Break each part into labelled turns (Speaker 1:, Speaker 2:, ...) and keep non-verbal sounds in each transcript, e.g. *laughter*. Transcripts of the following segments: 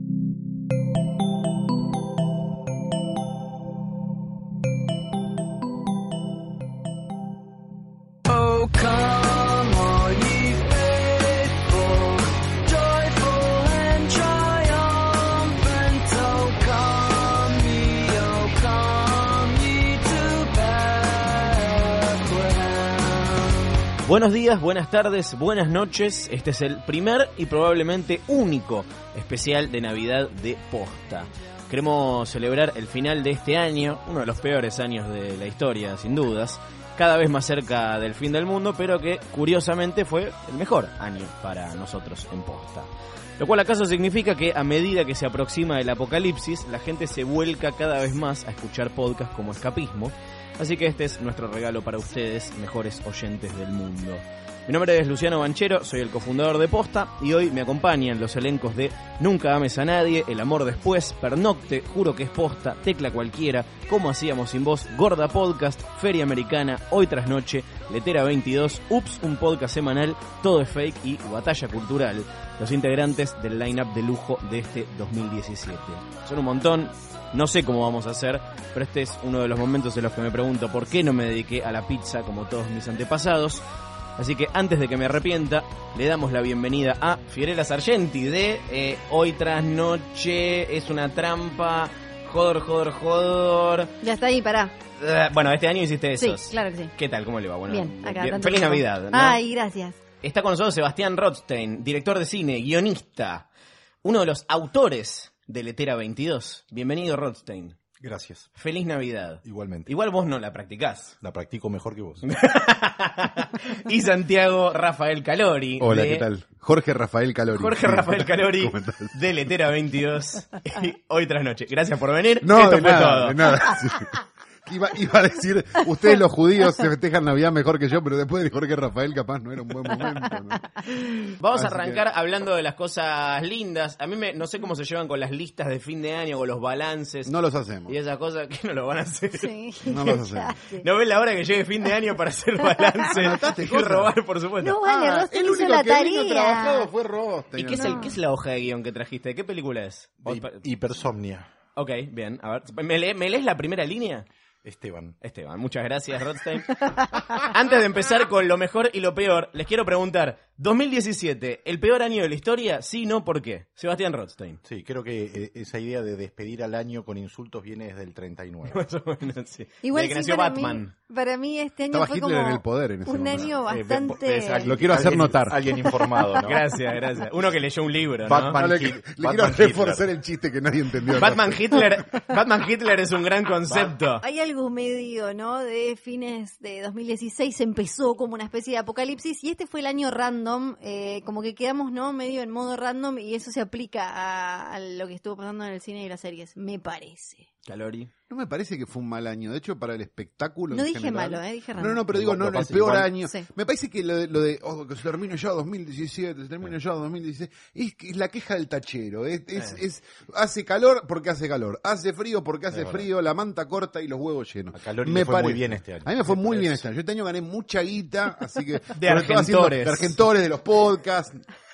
Speaker 1: Oh, come all ye faithful, joyful and triumphant. Oh, come ye, oh, come ye to Bethlehem.
Speaker 2: Buenos días, buenas tardes, buenas noches. Este es el primer y probablemente único especial de Navidad de Posta. Queremos celebrar el final de este año, uno de los peores años de la historia, sin dudas, cada vez más cerca del fin del mundo, pero que curiosamente fue el mejor año para nosotros en Posta. Lo cual acaso significa que a medida que se aproxima el apocalipsis, la gente se vuelca cada vez más a escuchar podcasts como escapismo, Así que este es nuestro regalo para ustedes, mejores oyentes del mundo. Mi nombre es Luciano Banchero, soy el cofundador de Posta y hoy me acompañan los elencos de Nunca ames a nadie, El amor después, Pernocte, Juro que es Posta, Tecla cualquiera, Cómo hacíamos sin vos, Gorda Podcast, Feria Americana, Hoy tras noche, Letera 22, Ups, un podcast semanal, Todo es fake y Batalla Cultural, los integrantes del line-up de lujo de este 2017. Son un montón, no sé cómo vamos a hacer, pero este es uno de los momentos en los que me pregunto por qué no me dediqué a la pizza como todos mis antepasados. Así que antes de que me arrepienta, le damos la bienvenida a Fiorella Sargenti de eh, Hoy tras Noche, es una trampa, jodor, jodor, jodor.
Speaker 3: Ya está ahí, pará.
Speaker 2: Eh, Bueno, este año hiciste
Speaker 3: Sí,
Speaker 2: esos.
Speaker 3: claro que sí.
Speaker 2: ¿Qué tal? ¿Cómo le va? Bueno,
Speaker 3: bien, acá.
Speaker 2: bien.
Speaker 3: tanto
Speaker 2: Feliz
Speaker 3: tiempo.
Speaker 2: Navidad. ¿no?
Speaker 3: Ay, gracias.
Speaker 2: Está con nosotros Sebastián Rothstein, director de cine, guionista, uno de los autores de Letera 22. Bienvenido, Rothstein.
Speaker 4: Gracias.
Speaker 2: Feliz Navidad.
Speaker 4: Igualmente.
Speaker 2: Igual vos no la practicás.
Speaker 4: La practico mejor que vos.
Speaker 2: *laughs* Y Santiago Rafael Calori.
Speaker 4: Hola,
Speaker 2: de-
Speaker 4: ¿qué tal? Jorge Rafael Calori.
Speaker 2: Jorge
Speaker 4: *laughs*
Speaker 2: Rafael Calori
Speaker 4: ¿Cómo estás?
Speaker 2: de Letera 22. *laughs* y Hoy tras noche. Gracias por venir.
Speaker 4: No,
Speaker 2: Esto
Speaker 4: de
Speaker 2: fue
Speaker 4: nada,
Speaker 2: todo.
Speaker 4: de nada.
Speaker 2: *laughs*
Speaker 4: Sí. *laughs* Iba, iba a decir, ustedes los judíos se festejan Navidad mejor que yo, pero después de Jorge Rafael capaz no era un buen momento. ¿no?
Speaker 2: Vamos a
Speaker 4: Así
Speaker 2: arrancar hablando de las cosas lindas. A mí me, no sé cómo se llevan con las listas de fin de año, con los balances
Speaker 4: No los hacemos.
Speaker 2: y esas cosas que no lo van a hacer.
Speaker 3: Sí.
Speaker 4: No los hacemos.
Speaker 3: *laughs* Ya sé.
Speaker 2: No ves la hora que llegue fin de año para
Speaker 4: *laughs*
Speaker 2: hacer balances y
Speaker 4: cosas.
Speaker 2: robar, por supuesto.
Speaker 3: No, vale,
Speaker 4: Ah,
Speaker 3: Rosten
Speaker 4: el
Speaker 3: hizo
Speaker 4: único
Speaker 3: la
Speaker 4: que vino trabajado
Speaker 3: tarea.
Speaker 4: fue Rosten.
Speaker 2: ¿Y qué es, el- qué es la hoja de guión que trajiste? ¿De qué película es? Vos pa-
Speaker 5: Hipersomnia,
Speaker 2: Ok, bien. A ver, ¿me, le- me lees la primera línea?
Speaker 5: Esteban.
Speaker 2: Esteban, muchas gracias, Rothstein. *laughs* Antes de empezar con lo mejor y lo peor, les quiero preguntar: 2017, ¿el peor año de la historia? Sí, no, ¿por qué? Sebastián Rothstein.
Speaker 5: Sí, creo que eh, esa idea de despedir al año con insultos viene desde el 39.
Speaker 2: Más o menos, sí.
Speaker 3: Igual
Speaker 2: Desde que
Speaker 3: sí,
Speaker 2: nació
Speaker 3: para
Speaker 2: Batman.
Speaker 3: Mí, para mí este año
Speaker 4: Estaba
Speaker 3: fue
Speaker 4: Hitler
Speaker 3: como
Speaker 4: en el poder en ese
Speaker 3: un
Speaker 4: momento.
Speaker 3: año bastante...
Speaker 5: Eh, ve-
Speaker 4: Lo quiero hacer
Speaker 5: alguien-
Speaker 4: notar.
Speaker 5: Alguien informado, ¿no?
Speaker 2: Gracias, gracias. Uno que leyó un libro, ¿no?
Speaker 5: Batman.
Speaker 4: No, le,
Speaker 5: Hit-
Speaker 4: le quiero
Speaker 5: Batman
Speaker 4: reforzar
Speaker 5: Hitler.
Speaker 4: el chiste que nadie entendió.
Speaker 2: Batman Hitler, Batman Hitler es un gran concepto.
Speaker 3: Hay algo medio, ¿no? De fines de 2016 empezó como una especie de apocalipsis y este fue el año random, eh, como que quedamos, ¿no? Medio en modo random y eso se aplica a, a lo que estuvo pasando en el cine y las series, me parece.
Speaker 2: Calori.
Speaker 4: No me parece que fue un mal año. De hecho, para el espectáculo.
Speaker 3: No
Speaker 4: en
Speaker 3: dije
Speaker 4: general-
Speaker 3: malo, eh, dije
Speaker 4: No,
Speaker 3: random.
Speaker 4: no, pero digo,
Speaker 5: Igual,
Speaker 4: no,
Speaker 5: lo
Speaker 4: no, el
Speaker 5: pasa
Speaker 4: peor
Speaker 5: igual.
Speaker 4: año.
Speaker 3: Sí.
Speaker 4: Me parece que lo de, lo de, oh, que se termino ya 2017, se termino ya 2016, es, que es la queja del tachero. Es, es, es- hace calor porque hace calor, hace frío porque hace
Speaker 5: verdad.
Speaker 4: frío, la manta corta y los huevos llenos.
Speaker 5: A Calori le fue muy bien este año.
Speaker 4: A mí me fue
Speaker 5: Me
Speaker 4: muy bien
Speaker 5: parece.
Speaker 4: este año. Yo este año gané mucha guita, así que. sobre todo
Speaker 2: argentores.
Speaker 4: haciendo- De argentores, de los podcasts.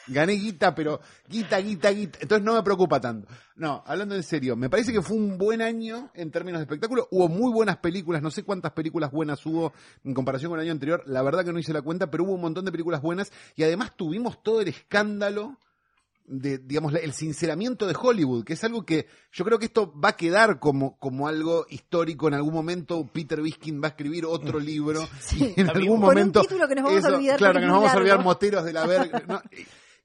Speaker 4: Gané guita, pero guita, guita, guita. Entonces no me preocupa tanto. No, hablando en serio, me parece que fue un buen año en términos de espectáculo. Hubo muy buenas películas, no sé cuántas películas buenas hubo en comparación con el año anterior. La verdad que no hice la cuenta, pero hubo un montón de películas buenas. Y además tuvimos todo el escándalo de, digamos, la- el sinceramiento de Hollywood, que es algo que yo creo que esto va a quedar como, como algo histórico en algún momento. Peter Biskin va a escribir
Speaker 3: Mm.
Speaker 4: otro libro y en
Speaker 2: Con un
Speaker 4: algún momento.
Speaker 3: título que nos vamos a olvidar
Speaker 4: Claro,
Speaker 3: porque
Speaker 4: que
Speaker 3: es
Speaker 4: nos
Speaker 3: muy
Speaker 4: vamos a olvidar
Speaker 3: largo.
Speaker 4: moteros de la verga. ¿no?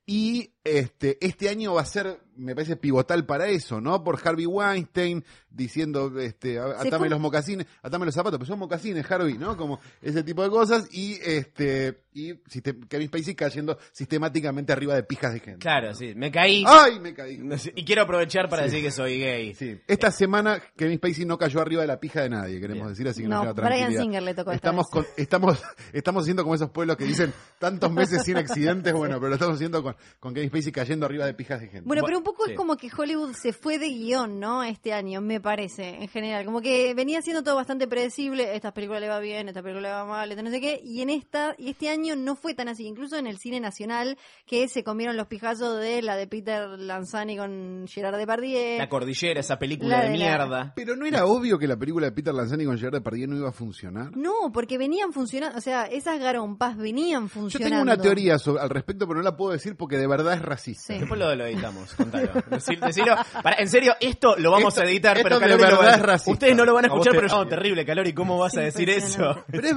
Speaker 4: Y este, este año va a ser, me parece, pivotal para eso, ¿no? Por Harvey Weinstein diciendo, este, a-
Speaker 3: Se
Speaker 4: atame
Speaker 3: fue-
Speaker 4: los mocasines, atame los zapatos, pero son mocasines, Harvey, ¿no? Como ese tipo de cosas. Y este, y sistem- Kevin Spacey cayendo sistemáticamente arriba de pijas de gente.
Speaker 2: Claro, sí. Me caí.
Speaker 4: ¡Ay, me caí!
Speaker 2: Y quiero aprovechar para decir que soy gay.
Speaker 4: Sí. Esta semana Kevin Spacey no cayó arriba de la pija de nadie, queremos
Speaker 2: Bien.
Speaker 4: decir, así que
Speaker 3: No,
Speaker 4: nos lleva
Speaker 3: Bryan
Speaker 4: tranquilidad.
Speaker 3: Singer le tocó esta
Speaker 4: estamos, *laughs*
Speaker 3: vez.
Speaker 4: con- estamos, estamos haciendo como esos pueblos que dicen tantos meses sin accidentes, bueno, pero lo estamos haciendo con, con Kevin Spacey cayendo arriba de pijas de gente.
Speaker 3: Bueno,
Speaker 2: Bu-
Speaker 3: pero un poco
Speaker 2: sí.
Speaker 3: es como que Hollywood se fue de guión, ¿no? Este año, me parece, en general. Como que venía siendo todo bastante predecible. Esta película le va bien, esta película le va mal, esta no sé qué. Y en esta, y este año no fue tan así. Incluso en el cine nacional, que se comieron los pijazos de la de Peter Lanzani con Gerard Depardieu.
Speaker 2: La cordillera, esa película
Speaker 3: La
Speaker 2: de,
Speaker 3: de la-
Speaker 2: mierda.
Speaker 4: Pero no era obvio que la película de Peter Lanzani con Gerard Depardieu no iba a funcionar.
Speaker 3: No, porque venían funcionando, o sea, esas garompas venían
Speaker 4: Yo
Speaker 3: funcionando.
Speaker 4: tengo una teoría sobre- al respecto, pero no la puedo decir porque de verdad es racista.
Speaker 3: Sí.
Speaker 2: Después lo, lo editamos,
Speaker 3: *laughs*
Speaker 2: contalo. Decir- decilo. Pará, en serio, esto lo vamos
Speaker 4: Esto-
Speaker 2: a editar,
Speaker 4: esto
Speaker 2: pero
Speaker 4: de
Speaker 2: Calori lo
Speaker 4: verdad
Speaker 2: va a-
Speaker 4: es racista.
Speaker 2: Ustedes no lo van a
Speaker 5: A vos
Speaker 2: escuchar,
Speaker 5: te-
Speaker 2: pero no, terrible, Calori, ¿cómo vas a decir eso?
Speaker 3: Impresionante.
Speaker 4: Pero es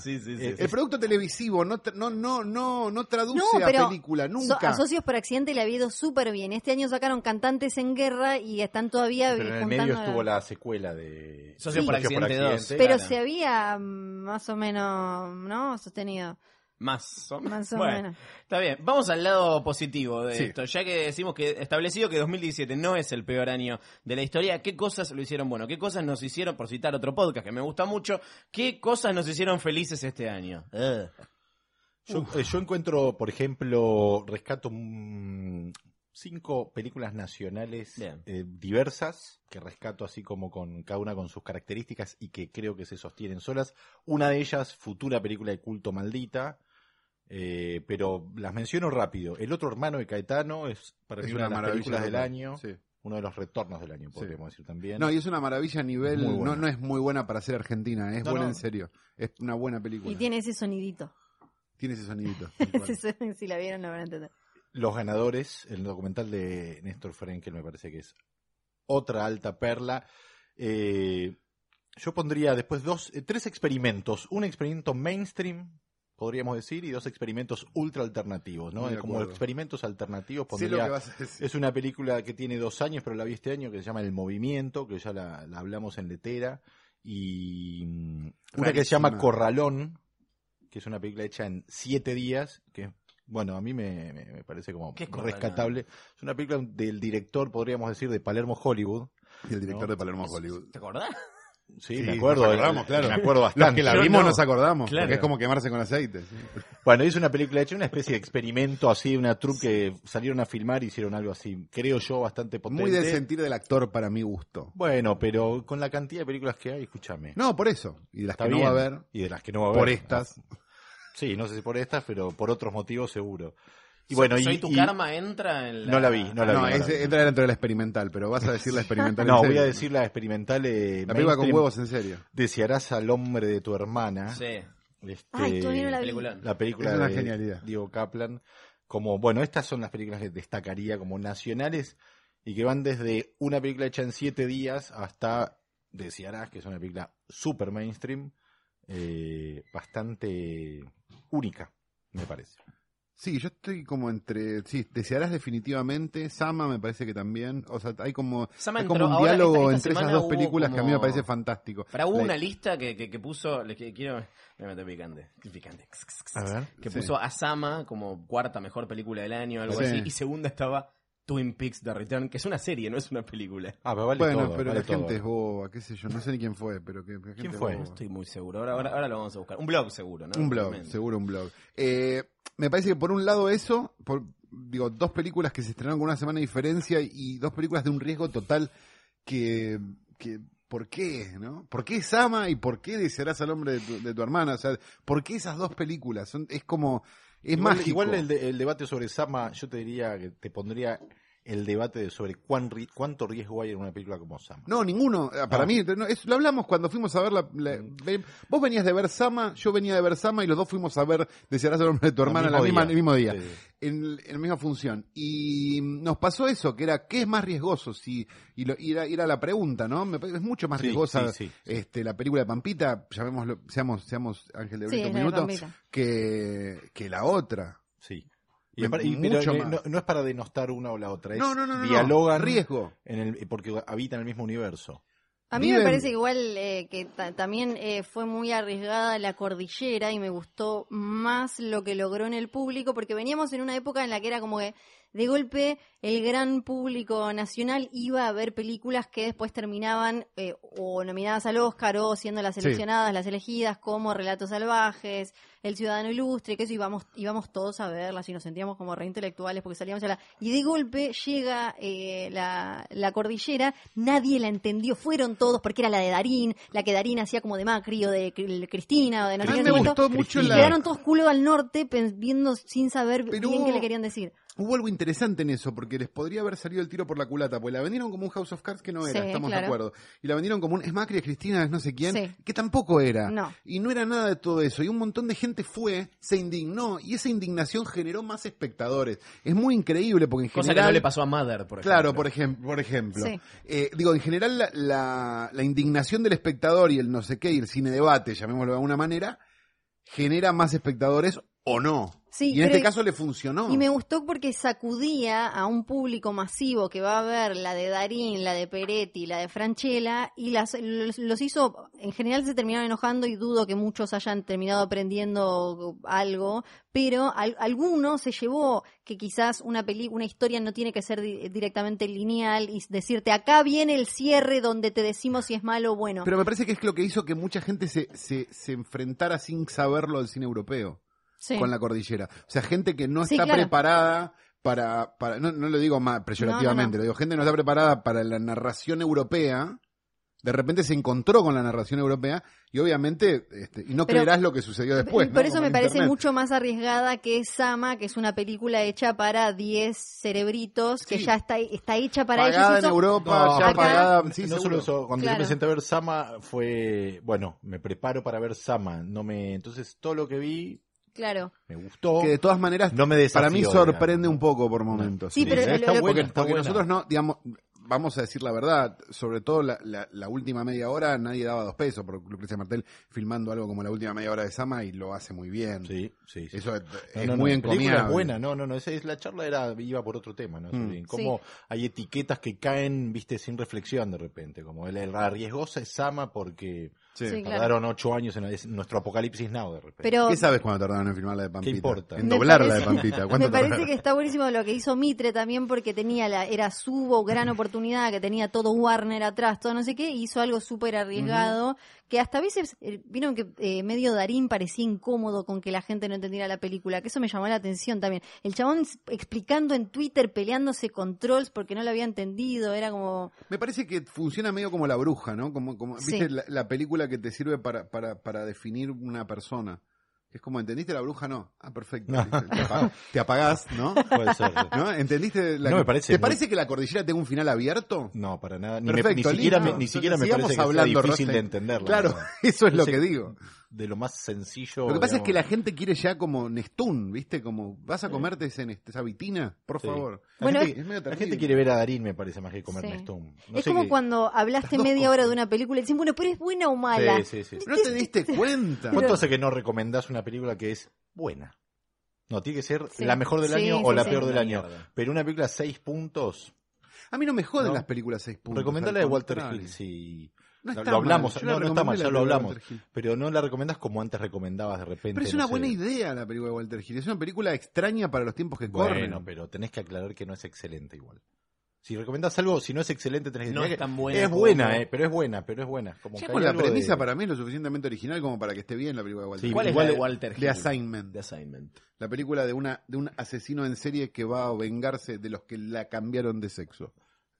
Speaker 2: *laughs* Sí, sí, sí.
Speaker 5: Eh,
Speaker 2: sí.
Speaker 4: El producto televisivo no, tra- no, no, no, no traduce
Speaker 3: No,
Speaker 4: a
Speaker 3: pero
Speaker 4: película,
Speaker 3: so-
Speaker 4: nunca.
Speaker 3: a Socios por Accidente le ha ido súper bien. Este año sacaron Cantantes en Guerra y están todavía
Speaker 5: Pero en el
Speaker 3: juntando
Speaker 5: medio
Speaker 3: la-
Speaker 5: estuvo la secuela de
Speaker 2: Socio por Accidente 2.
Speaker 3: Pero
Speaker 2: Claro.
Speaker 3: se había mm, más o menos, ¿no? Sostenido.
Speaker 2: Más o
Speaker 3: Más o
Speaker 2: Bueno,
Speaker 3: menos.
Speaker 2: Está bien, vamos al lado positivo de
Speaker 4: Sí.
Speaker 2: esto. Ya que decimos que establecido que 2017 no es el peor año de la historia, ¿qué cosas lo hicieron bueno? ¿Qué cosas nos hicieron, por citar otro podcast que me gusta mucho, qué cosas nos hicieron felices este año? Ugh.
Speaker 5: Eh. Yo, eh, yo encuentro, por ejemplo, rescato mm, cinco películas nacionales
Speaker 2: Bien.
Speaker 5: eh, diversas, que rescato así como con cada una con sus características y que creo que se sostienen solas. Una de ellas, futura película de culto maldita, eh, pero las menciono rápido. El otro hermano de Caetano es para mí
Speaker 4: es una
Speaker 5: una, de las
Speaker 4: maravilla.
Speaker 5: películas del año,
Speaker 4: Sí.
Speaker 5: uno de los retornos del año,
Speaker 4: Sí.
Speaker 5: podríamos decir también.
Speaker 4: No, y es una maravilla a nivel.
Speaker 5: Muy
Speaker 4: No,
Speaker 5: buena.
Speaker 4: no es muy buena para ser argentina, ¿eh? es
Speaker 5: No,
Speaker 4: buena
Speaker 5: no.
Speaker 4: en serio. Es una buena película.
Speaker 3: Y tiene ese sonidito. *laughs*
Speaker 4: Tiene ese sonidito.
Speaker 3: Ese son- si la vieron, la van a entender.
Speaker 5: Los ganadores, el documental de Néstor Frenkel me parece que es otra alta perla. Eh, yo pondría después dos, eh, tres experimentos. Un experimento mainstream, podríamos decir, y dos experimentos ultra alternativos, ¿no?
Speaker 4: Muy de
Speaker 5: Como
Speaker 4: acuerdo.
Speaker 5: experimentos alternativos
Speaker 4: Sé lo que
Speaker 5: pondría...
Speaker 4: vas a decir.
Speaker 5: Es una película que tiene dos años, pero la vi este año, que se llama El Movimiento, que ya la, la hablamos en Letera. Y mm, una que se llama
Speaker 4: Rarísima.
Speaker 5: Corralón, que es una película hecha en siete días, que bueno, a mí me, me- me parece como
Speaker 2: ¿Qué es Corralón?
Speaker 5: rescatable. Es una película del director, podríamos decir, de Palermo Hollywood.
Speaker 4: Y el director
Speaker 5: No.
Speaker 4: de Palermo Hollywood.
Speaker 2: ¿Te acordás?
Speaker 5: Sí,
Speaker 4: Sí,
Speaker 5: me acuerdo. eh,
Speaker 4: nos acordamos, claro.
Speaker 5: Me acuerdo
Speaker 4: Los
Speaker 5: bastante.
Speaker 4: que la
Speaker 2: Yo
Speaker 4: vimos
Speaker 2: no.
Speaker 4: nos acordamos,
Speaker 2: Claro.
Speaker 4: porque es como quemarse con aceite. sí.
Speaker 5: Bueno, es una película hecha, una especie de experimento así, una troupe que salieron a filmar y hicieron algo así, creo yo, bastante potente.
Speaker 4: Muy del sentir del actor para mi gusto.
Speaker 5: Bueno, pero con la cantidad de películas que hay, escúchame.
Speaker 4: No, por eso. Y las
Speaker 5: Está
Speaker 4: que no
Speaker 5: bien.
Speaker 4: va a haber,
Speaker 5: Y de las que no va a haber. ah.
Speaker 4: por estas.
Speaker 5: Sí, no sé si por estas, pero por otros motivos seguro. Y bueno,
Speaker 2: Soy
Speaker 5: y,
Speaker 2: tu
Speaker 5: y-
Speaker 2: karma entra en la...
Speaker 5: No la vi, no la
Speaker 4: No,
Speaker 5: vi,
Speaker 4: ese
Speaker 5: vi.
Speaker 4: entra dentro de la experimental, pero vas a decir la experimental. en
Speaker 5: No,
Speaker 4: serio.
Speaker 5: voy a decir la experimental eh,
Speaker 4: La película con
Speaker 5: mainstream,
Speaker 4: huevos en serio.
Speaker 5: Desearás al hombre de tu hermana.
Speaker 2: Sí,
Speaker 5: Este,
Speaker 3: Ay, todavía no la vi.
Speaker 2: peliculón.
Speaker 5: la película
Speaker 4: Es una
Speaker 5: de
Speaker 4: genialidad.
Speaker 5: Diego Kaplan. Como, bueno, estas son las películas que destacaría como nacionales y que van desde una película hecha en siete días hasta Desearás, que es una película super mainstream, eh, bastante única, me parece.
Speaker 4: Sí, yo estoy como entre. Sí, desearás definitivamente. Sama me parece que también. O sea, hay como,
Speaker 2: Sama
Speaker 4: hay como
Speaker 2: entró-
Speaker 4: un
Speaker 2: ahora,
Speaker 4: diálogo
Speaker 2: esta- esta
Speaker 4: entre esas
Speaker 2: semana
Speaker 4: dos
Speaker 2: hubo
Speaker 4: películas que a mí me
Speaker 2: como-
Speaker 4: parece fantástico.
Speaker 2: Para hubo
Speaker 4: La-
Speaker 2: una lista que, que, que puso, le que- quiero, me meto picante, picante,
Speaker 5: A ver.
Speaker 2: que
Speaker 4: Sí.
Speaker 2: puso a Sama como cuarta mejor película del año, algo
Speaker 4: Sí.
Speaker 2: así, y segunda estaba Twin Peaks The Return, que es una serie, no es una película.
Speaker 5: Ah, pero vale
Speaker 4: bueno,
Speaker 5: todo,
Speaker 4: pero
Speaker 5: vale
Speaker 4: la gente
Speaker 5: todo.
Speaker 4: es boba, qué sé yo. No sé ni quién fue, pero que, la gente
Speaker 5: ¿Quién
Speaker 4: es
Speaker 5: fue?
Speaker 4: boba.
Speaker 2: No estoy muy seguro, ahora, ahora, ahora lo vamos a buscar. Un blog seguro, ¿no?
Speaker 4: Un blog,
Speaker 2: Obviamente.
Speaker 4: seguro un blog. Eh, me parece que por un lado eso, por, digo, dos películas que se estrenaron con una semana de diferencia y dos películas de un riesgo total que, que ¿por qué? ¿no? ¿Por qué Sama y por qué desearás al hombre de tu, de tu hermana? O sea, ¿por qué esas dos películas? Son, es como, es
Speaker 5: igual,
Speaker 4: mágico.
Speaker 5: igual el, de- el debate sobre Sama, yo te diría que te pondría el debate de sobre cuán ri- cuánto riesgo hay en una película como Sama.
Speaker 4: No, ninguno. Eh, Para
Speaker 5: Ah. Mm.
Speaker 4: mí, no, es- lo hablamos cuando fuimos a ver la, la- ve- Vos venías de ver Sama, yo venía de ver Sama y los dos fuimos a ver Desearás al hombre de tu
Speaker 5: Al
Speaker 4: hermana la
Speaker 5: mismo
Speaker 4: misma-
Speaker 5: día.
Speaker 4: el mismo día.
Speaker 5: Sí.
Speaker 4: en, el- en la misma función. Y nos pasó eso, que era, ¿qué es más riesgoso? Si, y, lo, y era, y era la pregunta, ¿no? Me parece que es mucho más
Speaker 5: Sí,
Speaker 4: riesgosa
Speaker 5: sí, sí.
Speaker 4: Este, la película de Pampita, llamémoslo, seamos, seamos Ángel de
Speaker 3: Sí,
Speaker 4: Brito un
Speaker 3: la de
Speaker 4: minuto,
Speaker 3: Pampita.
Speaker 4: que, que la otra.
Speaker 5: Sí.
Speaker 4: Me-
Speaker 5: Y, apar- y-
Speaker 4: mucho
Speaker 5: pero, eh,
Speaker 4: más.
Speaker 5: no, no es para denostar una o la otra, es
Speaker 4: No, no, no, no, no.
Speaker 5: dialogan
Speaker 4: Riesgo.
Speaker 5: en el, porque habitan el mismo universo.
Speaker 3: A mí
Speaker 4: Viven-
Speaker 3: me parece que igual eh, que ta- también eh, fue muy arriesgada la cordillera y me gustó más lo que logró en el público porque veníamos en una época en la que era como que de golpe el gran público nacional iba a ver películas que después terminaban eh, o nominadas al Oscar o siendo las seleccionadas, las elegidas, como Relatos Salvajes, El Ciudadano Ilustre, que eso íbamos, íbamos todos a verlas y nos sentíamos como reintelectuales porque salíamos a la... Y de golpe llega eh, la, la cordillera, nadie la entendió, fueron todos porque era la de Darín, la que Darín hacía como de Macri o de Cri- Cristina o de no sé
Speaker 4: A mí
Speaker 3: qué,
Speaker 4: me
Speaker 3: no sé cuánto.
Speaker 4: gustó mucho
Speaker 3: Y
Speaker 4: la...
Speaker 3: quedaron todos culo al norte pen- viendo sin saber
Speaker 4: Pero
Speaker 3: bien
Speaker 4: hubo-
Speaker 3: qué le querían decir.
Speaker 4: Hubo algo interesante en eso, porque les podría haber salido el tiro por la culata, porque la vendieron como un House of Cards que no era,
Speaker 3: Sí,
Speaker 4: estamos de
Speaker 3: claro.
Speaker 4: acuerdo. Y la vendieron como un es Macri, es Cristina, es no sé quién,
Speaker 3: Sí.
Speaker 4: que tampoco era.
Speaker 3: No.
Speaker 4: Y no era nada de todo eso. Y un montón de gente fue, se indignó, y esa indignación generó más espectadores. Es muy increíble, porque en
Speaker 2: Cosa que
Speaker 4: general...
Speaker 2: no le pasó a Mother, por ejemplo.
Speaker 4: Claro, por, ejem- por ejemplo.
Speaker 3: Sí.
Speaker 4: Eh, digo, en general la, la- la indignación del espectador y el no sé qué, y el cine debate, llamémoslo de alguna manera, genera más espectadores o no.
Speaker 3: Sí,
Speaker 4: y en este
Speaker 3: creo-
Speaker 4: caso le funcionó.
Speaker 3: Y me gustó porque sacudía a un público masivo que va a ver la de Darín, la de Peretti, la de Franchella, y las, los, los hizo, en general se terminaron enojando y dudo que muchos hayan terminado aprendiendo algo, pero al- alguno se llevó que quizás una peli, una historia no tiene que ser di- directamente lineal y decirte, acá viene el cierre donde te decimos si es malo o bueno.
Speaker 4: Pero me parece que es lo que hizo que mucha gente se, se, se enfrentara sin saberlo al cine europeo
Speaker 3: Sí.
Speaker 4: con la cordillera. O sea, gente que no
Speaker 3: Sí,
Speaker 4: está
Speaker 3: claro.
Speaker 4: preparada para, para no, no lo digo más peyorativamente,
Speaker 3: No, no, no.
Speaker 4: lo digo, gente que no está preparada para la narración europea. De repente se encontró con la narración europea y obviamente, este, y no
Speaker 3: Pero-
Speaker 4: creerás lo que sucedió después.
Speaker 3: Por
Speaker 4: ¿no?
Speaker 3: eso
Speaker 4: Como
Speaker 3: me
Speaker 4: en
Speaker 3: parece
Speaker 4: Internet.
Speaker 3: mucho más arriesgada que Sama, que es una película hecha para 10 cerebritos, que
Speaker 4: Sí.
Speaker 3: ya está, está hecha para
Speaker 4: Pagada
Speaker 3: ellos.
Speaker 4: en Europa,
Speaker 5: No,
Speaker 4: ya
Speaker 3: acá-
Speaker 4: pagada. Sí,
Speaker 5: no
Speaker 4: seguro.
Speaker 5: solo eso, cuando yo
Speaker 3: Claro.
Speaker 5: me senté a ver Sama fue, bueno, me preparo para ver Sama, no me, entonces todo lo que vi
Speaker 3: Claro.
Speaker 5: me gustó.
Speaker 4: Que de todas maneras,
Speaker 5: No me desafió,
Speaker 4: para mí
Speaker 5: digamos.
Speaker 4: sorprende un poco por momentos.
Speaker 3: Sí, pero lo- lo-
Speaker 4: porque,
Speaker 5: buena, está
Speaker 4: porque
Speaker 5: buena.
Speaker 4: nosotros no, digamos, vamos a decir la verdad, sobre todo la, la- la última media hora nadie daba dos pesos por Lucrecia Martel filmando algo como la última media hora de Sama y lo hace muy bien.
Speaker 5: Sí, sí, sí.
Speaker 4: Eso es,
Speaker 5: No,
Speaker 4: es
Speaker 5: no, no,
Speaker 4: muy
Speaker 5: la película
Speaker 4: encomiable.
Speaker 5: es buena, no, no, no, esa es la charla era iba por otro tema, ¿no?
Speaker 4: Mm.
Speaker 5: Sobre Cómo hay etiquetas que caen, viste, sin reflexión de repente, como la, la riesgosa es Sama porque
Speaker 4: Sí.
Speaker 3: Sí. claro.
Speaker 5: tardaron ocho años en es nuestro apocalipsis now de repente.
Speaker 3: Pero
Speaker 4: ¿Qué sabes cuando tardaron en filmar la de Pampita?
Speaker 5: importa?
Speaker 4: En
Speaker 3: Me
Speaker 4: doblar la de
Speaker 3: parece-
Speaker 4: Pampita. ¿Cuánto
Speaker 3: me parece
Speaker 4: tardaron?
Speaker 3: que está buenísimo lo que hizo Mitre también porque tenía la era su gran oportunidad que tenía todo Warner atrás, todo no sé qué, y hizo algo súper arriesgado que hasta a veces eh, vieron que eh, medio Darín parecía incómodo con que la gente no entendiera la película, que eso me llamó la atención también. El chabón s- explicando en Twitter peleándose con trolls porque no lo había entendido, era como
Speaker 4: Me parece que funciona medio como la bruja, ¿no? Como, como
Speaker 3: Sí.
Speaker 4: ¿viste? La, la película que te sirve para, para, para definir una persona. Es como, ¿entendiste la bruja? No. Ah, perfecto.
Speaker 5: No.
Speaker 4: listo. Te, apa- te apagás, ¿no?
Speaker 5: *laughs* Puede ser.
Speaker 4: ¿No? ¿Entendiste? La
Speaker 5: No, me parece
Speaker 4: ¿Te
Speaker 5: muy-
Speaker 4: parece que la cordillera tenga un final abierto?
Speaker 5: No, para nada. Ni, me-
Speaker 4: Perfecto,
Speaker 5: ni siquiera,
Speaker 4: listo.
Speaker 5: me, ni siquiera me
Speaker 4: Sigamos
Speaker 5: parece que
Speaker 4: hablando,
Speaker 5: sea difícil
Speaker 4: Rostein.
Speaker 5: de entenderla.
Speaker 4: Claro,
Speaker 5: ¿no?
Speaker 4: *laughs* eso es lo
Speaker 5: Ese-
Speaker 4: que digo.
Speaker 5: De lo más sencillo.
Speaker 4: Lo que pasa es
Speaker 5: digamos.
Speaker 4: que la gente quiere ya como Nestún, ¿viste? Como, ¿vas a comerte ese nest- esa vitina? Por
Speaker 5: Sí.
Speaker 4: favor.
Speaker 5: La
Speaker 3: Bueno,
Speaker 5: gente-
Speaker 4: es medio
Speaker 5: la
Speaker 4: terrible.
Speaker 5: gente quiere ver a Darín, me parece, más que comer
Speaker 3: Sí.
Speaker 5: Nestum.
Speaker 3: es como cuando hablaste media hora de una película y dicen, bueno, pero es buena o mala.
Speaker 5: Sí, sí, sí.
Speaker 4: No te diste cuenta.
Speaker 5: ¿Cuánto hace que no recomendás una película que es buena? No, tiene que ser
Speaker 3: Sí.
Speaker 5: la mejor del
Speaker 3: Sí,
Speaker 5: año
Speaker 3: sí,
Speaker 5: o la
Speaker 3: sí.
Speaker 5: peor del
Speaker 2: Una
Speaker 5: año.
Speaker 2: mierda.
Speaker 5: Pero una película seis puntos,
Speaker 4: A mí no me joden
Speaker 5: No.
Speaker 4: las películas seis puntos.
Speaker 5: recomendala
Speaker 4: al
Speaker 5: de Walter
Speaker 4: contrario.
Speaker 5: Hill, sí.
Speaker 4: No
Speaker 5: Lo-
Speaker 4: está
Speaker 5: lo hablamos,
Speaker 4: mal. Yo
Speaker 5: no,
Speaker 4: la
Speaker 5: no está mal,
Speaker 4: recomendé
Speaker 5: ya
Speaker 4: la película
Speaker 5: lo
Speaker 4: de
Speaker 5: hablamos.
Speaker 4: Walter Hill.
Speaker 5: Pero no la recomendás como antes recomendabas de repente.
Speaker 4: Pero es
Speaker 5: no
Speaker 4: una
Speaker 5: sé.
Speaker 4: buena idea la película de Walter Hill. Es una película extraña para los tiempos que corren.
Speaker 5: Bueno, pero tenés que aclarar que no es excelente igual. Si recomendás algo, si no es excelente, tenés que
Speaker 2: No
Speaker 5: tenés
Speaker 2: es
Speaker 5: que-
Speaker 2: tan buena
Speaker 5: Es
Speaker 2: como-
Speaker 5: buena, eh, pero es buena, pero es buena. Como
Speaker 4: Ya
Speaker 5: que
Speaker 4: con
Speaker 5: hay
Speaker 4: la
Speaker 5: algo de-
Speaker 4: premisa para mí es lo suficientemente original como para que esté bien la película de Walter
Speaker 5: Sí,
Speaker 4: Hill.
Speaker 2: ¿Cuál es
Speaker 5: Igual
Speaker 2: la de
Speaker 5: de-
Speaker 2: Walter Hill?
Speaker 4: The Assignment.
Speaker 2: The Assignment.
Speaker 4: La película de una de un asesino en serie que va a vengarse de los que la cambiaron de sexo.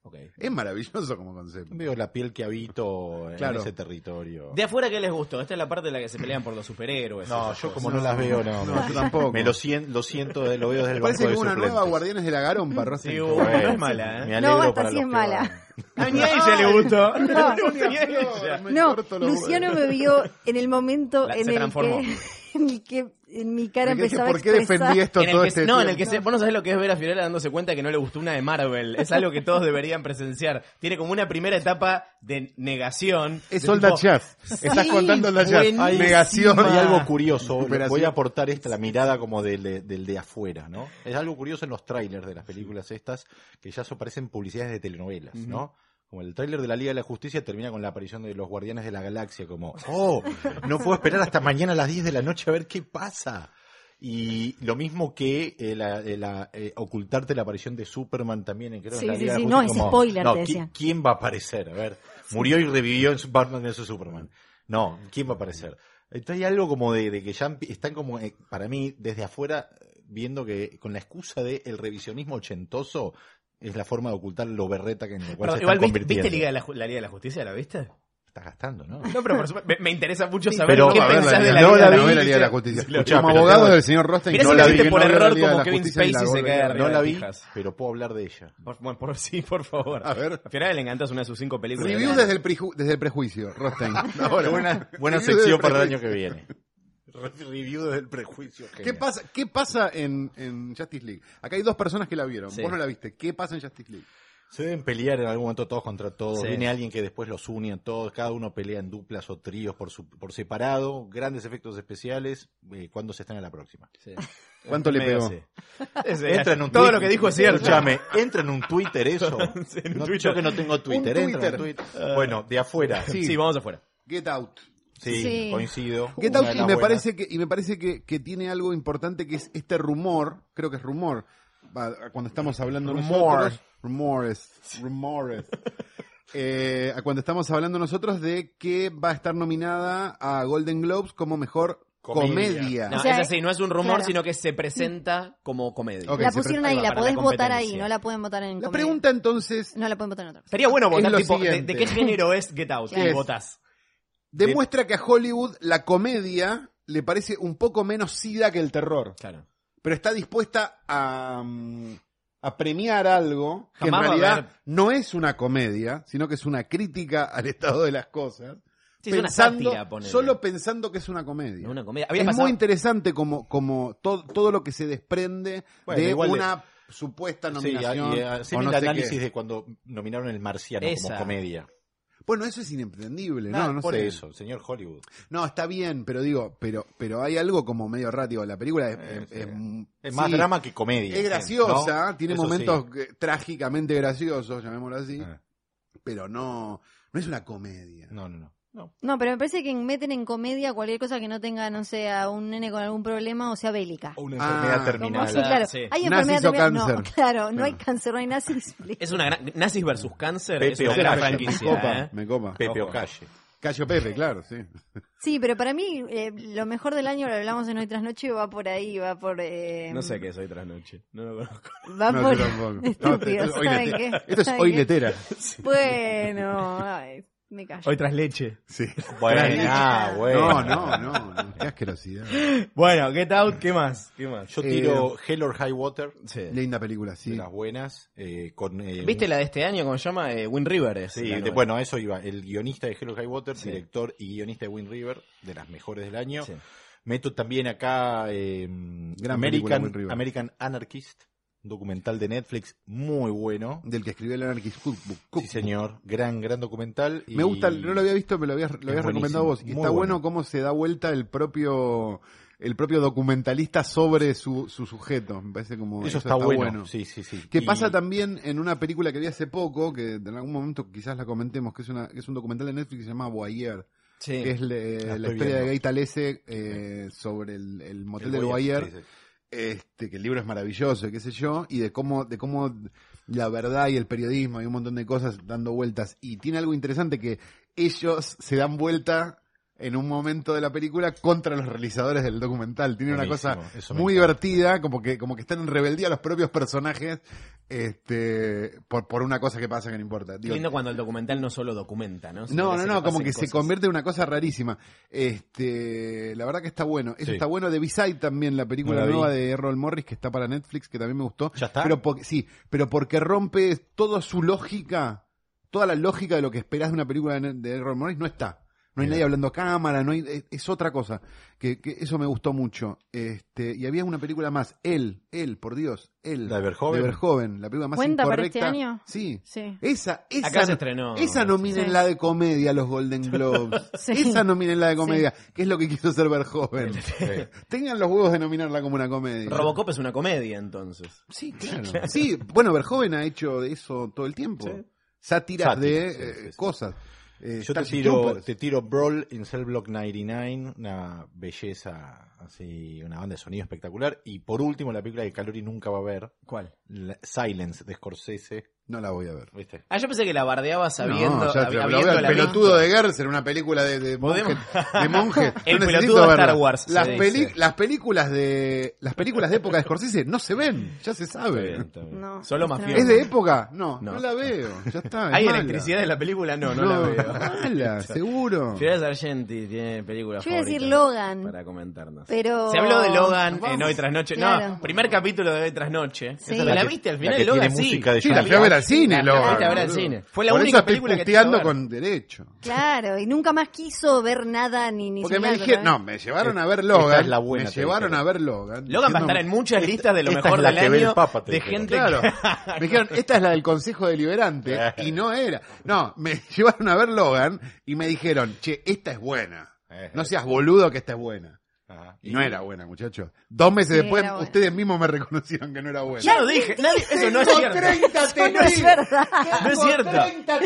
Speaker 2: Ok.
Speaker 4: Es maravilloso como concepto.
Speaker 5: Veo la piel que habito
Speaker 4: Claro.
Speaker 5: en ese territorio.
Speaker 2: De afuera, ¿qué les gustó? Esta es la parte en la que se pelean por los superhéroes.
Speaker 5: No,
Speaker 2: esas
Speaker 5: yo
Speaker 2: cosas.
Speaker 5: como no, las veo, no.
Speaker 4: No, yo tampoco.
Speaker 5: Me lo, sien- lo siento, de- lo veo desde
Speaker 4: Me
Speaker 5: el
Speaker 4: parece
Speaker 5: banco
Speaker 4: que
Speaker 5: de
Speaker 4: una nueva
Speaker 5: suplentes.
Speaker 4: Guardianes de la Garompa, Rosa.
Speaker 2: Sí, hubo- no es mala,
Speaker 5: Me
Speaker 2: ¿eh?
Speaker 5: alegro
Speaker 3: No, basta,
Speaker 5: para
Speaker 3: sí
Speaker 5: los
Speaker 3: es
Speaker 5: que
Speaker 3: mala.
Speaker 5: van.
Speaker 3: *laughs*
Speaker 2: Ah, ni a ella le gustó.
Speaker 3: No.
Speaker 2: Ni a ella.
Speaker 3: No, Luciano me vio en el momento
Speaker 2: La-
Speaker 3: en,
Speaker 2: se
Speaker 3: el
Speaker 2: transformó.
Speaker 3: que, *laughs* en el que en mi cara
Speaker 4: dije,
Speaker 3: empezaba
Speaker 4: ¿Por qué
Speaker 3: a expresar...
Speaker 4: defendí esto
Speaker 2: En el
Speaker 4: todo
Speaker 2: que-
Speaker 4: este
Speaker 2: no, en
Speaker 4: tiempo?
Speaker 2: el que se, vos no sabés lo que es ver a Fiorella dándose cuenta que no le gustó una de Marvel. Es algo que todos deberían presenciar. Tiene como una primera etapa de negación.
Speaker 4: Es
Speaker 2: De
Speaker 4: All That
Speaker 2: tipo,
Speaker 4: Jazz. Estás contando All That Jazz.
Speaker 2: buenísima.
Speaker 4: Negación.
Speaker 5: Hay algo curioso,
Speaker 4: Recuperación.
Speaker 5: voy a aportar esta, la mirada como del de, del de afuera, ¿no? Es algo curioso en los trailers de las películas estas, que ya so- parecen publicidades de telenovelas, ¿no? Como el tráiler de la Liga de la Justicia termina con la aparición de los Guardianes de la Galaxia, como, oh, no puedo esperar hasta mañana a las 10 de la noche a ver qué pasa. Y lo mismo que eh, la- eh, la, eh, ocultarte la aparición de Superman también. eh, Creo, en
Speaker 3: Sí,
Speaker 5: la
Speaker 3: sí,
Speaker 5: Liga de
Speaker 3: sí,
Speaker 5: la
Speaker 3: no,
Speaker 5: Justicia,
Speaker 3: es spoiler,
Speaker 5: no,
Speaker 3: te
Speaker 5: ¿qui-
Speaker 3: decía.
Speaker 5: ¿Quién va a aparecer? A ver, murió y revivió en su- Batman vs Superman. No, ¿quién va a aparecer? Entonces hay algo como de, de que ya empi- están como, eh, para mí, desde afuera, eh, viendo que con la excusa de el revisionismo ochentoso es la forma de ocultar lo berreta que en el cual
Speaker 2: Perdón,
Speaker 5: se
Speaker 2: igual,
Speaker 5: están
Speaker 2: ¿viste,
Speaker 5: convirtiendo.
Speaker 2: viste Liga de la, Ju- la Liga de la Justicia? ¿La viste?
Speaker 5: Estás gastando, ¿no?
Speaker 2: No, pero por supuesto, me, me interesa mucho
Speaker 3: Sí.
Speaker 2: saber
Speaker 5: Pero-
Speaker 2: qué
Speaker 5: a ver, la
Speaker 2: pensás
Speaker 5: Liga-
Speaker 2: de la
Speaker 4: no
Speaker 2: Liga
Speaker 4: la
Speaker 2: de
Speaker 4: vi,
Speaker 2: la
Speaker 4: la Liga de la
Speaker 2: Justicia.
Speaker 4: Justicia.
Speaker 5: Escuchá,
Speaker 4: Como
Speaker 5: pero
Speaker 4: abogado
Speaker 5: tengo-
Speaker 4: del señor Rothstein,
Speaker 2: Mirá
Speaker 4: no
Speaker 2: si
Speaker 4: la
Speaker 2: la
Speaker 4: vi.
Speaker 2: viste por
Speaker 4: no veo la
Speaker 2: error
Speaker 4: Liga de
Speaker 2: como
Speaker 4: la
Speaker 2: Kevin
Speaker 4: Justicia y la
Speaker 2: Spacey se
Speaker 4: vuelvo a
Speaker 2: cae
Speaker 4: ver.
Speaker 2: arriba.
Speaker 5: No la vi,
Speaker 2: Fijas.
Speaker 5: pero puedo hablar de ella.
Speaker 2: Por, bueno, por- sí, por favor.
Speaker 4: A ver.
Speaker 2: Al final le encantas una de sus cinco películas.
Speaker 4: Review
Speaker 2: de-
Speaker 4: desde el, preju- desde el prejuicio, Rothstein.
Speaker 5: *laughs* Ahora, buena, buena
Speaker 4: Review del
Speaker 5: sección para el
Speaker 4: prejuicio.
Speaker 5: año que viene. Review del prejuicio.
Speaker 4: ¿Qué pasa, qué pasa en, en Justice League? Acá hay dos personas que la vieron.
Speaker 2: Sí.
Speaker 4: Vos no la viste. ¿Qué pasa en Justice League?
Speaker 5: Se deben pelear en algún momento todos contra todos.
Speaker 2: Sí.
Speaker 5: Viene alguien que después los une a todos. Cada uno pelea en duplas o tríos por, su- por separado. Grandes efectos especiales. Eh, ¿Cuándo se están en la próxima?
Speaker 2: Sí.
Speaker 4: *laughs* ¿Cuánto le
Speaker 2: Medio
Speaker 4: pegó?
Speaker 2: *laughs* así. Es-
Speaker 5: Entra en un
Speaker 2: todo
Speaker 5: Twitter-
Speaker 2: lo que dijo es cierto.
Speaker 5: Escúchame, entra en un Twitter eso.
Speaker 2: *laughs* Sí, en un
Speaker 5: No,
Speaker 2: Twitter.
Speaker 5: Yo que no tengo Twitter.
Speaker 4: Un
Speaker 5: entra en un
Speaker 4: Twitter.
Speaker 5: Twitter. Bueno, de afuera.
Speaker 2: Sí.
Speaker 5: Sí,
Speaker 2: vamos afuera.
Speaker 4: Get Out.
Speaker 3: Sí.
Speaker 5: coincido.
Speaker 4: Get
Speaker 5: Una
Speaker 4: Out
Speaker 5: de
Speaker 4: y
Speaker 5: las
Speaker 4: me
Speaker 5: buenas.
Speaker 4: parece que, y me parece que, que tiene algo importante que es este rumor, creo que es rumor, va, cuando estamos hablando
Speaker 5: Rumor.
Speaker 4: nosotros, rumores,
Speaker 2: *laughs*
Speaker 4: rumores, eh, a cuando estamos hablando nosotros de que va a estar nominada a Golden Globes como mejor
Speaker 5: Comedia.
Speaker 4: comedia.
Speaker 2: No,
Speaker 3: O sea,
Speaker 2: es así, no es un rumor,
Speaker 3: claro.
Speaker 2: sino que se presenta como comedia.
Speaker 4: Ok,
Speaker 3: la
Speaker 4: se
Speaker 3: pusieron
Speaker 4: presta-
Speaker 3: ahí,
Speaker 2: ahí va,
Speaker 3: la
Speaker 2: para
Speaker 3: podés
Speaker 2: la
Speaker 3: votar ahí,
Speaker 2: competencia.
Speaker 3: no la pueden votar en
Speaker 4: La
Speaker 3: comedia.
Speaker 4: pregunta entonces
Speaker 3: No la pueden votar en otra. cosa.
Speaker 2: Sería bueno votar,
Speaker 4: lo
Speaker 2: tipo, de,
Speaker 4: siguiente.
Speaker 2: de qué género es Get Out?
Speaker 4: Sí.
Speaker 2: Y votás.
Speaker 4: demuestra que a Hollywood la comedia le parece un poco menos sida que el terror,
Speaker 2: Claro.
Speaker 4: pero está dispuesta a, mm, a premiar algo que
Speaker 2: Jamás va
Speaker 4: en
Speaker 2: a
Speaker 4: realidad
Speaker 2: haber-
Speaker 4: no es una comedia, sino que es una crítica al estado de las cosas,
Speaker 2: Sí, es una
Speaker 4: pensando,
Speaker 2: sátira, ponele.
Speaker 4: solo pensando que es una comedia.
Speaker 2: Una comedia. Había
Speaker 4: es
Speaker 2: pasado-
Speaker 4: muy interesante como, como to- todo lo que se desprende
Speaker 5: Bueno,
Speaker 4: de
Speaker 5: igual de-
Speaker 4: una supuesta
Speaker 5: Sí,
Speaker 4: nominación.
Speaker 5: y, eh,
Speaker 4: o
Speaker 5: haceme
Speaker 4: no
Speaker 5: el
Speaker 4: sé
Speaker 5: análisis
Speaker 4: qué.
Speaker 5: de cuando nominaron el marciano
Speaker 2: Esa. Ah,
Speaker 5: como comedia.
Speaker 4: Bueno, eso es inentendible,
Speaker 5: Nah,
Speaker 4: ¿no? No
Speaker 5: por
Speaker 4: sé.
Speaker 5: eso, señor Hollywood.
Speaker 4: No, está bien, pero digo, pero, pero hay algo como medio rático. La película es, es-
Speaker 5: Eh, sí.
Speaker 4: es-
Speaker 5: Es más
Speaker 4: sí,
Speaker 5: drama que comedia.
Speaker 4: Es graciosa,
Speaker 5: ¿no?
Speaker 4: tiene
Speaker 5: Eso
Speaker 4: momentos
Speaker 5: sí.
Speaker 4: que- trágicamente graciosos, llamémoslo así,
Speaker 5: Ah.
Speaker 4: pero no, no es una comedia.
Speaker 5: No, no, no. No.
Speaker 3: No, pero me parece que meten en comedia cualquier cosa que no tenga, no sé, a un nene con algún problema o sea bélica.
Speaker 5: O una
Speaker 4: Ah,
Speaker 5: enfermedad
Speaker 3: Como
Speaker 5: terminal.
Speaker 3: sí, claro.
Speaker 2: Sí.
Speaker 4: Nazis
Speaker 3: Hay
Speaker 4: o
Speaker 3: enfermedad también. No,
Speaker 4: cáncer.
Speaker 3: claro, no hay cáncer, no hay nazis.
Speaker 2: Es una gran... Nazis versus Cáncer
Speaker 5: Pepe
Speaker 2: es una
Speaker 5: o
Speaker 2: gran
Speaker 5: Calle.
Speaker 4: me copa,
Speaker 2: franquicia, ¿eh?
Speaker 4: me copa.
Speaker 5: Pepe
Speaker 2: Ojo.
Speaker 5: o Calle.
Speaker 4: Cayo Pepe, claro, sí.
Speaker 3: Sí, pero para mí eh, lo mejor del año, lo hablamos en hoy tras noche, va por ahí, va por... eh,
Speaker 2: No sé qué soy tras noche. No lo conozco.
Speaker 3: Va
Speaker 4: No,
Speaker 3: por...
Speaker 4: yo
Speaker 3: *laughs*
Speaker 4: tampoco.
Speaker 3: Estúpido,
Speaker 4: No, esto es hoy
Speaker 3: ¿saben
Speaker 4: letera.
Speaker 3: qué?
Speaker 4: Esto es
Speaker 3: ¿Saben
Speaker 4: hoy
Speaker 3: qué?
Speaker 4: letera.
Speaker 3: Bueno, ay, me callo.
Speaker 2: Hoy tras leche. *laughs*
Speaker 4: Sí.
Speaker 5: Bueno, ah,
Speaker 4: No,
Speaker 5: bueno.
Speaker 4: no, no, no, qué asquerosidad.
Speaker 2: Bueno, Get Out, ¿qué más? ¿Qué más?
Speaker 5: Yo tiro Hell or High Water,
Speaker 2: Sí.
Speaker 4: Linda película, sí.
Speaker 5: Eh, de las buenas, eh, con... eh,
Speaker 2: ¿Viste
Speaker 5: un-
Speaker 2: la de este año, cómo se llama? Eh, Wind River. es
Speaker 5: Sí,
Speaker 2: la
Speaker 5: de-
Speaker 2: nueva.
Speaker 5: bueno, a eso iba. El guionista de Hello High Water,
Speaker 2: Sí.
Speaker 5: director y guionista de Wind River, de las mejores del año.
Speaker 2: Sí.
Speaker 5: Meto también acá eh,
Speaker 4: película,
Speaker 5: American,
Speaker 4: Wind River.
Speaker 5: American Anarchist, un documental de Netflix muy bueno.
Speaker 4: Del que escribió el Anarchist Cookbook.
Speaker 5: Sí, señor. Gran, gran documental. y-
Speaker 4: Me gusta, no lo había visto, me lo habías, lo habías
Speaker 5: buenísimo,
Speaker 4: recomendado vos. Y
Speaker 5: muy
Speaker 4: está bueno
Speaker 5: bueno.
Speaker 4: cómo se da vuelta el propio el propio documentalista sobre su, su sujeto. Me parece como.
Speaker 5: Eso está, bueno. Sí, sí, sí.
Speaker 4: Que
Speaker 5: Y-
Speaker 4: pasa también en una película que vi hace poco, que en algún momento quizás la comentemos, que es, una, que es un documental de Netflix que se llama Boyer,
Speaker 2: Sí.
Speaker 4: que es le- la,
Speaker 5: estoy
Speaker 4: historia de
Speaker 5: viendo.
Speaker 4: Gay Talese eh, sobre el, el motel
Speaker 5: el
Speaker 4: del
Speaker 5: Boyer,
Speaker 4: Boyer, este, que el libro es maravilloso, y qué sé yo, y de cómo, de cómo la verdad y el periodismo y un montón de cosas dando vueltas. Y tiene algo interesante que ellos se dan vuelta en un momento de la película contra los realizadores del documental. Tiene
Speaker 5: Buenísimo,
Speaker 4: una cosa
Speaker 5: eso me
Speaker 4: muy
Speaker 5: encanta.
Speaker 4: divertida, como que, como que están en rebeldía los propios personajes, este, por, por una cosa que pasa que no importa. Digo,
Speaker 2: Lindo cuando el documental no solo documenta, ¿no? Sino
Speaker 4: no,
Speaker 2: que
Speaker 4: no,
Speaker 2: hace
Speaker 4: no, como
Speaker 2: pasen
Speaker 4: que se
Speaker 2: cosas.
Speaker 4: convierte en una cosa rarísima. Este, la verdad que está bueno. Eso
Speaker 5: Sí.
Speaker 4: está bueno. The Beside también, la película
Speaker 5: No la vi.
Speaker 4: nueva de Errol Morris que está para Netflix, que también me gustó.
Speaker 5: ¿Ya está?
Speaker 4: Pero porque, sí, pero porque rompe toda su lógica, toda la lógica de lo que esperás de una película de, de Errol Morris no está. No hay
Speaker 5: Mira.
Speaker 4: nadie hablando a cámara, no hay- es, es otra cosa. Que, que eso me gustó mucho. Este, y había una película más, él, él, por Dios, él.
Speaker 5: ¿La de Verhoeven?
Speaker 4: De Verhoeven, la película más
Speaker 3: ¿Cuenta para
Speaker 4: incorrecta.
Speaker 3: este año?
Speaker 4: Sí.
Speaker 3: Sí.
Speaker 4: Esa, esa.
Speaker 2: Acá se
Speaker 4: no-
Speaker 2: estrenó.
Speaker 4: Esa nominen
Speaker 3: Sí.
Speaker 4: la de comedia a los Golden Globes.
Speaker 3: *laughs* Sí.
Speaker 4: Esa nominen la de comedia, que es lo que quiso hacer Verhoeven.
Speaker 5: Sí.
Speaker 4: *laughs* Tengan los huevos de nominarla como una comedia.
Speaker 2: Robocop es una comedia, entonces. *laughs*
Speaker 4: Sí, claro. Sí, bueno, Verhoeven ha hecho eso todo el tiempo. Sátiras
Speaker 5: Sátiras,
Speaker 4: de
Speaker 5: sí,
Speaker 4: eh,
Speaker 5: sí, sí.
Speaker 4: cosas. eh,
Speaker 5: Yo te
Speaker 4: Starship
Speaker 5: tiro,
Speaker 4: Troopers.
Speaker 5: te tiro Brawl in Cell Block 99, una belleza, así, una banda de sonido espectacular. Y por último, la película que Calori nunca va a ver,
Speaker 2: ¿Cuál?
Speaker 5: la- Silence de Scorsese.
Speaker 4: No la voy a ver.
Speaker 5: ¿Viste?
Speaker 2: Ah, yo pensé que la bardeaba sabiendo.
Speaker 4: no, ya
Speaker 2: habi-
Speaker 4: te lo
Speaker 2: habiendo
Speaker 4: veo el
Speaker 2: la
Speaker 4: pelotudo
Speaker 2: visto.
Speaker 4: de Gertz en una película de, de
Speaker 2: Podemos-
Speaker 4: monjes. de
Speaker 2: *laughs*
Speaker 4: monjes. No
Speaker 2: El
Speaker 4: necesito
Speaker 2: pelotudo de
Speaker 4: verla.
Speaker 2: Star Wars, se
Speaker 4: Las, peli-
Speaker 2: dice.
Speaker 4: las películas de las películas de época de Scorsese no se ven, ya se
Speaker 5: Está
Speaker 4: sabe.
Speaker 5: bien, está bien.
Speaker 3: No,
Speaker 2: Solo
Speaker 3: es
Speaker 2: mafioso.
Speaker 4: ¿Es de época? No,
Speaker 2: No.
Speaker 4: no, la veo. Ya está. es
Speaker 2: ¿Hay
Speaker 4: mala.
Speaker 2: electricidad en la película? No, no, la veo. *laughs*
Speaker 4: Mala, seguro.
Speaker 2: Ciudad Sargenti tiene películas
Speaker 3: Yo iba a decir
Speaker 2: favoritas
Speaker 3: Logan.
Speaker 2: Para comentarnos.
Speaker 3: Pero.
Speaker 2: Se habló de Logan en
Speaker 3: Vamos.
Speaker 2: Hoy Tras Noche. No,
Speaker 3: Claro.
Speaker 2: primer capítulo de Hoy Tras Noche. Esa
Speaker 3: Sí.
Speaker 2: es
Speaker 3: La
Speaker 2: la,
Speaker 5: que-
Speaker 2: viste al
Speaker 5: la
Speaker 2: final
Speaker 5: que
Speaker 2: de Logan,
Speaker 5: tiene
Speaker 2: sí.
Speaker 5: música de
Speaker 4: Sí, la fui a ver al cine,
Speaker 2: La- la
Speaker 4: Logan.
Speaker 2: fuiste a ver al
Speaker 4: boludo.
Speaker 2: cine. Fue la
Speaker 4: Por
Speaker 2: única
Speaker 4: eso estoy
Speaker 2: película que te
Speaker 4: puteando
Speaker 2: hizo ver.
Speaker 4: con derecho.
Speaker 3: Claro, y nunca más quiso ver nada ni ni
Speaker 4: Porque me
Speaker 3: soñarlo,
Speaker 4: dijeron, no,
Speaker 3: ¿no?
Speaker 4: me llevaron a ver
Speaker 5: Esta
Speaker 4: Logan.
Speaker 5: es la buena,
Speaker 4: me
Speaker 5: te
Speaker 4: llevaron
Speaker 5: dijeron.
Speaker 4: a ver Logan.
Speaker 2: Logan va a
Speaker 4: diciendo-
Speaker 2: estar en muchas listas de lo
Speaker 5: esta
Speaker 2: mejor
Speaker 5: es la
Speaker 2: del
Speaker 5: que
Speaker 2: año.
Speaker 5: ve el Papa, te
Speaker 2: de
Speaker 5: dijeron.
Speaker 2: gente
Speaker 4: Claro.
Speaker 2: que-
Speaker 4: Me dijeron, esta es la del Consejo Deliberante. Y no era. No, me *laughs* llevaron a ver Logan y me dijeron, che, esta es buena. No seas boludo que esta es buena.
Speaker 5: Ajá.
Speaker 4: Y no era buena, muchachos. Dos meses
Speaker 3: Sí,
Speaker 4: después,
Speaker 3: era buena.
Speaker 4: ustedes mismos me reconocieron que no era buena.
Speaker 2: Ya lo dije. Nadie, eso no es
Speaker 4: Tengo
Speaker 2: cierto.
Speaker 4: 30
Speaker 3: Eso no es
Speaker 4: testigos. *laughs*
Speaker 3: verdad.
Speaker 2: No es cierto.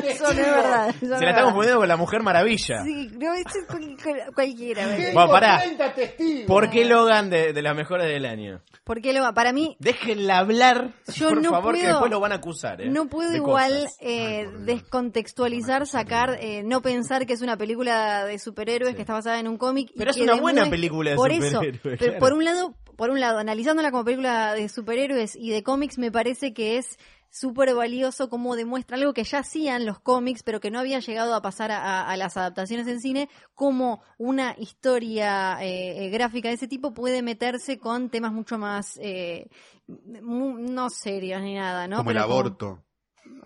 Speaker 3: Eso no es verdad. eso no
Speaker 2: Se la está
Speaker 3: verdad.
Speaker 2: confundiendo con la Mujer Maravilla.
Speaker 3: Sí, no, esto es cual- cual- cualquiera. ¿verdad?
Speaker 2: Bueno, pará.
Speaker 4: testigos.
Speaker 2: ¿Por qué Logan de, de las mejores del año?
Speaker 3: ¿Por qué lo va? Para mí,
Speaker 2: Déjenla hablar,
Speaker 3: Yo
Speaker 2: por
Speaker 3: no
Speaker 2: favor, que
Speaker 3: puedo-
Speaker 2: después lo van a acusar. ¿eh?
Speaker 3: no puedo
Speaker 2: de
Speaker 3: igual
Speaker 2: cosas.
Speaker 3: eh, descontextualizar, sacar, eh, no pensar que es una película de superhéroes que está basada en un cómic. y
Speaker 2: Pero es
Speaker 3: que
Speaker 2: una buena
Speaker 3: demuestra-
Speaker 2: película de
Speaker 3: por
Speaker 2: superhéroes,
Speaker 3: Eso,
Speaker 2: claro.
Speaker 3: pero por un lado, por un lado, analizándola como película de superhéroes y de cómics, me parece que es súper valioso como demuestra algo que ya hacían los cómics, pero que no había llegado a pasar a, a- a las adaptaciones en cine, como una historia eh, eh, gráfica de ese tipo puede meterse con temas mucho más, eh, mu- no serios ni nada, ¿no?
Speaker 4: Como el
Speaker 3: Pero
Speaker 4: aborto.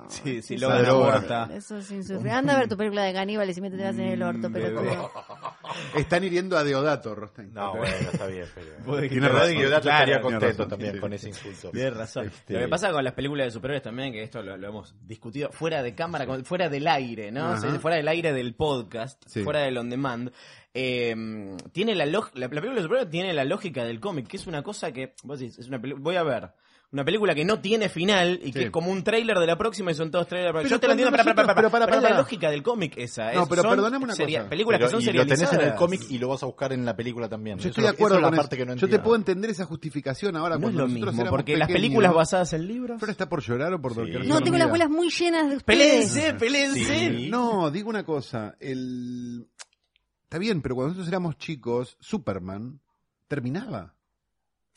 Speaker 2: Sí, sí,
Speaker 3: Eso
Speaker 2: Logan
Speaker 3: es
Speaker 4: droga.
Speaker 2: aborta.
Speaker 3: Eso es insufrible. Anda a ver tu película de caníbales y métete en el orto,
Speaker 2: Mm,
Speaker 3: pero
Speaker 2: bebé. *laughs*
Speaker 3: como-
Speaker 4: Están hiriendo a Deodato, Rostein.
Speaker 5: No, Ah, bueno, está bien. Pero...
Speaker 2: Puede que-
Speaker 5: Tiene razón.
Speaker 2: Rodrigo
Speaker 4: Dato
Speaker 5: Claro,
Speaker 4: estaría
Speaker 5: tiene
Speaker 4: contento
Speaker 5: razón,
Speaker 4: también
Speaker 5: sí.
Speaker 4: con
Speaker 2: Tienes razón.
Speaker 5: Este-
Speaker 2: Lo que pasa con las películas de superhéroes también, que esto lo, lo hemos discutido fuera de cámara, con- fuera del aire, ¿no?
Speaker 4: Ajá.
Speaker 2: Se dice fuera del aire del podcast,
Speaker 4: Sí.
Speaker 2: fuera del on demand. eh, tiene la, log- la, la película de superhéroes tiene la lógica del cómic, que es una cosa que, vos decís, es una peli- voy a ver. Una película que no tiene final y que
Speaker 4: Sí.
Speaker 2: es como un tráiler de la próxima y son todos trailers de la
Speaker 4: Pero
Speaker 2: próxima. Yo te lo
Speaker 4: cuando
Speaker 2: entiendo, para, para,
Speaker 4: nosotros-
Speaker 2: para,
Speaker 4: pero para, para,
Speaker 2: es la
Speaker 4: para.
Speaker 2: lógica del cómic esa.
Speaker 4: No,
Speaker 2: es-
Speaker 4: pero
Speaker 2: son
Speaker 4: perdoname una
Speaker 2: seria-
Speaker 4: cosa.
Speaker 2: Películas
Speaker 5: Pero-
Speaker 2: que son
Speaker 5: y lo
Speaker 2: serializadas.
Speaker 5: tenés en el cómic y lo vas a buscar en la película también.
Speaker 4: Yo
Speaker 5: Eso
Speaker 4: estoy
Speaker 5: es
Speaker 4: de
Speaker 5: lo-
Speaker 4: acuerdo
Speaker 5: esa es
Speaker 4: con
Speaker 5: la
Speaker 4: eso.
Speaker 5: parte que no
Speaker 4: Yo te
Speaker 5: entiendo.
Speaker 4: puedo entender esa justificación ahora
Speaker 2: No es
Speaker 4: cuando
Speaker 2: lo
Speaker 4: nosotros
Speaker 2: mismo,
Speaker 4: éramos
Speaker 2: porque las
Speaker 4: pequeños.
Speaker 2: películas basadas en libros...
Speaker 4: Pero está por llorar o por
Speaker 5: Sí.
Speaker 4: dormir.
Speaker 3: No, tengo las bolas muy llenas de ustedes.
Speaker 2: Peleense, peleense.
Speaker 5: Sí.
Speaker 4: No, digo una cosa. El... Está bien, pero cuando nosotros éramos chicos, Superman terminaba.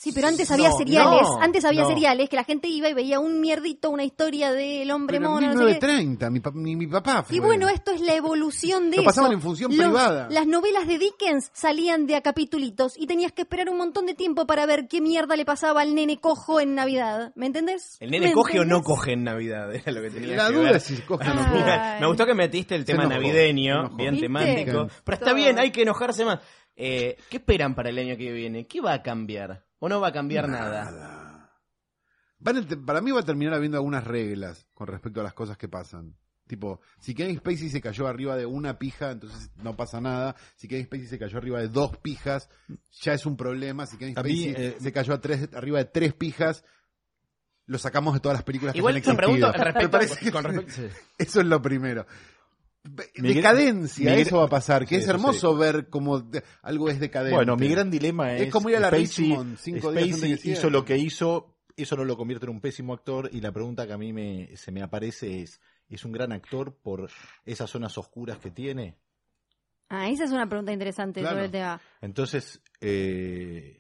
Speaker 3: Sí, pero antes había
Speaker 2: No,
Speaker 3: seriales.
Speaker 2: no,
Speaker 3: antes había
Speaker 2: no.
Speaker 3: seriales que la gente iba y veía un mierdito, una historia del hombre
Speaker 4: Pero
Speaker 3: mono.
Speaker 4: en
Speaker 3: no sé qué.
Speaker 4: 1930, mi, pa- mi, mi papá fue.
Speaker 3: Y bueno, esto es la evolución de
Speaker 4: Lo
Speaker 3: eso.
Speaker 4: pasaban en función privada.
Speaker 3: Las novelas de Dickens salían de a capitulitos y tenías que esperar un montón de tiempo para ver qué mierda le pasaba al nene cojo en Navidad. ¿Me entendés?
Speaker 2: ¿El nene
Speaker 3: ¿Me
Speaker 2: coge o no
Speaker 3: entendés?
Speaker 2: coge en Navidad? *laughs* Era lo que tenía
Speaker 4: La
Speaker 2: que
Speaker 4: duda
Speaker 2: ver.
Speaker 4: es si cogen o no
Speaker 3: Ah.
Speaker 4: cogen.
Speaker 3: Ay.
Speaker 2: Me gustó que metiste el tema
Speaker 4: enojó, se
Speaker 2: navideño,
Speaker 4: enojó.
Speaker 2: bien
Speaker 3: ¿Viste?
Speaker 2: temático. Pero está
Speaker 3: Todo.
Speaker 2: bien, hay que enojarse más. Eh, ¿Qué esperan para el año que viene? ¿Qué va a cambiar? ¿O no va a cambiar nada?
Speaker 4: Van a te- para mí va a terminar habiendo algunas reglas con respecto a las cosas que pasan. Tipo, si Kevin Spacey se cayó arriba de una pija, entonces no pasa nada. Si Kevin Spacey se cayó arriba de dos pijas, ya es un problema. Si Kevin
Speaker 5: A mí,
Speaker 4: Spacey
Speaker 5: eh,
Speaker 4: se cayó a tres, arriba de tres pijas, lo sacamos de todas las películas que
Speaker 2: Igual
Speaker 4: hayan
Speaker 2: te pregunto
Speaker 4: existido.
Speaker 2: respecto,
Speaker 4: Me parece-
Speaker 2: con respecto- sí.
Speaker 4: Eso es lo primero. Be-
Speaker 5: Mi gr-
Speaker 4: decadencia,
Speaker 5: mi gr-
Speaker 4: eso va a pasar, que
Speaker 5: Sí,
Speaker 4: es
Speaker 5: eso
Speaker 4: hermoso ver como de- algo es decadente.
Speaker 5: Bueno, mi gran dilema es.
Speaker 4: Es como ir a la
Speaker 5: Spacey-
Speaker 4: Richmond, cinco días antes
Speaker 5: Spacey
Speaker 4: que cierre.
Speaker 5: hizo lo que hizo, eso no lo convierte en un pésimo actor. Y la pregunta que a mí me, se me aparece es: ¿es un gran actor por esas zonas oscuras que tiene?
Speaker 3: Ah, esa es una pregunta interesante
Speaker 4: Claro.
Speaker 3: sobre el tema.
Speaker 5: Entonces, eh,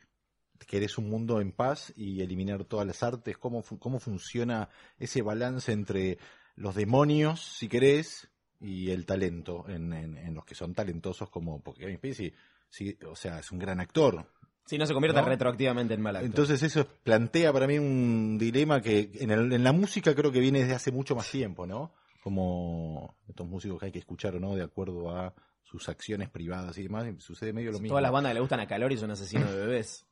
Speaker 5: ¿querés un mundo en paz y eliminar todas las artes? ¿Cómo, fu- ¿Cómo funciona ese balance entre los demonios, si querés, y el talento en, en- en los que son talentosos como porque Kevin Spacey? sí, o sea, es un gran actor.
Speaker 2: Sí, no se convierte
Speaker 5: ¿No?
Speaker 2: retroactivamente en mal actor.
Speaker 5: Entonces eso plantea para mí un dilema que en, el- en la música creo que viene desde hace mucho más tiempo, ¿no? Como estos músicos que hay que escuchar o no de acuerdo a sus acciones privadas y demás, y sucede medio lo mismo.
Speaker 2: Todas las bandas que le gustan a Calori son asesinos de bebés.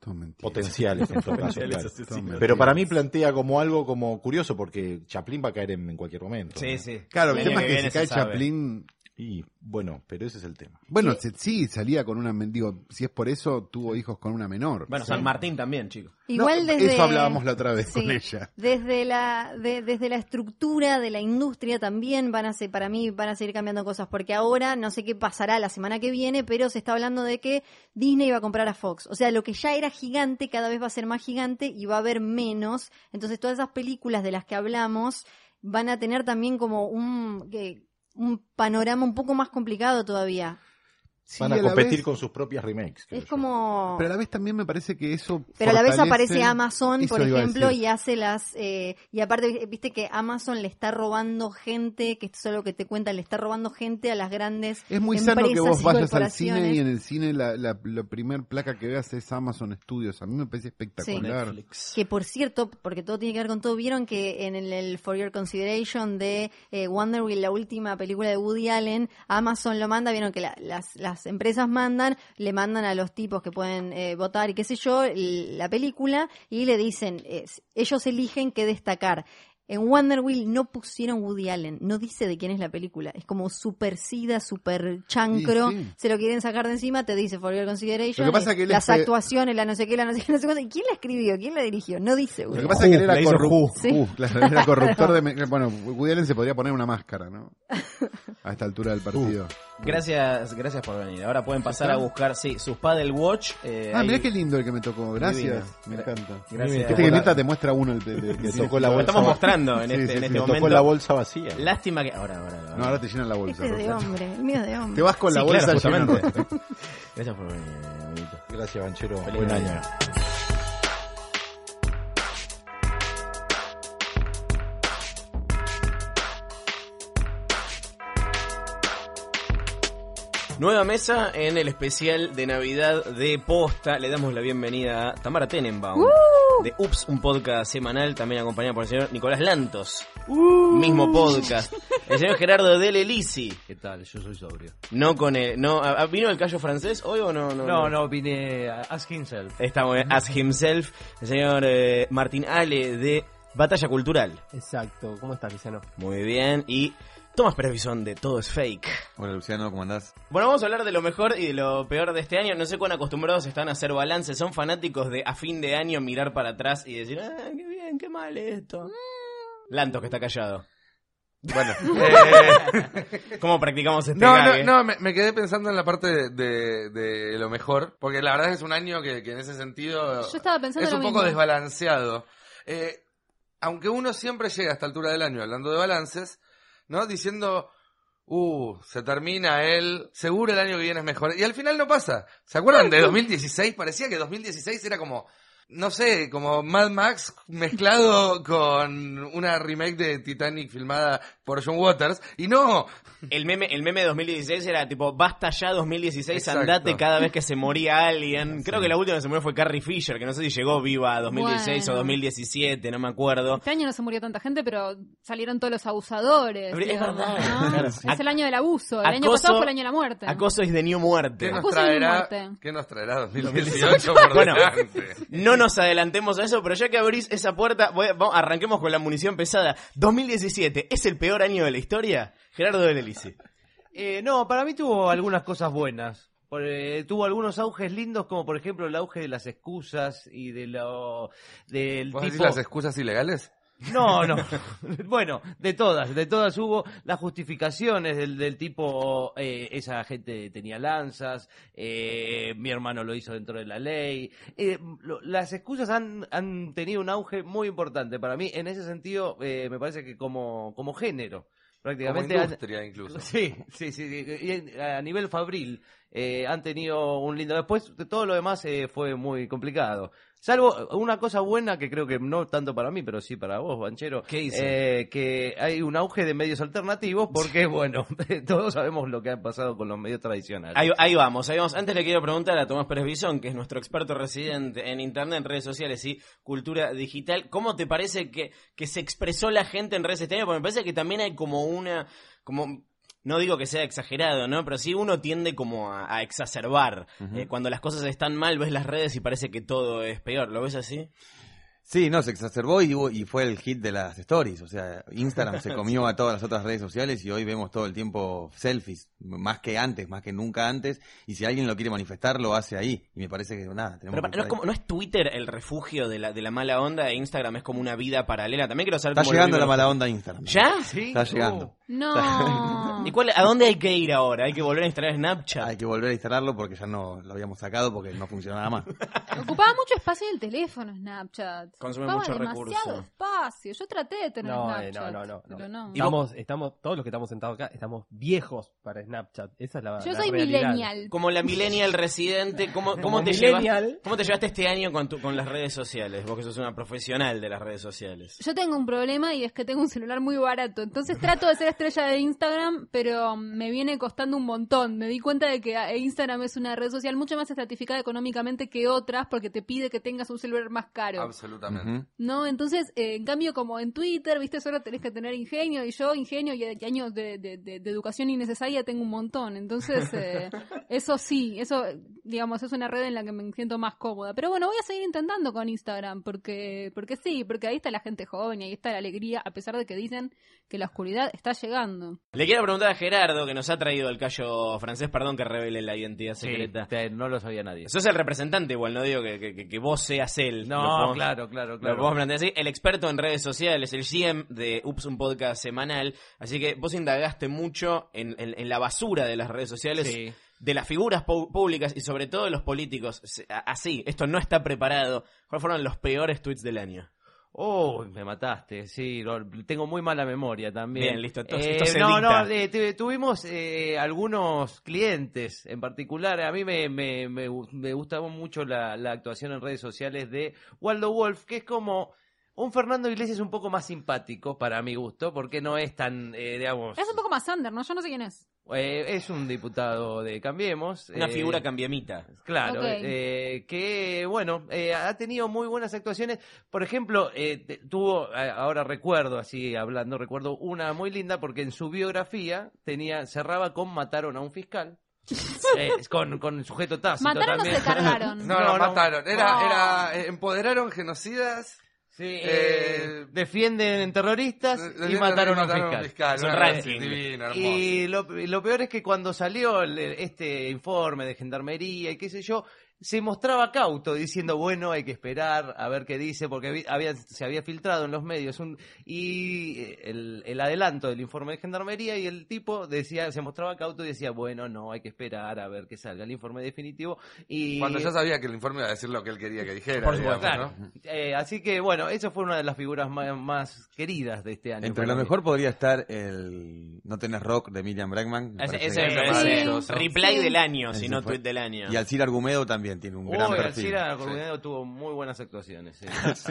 Speaker 4: Todo mentira.
Speaker 5: potenciales en todo caso,
Speaker 2: Potenciales
Speaker 5: claro.
Speaker 2: asesinos.
Speaker 4: Todo mentira.
Speaker 5: Pero para mí plantea como algo como curioso porque Chaplin va a caer en, en cualquier momento.
Speaker 2: Sí,
Speaker 5: ¿no?
Speaker 2: sí.
Speaker 4: Claro, el
Speaker 2: año
Speaker 4: tema es que
Speaker 2: viene
Speaker 4: si
Speaker 2: se
Speaker 4: cae
Speaker 2: sabe.
Speaker 4: Chaplin,
Speaker 5: Y Y bueno, pero ese es el tema.
Speaker 4: Bueno, se- sí, salía con una. men- Digo, si es por eso, tuvo hijos con una menor.
Speaker 2: Bueno,
Speaker 4: Sí.
Speaker 2: San Martín también, chicos.
Speaker 3: Igual
Speaker 4: No,
Speaker 3: desde.
Speaker 4: Eso hablábamos la otra vez
Speaker 3: Sí.
Speaker 4: con ella.
Speaker 3: Desde la, de- desde la estructura de la industria también van a ser, para mí, van a seguir cambiando cosas, porque ahora no sé qué pasará la semana que viene, pero se está hablando de que Disney va a comprar a Fox. O sea, lo que ya era gigante cada vez va a ser más gigante y va a haber menos. Entonces, todas esas películas de las que hablamos van a tener también como un, que- un panorama un poco más complicado todavía.
Speaker 4: Sí,
Speaker 5: Van a
Speaker 4: la
Speaker 5: competir
Speaker 4: vez-
Speaker 5: con sus propias remakes. creo
Speaker 3: Es
Speaker 5: yo.
Speaker 3: como...
Speaker 4: Pero a la vez también me parece que eso.
Speaker 3: Pero a la vez
Speaker 4: fortalece-
Speaker 3: aparece Amazon,
Speaker 4: Eso
Speaker 3: por
Speaker 4: iba a
Speaker 3: ejemplo,
Speaker 4: decir.
Speaker 3: y hace las... eh, y aparte, vi- viste que Amazon le está robando gente, que esto es lo que te cuenta, le está robando gente a las grandes...
Speaker 4: Es muy sano que
Speaker 3: empresas
Speaker 4: vos
Speaker 3: y
Speaker 4: vayas al
Speaker 3: corporaciones.
Speaker 4: cine y en el cine la, la, la primer placa que veas es Amazon Studios. A mí me parece espectacular.
Speaker 2: Netflix.
Speaker 3: Que por cierto, porque todo tiene que ver con todo, vieron que en el, el For Your Consideration de eh, Wonder Wheel, la última película de Woody Allen, Amazon lo manda, vieron que la- las, las empresas mandan, le mandan a los tipos que pueden eh, votar y qué sé yo, l- la película y le dicen, es- ellos eligen qué destacar. En Wonder Wheel no pusieron Woody Allen, no dice de quién es la película, es como super sida, super chancro,
Speaker 4: Sí, sí.
Speaker 3: se lo quieren sacar de encima, te dice For Your Consideration,
Speaker 4: Lo que pasa
Speaker 3: y
Speaker 4: que él
Speaker 3: las
Speaker 4: espe-
Speaker 3: actuaciones, la no sé qué, la no sé qué, no sé cuánto. ¿Y quién la escribió? ¿Quién la dirigió? No dice.
Speaker 4: Lo que
Speaker 3: boludo.
Speaker 4: pasa es que él
Speaker 2: Ju,
Speaker 4: era,
Speaker 2: la hizo
Speaker 4: corru-
Speaker 2: Ju.
Speaker 3: Sí.
Speaker 4: Ju, claro, era corruptor
Speaker 3: *laughs*
Speaker 4: de... me- Bueno, Woody Allen se podría poner una máscara, ¿no? A esta altura del partido.
Speaker 2: Gracias, gracias por venir. Ahora pueden pasar a buscar, sí, sus Paddle Watch. eh,
Speaker 4: Ah, mirá
Speaker 2: ahí-
Speaker 4: qué lindo el que me tocó. Gracias.
Speaker 2: Divino.
Speaker 4: Me encanta.
Speaker 2: Gracias.
Speaker 4: Viste que Mirta te muestra uno el, el- el que
Speaker 5: Me
Speaker 4: tiene-
Speaker 5: tocó la
Speaker 2: Lo
Speaker 5: bolsa.
Speaker 2: estamos mostrando en
Speaker 4: Sí,
Speaker 2: este,
Speaker 4: sí,
Speaker 2: en
Speaker 4: sí,
Speaker 2: este
Speaker 5: Me
Speaker 2: momento.
Speaker 5: tocó la bolsa vacía.
Speaker 2: Lástima que. Ahora, ahora, ahora.
Speaker 4: No, ahora te llenan la bolsa.
Speaker 3: Este es de
Speaker 4: Rosa.
Speaker 3: hombre, el mío es de hombre.
Speaker 4: Te vas con la
Speaker 2: Sí,
Speaker 4: bolsa
Speaker 2: claro,
Speaker 4: llena.
Speaker 2: justamente.
Speaker 4: *laughs*
Speaker 3: *laughs*
Speaker 2: Gracias por venir, amiguito.
Speaker 5: Gracias, Banchero.
Speaker 2: Feliz
Speaker 5: Buen
Speaker 2: Navidad.
Speaker 5: año.
Speaker 2: Nueva mesa en el especial de Navidad de Posta. Le damos la bienvenida a Tamara Tenenbaum de Ups, un podcast semanal, también acompañada por el señor Nicolás Lantos. Mismo podcast. El señor Gerardo Del Elisi.
Speaker 6: ¿Qué tal? Yo soy sobrio.
Speaker 2: No con el, no, ¿a- a- ¿Vino el callo francés hoy o no? No,
Speaker 6: No, no, vine a Ask Himself.
Speaker 2: Está muy bien. As himself, el señor eh, Martín Ale de Batalla Cultural.
Speaker 6: Exacto. ¿Cómo estás, Luciano?
Speaker 2: Muy bien. Y Tomás Pérez Bisón de Todo es Fake.
Speaker 7: Hola Luciano, ¿cómo andás?
Speaker 2: Bueno, vamos a hablar de lo mejor y de lo peor de este año. No sé cuán acostumbrados están a hacer balance. Son fanáticos de a fin de año mirar para atrás y decir, ah, qué bien, qué mal esto. Lantos que está callado. *laughs*
Speaker 7: Bueno,
Speaker 3: *laughs*
Speaker 7: eh,
Speaker 2: ¿Cómo practicamos este
Speaker 7: no, no,
Speaker 2: gague?
Speaker 7: no, me, me quedé pensando en la parte de, de- de lo mejor, porque la verdad es un año que, que en ese sentido
Speaker 3: Yo estaba pensando
Speaker 7: es
Speaker 3: lo
Speaker 7: un
Speaker 3: mismo.
Speaker 7: poco desbalanceado. Eh, aunque uno siempre llega a esta altura del año hablando de balances, ¿no? Diciendo, uh, se termina el, seguro el año que viene es mejor. Y al final no pasa. ¿Se acuerdan de 2016? Parecía que 2016 era como, no sé, como Mad Max
Speaker 2: *laughs*
Speaker 7: mezclado con una remake de Titanic filmada por John Waters. Y no,
Speaker 2: El meme, el meme de 2016 era tipo, basta ya 2016,
Speaker 7: Exacto.
Speaker 2: andate cada vez que se moría alguien. Creo que la última que se murió fue Carrie Fisher, que no sé si llegó viva a 2016 o
Speaker 8: Bueno.
Speaker 2: 2017, no me acuerdo.
Speaker 8: Este año no se murió tanta gente, pero salieron todos los abusadores.
Speaker 2: Es
Speaker 8: digo,
Speaker 2: verdad. *laughs*
Speaker 8: ¿no?
Speaker 2: Claro.
Speaker 8: Es el año del abuso. El año
Speaker 2: Acoso-
Speaker 8: pasado fue el año de la muerte.
Speaker 2: Acoso es de New Muerte.
Speaker 7: ¿Qué nos
Speaker 8: Acusa de
Speaker 7: traerá,
Speaker 8: muerte.
Speaker 7: ¿qué nos traerá 2018 por
Speaker 2: Bueno.
Speaker 7: delante?
Speaker 2: No nos adelantemos a eso, pero ya que abrís esa puerta, voy a- vamos- arranquemos con la munición pesada. 2017, ¿es el peor año de la historia? Gerardo de Lelice.
Speaker 6: Eh, no, para mí tuvo algunas cosas buenas. Por, eh, tuvo algunos auges lindos, como por ejemplo el auge de las excusas y de lo. del
Speaker 7: ¿Vos decís
Speaker 6: tipo.
Speaker 7: las excusas ilegales?
Speaker 6: No,
Speaker 7: *laughs*
Speaker 6: *laughs* no. bueno, de todas, de todas hubo las justificaciones del, del tipo, eh, esa gente tenía lanzas, eh, mi hermano lo hizo dentro de la ley. Eh, lo- las excusas han, han tenido un auge muy importante para mí. En ese sentido, eh, me parece que como, como género,
Speaker 7: Como
Speaker 6: prácticamente. han-
Speaker 7: industria
Speaker 2: *laughs*
Speaker 7: incluso.
Speaker 6: Sí, sí, sí, sí. Y en- a nivel fabril eh, han tenido un lindo. Después de todo lo demás eh, fue muy complicado. Salvo una cosa buena que creo que no tanto para mí, pero sí para vos, Banchero.
Speaker 2: ¿Qué hice?
Speaker 6: eh, que hay un auge de medios alternativos porque, *laughs* bueno, todos sabemos lo que ha pasado con los medios tradicionales.
Speaker 2: Ahí, ahí vamos, ahí vamos. Antes le quiero preguntar a Tomás Pérez Bisón, que es nuestro experto residente en Internet, en redes sociales y cultura digital, ¿cómo te parece que, que se expresó la gente en redes este año? Porque me parece que también hay como una... como no digo que sea exagerado, ¿no? Pero sí uno tiende como a, a exacerbar. Eh, cuando las cosas están mal, ves las redes y parece que todo es peor. ¿Lo ves así?
Speaker 9: Sí, no, se exacerbó y, hubo- y fue el hit de las stories. O sea,
Speaker 2: *laughs*
Speaker 9: Instagram se comió a todas las otras redes sociales y hoy vemos todo el tiempo selfies, más que antes, más que nunca antes. Y si alguien lo quiere manifestar, lo hace ahí. Y me parece que nada, tenemos
Speaker 2: Pero pa-
Speaker 9: que
Speaker 2: no, es
Speaker 9: estar
Speaker 2: como-
Speaker 9: ahí.
Speaker 2: no es Twitter el refugio de la, de la mala onda e Instagram es como una vida paralela. También quiero saber
Speaker 9: Está
Speaker 2: cómo lo
Speaker 9: llegando la
Speaker 2: viven
Speaker 9: mala onda a Instagram.
Speaker 2: ¿Ya? Uh.
Speaker 9: Está llegando.
Speaker 8: No.
Speaker 10: *laughs*
Speaker 2: ¿Y cuál, a dónde hay que ir ahora? ¿Hay que volver a instalar
Speaker 9: Hay
Speaker 2: Snapchat?
Speaker 9: que volver a instalarlo porque ya no lo habíamos sacado porque no
Speaker 2: *laughs*
Speaker 9: funcionaba más.
Speaker 8: Ocupaba mucho espacio en el teléfono Snapchat.
Speaker 2: Consume
Speaker 8: Ocupaba
Speaker 2: mucho
Speaker 8: demasiado
Speaker 2: recurso.
Speaker 8: espacio. Yo traté de tener
Speaker 11: No, eh,
Speaker 8: Snapchat.
Speaker 11: no, no, no, no.
Speaker 8: pero no.
Speaker 11: Estamos, estamos, todos los que estamos sentados acá, estamos viejos para Snapchat. Esa es la
Speaker 8: Yo
Speaker 11: la
Speaker 8: soy
Speaker 11: realidad.
Speaker 8: millennial.
Speaker 2: Como la millennial residente, ¿cómo, cómo
Speaker 11: Como
Speaker 2: te,
Speaker 11: millennial.
Speaker 2: llevas- ¿cómo te llevaste este año con, tu- con las redes sociales? Vos que sos una profesional de las redes sociales.
Speaker 8: Yo tengo un problema y es que tengo un celular muy barato. Entonces trato de ser estrella de Instagram, pero me viene costando un montón. Me di cuenta de que ah, Instagram es una red social mucho más estratificada económicamente que otras porque te pide que tengas un celular más caro.
Speaker 7: Absolutamente.
Speaker 9: Ujú.
Speaker 8: ¿No? Entonces, eh, en cambio, como en Twitter, viste, solo tenés que tener ingenio y yo ingenio y, y años de, de- de- de educación innecesaria tengo un montón. Entonces, eh, eso sí, eso, eh, digamos, es una red en la que me siento más cómoda. Pero bueno, voy a seguir intentando con Instagram porque, porque sí, porque ahí está la gente joven y ahí está la alegría, a pesar de que dicen que la oscuridad está llegando.
Speaker 2: Le quiero preguntar a Gerardo, que nos ha traído el callo francés, perdón que revele la identidad
Speaker 6: Sí,
Speaker 2: secreta.
Speaker 6: te- no lo sabía nadie.
Speaker 2: Sos el representante igual, no digo que, que- que- que vos seas él. Lo
Speaker 6: No,
Speaker 2: podemos-
Speaker 6: claro, claro,
Speaker 2: Lo podemos
Speaker 6: claro.
Speaker 2: plantear así. El experto en redes sociales, el GM de Ups, un podcast semanal. Así que vos indagaste mucho en, en- en la basura de las redes sociales,
Speaker 6: Sí.
Speaker 2: de las figuras pu- públicas y sobre todo de los políticos. Se- a- Así, esto no está preparado. ¿Cuáles fueron los peores tweets del año?
Speaker 6: Oh, me mataste, sí, lo- tengo muy mala memoria también.
Speaker 2: Bien, listo, entonces
Speaker 6: Eh,
Speaker 2: esto se
Speaker 6: no,
Speaker 2: edita.
Speaker 6: no, eh, tu- tuvimos eh, algunos clientes en particular. A mí me, me, me, gu- me gustaba mucho la, la actuación en redes sociales de Waldo Wolf, que es como un Fernando Iglesias un poco más simpático para mi gusto, porque no es tan, eh, digamos,
Speaker 8: Es un poco más under, ¿no? Yo no sé quién es.
Speaker 6: eh, es un diputado de Cambiemos.
Speaker 2: Una
Speaker 6: eh,
Speaker 2: figura cambiamita.
Speaker 6: Claro,
Speaker 8: Ok.
Speaker 6: eh, que bueno, eh, ha tenido muy buenas actuaciones. Por ejemplo, eh, te- tuvo, eh, ahora recuerdo, así hablando, recuerdo una muy linda porque en su biografía tenía cerraba con mataron a un
Speaker 8: *laughs*
Speaker 6: fiscal, Eh, con, con el sujeto tácito
Speaker 8: Mataron o
Speaker 6: también.
Speaker 8: se cargaron.
Speaker 7: No, no,
Speaker 6: *laughs* No, no.
Speaker 7: mataron. Era,
Speaker 8: No.
Speaker 7: era, eh, empoderaron genocidas,
Speaker 6: Sí, eh,
Speaker 7: Eh,
Speaker 6: defienden terroristas
Speaker 7: eh,
Speaker 6: y mataron a un
Speaker 7: mataron
Speaker 6: fiscal.
Speaker 2: Es un
Speaker 7: una
Speaker 2: ranking.
Speaker 7: cosa divina, hermosa.
Speaker 6: Y lo, lo peor es que cuando salió el- este informe de gendarmería y qué sé yo, se mostraba cauto diciendo, bueno, hay que esperar a ver qué dice, porque vi- había, se había filtrado en los medios un, y eh, el, el adelanto del informe de gendarmería y el tipo decía, se mostraba cauto y decía, bueno, no, hay que esperar a ver que salga el informe definitivo. Y
Speaker 7: Cuando ya sabía que el informe iba a decir lo que él quería que dijera.
Speaker 2: Por supuesto,
Speaker 7: digamos, ¿no?
Speaker 6: Eh, así que bueno, esa fue una de las figuras más, más queridas de este año.
Speaker 9: Entre lo
Speaker 6: para mí.
Speaker 9: mejor podría estar el No tenés rock de Miriam Bregman. me
Speaker 2: Ese,
Speaker 9: parece
Speaker 2: ese
Speaker 9: que-
Speaker 2: me
Speaker 7: Sí.
Speaker 2: parece
Speaker 7: Sí.
Speaker 2: reply del año, si
Speaker 9: Ese
Speaker 2: no
Speaker 9: fue.
Speaker 2: tweet del año.
Speaker 9: Y Alcira Argumedo también tiene un
Speaker 6: Uy,
Speaker 9: gran perfil.
Speaker 6: Alcira Coronado tuvo muy buenas actuaciones. sí.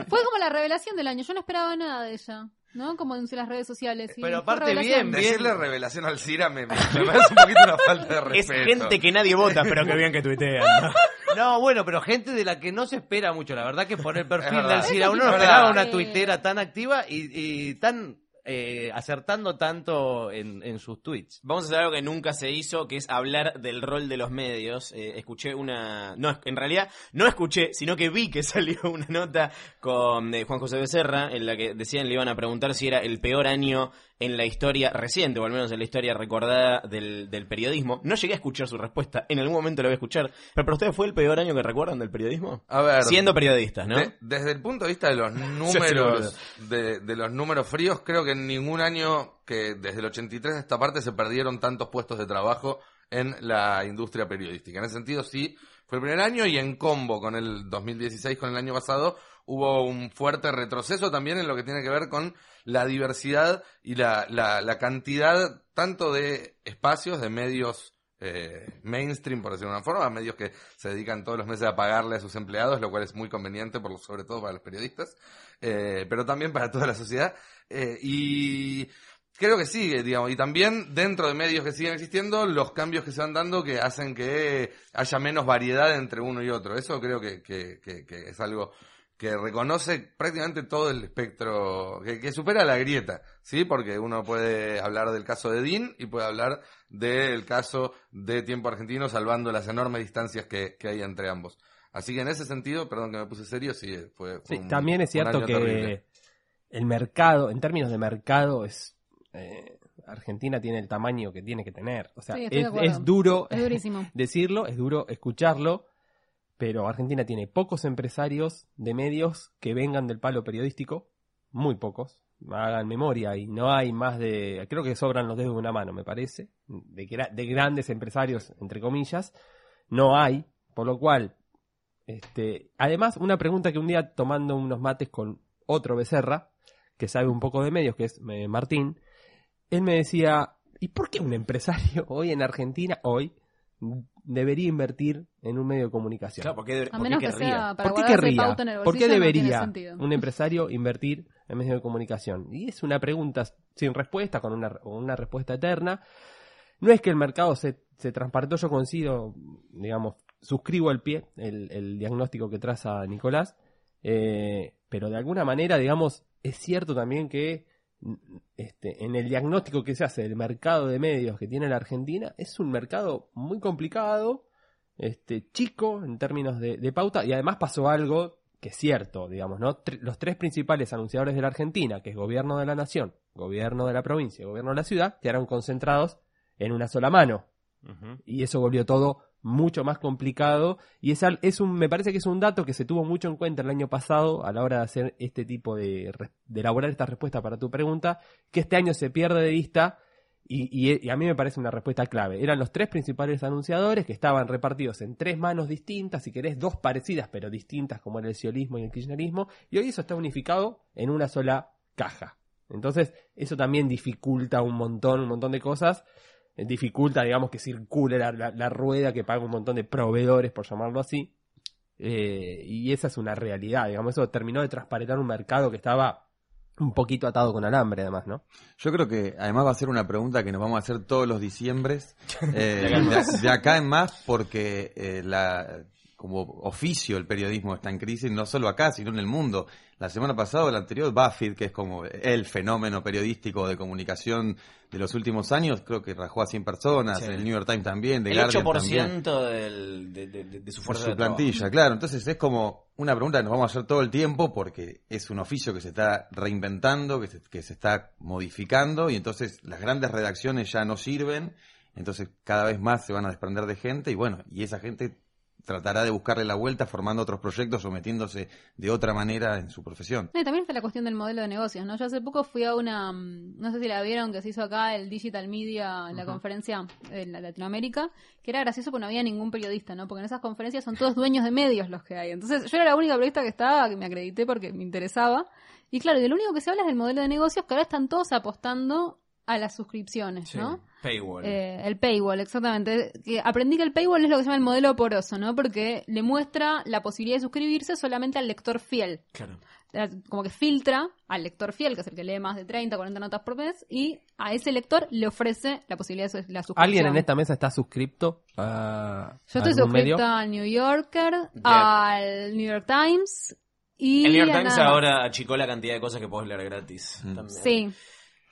Speaker 8: Fue como la revelación del año. Yo no esperaba nada de ella, ¿no? Como en las redes sociales. y
Speaker 6: Pero
Speaker 8: fue
Speaker 6: aparte bien,
Speaker 8: revelación.
Speaker 6: bien.
Speaker 7: Decirle revelación al Cira me,
Speaker 6: *laughs*
Speaker 7: me parece un poquito una falta de
Speaker 2: Es
Speaker 7: respeto.
Speaker 2: gente que nadie
Speaker 7: *laughs*
Speaker 2: vota, pero que bien que tuitean. ¿no?
Speaker 6: No, bueno, pero gente de la que no se espera mucho. La verdad que por el
Speaker 7: Es
Speaker 6: perfil
Speaker 7: verdad.
Speaker 6: de Alcira
Speaker 8: Eso
Speaker 6: uno no
Speaker 7: es
Speaker 6: esperaba
Speaker 8: verdad.
Speaker 6: una tuitera tan activa y, y tan eh, acertando tanto en, en sus tweets.
Speaker 2: Vamos a hacer algo que nunca se hizo, que es hablar del rol de los medios. Eh, escuché una... No, en realidad no escuché, sino que vi que *laughs* salió una nota con eh, Juan José Becerra, en la que decían, le iban a preguntar si era el peor año en la historia reciente, o al menos en la historia recordada del, del periodismo. No llegué a escuchar su respuesta, en algún momento la voy a escuchar. Pero para ustedes fue el peor año que recuerdan del periodismo.
Speaker 7: A ver.
Speaker 2: Siendo periodistas, ¿no?
Speaker 7: de- desde el punto de vista de
Speaker 2: *laughs*
Speaker 7: los números, de, de los números fríos, creo que en ningún año que desde el 83 a esta parte se perdieron tantos puestos de trabajo en la industria periodística. En ese sentido, sí, fue el primer año y en combo con el 2016, con el año pasado, hubo un fuerte retroceso también en lo que tiene que ver con la diversidad y la, la, la cantidad tanto de espacios, de medios eh, mainstream, por decirlo de una forma, medios que se dedican todos los meses a pagarle a sus empleados, lo cual es muy conveniente, por, lo- sobre todo para los periodistas, eh, pero también para toda la sociedad. Eh, y creo que sigue, digamos, y también dentro de medios que siguen existiendo, los cambios que se van dando que hacen que haya menos variedad entre uno y otro. Eso creo que, que- que- que es algo que reconoce prácticamente todo el espectro, que, que supera la grieta, ¿sí? Porque uno puede hablar del caso de Dean y puede hablar del caso de Tiempo Argentino, salvando las enormes distancias que, que hay entre ambos. Así que en ese sentido, perdón que me puse serio, sí, fue, fue
Speaker 11: Sí,
Speaker 7: un-
Speaker 11: también es
Speaker 7: un
Speaker 11: cierto
Speaker 7: año
Speaker 11: que
Speaker 7: terrible.
Speaker 11: el mercado, en términos de mercado, es eh, Argentina tiene el tamaño que tiene que tener. O sea,
Speaker 8: Sí, estoy de
Speaker 11: es,
Speaker 8: acuerdo.
Speaker 11: es duro
Speaker 8: Es durísimo.
Speaker 11: *laughs* decirlo, es duro escucharlo, pero Argentina tiene pocos empresarios de medios que vengan del palo periodístico, muy pocos. Hagan memoria y no hay más de, creo que sobran los dedos de una mano, me parece, de, gra- de grandes empresarios, entre comillas, no hay, por lo cual este, además, una pregunta que un día tomando unos mates con otro becerra, que sabe un poco de medios, que es eh, Martín, él me decía, ¿y por qué un empresario *laughs* hoy en Argentina, hoy, debería invertir en un medio de comunicación?
Speaker 2: Claro, porque,
Speaker 8: A
Speaker 2: porque
Speaker 8: menos que
Speaker 2: querría.
Speaker 8: sea para
Speaker 11: ¿Por qué
Speaker 8: guardarse
Speaker 11: querría?
Speaker 8: pauta en el
Speaker 11: ¿Por qué
Speaker 8: bolsillo, no tiene
Speaker 11: debería
Speaker 8: sentido. *laughs*
Speaker 11: un empresario invertir en medios de comunicación? Y es una pregunta sin respuesta, con una, con una respuesta eterna. No es que el mercado se, se transparentó, yo coincido, digamos, suscribo al pie el, el diagnóstico que traza Nicolás, eh, pero de alguna manera, digamos, es cierto también que mm, este, en el diagnóstico que se hace del mercado de medios que tiene la Argentina, es un mercado muy complicado, este, chico en términos de, de pauta, y además pasó algo que es cierto, digamos, ¿no? Tre- los tres principales anunciadores de la Argentina, que es gobierno de la nación, gobierno de la provincia y gobierno de la ciudad, quedaron concentrados en una sola mano y eso volvió todo mucho más complicado y es, al- es un me parece que es un dato que se tuvo mucho en cuenta el año pasado a la hora de hacer este tipo de, re- de elaborar esta respuesta para tu pregunta que este año se pierde de vista y, y- y a mí me parece una respuesta clave eran los tres principales anunciadores que estaban repartidos en tres manos distintas si querés dos parecidas pero distintas como era el ciolismo y el kirchnerismo y hoy eso está unificado en una sola caja entonces eso también dificulta un montón un montón de cosas eh, dificulta, digamos, que circule la, la- la rueda que paga un montón de proveedores, por llamarlo así. Eh, y esa es una realidad, digamos, eso terminó de transparentar un mercado que estaba un poquito atado con alambre, además, ¿no?
Speaker 9: Yo creo que además va a ser una pregunta que nos vamos a hacer todos
Speaker 2: *laughs*
Speaker 9: los diciembres, eh, de, de acá en más, porque eh, la, como oficio el periodismo está en crisis, no solo acá, sino en el mundo. La semana pasada, o la anterior, Buffett, que es como el fenómeno periodístico de comunicación de los últimos años, creo que rajó a 100 personas,
Speaker 2: Sí.
Speaker 9: el New York Times también, The
Speaker 2: El
Speaker 9: Guardian
Speaker 2: 8%
Speaker 9: también.
Speaker 2: del- de, de- de- de su
Speaker 9: Por
Speaker 2: fuerza
Speaker 9: su
Speaker 2: de trabajo.
Speaker 9: plantilla, claro. Entonces es como una pregunta que nos vamos a hacer todo el tiempo porque es un oficio que se está reinventando, que se, que se está modificando y entonces las grandes redacciones ya no sirven, entonces cada vez más se van a desprender de gente y bueno, y esa gente tratará de buscarle la vuelta formando otros proyectos o metiéndose de otra manera en su profesión.
Speaker 8: No, y también está la cuestión del modelo de negocios, ¿no? Yo hace poco fui a una, mm, no sé si la vieron, que se hizo acá el Digital Media, la conferencia en la- Latinoamérica, que era gracioso porque no había ningún periodista, ¿no? Porque en esas conferencias son todos dueños de medios los que hay. Entonces yo era la única periodista que estaba, que me acredité porque me interesaba. Y claro, y de lo único que se habla es del modelo de negocios, que ahora están todos apostando a las suscripciones,
Speaker 2: Sí,
Speaker 8: ¿no?
Speaker 2: Paywall.
Speaker 8: Eh, el paywall, exactamente. Que aprendí que el paywall es lo que se llama el modelo poroso, ¿no? Porque le muestra la posibilidad de suscribirse solamente al lector fiel.
Speaker 2: Claro.
Speaker 8: Eh, Como que filtra al lector fiel, que es el que lee más de 30, 40 notas por mes, y a ese lector le ofrece la posibilidad de su- la suscripción.
Speaker 11: ¿Alguien en esta mesa está suscripto a,
Speaker 8: Yo
Speaker 11: a
Speaker 8: estoy
Speaker 11: algún medio?
Speaker 8: suscrita al New Yorker,
Speaker 2: Ya.
Speaker 8: al New York Times y.
Speaker 2: el New York
Speaker 8: a
Speaker 2: Times
Speaker 8: nada más.
Speaker 2: ahora achicó la cantidad de cosas que podés leer gratis.
Speaker 9: Mm.
Speaker 2: también. *laughs*
Speaker 8: Sí.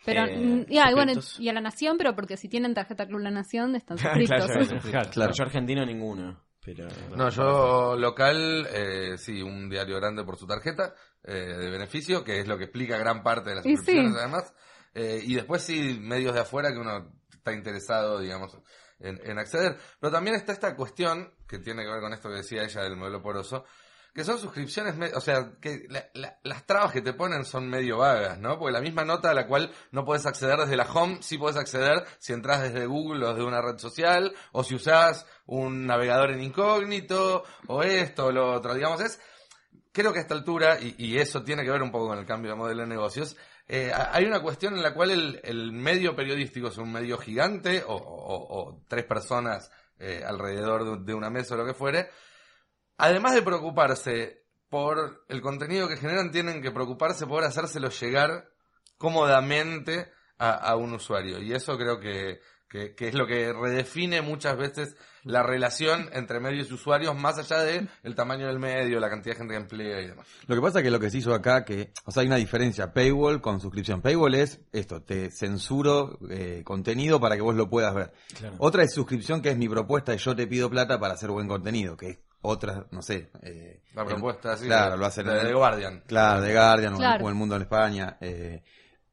Speaker 8: Pero,
Speaker 2: Eh,
Speaker 8: mm, y, ah, y bueno,
Speaker 2: suscriptos.
Speaker 8: y a la Nación, pero porque si tienen tarjeta Club La Nación, están
Speaker 2: *laughs* Claro,
Speaker 8: suscritos.
Speaker 2: bueno.
Speaker 11: Claro.
Speaker 9: Claro.
Speaker 2: Yo argentino ninguno. Pero...
Speaker 7: No, yo local, eh, sí, un diario grande por su tarjeta eh, de beneficio, que es lo que explica gran parte de las
Speaker 8: Y sí.
Speaker 7: suscripciones además. Eh, y después sí, medios de afuera que uno está interesado, digamos, en, en acceder. Pero también está esta cuestión, que tiene que ver con esto que decía ella del modelo poroso, que son suscripciones, me- o sea, que la- la- las trabas que te ponen son medio vagas, ¿no? Porque la misma nota a la cual no puedes acceder desde la home, sí puedes acceder si entras desde Google o desde una red social, o si usás un navegador en incógnito, o esto, o lo otro, digamos, es... Creo que a esta altura, y, y eso tiene que ver un poco con el cambio de modelo de negocios, eh, ha- hay una cuestión en la cual el, el medio periodístico es un medio gigante, o, o- o- o tres personas eh, alrededor de- de una mesa o lo que fuere, además de preocuparse por el contenido que generan, tienen que preocuparse por hacérselo llegar cómodamente a, a un usuario. Y eso creo que, que- que es lo que redefine muchas veces la relación entre medios y usuarios, más allá de el tamaño del medio, la cantidad de gente que emplea y demás.
Speaker 9: Lo que pasa es que lo que se hizo acá, que, o sea, hay una diferencia, paywall con suscripción. Paywall es esto, te censuro eh, contenido para que vos lo puedas ver.
Speaker 2: Claro.
Speaker 9: Otra es suscripción que es mi propuesta y yo te pido plata para hacer buen contenido, que es otras, no sé. eh,
Speaker 7: La propuesta, sí,
Speaker 9: Claro,
Speaker 7: de-
Speaker 9: lo hacen.
Speaker 7: de
Speaker 9: en-
Speaker 7: The Guardian.
Speaker 9: Claro, de Guardian o en-
Speaker 8: Claro.
Speaker 9: o El Mundo en España. eh,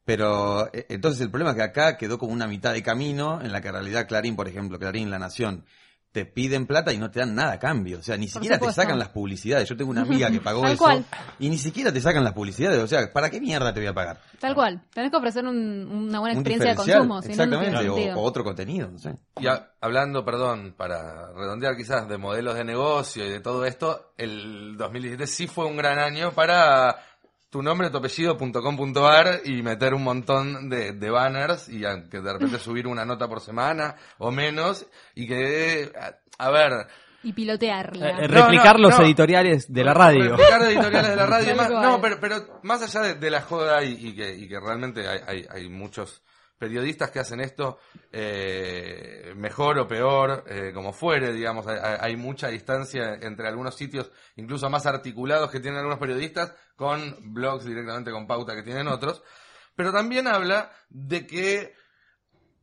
Speaker 9: pero eh, entonces el problema es que acá quedó como una mitad de camino en la que en realidad Clarín, por ejemplo, Clarín, La Nación, te piden plata y no te dan nada a cambio. O sea, ni siquiera te
Speaker 8: supuesto.
Speaker 9: sacan las publicidades. Yo
Speaker 8: *laughs*
Speaker 9: tengo una amiga que pagó
Speaker 8: Tal
Speaker 9: eso
Speaker 8: cual.
Speaker 9: y ni siquiera te sacan las publicidades. O sea, ¿para qué mierda te voy a pagar?
Speaker 8: Tal cual. Tenés que ofrecer un- una buena
Speaker 9: Un
Speaker 8: experiencia de
Speaker 9: diferencial,
Speaker 8: consumo. si no, no tiene
Speaker 9: Exactamente, o-
Speaker 8: sentido.
Speaker 9: o otro contenido, no sé.
Speaker 7: Y ha- hablando, perdón, para redondear quizás de modelos de negocio y de todo esto, el 2017 sí fue un gran año para tu nombre, tu apellido.com.ar y meter un montón de, de banners y a- que de repente subir una nota por semana o menos y que, a, a ver,
Speaker 8: Y pilotearla.
Speaker 11: Eh, eh,
Speaker 7: No,
Speaker 11: replicar
Speaker 7: no,
Speaker 11: los
Speaker 7: no.
Speaker 11: editoriales de la radio.
Speaker 7: Replicar editoriales de la radio. y
Speaker 8: Tal
Speaker 7: más-
Speaker 8: cual.
Speaker 7: no, pero, pero más allá de, de la joda y, y que, y que realmente hay, hay- hay muchos periodistas que hacen esto eh, mejor o peor, eh, como fuere, digamos, hay, hay- hay mucha distancia entre algunos sitios, incluso más articulados que tienen algunos periodistas, con blogs directamente con pauta que tienen otros. Pero también habla de que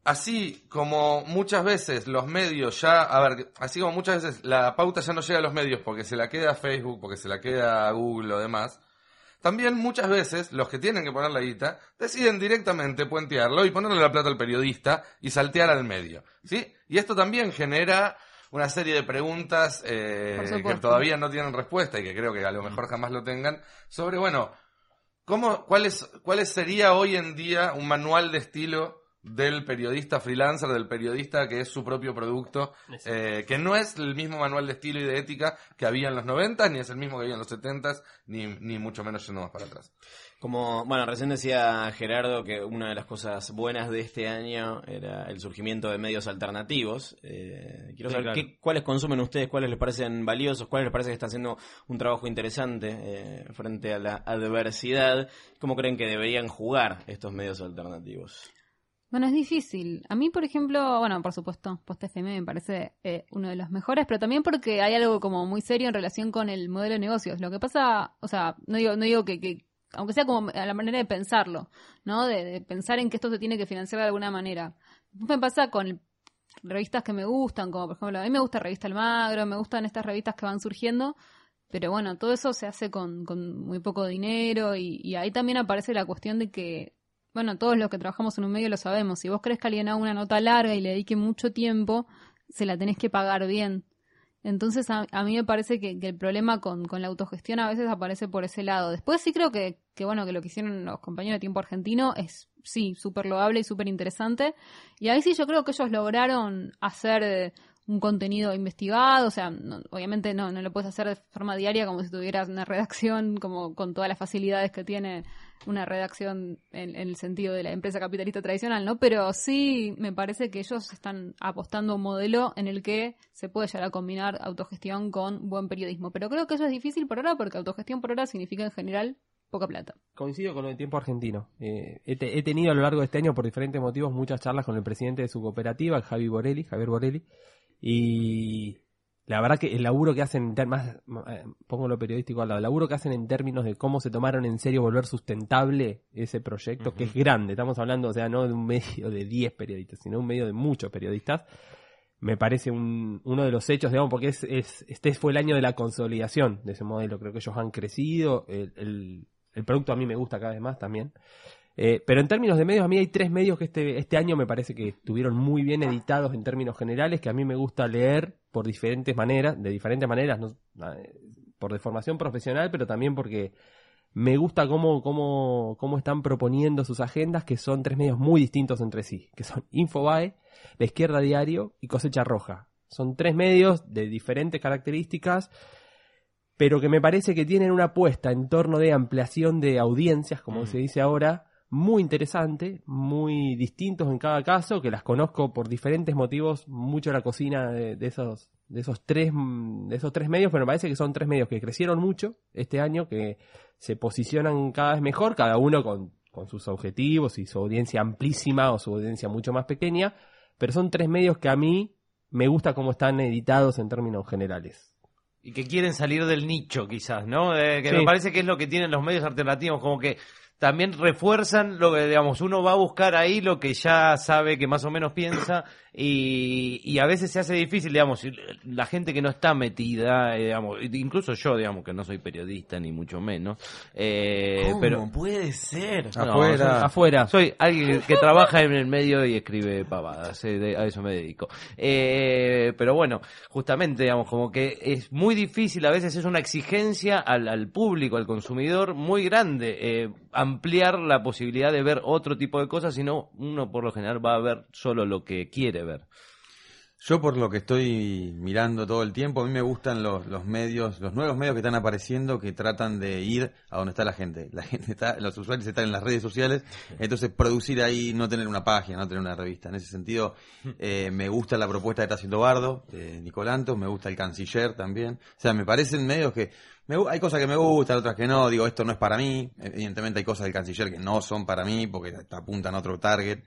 Speaker 7: Así como muchas veces los medios ya, a ver, así como muchas veces la pauta ya no llega a los medios porque se la queda Facebook, porque se la queda Google o demás, también muchas veces los que tienen que poner la guita deciden directamente puentearlo y ponerle la plata al periodista y saltear al medio, ¿sí? Y esto también genera una serie de preguntas eh,
Speaker 8: Por
Speaker 7: que
Speaker 8: supuesto.
Speaker 7: todavía no tienen respuesta y que creo que a lo mejor jamás lo tengan sobre, bueno, ¿Cómo, cuál, es, ¿Cuál sería hoy en día un manual de estilo del periodista freelancer, del periodista que es su propio producto, eh, que no es el mismo manual de estilo y de ética que había en los 90, ni es el mismo que había en los 70, ni, ni mucho menos yendo más para atrás?
Speaker 2: Como, bueno, recién decía Gerardo que una de las cosas buenas de este año era el surgimiento de medios alternativos. Eh, quiero
Speaker 11: Sí,
Speaker 2: saber
Speaker 11: claro.
Speaker 2: qué- cuáles consumen ustedes, cuáles les parecen valiosos, cuáles les parece que está haciendo un trabajo interesante eh, frente a la adversidad. ¿Cómo creen que deberían jugar estos medios alternativos?
Speaker 8: Bueno, es difícil. A mí, por ejemplo, bueno, por supuesto, Post FM me parece eh, uno de los mejores, pero también porque hay algo como muy serio en relación con el modelo de negocios. Lo que pasa, o sea, no digo, no digo que, que- aunque sea como a la manera de pensarlo, ¿no? De, de pensar en que esto se tiene que financiar de alguna manera. Me pasa con revistas que me gustan, como por ejemplo, a mí me gusta Revista Almagro, me gustan estas revistas que van surgiendo, pero bueno, todo eso se hace con, con muy poco dinero y, y ahí también aparece la cuestión de que bueno, todos los que trabajamos en un medio lo sabemos. Si vos crees que alguien haga una nota larga y le dedique mucho tiempo, se la tenés que pagar bien. Entonces, a, a mí me parece que, que el problema con, con la autogestión a veces aparece por ese lado. Después sí creo que, que bueno, que lo que hicieron los compañeros de Tiempo Argentino es, sí, súper loable y súper interesante. Y ahí sí yo creo que ellos lograron hacer eh, un contenido investigado, o sea, no- obviamente no, no lo puedes hacer de forma diaria como si tuvieras una *laughs* redacción, como con todas las facilidades que tiene una redacción en, en el sentido de la empresa capitalista tradicional, ¿no? Pero sí me parece que ellos están apostando a un modelo en el que se puede llegar a combinar autogestión con buen periodismo. Pero creo que eso es difícil por ahora porque autogestión por ahora significa en general poca plata.
Speaker 11: Coincido con lo del tiempo argentino. Eh, he, te- he tenido a lo largo de este año, por diferentes motivos, muchas charlas con el presidente de su cooperativa, el Javi Borelli, Javier Borelli, y la verdad que el laburo que hacen, en ter- más, eh, pongo lo periodístico al lado, el laburo que hacen en términos de cómo se tomaron en serio volver sustentable ese proyecto, que es grande, estamos hablando, o sea, no de un medio de 10 periodistas, sino un medio de muchos periodistas, me parece un- uno de los hechos, digamos, porque es, es- este fue el año de la consolidación de ese modelo. Creo que ellos han crecido, el, el- el producto a mí me gusta cada vez más también. Eh, pero en términos de medios, a mí hay tres medios que este, este año me parece que estuvieron muy bien editados en términos generales, que a mí me gusta leer por diferentes maneras, de diferentes maneras, no, eh, por deformación profesional, pero también porque me gusta cómo, cómo, cómo están proponiendo sus agendas, que son tres medios muy distintos entre sí, que son Infobae, la Izquierda Diario y Cosecha Roja. Son tres medios de diferentes características, pero que me parece que tienen una apuesta en torno de ampliación de audiencias, como se dice ahora, muy interesante, muy distintos en cada caso, que las conozco por diferentes motivos, mucho la cocina de, de esos de esos tres mm, de esos tres medios, pero me parece que son tres medios que crecieron mucho este año, que se posicionan cada vez mejor, cada uno con, con sus objetivos y su audiencia amplísima o su audiencia mucho más pequeña, pero son tres medios que a mí me gusta cómo están editados en términos generales.
Speaker 6: Y que quieren salir del nicho, quizás, ¿no? Eh, que me
Speaker 11: Sí.
Speaker 6: parece que es lo que tienen los medios alternativos, como que ta- también refuerzan lo que, digamos, uno va a buscar ahí lo que ya sabe que más o menos piensa *coughs* y, y a veces se hace difícil, digamos, y la gente que no está metida, eh, digamos, incluso yo, digamos, que no soy periodista ni mucho menos, eh,
Speaker 2: ¿Cómo
Speaker 6: pero...
Speaker 2: puede ser?
Speaker 6: No,
Speaker 9: Afuera.
Speaker 6: soy-
Speaker 11: Afuera.
Speaker 6: Soy alguien que trabaja en el medio y escribe pavadas, eh, de- a eso me dedico. Eh, pero bueno, justamente, digamos, como que es muy difícil, a veces es una exigencia al, al público, al consumidor, muy grande, eh, ampliar la posibilidad de ver otro tipo de cosas, sino uno por lo general va a ver solo lo que quiere ver.
Speaker 9: Yo por lo que estoy mirando todo el tiempo, a mí me gustan los, los medios, los nuevos medios que están apareciendo que tratan de ir a donde está la gente. La gente está, los usuarios están en las redes sociales, entonces producir ahí, no tener una página, no tener una revista. En ese
Speaker 6: *laughs*
Speaker 9: sentido, eh, me gusta la propuesta que está haciendo Bardo, de Nicolantos, me gusta el canciller también. O sea, me parecen medios que me gu- hay cosas que me gustan, otras que no, digo, esto no es para mí. Evidentemente hay cosas del canciller que no son para mí porque te- te apuntan a otro target.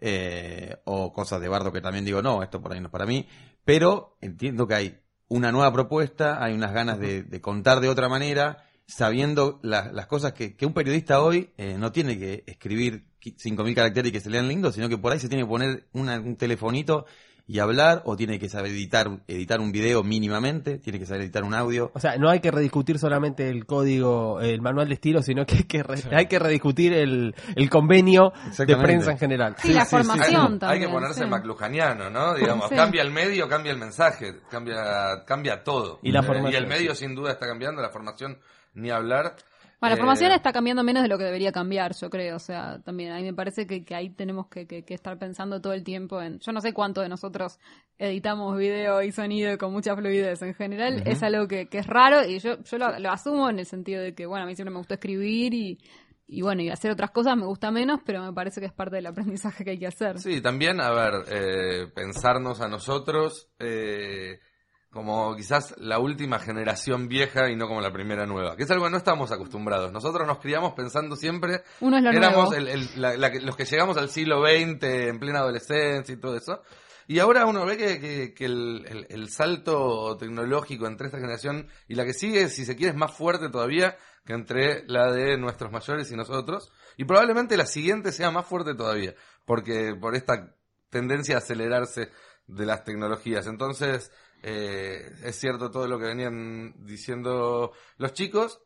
Speaker 9: Eh, o cosas de Bardo que también digo, no, esto por ahí no es para mí. Pero entiendo que hay una nueva propuesta, hay unas ganas de, de contar de otra manera, sabiendo la- las cosas que, que un periodista hoy eh, no tiene que escribir qui- 5.000 caracteres y que se lean lindos, sino que por ahí se tiene que poner una- un telefonito y hablar, o tiene que saber editar, editar un video mínimamente, tiene que saber editar un audio.
Speaker 11: O sea, no hay que rediscutir solamente el código, el manual de estilo, sino que hay que, re- hay que rediscutir el, el convenio de
Speaker 9: Exactamente.
Speaker 11: prensa en general.
Speaker 8: Sí, la
Speaker 7: Hay,
Speaker 8: formación también.
Speaker 7: hay que ponerse
Speaker 8: sí.
Speaker 7: maclujaniano, ¿no? Digamos,
Speaker 8: Sí.
Speaker 7: cambia el medio, cambia el mensaje, cambia, cambia todo.
Speaker 11: Y la
Speaker 7: Eh,
Speaker 11: formación,
Speaker 7: el medio sin duda está cambiando, la formación ni hablar.
Speaker 8: Bueno, la
Speaker 7: Eh,
Speaker 8: formación está cambiando menos de lo que debería cambiar, yo creo. O sea, también a mí me parece que, que ahí tenemos que, que- que estar pensando todo el tiempo en... Yo no sé cuánto de nosotros editamos video y sonido con mucha fluidez. En general es algo que, que es raro y yo, yo lo, lo asumo en el sentido de que, bueno, a mí siempre me gustó escribir y, y bueno, y hacer otras cosas me gusta menos, pero me parece que es parte del aprendizaje que hay que hacer.
Speaker 7: Sí, también, a ver, eh, pensarnos a nosotros eh, como quizás la última generación vieja y no como la primera nueva, que es algo que no estamos acostumbrados. Nosotros nos criamos pensando siempre,
Speaker 8: Uno es lo
Speaker 7: éramos
Speaker 8: nuevo.
Speaker 7: el- el- la- la que- los que llegamos al siglo XX en plena adolescencia y todo eso. Y ahora uno ve que, que- que el, el- el salto tecnológico entre esta generación y la que sigue, si se quiere, es más fuerte todavía que entre la de nuestros mayores y nosotros. Y probablemente la siguiente sea más fuerte todavía, porque por esta tendencia a acelerarse de las tecnologías. Entonces, eh, es cierto todo lo que venían diciendo los chicos.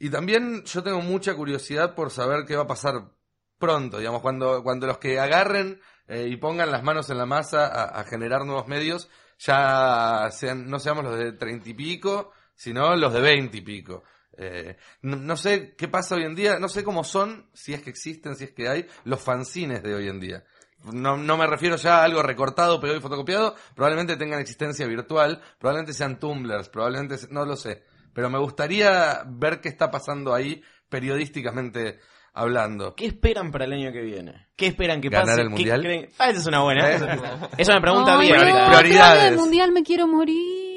Speaker 7: Y también yo tengo mucha curiosidad por saber qué va a pasar pronto, digamos, cuando, cuando los que agarren eh, y pongan las manos en la masa a, a generar nuevos medios, ya sean, no seamos los de treinta y pico, sino los de veinte y pico. Eh, no, no sé qué pasa hoy en día, no sé cómo son, si es que existen, si es que hay, los fanzines de hoy en día. No, no me refiero ya a algo recortado, pegado y fotocopiado, probablemente tengan existencia virtual, probablemente sean tumblers, probablemente, se- no lo sé. Pero me gustaría ver qué está pasando ahí periodísticamente hablando.
Speaker 2: ¿Qué esperan para el año que viene? ¿Qué esperan que
Speaker 7: ¿Ganar
Speaker 2: pase?
Speaker 7: el
Speaker 2: ¿Qué
Speaker 7: Mundial?
Speaker 2: creen? Ah, esa es una buena.
Speaker 7: ¿Eh?
Speaker 2: Esa es una pregunta
Speaker 8: Ay, no,
Speaker 2: abierta.
Speaker 7: Priori-
Speaker 8: otra vez,
Speaker 7: Prioridades.
Speaker 8: mundial me quiero morir.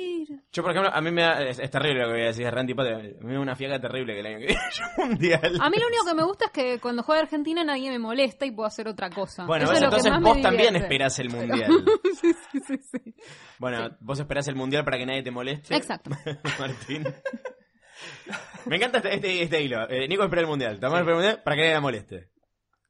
Speaker 2: Yo, por ejemplo, a mí me da, es, es terrible lo que voy a decir, Randy Patria. Me da una fiaca terrible que el año que viene *laughs* haya un mundial.
Speaker 8: A mí lo único que me gusta es que cuando juega Argentina nadie me molesta y puedo hacer otra cosa.
Speaker 2: Bueno,
Speaker 8: Eso
Speaker 2: ves,
Speaker 8: es lo que
Speaker 2: entonces
Speaker 8: más me
Speaker 2: vos también
Speaker 8: divierte. *laughs*
Speaker 2: esperás el mundial.
Speaker 8: sí, sí, sí, sí.
Speaker 2: Bueno, vos esperás el mundial para que nadie te moleste.
Speaker 8: Exacto.
Speaker 2: *laughs* Martín. Me encanta este, este, este hilo. Eh, Nico espera el mundial. Tamar espera el mundial para que nadie la moleste.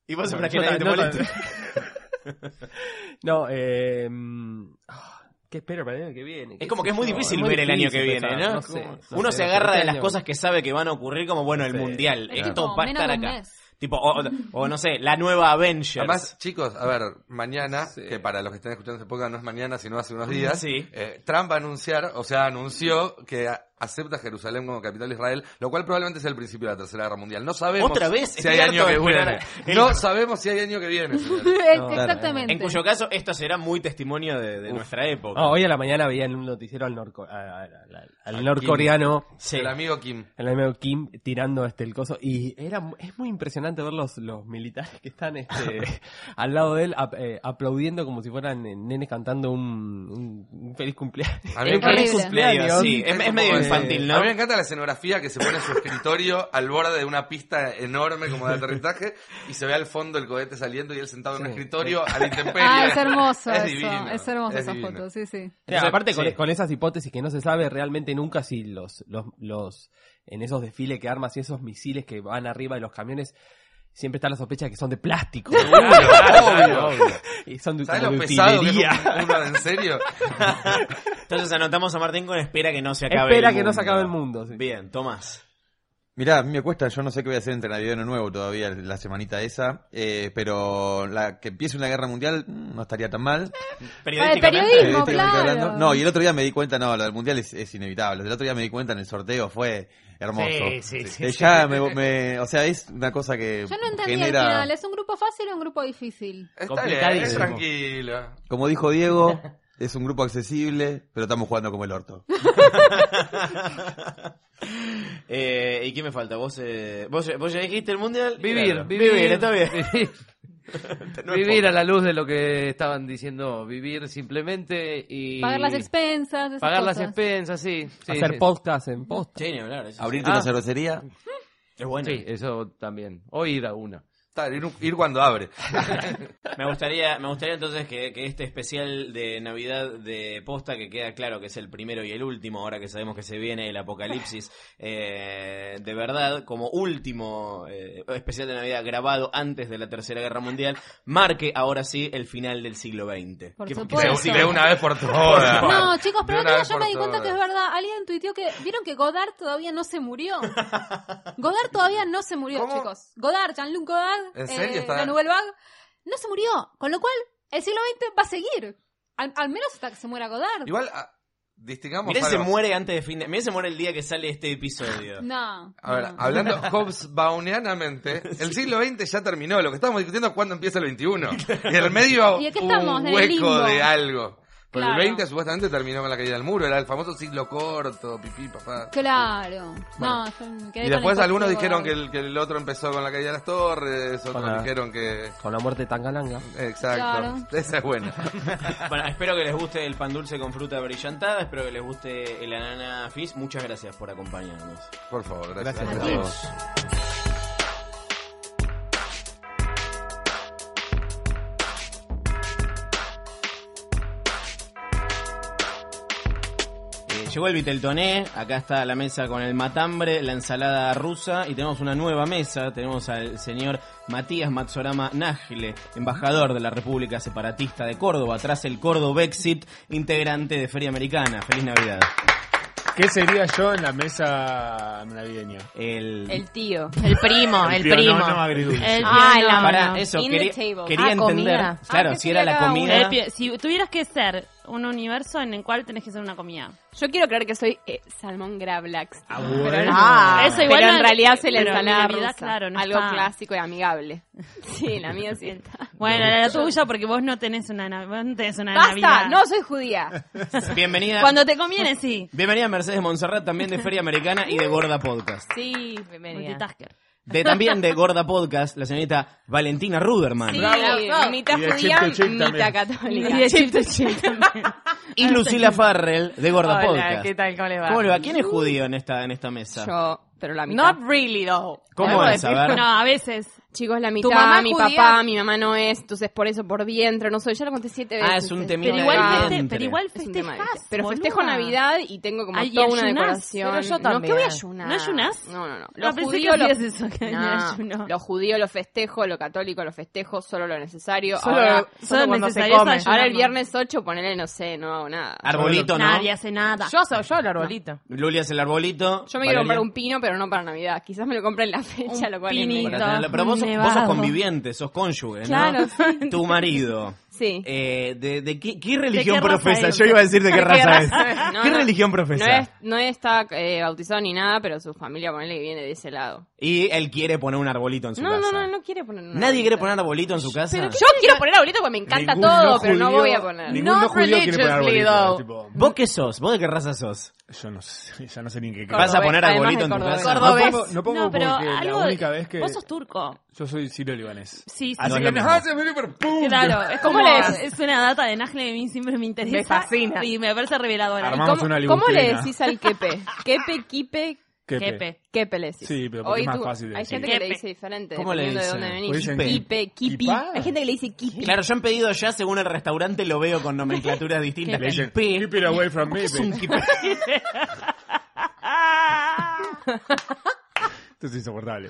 Speaker 2: Y vos esperás que
Speaker 11: yo
Speaker 2: nadie te
Speaker 11: ta- no
Speaker 2: moleste.
Speaker 11: *laughs* No, eh, *laughs* mm, ah, ¿qué espero para el año que viene?
Speaker 2: Es como que es
Speaker 11: sé
Speaker 2: muy
Speaker 11: yo,
Speaker 2: difícil
Speaker 11: es muy
Speaker 2: ver el año que viene,
Speaker 11: difícil pensar,
Speaker 2: ¿no?
Speaker 11: no sé,
Speaker 2: Como-
Speaker 11: no
Speaker 2: Uno
Speaker 11: sé,
Speaker 2: se
Speaker 11: los
Speaker 2: agarra de
Speaker 11: tres
Speaker 2: las
Speaker 11: años.
Speaker 2: cosas que sabe que van a ocurrir, como bueno, el
Speaker 11: Sí.
Speaker 2: mundial.
Speaker 8: Es
Speaker 2: Esto
Speaker 8: como
Speaker 2: va a
Speaker 8: menos de
Speaker 2: estar
Speaker 8: un
Speaker 2: acá.
Speaker 8: mes.
Speaker 2: Tipo, o, o no sé, la nueva Avengers.
Speaker 7: Además, chicos, a ver, mañana, que para los que estén escuchando este podcast no es mañana, sino hace unos días,
Speaker 2: Sí.
Speaker 7: eh, Trump va a anunciar, o sea, anunció que a- acepta Jerusalén como capital de Israel, lo cual probablemente sea el principio de la Tercera Guerra Mundial. No sabemos
Speaker 2: Otra vez,
Speaker 7: si
Speaker 2: estoy
Speaker 7: hay año
Speaker 2: harto de
Speaker 7: que viene.
Speaker 2: esperar.
Speaker 7: No sabemos si hay año que viene. señores.
Speaker 10: *laughs*
Speaker 8: Exactamente.
Speaker 2: en cuyo caso, esto será muy testimonio de, de nuestra época. *laughs*
Speaker 11: Ah, hoy a la mañana veía en un noticiero al, norco- a- a- a- al norcoreano,
Speaker 2: Sí.
Speaker 7: El amigo Kim.
Speaker 11: el amigo Kim, tirando este el coso. Y era mu- es muy impresionante ver los, los militares que están
Speaker 2: *laughs*
Speaker 11: este, al lado de él ap- eh, aplaudiendo como si fueran eh, nenes cantando un, un- *laughs* un feliz cumpleaños.
Speaker 7: A mí
Speaker 2: Es
Speaker 7: me
Speaker 2: un feliz
Speaker 8: Horrible.
Speaker 2: cumpleaños, sí. Es, es
Speaker 7: como-
Speaker 2: medio
Speaker 7: eh,
Speaker 2: infantil,
Speaker 7: A
Speaker 2: ¿no?
Speaker 7: mí me encanta la escenografía que se pone en su escritorio *laughs* al borde de una pista enorme como de aterrizaje y se ve al fondo el cohete saliendo y él sentado en un escritorio a
Speaker 2: *laughs*
Speaker 7: la intemperie.
Speaker 8: Ah, es hermoso
Speaker 7: Es
Speaker 8: eso.
Speaker 7: divino,
Speaker 8: es hermosa
Speaker 7: es
Speaker 8: esa
Speaker 7: divino.
Speaker 8: foto, sí, sí.
Speaker 11: O sea, aparte con,
Speaker 2: sí.
Speaker 11: con esas hipótesis que no se sabe realmente nunca si los, los, los en esos desfiles que armas y esos misiles que van arriba de los camiones siempre está la sospecha de que son de
Speaker 7: *laughs*
Speaker 11: plástico.
Speaker 7: Obvio, obvio.
Speaker 11: y son de,
Speaker 7: ¿Sabes
Speaker 11: como
Speaker 7: lo
Speaker 11: de
Speaker 7: pesado que es
Speaker 11: utilería.
Speaker 7: un- uno en serio?
Speaker 2: *laughs* Entonces anotamos a Martín con espera que no se acabe
Speaker 11: Espera
Speaker 2: el
Speaker 11: que
Speaker 2: mundo.
Speaker 11: no se acabe el mundo. sí.
Speaker 2: Bien, Tomás.
Speaker 9: Mirá, a mí me cuesta, yo no sé qué voy a hacer entre Navidad y Año Nuevo todavía, la semanita esa, eh, pero la que empiece una guerra mundial mm, no estaría tan mal. Eh,
Speaker 2: Periodísticamente.
Speaker 8: Ah, periodismo. Mismo,
Speaker 9: Periodísticamente
Speaker 8: claro.
Speaker 9: No, y el otro día me di cuenta, no, lo del mundial es, es inevitable. El otro día me di cuenta en el sorteo, fue hermoso.
Speaker 6: Sí, sí, sí,
Speaker 9: Eh, ya me, me- o sea, es una cosa que
Speaker 8: Yo no entendí
Speaker 9: genera,
Speaker 8: al final, ¿es un grupo fácil o un grupo difícil?
Speaker 7: Está bien, es
Speaker 6: Complicadísimo.
Speaker 7: tranquilo.
Speaker 9: como
Speaker 8: *laughs*
Speaker 9: dijo Diego, es un grupo accesible, pero estamos jugando como el orto.
Speaker 2: Eh, ¿Y qué me falta? ¿Vos, eh, vos, vos ya dijiste el mundial?
Speaker 6: Vivir,
Speaker 2: Claro.
Speaker 6: vivir,
Speaker 2: está bien. *laughs*
Speaker 6: vivir. Vivir a la luz de lo que estaban diciendo, vivir simplemente y...
Speaker 8: Pagar las expensas, esas
Speaker 6: Pagar las
Speaker 8: cosas.
Speaker 6: expensas, sí. sí,
Speaker 11: *laughs* Hacer
Speaker 6: sí.
Speaker 11: podcast en post.
Speaker 2: Sí, ni hablar. eso
Speaker 9: Abrirte
Speaker 2: sí.
Speaker 9: una
Speaker 6: Ah.
Speaker 9: cervecería,
Speaker 2: Es bueno.
Speaker 6: Sí, eso también. O ir a una.
Speaker 7: Está, ir, ir cuando
Speaker 2: *laughs*
Speaker 7: abre.
Speaker 2: Me gustaría, me gustaría entonces que, que este especial de Navidad de posta, que queda claro que es el primero y el último, ahora que sabemos que se viene el apocalipsis, eh, de verdad, como último eh, especial de Navidad grabado antes de la Tercera Guerra Mundial, marque ahora sí el final del siglo XX.
Speaker 8: Por
Speaker 2: ¿Qué-
Speaker 8: supuesto.
Speaker 7: De,
Speaker 8: Por eso.
Speaker 7: de una vez por todas.
Speaker 8: No, chicos,
Speaker 7: De
Speaker 8: pero
Speaker 7: una
Speaker 8: otro día
Speaker 7: vez
Speaker 8: yo
Speaker 7: por
Speaker 8: me di cuenta
Speaker 7: todas.
Speaker 8: que es verdad. Alguien tuiteó que. ¿Vieron que Godard todavía no se
Speaker 2: *laughs*
Speaker 8: murió? Godard todavía no se murió,
Speaker 7: ¿Cómo?
Speaker 8: chicos. Godard, Jean-Luc Godard,
Speaker 7: ¿En serio está?
Speaker 8: la Nouvelle Vague, no se murió. Con lo cual, el siglo XX va a seguir. Al, al menos hasta que se muera Godard.
Speaker 7: Igual, ah, distingamos
Speaker 2: Mirá, se
Speaker 7: algo.
Speaker 2: muere antes de fin de... Mirá, se muere el día que sale este episodio.
Speaker 8: No.
Speaker 7: A ver,
Speaker 8: no. *laughs*
Speaker 7: hablando Hobbesbaunianamente, el siglo XX ya terminó. Lo que estamos discutiendo es cuándo empieza el XXI. Y en el medio
Speaker 8: ¿Y de qué
Speaker 7: hubo
Speaker 8: estamos?
Speaker 7: un
Speaker 8: En el
Speaker 7: hueco
Speaker 8: limbo.
Speaker 7: de algo. Pero
Speaker 8: Claro.
Speaker 7: el 20 supuestamente terminó con la caída del muro. Era el famoso siglo corto, pipí, papá.
Speaker 8: Claro. No, yo me quedé
Speaker 7: Y
Speaker 8: con
Speaker 7: después
Speaker 8: el
Speaker 7: algunos
Speaker 8: concepto
Speaker 7: dijeron que
Speaker 8: Godard.
Speaker 7: el, que el otro empezó con la caída de las torres, otros
Speaker 11: Con la-
Speaker 7: dijeron que...
Speaker 11: Con la muerte de Tangalanga.
Speaker 7: Exacto. Esa es buena.
Speaker 2: Bueno, espero que les guste el pan dulce con fruta brillantada, espero que les guste el anana fizz. Muchas gracias por acompañarnos.
Speaker 7: Por favor,
Speaker 4: Gracias
Speaker 7: gracias.
Speaker 4: a
Speaker 7: todos.
Speaker 4: todos.
Speaker 2: Eh, Llegó el Viteltoné, acá está la mesa con el matambre, la ensalada rusa y tenemos una nueva mesa. Tenemos al señor Matías Matsorama Nájile, embajador de la República Separatista de Córdoba, tras el Córdobexit, integrante de Feria Americana. Feliz Navidad.
Speaker 12: ¿Qué sería yo en la mesa navideña?
Speaker 2: El,
Speaker 13: El tío. El
Speaker 2: *laughs*
Speaker 13: primo, el, primo.
Speaker 12: pionono agridulce.
Speaker 13: El
Speaker 2: Ah,
Speaker 13: pionono.
Speaker 2: la- Pará, eso,
Speaker 13: In the
Speaker 2: quería,
Speaker 13: table.
Speaker 2: quería
Speaker 13: Ah,
Speaker 2: entender.
Speaker 13: comida.
Speaker 2: Claro,
Speaker 8: Ah, ¿qué
Speaker 2: si era
Speaker 8: sería
Speaker 2: la
Speaker 8: cada uno?
Speaker 13: El
Speaker 2: comida.
Speaker 13: pi- si tuvieras que ser un universo en el cual tenés que ser una comida.
Speaker 8: Yo quiero creer que soy eh, salmón Gravlax.
Speaker 12: Ah,
Speaker 8: Pero
Speaker 12: bueno.
Speaker 8: no.
Speaker 13: Ah, Eso igual
Speaker 8: Pero
Speaker 13: no-
Speaker 8: en realidad hace la
Speaker 13: pero en
Speaker 8: ensalada
Speaker 13: Navidad,
Speaker 8: rusa.
Speaker 13: claro, no
Speaker 8: algo
Speaker 13: está.
Speaker 8: clásico y
Speaker 13: *laughs*
Speaker 8: amigable. Sí, la mía sienta.
Speaker 13: Bueno, la tuya porque vos no tenés una, nav- vos no tenés una
Speaker 8: Basta,
Speaker 13: Navidad.
Speaker 8: no soy judía.
Speaker 2: Bienvenida.
Speaker 13: Cuando te conviene, sí.
Speaker 2: Bienvenida Mercedes Monserrat, también de Feria Americana y de Gorda Podcast.
Speaker 8: Sí,
Speaker 13: Multitasker.
Speaker 2: De
Speaker 8: *laughs*
Speaker 2: también de Gorda Podcast, la señorita Valentina Ruderman.
Speaker 8: mitad
Speaker 12: Y de judía, chip to chip mitad también.
Speaker 8: católica.
Speaker 2: Y Lucila Farrell, de Gorda
Speaker 13: Hola,
Speaker 2: Podcast.
Speaker 13: ¿qué tal? ¿Cómo le va?
Speaker 2: ¿Cómo le va? ¿Quién es judío en esta, en esta mesa?
Speaker 8: *laughs* Yo, pero la mitad.
Speaker 13: Not really, though.
Speaker 2: ¿Cómo
Speaker 13: Debo
Speaker 2: es? A
Speaker 13: decir-
Speaker 2: ver.
Speaker 13: No, a veces.
Speaker 8: Chicos, la
Speaker 13: ¿Tu mamá
Speaker 8: mitad, mi
Speaker 13: judía?
Speaker 8: papá, mi mamá no es, entonces por eso por vientre, no soy, ya lo conté siete veces.
Speaker 2: Ah, es un temita
Speaker 13: Pero
Speaker 2: de
Speaker 13: igual,
Speaker 8: Ah,
Speaker 13: feste-
Speaker 2: vientre.
Speaker 13: pero igual
Speaker 8: es un tema de-
Speaker 13: festejas,
Speaker 8: Pero festejo
Speaker 13: boluda.
Speaker 8: Navidad y tengo como
Speaker 13: Ay, y
Speaker 8: toda una
Speaker 13: ayunás,
Speaker 8: decoración.
Speaker 13: pero yo
Speaker 8: No, ¿qué voy a
Speaker 13: también.
Speaker 8: ayunar?
Speaker 13: ¿No ayunás?
Speaker 8: No, no, no.
Speaker 13: No,
Speaker 8: Los
Speaker 13: Ah, pensé que
Speaker 8: judíos
Speaker 13: hacías
Speaker 8: lo-
Speaker 13: eso, que
Speaker 8: No,
Speaker 13: no ayuno.
Speaker 8: Los judíos lo festejo, lo católico lo festejo, solo lo necesario.
Speaker 13: Solo-
Speaker 8: ahora,
Speaker 13: solo
Speaker 8: solo cuando se
Speaker 13: necesario es
Speaker 8: come.
Speaker 13: ayunar,
Speaker 8: Ahora el
Speaker 13: ¿no?
Speaker 8: viernes 8, ponele, no sé, no hago nada.
Speaker 2: Arbolito, ¿no?
Speaker 13: Nadie hace nada.
Speaker 12: Yo soy yo el arbolito.
Speaker 2: Lulia es el arbolito.
Speaker 8: Yo me quiero
Speaker 2: Valeria-
Speaker 8: comprar un pino, pero no para Navidad. Quizás me lo compre en la fecha, lo cual es
Speaker 13: pinito.
Speaker 2: Para
Speaker 8: negro.
Speaker 2: tenerlo- Pero vos, sos- vos sos
Speaker 13: Nevado.
Speaker 2: conviviente, sos cónyuge, ¿no?
Speaker 8: Claro, sí.
Speaker 2: Tu marido.
Speaker 8: Sí.
Speaker 2: Eh, de, de qué, qué
Speaker 13: qué
Speaker 2: religión
Speaker 13: raza
Speaker 2: profesa?
Speaker 13: es?
Speaker 2: Yo iba a decir de qué
Speaker 13: ¿De qué
Speaker 2: raza es.
Speaker 13: raza
Speaker 8: No,
Speaker 2: ¿Qué
Speaker 8: no.
Speaker 2: religión
Speaker 8: No,
Speaker 2: profesa?
Speaker 8: es, no está eh, bautizado ni nada, pero su familia, ponele, que viene de ese lado.
Speaker 2: Y él quiere poner un arbolito en su
Speaker 8: No,
Speaker 2: casa.
Speaker 8: no, no, no quiere poner una
Speaker 2: ¿Nadie quiere
Speaker 8: bolita.
Speaker 2: poner arbolito en su casa?
Speaker 8: Yo quiero poner arbolito porque me encanta
Speaker 12: Ningún
Speaker 8: todo,
Speaker 12: no
Speaker 8: pero no
Speaker 12: judío-
Speaker 8: voy a poner.
Speaker 12: Ningún no
Speaker 13: Not
Speaker 12: judío quiere poner
Speaker 13: religiously,
Speaker 12: arbolito.
Speaker 13: though.
Speaker 12: tipo,
Speaker 2: ¿Vos qué sos? ¿Vos de qué raza sos?
Speaker 12: yo no sé, ya no sé ni en qué
Speaker 2: ¿Vas a
Speaker 8: Cordobés,
Speaker 2: poner
Speaker 8: además
Speaker 2: arbolito
Speaker 8: de
Speaker 2: en tu
Speaker 8: cordobés.
Speaker 2: casa?
Speaker 12: No pongo, no pongo
Speaker 13: No, pero
Speaker 12: porque
Speaker 13: algo.
Speaker 12: la única vez que
Speaker 13: Vos sos turco.
Speaker 12: yo soy sirio libanés.
Speaker 13: Sí, sí.
Speaker 2: Ah, no,
Speaker 13: sí.
Speaker 2: no, no.
Speaker 13: Claro,
Speaker 12: *laughs*
Speaker 13: es como
Speaker 8: ¿Cómo lees?
Speaker 13: es una data de Nagle a mí siempre me interesa.
Speaker 8: Me fascina.
Speaker 13: Y me parece reveladora.
Speaker 12: Armamos
Speaker 8: ¿Cómo,
Speaker 12: una
Speaker 8: cómo le
Speaker 12: libustrina.
Speaker 8: decís al quepe? Quepe, quipe,
Speaker 12: Quepe.
Speaker 13: Quepe.
Speaker 8: quepe le decís.
Speaker 12: Sí, pero porque es más fácil de
Speaker 8: Hay
Speaker 12: decir.
Speaker 8: gente que le
Speaker 13: Quepe.
Speaker 8: dice diferente,
Speaker 2: ¿Cómo le
Speaker 8: dependiendo de dónde
Speaker 2: dicen?
Speaker 8: venís.
Speaker 12: Pues dicen
Speaker 8: Quipe, quipi.
Speaker 12: quipá.
Speaker 8: Hay gente que le dice quipi.
Speaker 2: Claro, yo han pedido ya según el restaurante, lo veo con nomenclaturas distintas.
Speaker 12: Le dicen,
Speaker 2: Quipé.
Speaker 12: keep it away from me.
Speaker 2: ¿Qué es un
Speaker 12: baby".
Speaker 2: quipé?
Speaker 12: Entonces Eso es insoportable.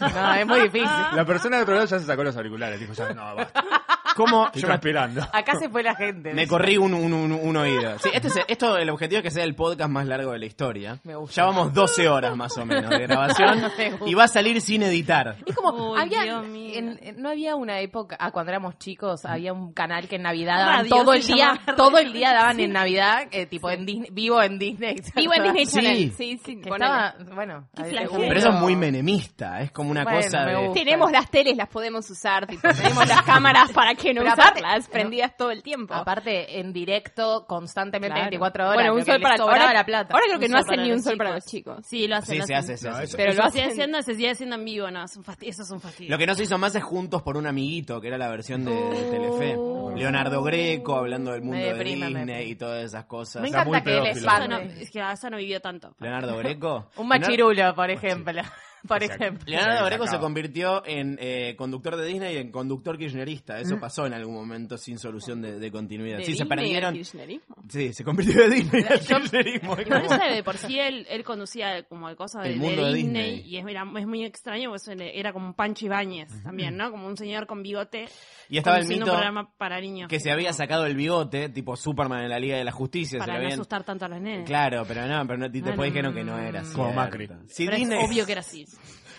Speaker 14: No, es muy difícil.
Speaker 2: Ah.
Speaker 12: La persona de otro lado ya se sacó los auriculares. Dijo, ya no, basta.
Speaker 2: *laughs* ¿Cómo?
Speaker 12: Estoy
Speaker 2: Yo me-
Speaker 12: transpirando.
Speaker 14: Acá se fue la gente.
Speaker 2: Me corrí un, un, un- un oído. Sí, este es- esto, el objetivo es que sea el podcast más largo de la historia. Ya vamos 12 horas más o menos de *laughs* grabación.
Speaker 14: Me gusta.
Speaker 2: y va a salir sin editar.
Speaker 14: Es como,
Speaker 13: Uy,
Speaker 14: había,
Speaker 13: Dios
Speaker 14: en- en- no había una época, ah, cuando éramos
Speaker 2: Mm.
Speaker 14: chicos, había un canal que en Navidad
Speaker 13: Radio
Speaker 14: daban todo
Speaker 13: se
Speaker 14: el día,
Speaker 13: llamaba.
Speaker 14: todo el día daban
Speaker 13: Sí.
Speaker 14: en Navidad, eh, tipo en Disney, vivo en Disney. *laughs*
Speaker 13: Vivo en Disney
Speaker 14: Sí.
Speaker 13: Channel.
Speaker 2: Sí.
Speaker 13: Sí, sí,
Speaker 14: Que
Speaker 13: ponele.
Speaker 14: estaba, bueno,
Speaker 13: Qué
Speaker 14: ahí-
Speaker 13: flagelo.
Speaker 2: Pero eso es muy menemista. Es como una
Speaker 14: Bueno,
Speaker 2: cosa
Speaker 14: me
Speaker 2: de.
Speaker 14: gusta.
Speaker 13: Tenemos las teles, las podemos usar, tipo, tenemos las cámaras para que no
Speaker 14: Pero aparte-
Speaker 13: usarlas, prendidas todo el tiempo.
Speaker 14: Aparte, en directo, constantemente,
Speaker 13: Claro.
Speaker 14: 24 horas.
Speaker 13: Bueno, un
Speaker 14: lo que
Speaker 13: sol
Speaker 14: les
Speaker 13: para
Speaker 14: sobraba
Speaker 13: ahora-
Speaker 14: la plata.
Speaker 13: Ahora creo que no
Speaker 14: sol
Speaker 13: hacen
Speaker 14: para
Speaker 13: ni
Speaker 14: los
Speaker 13: un sol para los
Speaker 14: chicos.
Speaker 13: chicos. Sí, lo hacen.
Speaker 2: Sí,
Speaker 13: lo
Speaker 2: se
Speaker 13: hacen.
Speaker 2: hace, se hace, se
Speaker 13: Pero
Speaker 2: hace.
Speaker 13: lo sigue haciendo, se sigue haciendo en vivo, no, es un fasti- eso es un fastidio.
Speaker 2: Lo que nos hizo más es Juntos por un Amiguito, que era la versión de, de Telefe. Leonardo Greco hablando del mundo
Speaker 13: Me
Speaker 2: de
Speaker 13: deprime, me
Speaker 2: Disney y todas esas cosas.
Speaker 14: Me Está encanta muy que él es pedófilo.
Speaker 13: Eso no,
Speaker 14: padre.
Speaker 13: es que eso no vivió tanto. *laughs*
Speaker 2: Leonardo Greco.
Speaker 14: Un machirulo, por ejemplo. Por ejemplo.
Speaker 2: Leonardo Greco se convirtió en eh, conductor de Disney y en conductor kirchnerista. Eso pasó en algún momento sin solución de, de continuidad.
Speaker 13: De
Speaker 2: sí, se
Speaker 13: Disney al
Speaker 2: perdieron.
Speaker 13: kirchnerismo.
Speaker 2: Sí, se convirtió de Disney al kirchnerismo. Es
Speaker 13: Pero
Speaker 2: como-
Speaker 13: él sabe, de por sí él, él conducía como cosas de,
Speaker 2: El
Speaker 13: de
Speaker 2: mundo de
Speaker 13: Disney,
Speaker 2: Disney.
Speaker 13: y es, era- es muy extraño, pues él era como un Pancho Ibáñez también, ¿no? Como un señor con bigote.
Speaker 2: Y estaba el
Speaker 13: conduciendo
Speaker 2: mito
Speaker 13: un programa para niños.
Speaker 2: que se había sacado el bigote, tipo Superman en la Liga de la Justicia. se
Speaker 13: Para
Speaker 2: lo
Speaker 13: no
Speaker 2: habían-
Speaker 13: asustar tanto a los nenes.
Speaker 2: Claro, pero no, pero no- y después
Speaker 13: Bueno,
Speaker 2: dijeron que no era así.
Speaker 12: Como Macri.
Speaker 2: Sí,
Speaker 13: Pero
Speaker 2: Disney-
Speaker 13: es obvio que era así.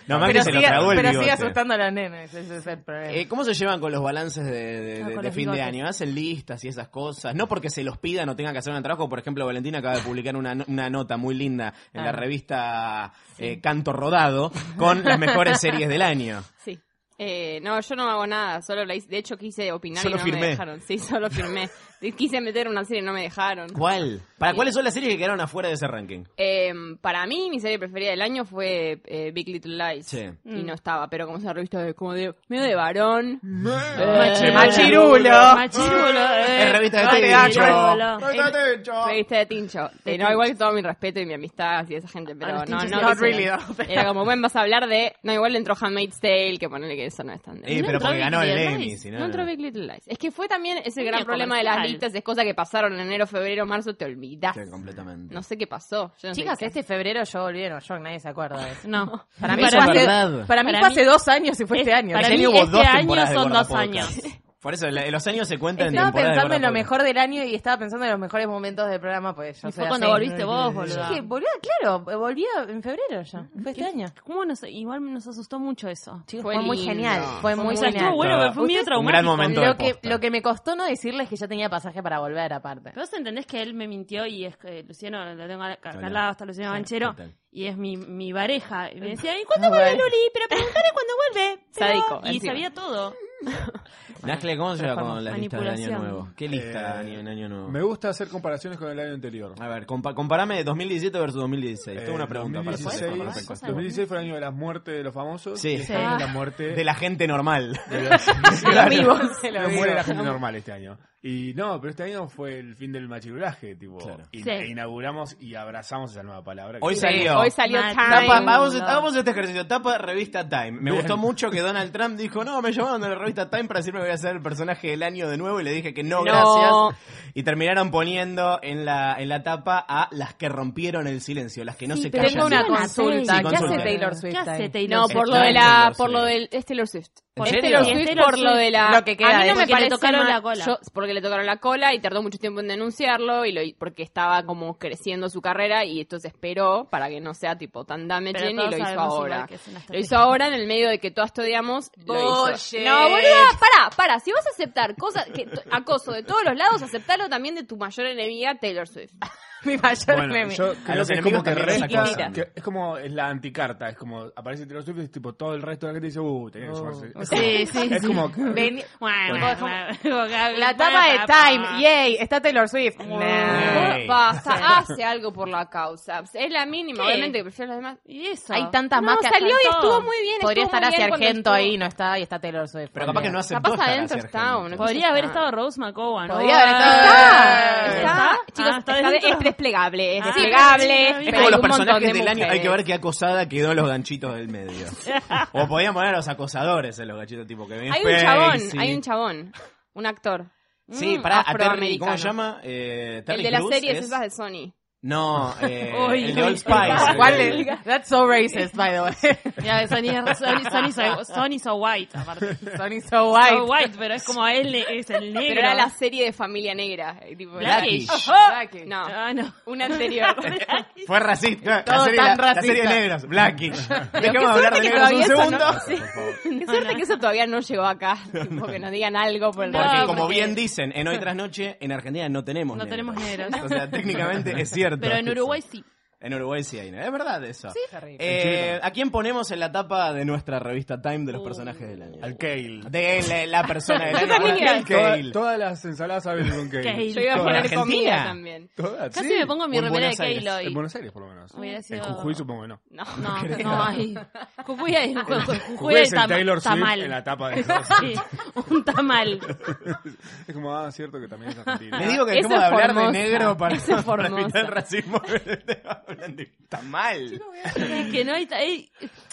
Speaker 2: No, Macri se lo
Speaker 14: sigue-
Speaker 2: tragó el
Speaker 14: pero sigue
Speaker 2: bigote.
Speaker 14: asustando a los nenes, ese es el problema.
Speaker 2: Eh, ¿Cómo se llevan con los balances de, de-
Speaker 14: Ah,
Speaker 2: de-
Speaker 14: con
Speaker 2: de
Speaker 14: los
Speaker 2: fin de
Speaker 14: bigotes.
Speaker 2: año? ¿Hacen listas y esas cosas? No porque se los pidan o tengan que hacer un trabajo. Por ejemplo, Valentina acaba de publicar una, no- una nota muy linda en la
Speaker 13: Ah.
Speaker 2: revista eh, Canto Rodado con las mejores series del año.
Speaker 13: Sí. Eh, no, yo no hago nada, solo la hice- de hecho quise opinar
Speaker 2: Solo
Speaker 13: y no
Speaker 2: firmé.
Speaker 13: me dejaron. Sí, solo firmé. Quise meter una serie y no me dejaron.
Speaker 2: ¿Cuál? ¿Para cuáles son las series que quedaron afuera de ese ranking?
Speaker 13: Eh, para mí, mi serie preferida del año fue eh, Big Little Lies.
Speaker 2: Sí.
Speaker 13: Y no estaba, pero como es una revista de, como de, medio de varón.
Speaker 2: Eh,
Speaker 13: Machirulo.
Speaker 2: machirulo.
Speaker 13: Machirulo. eh.
Speaker 2: Es revista de
Speaker 13: Machirulo.
Speaker 2: tincho.
Speaker 13: Eh, Revista de tincho. Ah, Eh, no, igual que todo mi respeto y mi amistad hacia esa gente, pero
Speaker 14: A los
Speaker 13: no,
Speaker 14: tinchos
Speaker 13: no.
Speaker 14: not
Speaker 13: quise-
Speaker 14: really, though, pero-
Speaker 13: Era como, bueno, vas a hablar de... No, igual entró Handmaid's Tale, que ponele que eso no es tan...
Speaker 2: Eh,
Speaker 13: No
Speaker 2: pero
Speaker 13: entró
Speaker 2: porque
Speaker 13: Big
Speaker 2: ganó el
Speaker 13: Little
Speaker 2: Emmy,
Speaker 13: Lies.
Speaker 2: si no,
Speaker 13: No entró
Speaker 2: no.
Speaker 13: Big Little Lies. Es que fue también ese
Speaker 14: Niño
Speaker 13: gran problema de las
Speaker 14: comercial.
Speaker 13: listas, es cosa que pasaron en enero, febrero, marzo, te olvidas.
Speaker 2: Sí, completamente.
Speaker 13: No sé qué pasó. yo no sé
Speaker 14: Chicas,
Speaker 13: qué-
Speaker 14: este febrero yo volví a Nueva York, nadie se acuerda de eso.
Speaker 13: No.
Speaker 14: Para mí,
Speaker 2: Eso
Speaker 14: fue, hace,
Speaker 2: es verdad.
Speaker 14: para mí
Speaker 13: Para
Speaker 14: fue
Speaker 13: mí-
Speaker 14: hace dos años y fue este año.
Speaker 13: para
Speaker 2: Ese
Speaker 13: mí
Speaker 2: año hubo
Speaker 13: este
Speaker 2: dos
Speaker 13: año
Speaker 2: temporadas de
Speaker 13: son
Speaker 2: Gorda
Speaker 13: dos
Speaker 2: Podcast. *laughs* Por eso la- los años se cuentan en
Speaker 14: Estaba
Speaker 2: temporadas de
Speaker 14: pensando en
Speaker 2: Gorda
Speaker 14: lo
Speaker 2: Podcast.
Speaker 14: mejor del año y estaba pensando en los mejores momentos del programa, pues yo
Speaker 13: Y
Speaker 14: soy
Speaker 13: fue cuando
Speaker 14: así.
Speaker 13: volviste vos, boluda.
Speaker 14: Dije, boluda, claro, eh, volví a- en febrero ya, fue este año.
Speaker 13: ¿Cómo nos, igual nos asustó mucho eso.
Speaker 14: fue muy genial, fue muy
Speaker 13: o sea,
Speaker 14: genial.
Speaker 13: Estuvo bueno, pero fue
Speaker 14: Un
Speaker 13: medio
Speaker 14: gran
Speaker 13: traumático.
Speaker 2: momento. de
Speaker 14: Lo que,
Speaker 2: posta.
Speaker 14: lo que me costó no decirles que yo tenía pasaje para volver, aparte.
Speaker 13: Pero vos entendés que él me mintió y es que Luciano, lo tengo acá
Speaker 2: Hola.
Speaker 13: al lado, está Luciano Banchero,
Speaker 2: ¿Qué tal?
Speaker 13: y es mi, mi pareja. Y me decía, ¿y cuándo vuelve Luli? Pero preguntale cuándo vuelve. Pero-
Speaker 14: Sádico,
Speaker 13: Y
Speaker 14: encima.
Speaker 13: sabía todo.
Speaker 2: Nazcle, ¿cómo se lleva con la lista del año
Speaker 13: Manipulación.
Speaker 2: nuevo? ¿Qué lista
Speaker 12: Eh,
Speaker 2: de en año nuevo?
Speaker 12: Me gusta hacer comparaciones con el año anterior.
Speaker 2: A ver, compa- comparame 2017 versus 2016. Tengo una
Speaker 12: Eh,
Speaker 2: pregunta para hacer
Speaker 12: 2016,
Speaker 2: con respecto a esto.
Speaker 12: 2016 fue el año de la muerte de los famosos.
Speaker 2: Sí. Ah.
Speaker 12: Y este
Speaker 2: Sí.
Speaker 12: año es la muerte
Speaker 2: De la gente normal. *laughs*
Speaker 12: Claro.
Speaker 14: vivos, de los
Speaker 12: No muere
Speaker 14: vivos.
Speaker 12: la gente normal este año. Y no, pero este año fue el fin del machirulaje, tipo.
Speaker 2: Claro.
Speaker 12: in-
Speaker 13: Sí.
Speaker 12: e inauguramos y abrazamos esa nueva palabra. que-
Speaker 2: Hoy salió.
Speaker 13: Hoy salió
Speaker 14: Mal.
Speaker 13: Time.
Speaker 2: Tapa, hagamos, hagamos este ejercicio. Tapa revista Time. Me gustó mucho que Donald Trump dijo, no, me llamaron de la revista Time para decirme que voy a ser el personaje del año de nuevo y le dije que
Speaker 13: No.
Speaker 2: no, gracias. Y terminaron poniendo en la, en la tapa a las que rompieron el silencio, las que no
Speaker 13: Sí,
Speaker 2: se
Speaker 13: pero
Speaker 2: callan.
Speaker 14: Tengo una
Speaker 13: Sí,
Speaker 14: consulta.
Speaker 2: sí,
Speaker 14: ¿Qué hace
Speaker 2: consulta.
Speaker 14: Taylor Swift?
Speaker 13: ¿Qué hace
Speaker 14: ahí?
Speaker 13: Taylor
Speaker 1: No,
Speaker 13: Swift?
Speaker 1: por lo de
Speaker 2: Taylor
Speaker 1: la,
Speaker 2: Swift.
Speaker 1: por lo del, es Taylor Swift.
Speaker 2: ¿En
Speaker 13: Es
Speaker 2: serio?
Speaker 13: Taylor
Speaker 1: Es
Speaker 13: Swift
Speaker 1: Taylor
Speaker 13: por lo de la...
Speaker 14: Lo que queda
Speaker 13: a mí
Speaker 14: de-
Speaker 13: no me
Speaker 14: porque
Speaker 13: parece
Speaker 14: le
Speaker 13: tocaron
Speaker 14: mal.
Speaker 13: la cola.
Speaker 1: Yo- porque le tocaron la cola y tardó mucho tiempo en denunciarlo y lo, porque estaba como creciendo su carrera y entonces esperó para que no sea tipo tan
Speaker 13: Pero
Speaker 1: damaging y
Speaker 13: todos
Speaker 1: lo hizo
Speaker 13: sabemos
Speaker 1: ahora.
Speaker 13: igual que es una
Speaker 1: Lo hizo
Speaker 13: estrategia.
Speaker 1: ahora en el medio de que todas estudiamos. Lo hizo.
Speaker 14: Bullshit.
Speaker 1: No, boluda, pará, pará. Si vas a aceptar cosas, que, to- acoso de todos los lados, aceptalo también de tu mayor enemiga, Taylor Swift.
Speaker 10: *laughs*
Speaker 14: Mi mayor
Speaker 12: Bueno,
Speaker 14: meme.
Speaker 12: yo creo
Speaker 2: los
Speaker 12: que es
Speaker 2: enemigos
Speaker 12: como que
Speaker 2: también los
Speaker 12: resta-
Speaker 2: acosan.
Speaker 12: que es como es la anticarta, es como aparece Taylor Swift y tipo todo el resto de la gente dice, uh, tenía que sumarse. Es como-
Speaker 13: Sí, sí,
Speaker 12: Es
Speaker 13: sí.
Speaker 12: como que-
Speaker 14: Vení-
Speaker 13: Bueno, *laughs* bueno,
Speaker 14: La tapa de Time, yay, está Taylor Swift. Nah.
Speaker 2: Ey.
Speaker 1: Basta, hace algo por la causa. Es la mínima,
Speaker 13: ¿Qué?
Speaker 1: obviamente, que prefiero a los demás.
Speaker 13: Y eso.
Speaker 14: Hay tantas
Speaker 1: No,
Speaker 14: más que
Speaker 1: salió y
Speaker 14: acá.
Speaker 1: estuvo muy bien.
Speaker 14: Podría
Speaker 1: estuvo
Speaker 14: estar
Speaker 1: muy
Speaker 14: hacia
Speaker 1: bien cuando
Speaker 14: Argento
Speaker 1: estuvo.
Speaker 14: ahí, no está, y está Taylor Swift.
Speaker 2: Pero capaz que no aceptó
Speaker 1: Capaz
Speaker 2: estar
Speaker 1: adentro
Speaker 2: hacia
Speaker 1: está,
Speaker 2: Argentina.
Speaker 1: una
Speaker 13: Podría haber estado Rose McGowan.
Speaker 14: Podría haber estado-
Speaker 1: Está,
Speaker 14: Eh,
Speaker 1: está, chicos,
Speaker 13: Ah, está
Speaker 1: está de-
Speaker 13: dentro.
Speaker 1: es desplegable, es
Speaker 13: Ah,
Speaker 1: desplegable.
Speaker 13: sí, sí, sí.
Speaker 2: Es
Speaker 1: pero
Speaker 2: como
Speaker 1: hay
Speaker 2: los
Speaker 1: un montón
Speaker 2: personajes
Speaker 1: de
Speaker 2: del año, hay que ver
Speaker 1: mujeres.
Speaker 2: qué acosada quedó en los ganchitos del
Speaker 1: *laughs*
Speaker 2: medio. o podían poner a los acosadores en los ganchitos, tipo que
Speaker 1: Hay un chabón, hay un chabón, un actor.
Speaker 2: Sí,
Speaker 1: Mm,
Speaker 2: pará, a Terry,
Speaker 1: afroamericano.
Speaker 2: ¿cómo se llama? Eh, Terry
Speaker 1: El de las
Speaker 2: Crews
Speaker 1: series
Speaker 2: es-
Speaker 1: esas de Sony. *laughs*
Speaker 2: No, eh,
Speaker 14: Uy,
Speaker 2: el de Old
Speaker 14: uy.
Speaker 2: Spice.
Speaker 14: ¿Cuál
Speaker 2: El-
Speaker 14: es? That's so racist, by the way.
Speaker 13: Ya, Sony, Sony, Sony
Speaker 14: *laughs*
Speaker 13: so, Sony so white, aparte.
Speaker 14: Sony so white.
Speaker 13: So white, pero es como él es el negro.
Speaker 1: Pero era la serie de familia negra. eh, tipo,
Speaker 13: Blackish.
Speaker 1: Blackish. No, una anterior.
Speaker 2: Fue racista.
Speaker 1: Todo
Speaker 2: la serie,
Speaker 1: tan
Speaker 2: la- la serie de
Speaker 1: racista. *laughs*
Speaker 2: negros, Blackish.
Speaker 1: Pero qué
Speaker 2: Dejemos hablar de
Speaker 1: suerte que
Speaker 2: negros un segundo.
Speaker 1: todavía eso no- Qué suerte que eso todavía no llegó
Speaker 2: *laughs*
Speaker 1: acá. tipo, que nos digan algo por el
Speaker 2: Porque,
Speaker 1: racismo.
Speaker 2: como bien dicen, en Hoy Tras Noche, en Argentina no tenemos
Speaker 13: No
Speaker 2: negros.
Speaker 13: tenemos negros.
Speaker 2: *laughs* O sea, técnicamente es cierto.
Speaker 13: Pero en Uruguay sí.
Speaker 2: En Uruguay sí hay, ¿no? Es verdad eso.
Speaker 13: Sí.
Speaker 2: Eh, ¿A quién ponemos en la tapa de nuestra revista Time de
Speaker 13: Uh.
Speaker 2: los personajes del año? Al Kale. De la,
Speaker 13: *laughs*
Speaker 2: la persona del año. Al Kale.
Speaker 12: Toda- Todas las ensaladas saben con kale.
Speaker 13: Kale. Yo iba a poner
Speaker 12: Todas.
Speaker 13: comida
Speaker 12: Argentina.
Speaker 13: también.
Speaker 12: Todas,
Speaker 13: Casi
Speaker 12: sí.
Speaker 13: me pongo mi
Speaker 12: O en
Speaker 13: remera de
Speaker 12: Buenos Aires.
Speaker 13: Kale hoy.
Speaker 12: En Buenos Aires, por lo menos.
Speaker 13: Hubiera sido-
Speaker 12: En Jujuy supongo que *laughs* no.
Speaker 13: No, no,
Speaker 12: creo.
Speaker 13: no hay. Jujuy
Speaker 12: *laughs*
Speaker 13: hay. Jujuy,
Speaker 12: Jujuy es el
Speaker 13: tama-
Speaker 12: Taylor Swift
Speaker 13: tamal.
Speaker 12: en la tapa
Speaker 13: *laughs*
Speaker 12: de-
Speaker 13: Sí, un tamal.
Speaker 12: Es como, ah, cierto que también es
Speaker 2: *laughs*
Speaker 12: argentino.
Speaker 2: Le digo que
Speaker 13: Eso
Speaker 2: dejemos de
Speaker 13: es
Speaker 2: hablar
Speaker 13: Formosa. *laughs*
Speaker 2: de negro para, *laughs*
Speaker 13: Eso es
Speaker 2: para
Speaker 13: Formosa.
Speaker 2: evitar el racismo. *laughs* Hablan de- Está mal.
Speaker 13: *laughs* Es que no hay, hay-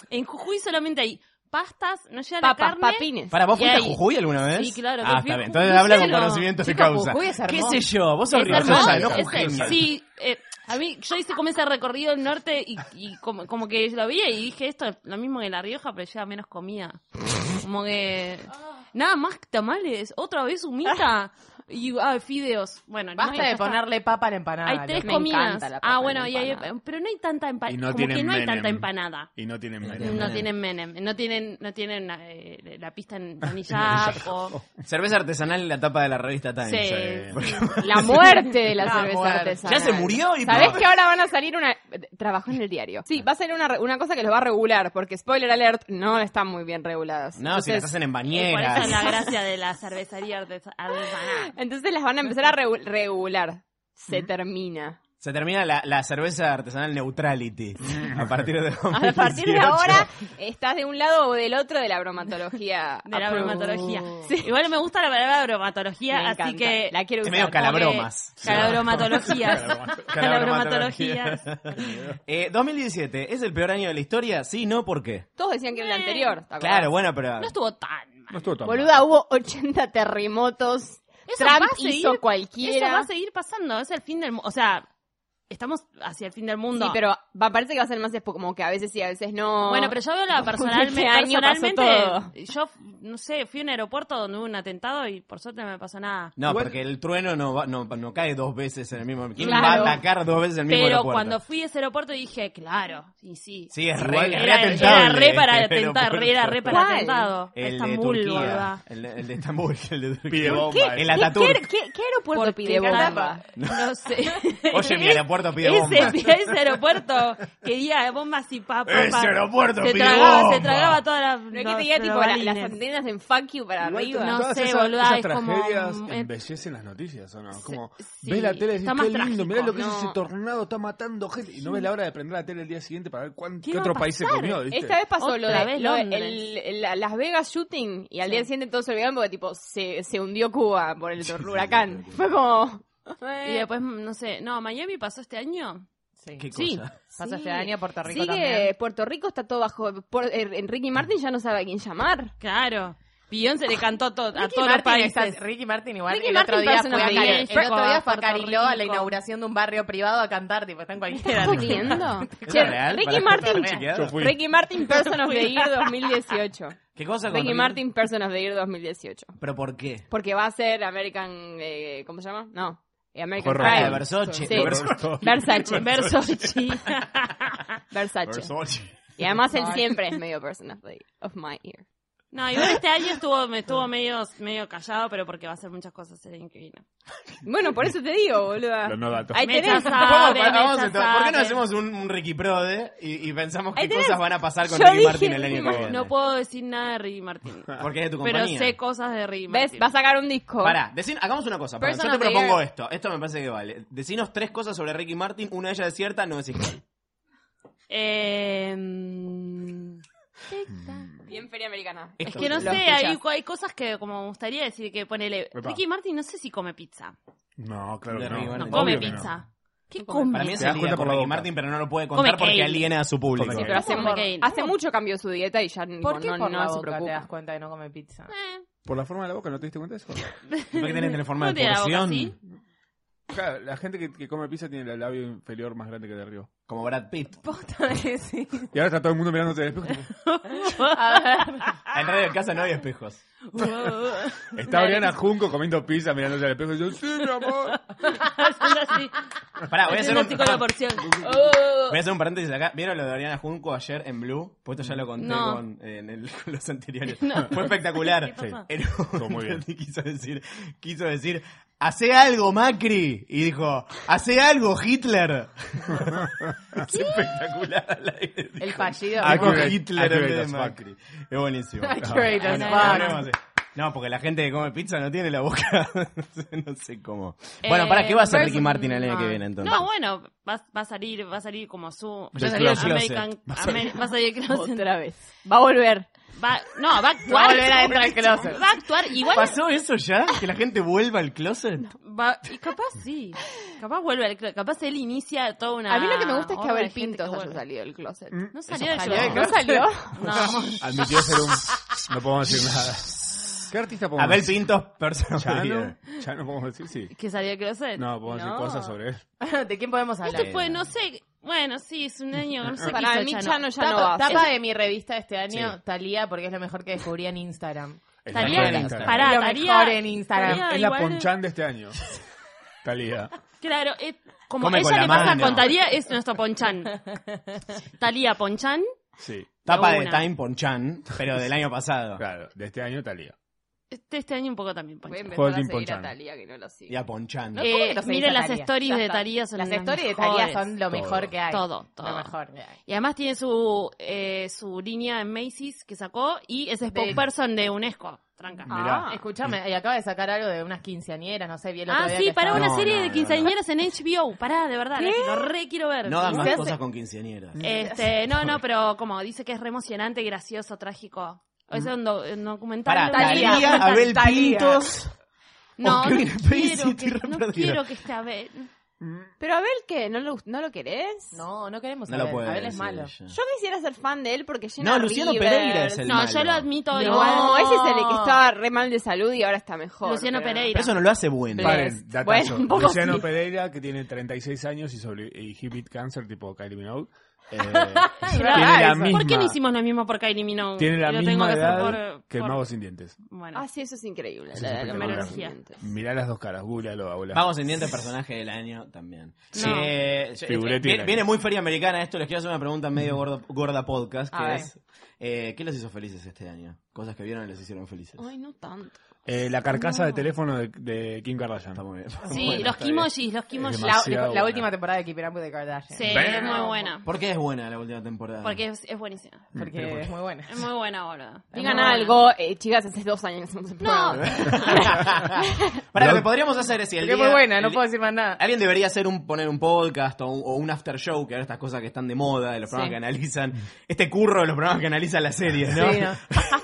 Speaker 13: En Jujuy solamente hay pastas, no llega la
Speaker 1: Papas,
Speaker 13: carne.
Speaker 1: papines.
Speaker 2: Para, ¿vos
Speaker 13: y
Speaker 2: fuiste a
Speaker 13: hay-
Speaker 2: Jujuy alguna vez?
Speaker 13: Sí, claro. que
Speaker 2: Ah,
Speaker 13: fui
Speaker 2: está
Speaker 13: a
Speaker 2: bien.
Speaker 13: Jujuy.
Speaker 2: Entonces habla con
Speaker 13: Cielo.
Speaker 2: conocimiento de
Speaker 13: Chicos,
Speaker 2: causa.
Speaker 13: Jujuy es
Speaker 2: ¿Qué
Speaker 13: hermoso.
Speaker 2: sé yo? Vos sos
Speaker 13: Es
Speaker 2: riojana,
Speaker 13: hermoso,
Speaker 2: no
Speaker 13: es-
Speaker 2: jujeña.
Speaker 13: Sí, eh, a mí, yo hice como ese recorrido del norte y, y como, como que lo vi y dije esto es lo mismo que La Rioja, pero lleva menos comida. Como que. Nada más que tamales, otra vez humita y ah, fideos. Bueno,
Speaker 14: Basta
Speaker 13: listo,
Speaker 14: de
Speaker 13: ya está.
Speaker 14: ponerle papa a la empanada.
Speaker 13: Hay tres
Speaker 14: Me
Speaker 13: comidas.
Speaker 14: encanta la papa
Speaker 13: Ah,
Speaker 14: en
Speaker 13: bueno,
Speaker 14: la
Speaker 13: y hay,
Speaker 14: empanada.
Speaker 13: pero no hay tanta empanada.
Speaker 12: Y no
Speaker 13: como que
Speaker 12: tienen
Speaker 13: no hay tanta
Speaker 12: Menem.
Speaker 13: empanada.
Speaker 12: Y no tienen menem.
Speaker 13: No tienen menem, no tienen, no tienen eh, la pista en
Speaker 2: *laughs*
Speaker 13: Anillaco.
Speaker 2: Cerveza artesanal en la tapa de la revista Time.
Speaker 13: Sí,
Speaker 1: La muerte de *laughs* la
Speaker 13: La
Speaker 1: cerveza
Speaker 13: muerte.
Speaker 1: artesanal.
Speaker 13: Ya se murió y-
Speaker 1: ¿Sabés que ahora van a salir una. Trabajó en el diario. Sí, va a salir una, re- una cosa que los va a regular, porque spoiler alert, no están muy bien reguladas.
Speaker 2: No, si las hacen en
Speaker 13: Eh, Por
Speaker 2: bañeras.
Speaker 13: eso es la gracia de la cervecería artes- artesanal.
Speaker 1: Entonces las van a empezar a regu- regular. Se
Speaker 2: *laughs*
Speaker 1: termina.
Speaker 2: Se termina la, la cerveza artesanal neutrality. a partir de
Speaker 1: A partir de
Speaker 2: 2018.
Speaker 1: ahora estás de un lado o del otro de la bromatología.
Speaker 13: *laughs* De la
Speaker 1: Approved.
Speaker 13: bromatología. Igual me gusta la palabra bromatología,
Speaker 1: Me
Speaker 13: así
Speaker 1: encanta.
Speaker 13: que.
Speaker 1: La quiero
Speaker 2: Es
Speaker 1: usar.
Speaker 2: medio calabromas.
Speaker 13: Como que-
Speaker 2: *laughs*
Speaker 13: Calabromatologías. Calabromatologías.
Speaker 2: Eh, 2017, ¿es el peor año de la historia? Sí, no, ¿por qué?
Speaker 1: Todos decían que era el anterior. ¿te acordás?
Speaker 2: Claro, bueno, pero...
Speaker 13: No estuvo tan.
Speaker 2: No estuvo tan
Speaker 1: Boluda, hubo 80 terremotos.
Speaker 13: Eso
Speaker 1: Trump
Speaker 13: va a seguir-
Speaker 1: hizo cualquiera.
Speaker 13: Eso va a seguir pasando. Es el fin del mundo. O sea, estamos hacia el fin del mundo.
Speaker 1: Sí, pero va, parece que va a ser más espo- como que a veces sí, a veces no.
Speaker 13: Bueno, pero yo veo *laughs* la
Speaker 1: Este
Speaker 13: personalmente.
Speaker 1: año pasó todo.
Speaker 13: personalmente yo, no sé, fui a un aeropuerto donde hubo un atentado y por suerte no me pasó nada.
Speaker 2: No, porque el trueno no, va- no, no cae dos veces en el mismo... ¿Quién
Speaker 13: Claro.
Speaker 2: va a atacar dos veces en el mismo
Speaker 13: Pero
Speaker 2: aeropuerto?
Speaker 13: cuando fui a ese aeropuerto dije, claro, sí, sí.
Speaker 2: Sí, es re,
Speaker 13: Igual
Speaker 2: es
Speaker 13: era, era
Speaker 2: re atentable
Speaker 13: re para
Speaker 2: este
Speaker 13: atentado,
Speaker 2: aeropuerto.
Speaker 13: era re para
Speaker 1: ¿Cuál?
Speaker 13: atentado.
Speaker 2: El de
Speaker 13: Estambul,
Speaker 2: Turquía.
Speaker 13: boluda.
Speaker 2: El, el de Estambul, *laughs* el de Turquía.
Speaker 1: ¿Qué,
Speaker 2: El
Speaker 1: qué,
Speaker 2: Ataturk.
Speaker 1: qué- qué aeropuerto
Speaker 13: Porque,
Speaker 1: pide
Speaker 13: caramba,
Speaker 1: bomba?
Speaker 13: No
Speaker 2: *laughs*
Speaker 13: sé.
Speaker 2: Oye, mi aeropuerto pide *laughs* bombas.
Speaker 13: Ese, ese aeropuerto quería bombas y papas.
Speaker 2: *laughs* Ese aeropuerto
Speaker 13: se
Speaker 2: pide
Speaker 13: tragaba, Se
Speaker 2: bombas.
Speaker 13: tragaba todas las.
Speaker 1: No hay que
Speaker 13: los-
Speaker 1: te diga, tipo,
Speaker 13: los
Speaker 1: la- las
Speaker 13: balines.
Speaker 1: antenas en fuck you para arriba.
Speaker 13: No
Speaker 12: Todas
Speaker 13: sé,
Speaker 12: esas,
Speaker 13: boluda,
Speaker 12: esas
Speaker 13: es como,
Speaker 12: tragedias
Speaker 13: mm,
Speaker 12: embellecen las noticias, ¿o no? Como,
Speaker 13: sí,
Speaker 12: ves la tele y decís,
Speaker 13: está más
Speaker 12: qué lindo,
Speaker 13: trágico,
Speaker 12: mirá lo que
Speaker 13: no.
Speaker 12: es ese tornado, está matando gente. Y no ves la hora de prender la tele el día siguiente para ver cuán-
Speaker 13: ¿Qué
Speaker 12: qué,
Speaker 13: va a
Speaker 12: otro país se
Speaker 13: pasar?
Speaker 12: comió, ¿viste?
Speaker 1: Esta vez pasó lo
Speaker 13: Otra
Speaker 1: de
Speaker 13: vez
Speaker 1: lo de-
Speaker 13: Londres.
Speaker 1: el- el- la- Las Vegas shooting y al día siguiente todos se olvidaron porque tipo se, se hundió Cuba por el huracán. Fue como...
Speaker 13: Y después, no sé. No, Miami pasó este año.
Speaker 14: Sí.
Speaker 2: ¿Qué
Speaker 13: Sí.
Speaker 2: cosa?
Speaker 14: Pasa
Speaker 13: Sí.
Speaker 14: este año a Puerto Rico
Speaker 1: Sigue,
Speaker 14: también.
Speaker 1: Puerto Rico está todo bajo... por- eh, Enrique Martin ya no sabe a quién llamar.
Speaker 13: Claro. Beyoncé le cantó a, to- a
Speaker 14: Ricky
Speaker 13: todos los
Speaker 14: Martin
Speaker 13: países.
Speaker 14: está- Ricky Martin igual.
Speaker 1: Ricky
Speaker 14: el,
Speaker 1: Martin
Speaker 14: otro día fue
Speaker 1: parece una
Speaker 14: a Cari-
Speaker 1: película.
Speaker 14: el otro día fue a
Speaker 13: Puerto
Speaker 14: Cariló a la
Speaker 13: Rico.
Speaker 14: inauguración de un barrio privado a cantar, tipo, está en cualquiera.
Speaker 1: ¿Estás
Speaker 14: *laughs*
Speaker 1: jodiendo?
Speaker 2: ¿Eso
Speaker 1: Che,
Speaker 2: es real?
Speaker 1: Ricky
Speaker 2: Pará,
Speaker 1: Martin,
Speaker 2: ¿está chequeado? Yo fui.
Speaker 1: Ricky Martin Person of the Year 2018.
Speaker 2: ¿Qué cosa con
Speaker 1: Ricky
Speaker 2: Ricky?
Speaker 1: Martin Person of the Year 2018.
Speaker 2: ¿Pero por qué?
Speaker 1: Porque va a ser American... eh, ¿Cómo se llama? No. eh, American
Speaker 2: Horror. Ah,
Speaker 1: Crime.
Speaker 2: de Versace.
Speaker 1: Sí.
Speaker 2: De Versace.
Speaker 1: Versace.
Speaker 2: *laughs*
Speaker 13: Versace.
Speaker 1: Versace. Y además él siempre es medio person of, the- of my ear.
Speaker 13: No, igual este año estuvo, me estuvo medio, medio callado, pero porque va a hacer muchas cosas el año que viene.
Speaker 1: Bueno, por eso te digo, boluda.
Speaker 12: Los no datos.
Speaker 1: Ahí
Speaker 13: Mecha
Speaker 1: tenés.
Speaker 13: sabe,
Speaker 2: Vamos, pará,
Speaker 13: mecha
Speaker 2: vamos entonces. ¿Por qué no
Speaker 13: sabe.
Speaker 2: hacemos un, un Ricky Prode y, y pensamos qué
Speaker 1: Ahí tenés.
Speaker 2: cosas van a pasar con
Speaker 1: Yo
Speaker 2: Ricky
Speaker 1: dije
Speaker 2: Martin el año
Speaker 1: Ricky
Speaker 2: que viene?
Speaker 13: No puedo decir nada de Ricky Martin.
Speaker 2: Porque es *laughs* de tu
Speaker 13: Pero
Speaker 2: compañía.
Speaker 13: sé cosas de Ricky Martin.
Speaker 1: ¿Ves? Va a sacar un disco.
Speaker 2: Pará, decin- hagamos una cosa. pará,
Speaker 1: Person
Speaker 2: yo te
Speaker 1: of the
Speaker 2: propongo
Speaker 1: year.
Speaker 2: esto. Esto me parece que vale. Decinos tres cosas sobre Ricky Martin, una de ellas es cierta, no decís cuál.
Speaker 13: Eh, mm,
Speaker 1: Mm. Bien feria americana.
Speaker 13: es que no sé,
Speaker 1: Lo
Speaker 13: hay,
Speaker 1: escuchás.
Speaker 13: hay cosas que como me gustaría decir que ponele...
Speaker 12: Epa.
Speaker 13: Ricky Martin no sé si come pizza.
Speaker 12: No, claro
Speaker 2: De
Speaker 12: que no.
Speaker 2: Ricky Martin.
Speaker 13: No
Speaker 2: Obvio
Speaker 13: come
Speaker 12: que no.
Speaker 13: pizza. ¿Qué come?
Speaker 2: Para mí es
Speaker 12: Te das
Speaker 2: el
Speaker 12: cuenta por
Speaker 2: con
Speaker 12: la
Speaker 2: Ricky
Speaker 12: boca.
Speaker 2: Martin, pero no lo puede
Speaker 13: Come
Speaker 2: contar porque
Speaker 13: cake.
Speaker 2: aliena a su
Speaker 12: Come
Speaker 2: público.
Speaker 12: cake.
Speaker 1: Pero hace,
Speaker 13: Como que-
Speaker 1: hace mucho cambió su dieta y ya
Speaker 14: ¿Por qué
Speaker 1: no,
Speaker 14: por
Speaker 1: no
Speaker 14: la
Speaker 1: se
Speaker 14: boca te das
Speaker 1: preocupa.
Speaker 14: cuenta que no come pizza?
Speaker 13: Eh,
Speaker 2: *laughs*
Speaker 12: Por la forma de la boca, ¿no te diste cuenta de eso?
Speaker 2: ¿Por qué tenés en forma
Speaker 13: ¿Cómo
Speaker 2: de
Speaker 13: tiene la boca
Speaker 2: porción?
Speaker 13: así?
Speaker 12: Claro, la gente que, que come pizza tiene el labio inferior más grande que el de arriba.
Speaker 2: Como Brad Pitt.
Speaker 12: Y ahora está todo el mundo mirándose al espejo.
Speaker 13: A
Speaker 2: *laughs* En radio en casa no hay espejos.
Speaker 13: ver.
Speaker 12: *laughs* Está Oriana
Speaker 10: *laughs*
Speaker 12: Junco comiendo pizza mirándose al espejo y yo, sí, mi *laughs* amor.
Speaker 13: Haciendo así.
Speaker 2: Pará, voy a hacer
Speaker 13: Haciendo
Speaker 2: un- *laughs*
Speaker 13: así con la porción. Oh.
Speaker 2: Voy a hacer un paréntesis acá. ¿Vieron lo de Oriana Junco ayer en Blue? Pues esto ya lo conté
Speaker 13: No.
Speaker 2: con, eh, en el- *laughs* con los anteriores.
Speaker 13: No.
Speaker 2: Fue espectacular.
Speaker 13: ¿Qué pasó?
Speaker 2: Era un-
Speaker 12: Estuvo muy bien.
Speaker 2: Quiso decir, quiso decir, hace algo Macri. Y dijo, hace algo
Speaker 14: *laughs*
Speaker 2: Hitler. es espectacular al aire.
Speaker 14: El fallido.
Speaker 2: Dijo
Speaker 12: Accurate,
Speaker 2: Hitler en vez de
Speaker 12: accurate as
Speaker 2: Macri. Es buenísimo. Ah,
Speaker 14: Accurate
Speaker 2: No,
Speaker 14: as
Speaker 2: no,
Speaker 14: fuck.
Speaker 2: no, no, no, No, porque la gente que come pizza no tiene la boca. *laughs* no sé cómo.
Speaker 13: Eh,
Speaker 2: Bueno, para ¿qué va a hacer Ricky
Speaker 13: versus-
Speaker 2: Martin el año
Speaker 14: Ah.
Speaker 2: que
Speaker 13: no.
Speaker 2: viene entonces?
Speaker 13: No, bueno, va, va a salir, va a salir como su
Speaker 2: a salir del closet.
Speaker 13: American,
Speaker 2: Va a salir-
Speaker 13: Amer- va a salir del closet.
Speaker 1: Otra vez. Va a volver.
Speaker 13: Va- no, va a actuar.
Speaker 1: *laughs* Va a volver adentro del closet.
Speaker 13: Va a actuar igual.
Speaker 2: ¿Pasó eso ya? ¿Que la gente vuelva al closet?
Speaker 13: va- y capaz sí. Capaz vuelve al closet. Capaz él inicia toda una.
Speaker 1: A mí lo que me gusta es que
Speaker 13: obra de
Speaker 1: Abel
Speaker 13: gente
Speaker 1: Pintos
Speaker 13: que
Speaker 1: haya
Speaker 13: vuelve.
Speaker 1: salido del closet.
Speaker 2: ¿Mm?
Speaker 13: No salió del
Speaker 1: ¿Salió del
Speaker 13: closet.
Speaker 1: ¿No
Speaker 13: *laughs*
Speaker 1: salió?
Speaker 13: No.
Speaker 12: Admitió ser un. No podemos decir nada. ¿Qué artista podemos
Speaker 2: Abel
Speaker 12: decir?
Speaker 2: Pintos, persona
Speaker 12: ¿Chano?
Speaker 2: preferida.
Speaker 12: ¿Chano podemos decir? Sí.
Speaker 13: Que salió del closet.
Speaker 12: No, podemos decir cosas sobre él.
Speaker 14: *laughs* ¿De quién podemos hablar?
Speaker 13: Esto fue, no sé. Bueno, sí, es un año. No sé qué
Speaker 1: Para
Speaker 13: hizo
Speaker 1: mí Chano
Speaker 13: Chano.
Speaker 1: ya no va.
Speaker 14: Tapa,
Speaker 1: a
Speaker 14: tapa
Speaker 1: ser.
Speaker 14: de mi revista este año,
Speaker 2: Sí.
Speaker 14: Talía, porque es lo mejor que descubrí en Instagram.
Speaker 12: Es la
Speaker 13: Talía,
Speaker 12: mejor en Instagram.
Speaker 13: pará,
Speaker 14: Lo
Speaker 13: Talía-
Speaker 14: mejor en Instagram.
Speaker 13: Talía
Speaker 12: Es la
Speaker 13: igual-
Speaker 12: ponchan de este año.
Speaker 13: *laughs*
Speaker 12: Talía.
Speaker 13: Claro, es, como
Speaker 2: Come con
Speaker 13: ella
Speaker 2: la
Speaker 13: le pasa
Speaker 2: mano.
Speaker 13: con Talía, es nuestro Ponchan. *laughs* Talía Ponchan.
Speaker 12: Sí.
Speaker 2: Tapa
Speaker 13: De
Speaker 2: de
Speaker 13: una.
Speaker 2: Time Ponchan, pero del año pasado.
Speaker 12: Claro, de este año Talía.
Speaker 13: Este, este año un poco también
Speaker 1: Voy a
Speaker 13: Ponchan.
Speaker 1: empezar a
Speaker 12: Joaquín
Speaker 1: seguir
Speaker 12: Ponchano.
Speaker 1: a Talía, que no lo sigue.
Speaker 2: Y a Ponchan. Eh,
Speaker 14: No, ¿cómo que no seguís
Speaker 13: miren
Speaker 14: a
Speaker 13: las
Speaker 14: Talía?
Speaker 13: stories
Speaker 14: Ya
Speaker 13: de
Speaker 14: está.
Speaker 13: Talía son
Speaker 14: Las
Speaker 13: las
Speaker 14: stories de
Speaker 13: mejores.
Speaker 14: Talía son lo mejor que hay.
Speaker 13: Todo, todo.
Speaker 14: Lo mejor que hay.
Speaker 13: Y además tiene su, eh, su línea en Macy's que sacó y es spokesperson de UNESCO. Tranca.
Speaker 12: Mirá.
Speaker 14: Ah, Escuchame, y acaba de sacar algo de unas quinceañeras, no sé, bien el otro
Speaker 13: Ah,
Speaker 14: día
Speaker 13: sí,
Speaker 14: que
Speaker 13: para
Speaker 14: estaba-
Speaker 13: una
Speaker 2: No,
Speaker 13: serie
Speaker 2: no,
Speaker 13: de
Speaker 2: no,
Speaker 13: quinceañeras en HBO. Pará, de verdad, la que lo re quiero ver.
Speaker 2: No dan
Speaker 13: Sí.
Speaker 2: más
Speaker 14: se hace-
Speaker 2: cosas con quinceañeras.
Speaker 13: Este, no, no, pero como dice que es re emocionante, gracioso, trágico. Es un, do- un documental.
Speaker 2: Para
Speaker 13: de una-
Speaker 2: Talía, Mm. Abel
Speaker 14: Talía.
Speaker 2: Pintos.
Speaker 13: No, no,
Speaker 2: o
Speaker 12: *laughs*
Speaker 2: Kevin Spacey,
Speaker 13: quiero
Speaker 2: estoy
Speaker 13: que,
Speaker 2: re
Speaker 13: no
Speaker 2: perdido.
Speaker 13: quiero que esté Abel. Mm.
Speaker 1: Pero Abel, ¿qué? ¿No lo, ¿No lo querés?
Speaker 14: No, no queremos
Speaker 2: No
Speaker 14: saber.
Speaker 2: lo puede
Speaker 14: Abel es
Speaker 2: decir
Speaker 14: malo.
Speaker 2: ella.
Speaker 1: Yo quisiera ser fan de él porque llena
Speaker 2: No, Luciano
Speaker 1: River.
Speaker 2: Pereira es el
Speaker 13: No,
Speaker 2: malo.
Speaker 13: yo lo admito
Speaker 1: No,
Speaker 13: igual.
Speaker 1: ese es el que estaba re mal de salud y ahora está mejor.
Speaker 13: Luciano
Speaker 1: pero-
Speaker 13: Pereira.
Speaker 2: Pero eso no lo hace bueno.
Speaker 1: Vale.
Speaker 12: Paren, datazo.
Speaker 1: Bueno, un poco
Speaker 12: Luciano
Speaker 1: sí.
Speaker 12: Pereira, que tiene 36 años y, sobre, y he beat cancer tipo Kylie Minogue.
Speaker 13: *laughs*
Speaker 12: Eh,
Speaker 13: Ay,
Speaker 12: tiene
Speaker 13: ¿verdad?
Speaker 12: la
Speaker 13: ¿Por qué
Speaker 12: misma-
Speaker 13: no hicimos lo mismo por Kylie Minogue?
Speaker 12: Tiene la
Speaker 13: Y lo tengo
Speaker 12: misma
Speaker 13: que
Speaker 12: edad
Speaker 13: hacer por,
Speaker 12: que el
Speaker 13: por-
Speaker 12: Mago Sin Dientes.
Speaker 13: Bueno,
Speaker 1: Ah, sí, eso es increíble.
Speaker 12: Eso
Speaker 1: la-
Speaker 12: es
Speaker 1: la- la-
Speaker 12: espectacular.
Speaker 1: los dientes.
Speaker 12: Mirá las dos caras, googlealo, abuela.
Speaker 2: Vamos en diente personaje del año también.
Speaker 13: Sí.
Speaker 2: Eh, yo-
Speaker 12: Figuretti
Speaker 2: eh,
Speaker 12: del
Speaker 2: viene,
Speaker 12: año.
Speaker 2: viene muy feria americana esto, les quiero hacer una pregunta medio gordo- gorda podcast,
Speaker 14: A
Speaker 2: que
Speaker 14: ver.
Speaker 2: es, eh, ¿qué los hizo felices este año? Cosas que vieron y les hicieron felices.
Speaker 1: Ay, no tanto.
Speaker 12: Eh, la carcasa de teléfono de, de Kim Kardashian.
Speaker 2: Está muy bien.
Speaker 13: sí,
Speaker 2: Bueno,
Speaker 13: los
Speaker 2: está bien.
Speaker 13: kimojis, los kimojis.
Speaker 14: La,
Speaker 12: Demasiado
Speaker 14: la
Speaker 12: buena.
Speaker 14: última temporada de Keeping Up with the Kardashians.
Speaker 13: Sí, es muy buena.
Speaker 2: ¿Por qué es buena la última
Speaker 12: Ah.
Speaker 2: temporada?
Speaker 13: Porque es, es buenísima.
Speaker 14: Porque es muy buena.
Speaker 13: Es muy buena, boludo.
Speaker 1: Digan
Speaker 13: Muy buena.
Speaker 1: algo, *laughs* eh, chicas, hace dos años que hacemos el
Speaker 13: No, *laughs*
Speaker 1: programa.
Speaker 2: Para lo que podríamos hacer es si el
Speaker 14: Porque es
Speaker 2: día-
Speaker 14: muy buena, no
Speaker 2: el-
Speaker 14: puedo decir más nada.
Speaker 2: Alguien debería hacer un poner un podcast o un, o un after show, que ahora estas cosas que están de moda, de los programas que analizan, este curro de los programas que analizan las series, ¿no?
Speaker 14: Sí,
Speaker 12: *laughs*
Speaker 10: *laughs*
Speaker 14: ¿no?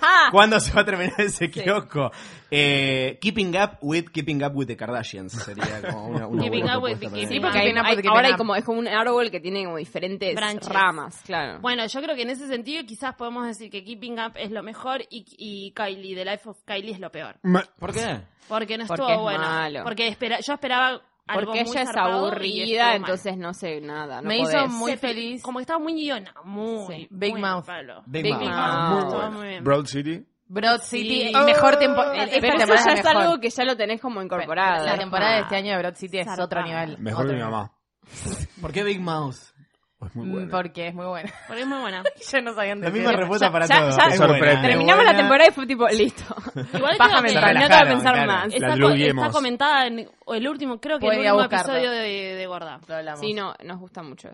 Speaker 13: Ah.
Speaker 2: ¿Cuándo se va a terminar ese kiosco? Eh, keeping up with Keeping up with the Kardashians sería como una, una
Speaker 13: Keeping
Speaker 2: buena
Speaker 13: up with
Speaker 2: propuesta
Speaker 13: the
Speaker 2: para
Speaker 13: Keeping
Speaker 2: mí.
Speaker 14: porque
Speaker 1: Hay-
Speaker 14: no,
Speaker 1: hay-
Speaker 14: porque
Speaker 1: ahora
Speaker 14: no.
Speaker 1: hay como, es como un árbol que tiene como diferentes
Speaker 13: Branches.
Speaker 1: ramas, claro.
Speaker 13: *laughs* Bueno, yo creo que en ese sentido quizás podemos decir que Keeping Up es lo mejor y, y Kylie, The Life of Kylie es lo peor.
Speaker 12: Ma-
Speaker 2: ¿Por qué?
Speaker 13: Porque no
Speaker 1: Porque
Speaker 13: estuvo
Speaker 1: es
Speaker 13: bueno.
Speaker 1: malo.
Speaker 13: Porque espera, yo esperaba algo
Speaker 1: Porque
Speaker 13: muy
Speaker 1: ella es
Speaker 13: zarpado y estuvo
Speaker 1: aburrida,
Speaker 13: mal.
Speaker 1: entonces no sé nada. No
Speaker 14: Me hizo
Speaker 1: podés.
Speaker 14: muy
Speaker 13: Se-
Speaker 14: feliz.
Speaker 13: Como que estaba muy guiona, muy.
Speaker 14: Sí, Big
Speaker 13: muy
Speaker 14: Mouth.
Speaker 13: palo.
Speaker 2: Big,
Speaker 1: Big
Speaker 2: Mouth.
Speaker 1: Mouth.
Speaker 13: Ah,
Speaker 12: muy
Speaker 13: estaba
Speaker 12: buena.
Speaker 13: muy bien.
Speaker 12: Broad City.
Speaker 14: Broad City,
Speaker 13: Sí. Oh.
Speaker 14: mejor temporada.
Speaker 1: Pero eso ya es algo que ya lo tenés como incorporado.
Speaker 14: La temporada de este año de Broad City es
Speaker 13: Zarpada.
Speaker 14: otro nivel.
Speaker 12: Mejor
Speaker 14: otro
Speaker 12: que mi
Speaker 14: nivel.
Speaker 1: *laughs*
Speaker 12: mamá.
Speaker 2: ¿Por qué Big Mouth?
Speaker 12: Es
Speaker 14: Mm,
Speaker 12: muy buena.
Speaker 14: Porque es muy buena.
Speaker 13: Porque es muy buena.
Speaker 14: *laughs* Yo no sabía
Speaker 2: La
Speaker 14: dónde
Speaker 2: misma
Speaker 14: era.
Speaker 2: respuesta para
Speaker 1: ya-
Speaker 2: todos.
Speaker 1: ya-
Speaker 2: Es
Speaker 12: Sorprende.
Speaker 2: buena, es
Speaker 1: Terminamos la
Speaker 2: buena.
Speaker 1: temporada y fue tipo, listo.
Speaker 14: *laughs*
Speaker 13: Igual creo
Speaker 14: Bájame el
Speaker 13: que
Speaker 1: no te
Speaker 14: relajaron,
Speaker 1: voy a pensar
Speaker 2: claro.
Speaker 1: más.
Speaker 13: está,
Speaker 12: La
Speaker 13: co-
Speaker 12: druguemos.
Speaker 13: está comentada en el último, creo que
Speaker 14: Voy a
Speaker 13: el
Speaker 14: ir a
Speaker 13: último
Speaker 14: buscarla.
Speaker 13: episodio de, de Gorda.
Speaker 14: Lo hablamos.
Speaker 1: Sí, no, nos gusta mucho.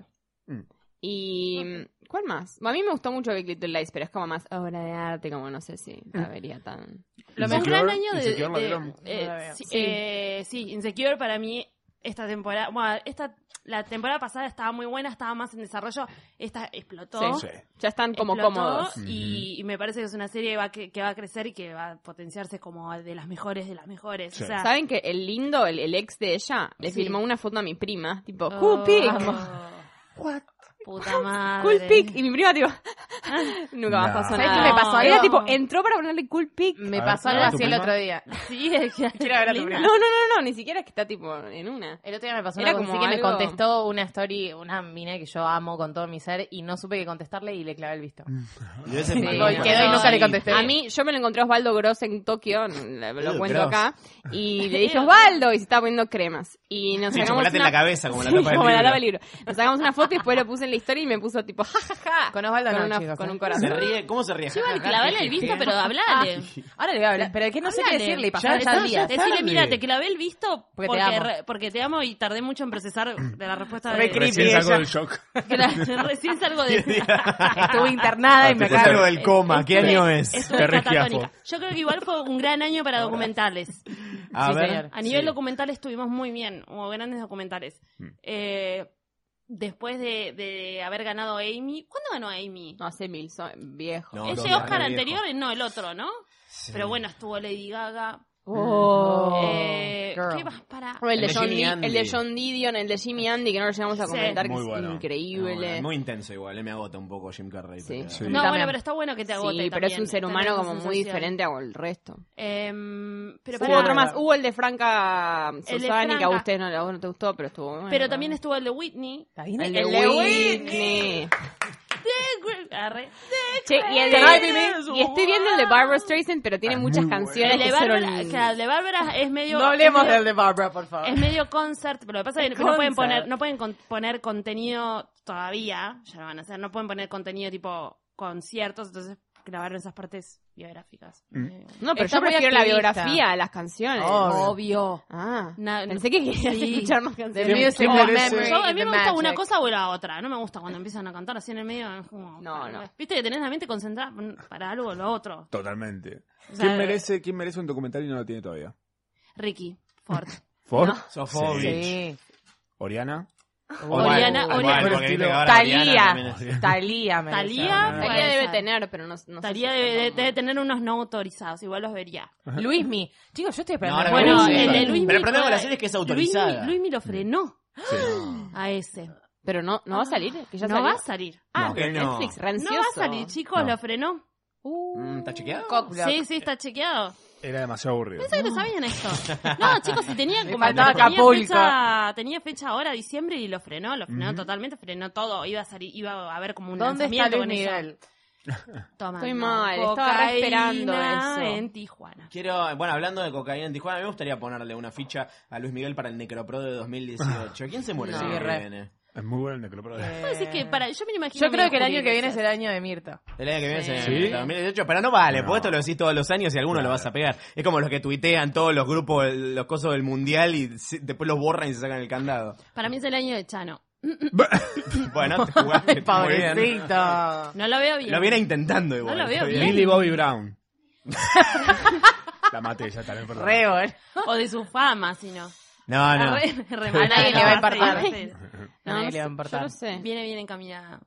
Speaker 12: Mm.
Speaker 1: Y. ¿Cuál más? A mí me gustó mucho Big Little Lies, pero es como más obra de arte, como no sé si
Speaker 12: Mm.
Speaker 1: la vería tan.
Speaker 13: Lo
Speaker 12: Insecure,
Speaker 13: mejor gran año de.
Speaker 12: Insecure la
Speaker 13: de-
Speaker 12: vieron.
Speaker 13: eh,
Speaker 14: No la veo.
Speaker 13: sí,
Speaker 14: Sí.
Speaker 13: eh, sí, Insecure para mí, esta temporada. Bueno, esta, la temporada pasada estaba muy buena, estaba más en desarrollo. Esta explotó.
Speaker 12: Sí.
Speaker 1: Ya están como
Speaker 13: explotó
Speaker 1: cómodos.
Speaker 13: Y, y me parece que es una serie que va, que, que va a crecer y que va a potenciarse como de las mejores de las mejores.
Speaker 12: Sí.
Speaker 13: O sea,
Speaker 1: ¿Saben que el lindo, el, el ex de ella, le
Speaker 13: Sí.
Speaker 1: filmó una foto a mi prima? Tipo,
Speaker 13: oh,
Speaker 1: "Who pig?"
Speaker 13: amo. Puta madre.
Speaker 1: Cool pic. Y mi prima, tipo, nunca más
Speaker 13: No.
Speaker 1: pasó
Speaker 13: ¿Sabes
Speaker 1: nada.
Speaker 13: qué me pasó
Speaker 1: Era
Speaker 13: algo?
Speaker 1: tipo, entró para ponerle cool pic.
Speaker 13: Me A ver, pasó ¿a algo ver tu así el prima? otro
Speaker 1: *laughs*
Speaker 13: día. Sí, es que- Quiero ver a tu
Speaker 1: No,
Speaker 13: prima.
Speaker 1: no, no, no, ni siquiera es que está tipo en una.
Speaker 13: El otro día me pasó
Speaker 1: Era
Speaker 13: una cosa
Speaker 1: como
Speaker 13: así que me
Speaker 1: algo-
Speaker 13: contestó una story, una mina que yo amo con todo mi ser y no supe qué contestarle y le clavé el visto.
Speaker 2: Mm. Y ese
Speaker 13: Sí,
Speaker 2: es
Speaker 13: quedó y nunca le contesté.
Speaker 1: A mí, yo me lo encontré a Osvaldo Gross en Tokio, lo, lo
Speaker 2: Eh,
Speaker 1: cuento
Speaker 2: Gross.
Speaker 1: acá,
Speaker 2: *laughs*
Speaker 1: y le dije, Osvaldo, y se estaba poniendo cremas. Y nos
Speaker 2: Sí,
Speaker 1: sacamos
Speaker 2: chocolate en
Speaker 1: una-
Speaker 2: la cabeza, como la
Speaker 1: Sí,
Speaker 2: tapa del
Speaker 1: como la
Speaker 2: libro.
Speaker 1: tapa del libro. Nos sacamos una foto y después lo puse en la historia y me puso tipo, jajaja, con Osvaldo con,
Speaker 13: no,
Speaker 1: una-
Speaker 13: chicos,
Speaker 1: con
Speaker 13: eh.
Speaker 1: un corazón.
Speaker 2: Se ríe, ¿cómo se ríe?
Speaker 13: Yo iba a clavarle el visto, pero
Speaker 2: *laughs*
Speaker 13: hablale. Ahora le voy a hablar. Pero que no
Speaker 14: sé qué decirle y pasar
Speaker 13: el
Speaker 14: ya el día.
Speaker 13: Decirle,
Speaker 14: Tarde.
Speaker 13: mira, te clavé el visto
Speaker 14: Porque te
Speaker 13: porque, porque,
Speaker 14: amo.
Speaker 13: re- porque te amo y tardé mucho en procesar de la respuesta
Speaker 2: Re
Speaker 13: de...
Speaker 2: creepy
Speaker 12: Recién salgo
Speaker 2: ella.
Speaker 12: del shock.
Speaker 13: Claro, *laughs* recién
Speaker 2: *laughs*
Speaker 13: salgo de...
Speaker 14: Estuve internada y me
Speaker 2: Te salgo
Speaker 14: acabo
Speaker 2: Ah, del coma, ¿qué año es?
Speaker 13: Estuve catatónica. Yo creo que igual fue un gran año para documentales.
Speaker 2: A
Speaker 13: Sí,
Speaker 2: ver.
Speaker 13: señor. A nivel
Speaker 2: Sí.
Speaker 13: documental estuvimos muy bien, hubo grandes documentales.
Speaker 2: Mm.
Speaker 13: Eh, después de, de haber ganado Amy, ¿cuándo ganó Amy?
Speaker 1: No, hace mil, viejo.
Speaker 2: No,
Speaker 13: Ese
Speaker 2: no,
Speaker 13: Oscar
Speaker 2: no,
Speaker 13: anterior, no, el otro, ¿no? Pero bueno, estuvo Lady Gaga.
Speaker 1: Oh,
Speaker 13: Eh,
Speaker 1: girl.
Speaker 13: ¿Qué vas para?
Speaker 1: O el, de
Speaker 2: El de
Speaker 1: John
Speaker 2: Jimmy
Speaker 1: Di-
Speaker 2: Andy.
Speaker 1: el de John Didion, el de Jimmy Andy, que no lo llegamos a
Speaker 13: Sí.
Speaker 1: comentar, que
Speaker 2: Muy
Speaker 1: es
Speaker 2: bueno.
Speaker 1: increíble.
Speaker 2: No, bueno, muy intenso igual, eh, me agota un poco Jim Carrey. pero-
Speaker 13: No, bueno, pero está bueno que te agote
Speaker 1: Sí, pero es
Speaker 13: también,
Speaker 1: un ser
Speaker 13: tener
Speaker 1: humano
Speaker 13: esa
Speaker 1: como muy
Speaker 13: sensación.
Speaker 1: diferente al resto.
Speaker 13: Em, pero
Speaker 1: Hubo
Speaker 13: pará.
Speaker 1: otro más. Hubo el de Franca Susani, que a
Speaker 13: Franca.
Speaker 1: usted no, a vos no te gustó, pero estuvo bueno.
Speaker 13: Pero también estuvo el de Whitney.
Speaker 1: el de Whitney.
Speaker 13: The Gre- Arre. The
Speaker 1: Che, y, el de-
Speaker 13: Gre- Gre-
Speaker 1: y estoy viendo el de Barbara Streisand, pero tiene muchas canciones
Speaker 13: Ah, El de
Speaker 1: que son-
Speaker 13: Bárbara, o sea, el de Bárbara es medio...
Speaker 14: No hablemos
Speaker 13: es medio-
Speaker 14: del de Barbara, por favor.
Speaker 13: Es medio concert, pero lo que pasa es que
Speaker 14: Concert.
Speaker 13: no pueden poner, no pueden con- poner contenido todavía, ya lo van a hacer, no pueden poner contenido tipo conciertos, entonces grabaron esas partes biográficas. Eh,
Speaker 1: No, pero
Speaker 13: Está
Speaker 1: yo
Speaker 13: muy
Speaker 1: prefiero la
Speaker 13: activista.
Speaker 1: biografía a las canciones.
Speaker 13: Obvio.
Speaker 1: Ah,
Speaker 13: Na-
Speaker 1: pensé que querías
Speaker 13: Sí.
Speaker 1: escuchar más canciones.
Speaker 13: The
Speaker 14: music,
Speaker 13: Oh,
Speaker 14: the memory,
Speaker 13: yo- a mí
Speaker 14: the
Speaker 13: me gusta
Speaker 14: magic.
Speaker 13: una cosa o la otra. No me gusta cuando empiezan a cantar así en el medio. es como-
Speaker 1: No, no.
Speaker 13: Viste que tenés la mente concentrada para algo o lo otro.
Speaker 12: Totalmente.
Speaker 13: O sea,
Speaker 12: ¿Quién merece, ¿Quién merece un documental y no lo tiene todavía?
Speaker 13: Ricky Ford.
Speaker 12: ¿Ford?
Speaker 2: Sofovich.
Speaker 12: ¿Oriana?
Speaker 13: Oriana,
Speaker 12: Igual,
Speaker 13: Oriana.
Speaker 12: porque viste que ahora Oriana también es- *laughs*
Speaker 14: Talía. Talía, me
Speaker 13: Talía,
Speaker 1: Talía
Speaker 13: puede
Speaker 1: debe
Speaker 13: ser.
Speaker 1: tener, pero no, no sé
Speaker 13: Talía
Speaker 1: si-
Speaker 13: debe, debe tener unos no autorizados, igual los vería.
Speaker 14: Luismi. Chicos, yo estoy
Speaker 2: No,
Speaker 14: esperando.
Speaker 2: ahora
Speaker 14: Bueno,
Speaker 2: vamos a
Speaker 13: el
Speaker 2: ver.
Speaker 13: de Luismi
Speaker 2: Pero el problema
Speaker 13: fue-
Speaker 2: con la serie es que es autorizada.
Speaker 13: Luis, Luismi lo frenó
Speaker 2: Sí.
Speaker 13: a ese.
Speaker 1: Pero no, no va a salir. Que ya
Speaker 13: no
Speaker 1: salió.
Speaker 13: va a salir.
Speaker 1: Ah,
Speaker 2: No,
Speaker 1: pero
Speaker 2: que no.
Speaker 1: Netflix,
Speaker 13: No
Speaker 1: rancioso.
Speaker 13: va a salir, chicos,
Speaker 2: No.
Speaker 13: lo frenó.
Speaker 2: Mm, ¿Está chequeado?
Speaker 13: Sí, sí, está chequeado.
Speaker 12: Era demasiado aburrido.
Speaker 13: *laughs* Pensé que no sabían
Speaker 14: *laughs*
Speaker 13: esto. No, chicos, si tenían como
Speaker 14: faltaba
Speaker 13: tenía
Speaker 14: Acapulco.
Speaker 13: fecha, tenía fecha ahora, diciembre, y lo frenó, lo frenó totalmente, frenó todo. Iba a salir, iba a haber como un
Speaker 14: ¿Dónde está
Speaker 13: lanzamiento
Speaker 14: Luis
Speaker 13: con eso.
Speaker 14: Miguel?
Speaker 10: *laughs*
Speaker 13: Tomando
Speaker 1: Estoy mal, estaba re esperando
Speaker 13: cocaína
Speaker 1: eso.
Speaker 13: en Tijuana.
Speaker 2: Quiero, bueno, hablando de cocaína en Tijuana, me gustaría ponerle una ficha a Luis Miguel para el Necropro de
Speaker 12: *laughs*
Speaker 2: 2018. ¿Quién se muere el
Speaker 14: Sí,
Speaker 2: año que
Speaker 14: re.
Speaker 2: viene?
Speaker 12: Es muy bueno el necropro.
Speaker 13: Puedo decir que para, yo me lo imagino
Speaker 14: Yo creo
Speaker 13: medio
Speaker 14: que el año que
Speaker 13: Julio
Speaker 14: viene es
Speaker 13: Iglesias.
Speaker 14: el año de Mirta.
Speaker 2: El año que viene se-
Speaker 12: Sí.
Speaker 2: 2018, pero no vale, porque esto lo decís todos los años y alguno lo vas a pegar. Es como los que tuitean todos los grupos, el- los cosos del mundial y se- después los borran y se sacan el candado.
Speaker 13: Para mí es el año de Chano.
Speaker 2: Bueno, te jugaste muy bien.
Speaker 14: Pobrecito.
Speaker 13: No lo veo bien.
Speaker 2: Lo viene intentando
Speaker 13: No
Speaker 2: igual.
Speaker 13: lo veo
Speaker 2: está
Speaker 13: bien.
Speaker 12: Billy
Speaker 13: *laughs*
Speaker 12: Bobby Brown. La maté ya, también, perdón.
Speaker 14: Re bueno.
Speaker 13: O de su fama, si no.
Speaker 2: No, no.
Speaker 13: Re-
Speaker 14: *laughs*
Speaker 13: remata
Speaker 14: A nadie
Speaker 13: la
Speaker 14: le va a
Speaker 13: base,
Speaker 14: importar.
Speaker 13: ¿viste?
Speaker 14: No,
Speaker 1: No,
Speaker 14: nadie le
Speaker 1: no
Speaker 14: va a
Speaker 1: sé, yo
Speaker 14: importar.
Speaker 1: no sé.
Speaker 13: Viene bien encaminada.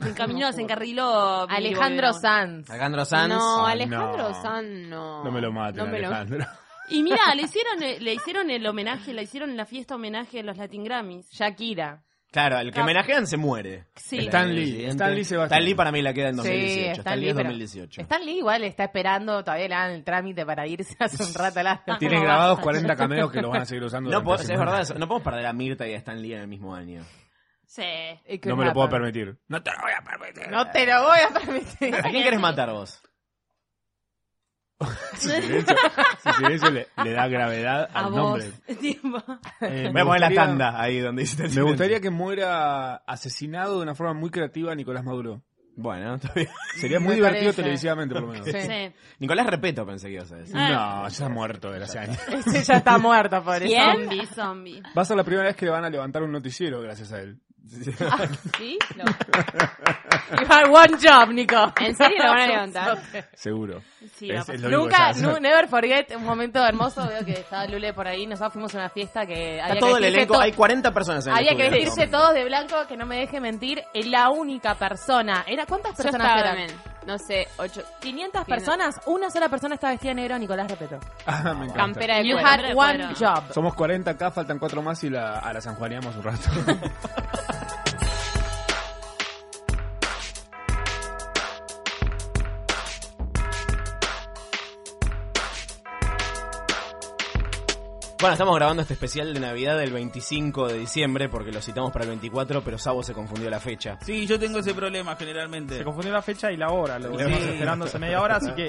Speaker 13: Se encaminó, se encarriló. Billy
Speaker 14: Alejandro
Speaker 13: Bobby Brown.
Speaker 14: Sanz.
Speaker 2: Alejandro Sanz.
Speaker 1: No,
Speaker 12: Ah,
Speaker 1: Alejandro
Speaker 12: no.
Speaker 1: San no.
Speaker 12: No me lo maten,
Speaker 1: No me lo-
Speaker 12: Alejandro. *laughs*
Speaker 13: Y mira, le hicieron, el- le hicieron el homenaje, le hicieron la fiesta homenaje a los Latin Grammys.
Speaker 14: Shakira.
Speaker 2: Claro, el que
Speaker 13: Cap-
Speaker 2: homenajean se muere.
Speaker 13: Sí.
Speaker 2: El
Speaker 12: Stan
Speaker 2: año
Speaker 12: Lee,
Speaker 2: siguiente.
Speaker 12: Stan Lee se va a-
Speaker 2: Stan Lee para mí la queda en 2018.
Speaker 14: Sí,
Speaker 2: Stan Lee es
Speaker 14: pero-
Speaker 2: 2018.
Speaker 14: Stan Lee igual está esperando, todavía le dan el trámite para irse hace
Speaker 2: *laughs*
Speaker 14: un rato al asno.
Speaker 12: Tiene
Speaker 14: ¿Cómo
Speaker 12: grabados
Speaker 14: basta?
Speaker 12: 40 cameos que los van a seguir usando.
Speaker 2: No,
Speaker 12: durante
Speaker 2: podemos-
Speaker 12: ese
Speaker 2: es
Speaker 12: momento.
Speaker 2: verdad, eso, no podemos perder a Mirta y a Stan Lee en el mismo año.
Speaker 13: Sí.
Speaker 14: It could
Speaker 12: No me lo puedo
Speaker 14: happen.
Speaker 12: permitir. No te lo voy a permitir.
Speaker 14: No te lo voy a permitir. *laughs*
Speaker 2: ¿A quién querés matar vos?
Speaker 12: Su silencio,
Speaker 14: *laughs*
Speaker 12: su silencio le, le da gravedad al
Speaker 13: A vos.
Speaker 12: nombre.
Speaker 13: Tipo,
Speaker 10: *laughs*
Speaker 12: Eh,
Speaker 2: Voy
Speaker 12: me
Speaker 2: a poner la
Speaker 12: gustaría-
Speaker 2: tanda ahí donde hiciste el
Speaker 12: Me
Speaker 2: silencio.
Speaker 12: gustaría que muera asesinado de una forma muy creativa Nicolás Maduro. *laughs*
Speaker 2: Bueno, está bien.
Speaker 12: Sería muy
Speaker 14: Me
Speaker 12: divertido
Speaker 14: parece.
Speaker 12: televisivamente, por lo menos.
Speaker 14: Sí.
Speaker 13: sí.
Speaker 2: Nicolás Repeto pensé que ibas a decir.
Speaker 12: No, ya ha muerto de hace años.
Speaker 14: Ese ya está muerto, pobre.
Speaker 13: Zombie, zombie.
Speaker 12: Va a ser la primera vez que le van a levantar un noticiero gracias a él.
Speaker 14: Ah,
Speaker 1: ¿Sí? Lo-
Speaker 14: You had one job, Nico.
Speaker 1: ¿En serio lo van
Speaker 10: *laughs*
Speaker 1: a levantar?
Speaker 12: *laughs* Seguro.
Speaker 13: Sí, va a
Speaker 12: Es- es
Speaker 13: pasar.
Speaker 12: lo único
Speaker 14: pues. Nunca,
Speaker 12: que sabe hacer.
Speaker 14: nu- never forget, un momento hermoso, veo que estaba Lule por ahí, nosotros fuimos a una fiesta que
Speaker 2: Está
Speaker 14: había
Speaker 2: todo
Speaker 14: que
Speaker 2: el
Speaker 14: vestirse
Speaker 2: elenco,
Speaker 14: to-
Speaker 2: hay 40 personas en el
Speaker 14: había que
Speaker 2: estudio en este
Speaker 14: vestirse
Speaker 2: momento.
Speaker 14: todos de blanco, que no me deje mentir, es la única persona. Era ¿Cuántas
Speaker 1: Yo
Speaker 14: personas
Speaker 1: estaba
Speaker 14: eran?
Speaker 1: también. No sé, ocho.
Speaker 14: 500 personas, una sola persona estaba vestida de negro, Nicolás Repeto.
Speaker 12: *laughs* Ah, me encanta.
Speaker 1: Campera de
Speaker 14: You
Speaker 1: cuero.
Speaker 14: had
Speaker 13: de
Speaker 14: one
Speaker 13: cuero.
Speaker 14: job.
Speaker 12: Somos 40 *laughs* acá, faltan 4 más y la, a la sanjuaneamos un rato.
Speaker 2: Bueno, estamos grabando este especial de Navidad del 25 de diciembre porque lo citamos para el 24, pero Sabo se confundió la fecha.
Speaker 15: Sí, yo tengo ese problema generalmente.
Speaker 12: Se confundió la fecha y la hora, lo
Speaker 15: Sí.
Speaker 12: estamos esperando hace media hora, así que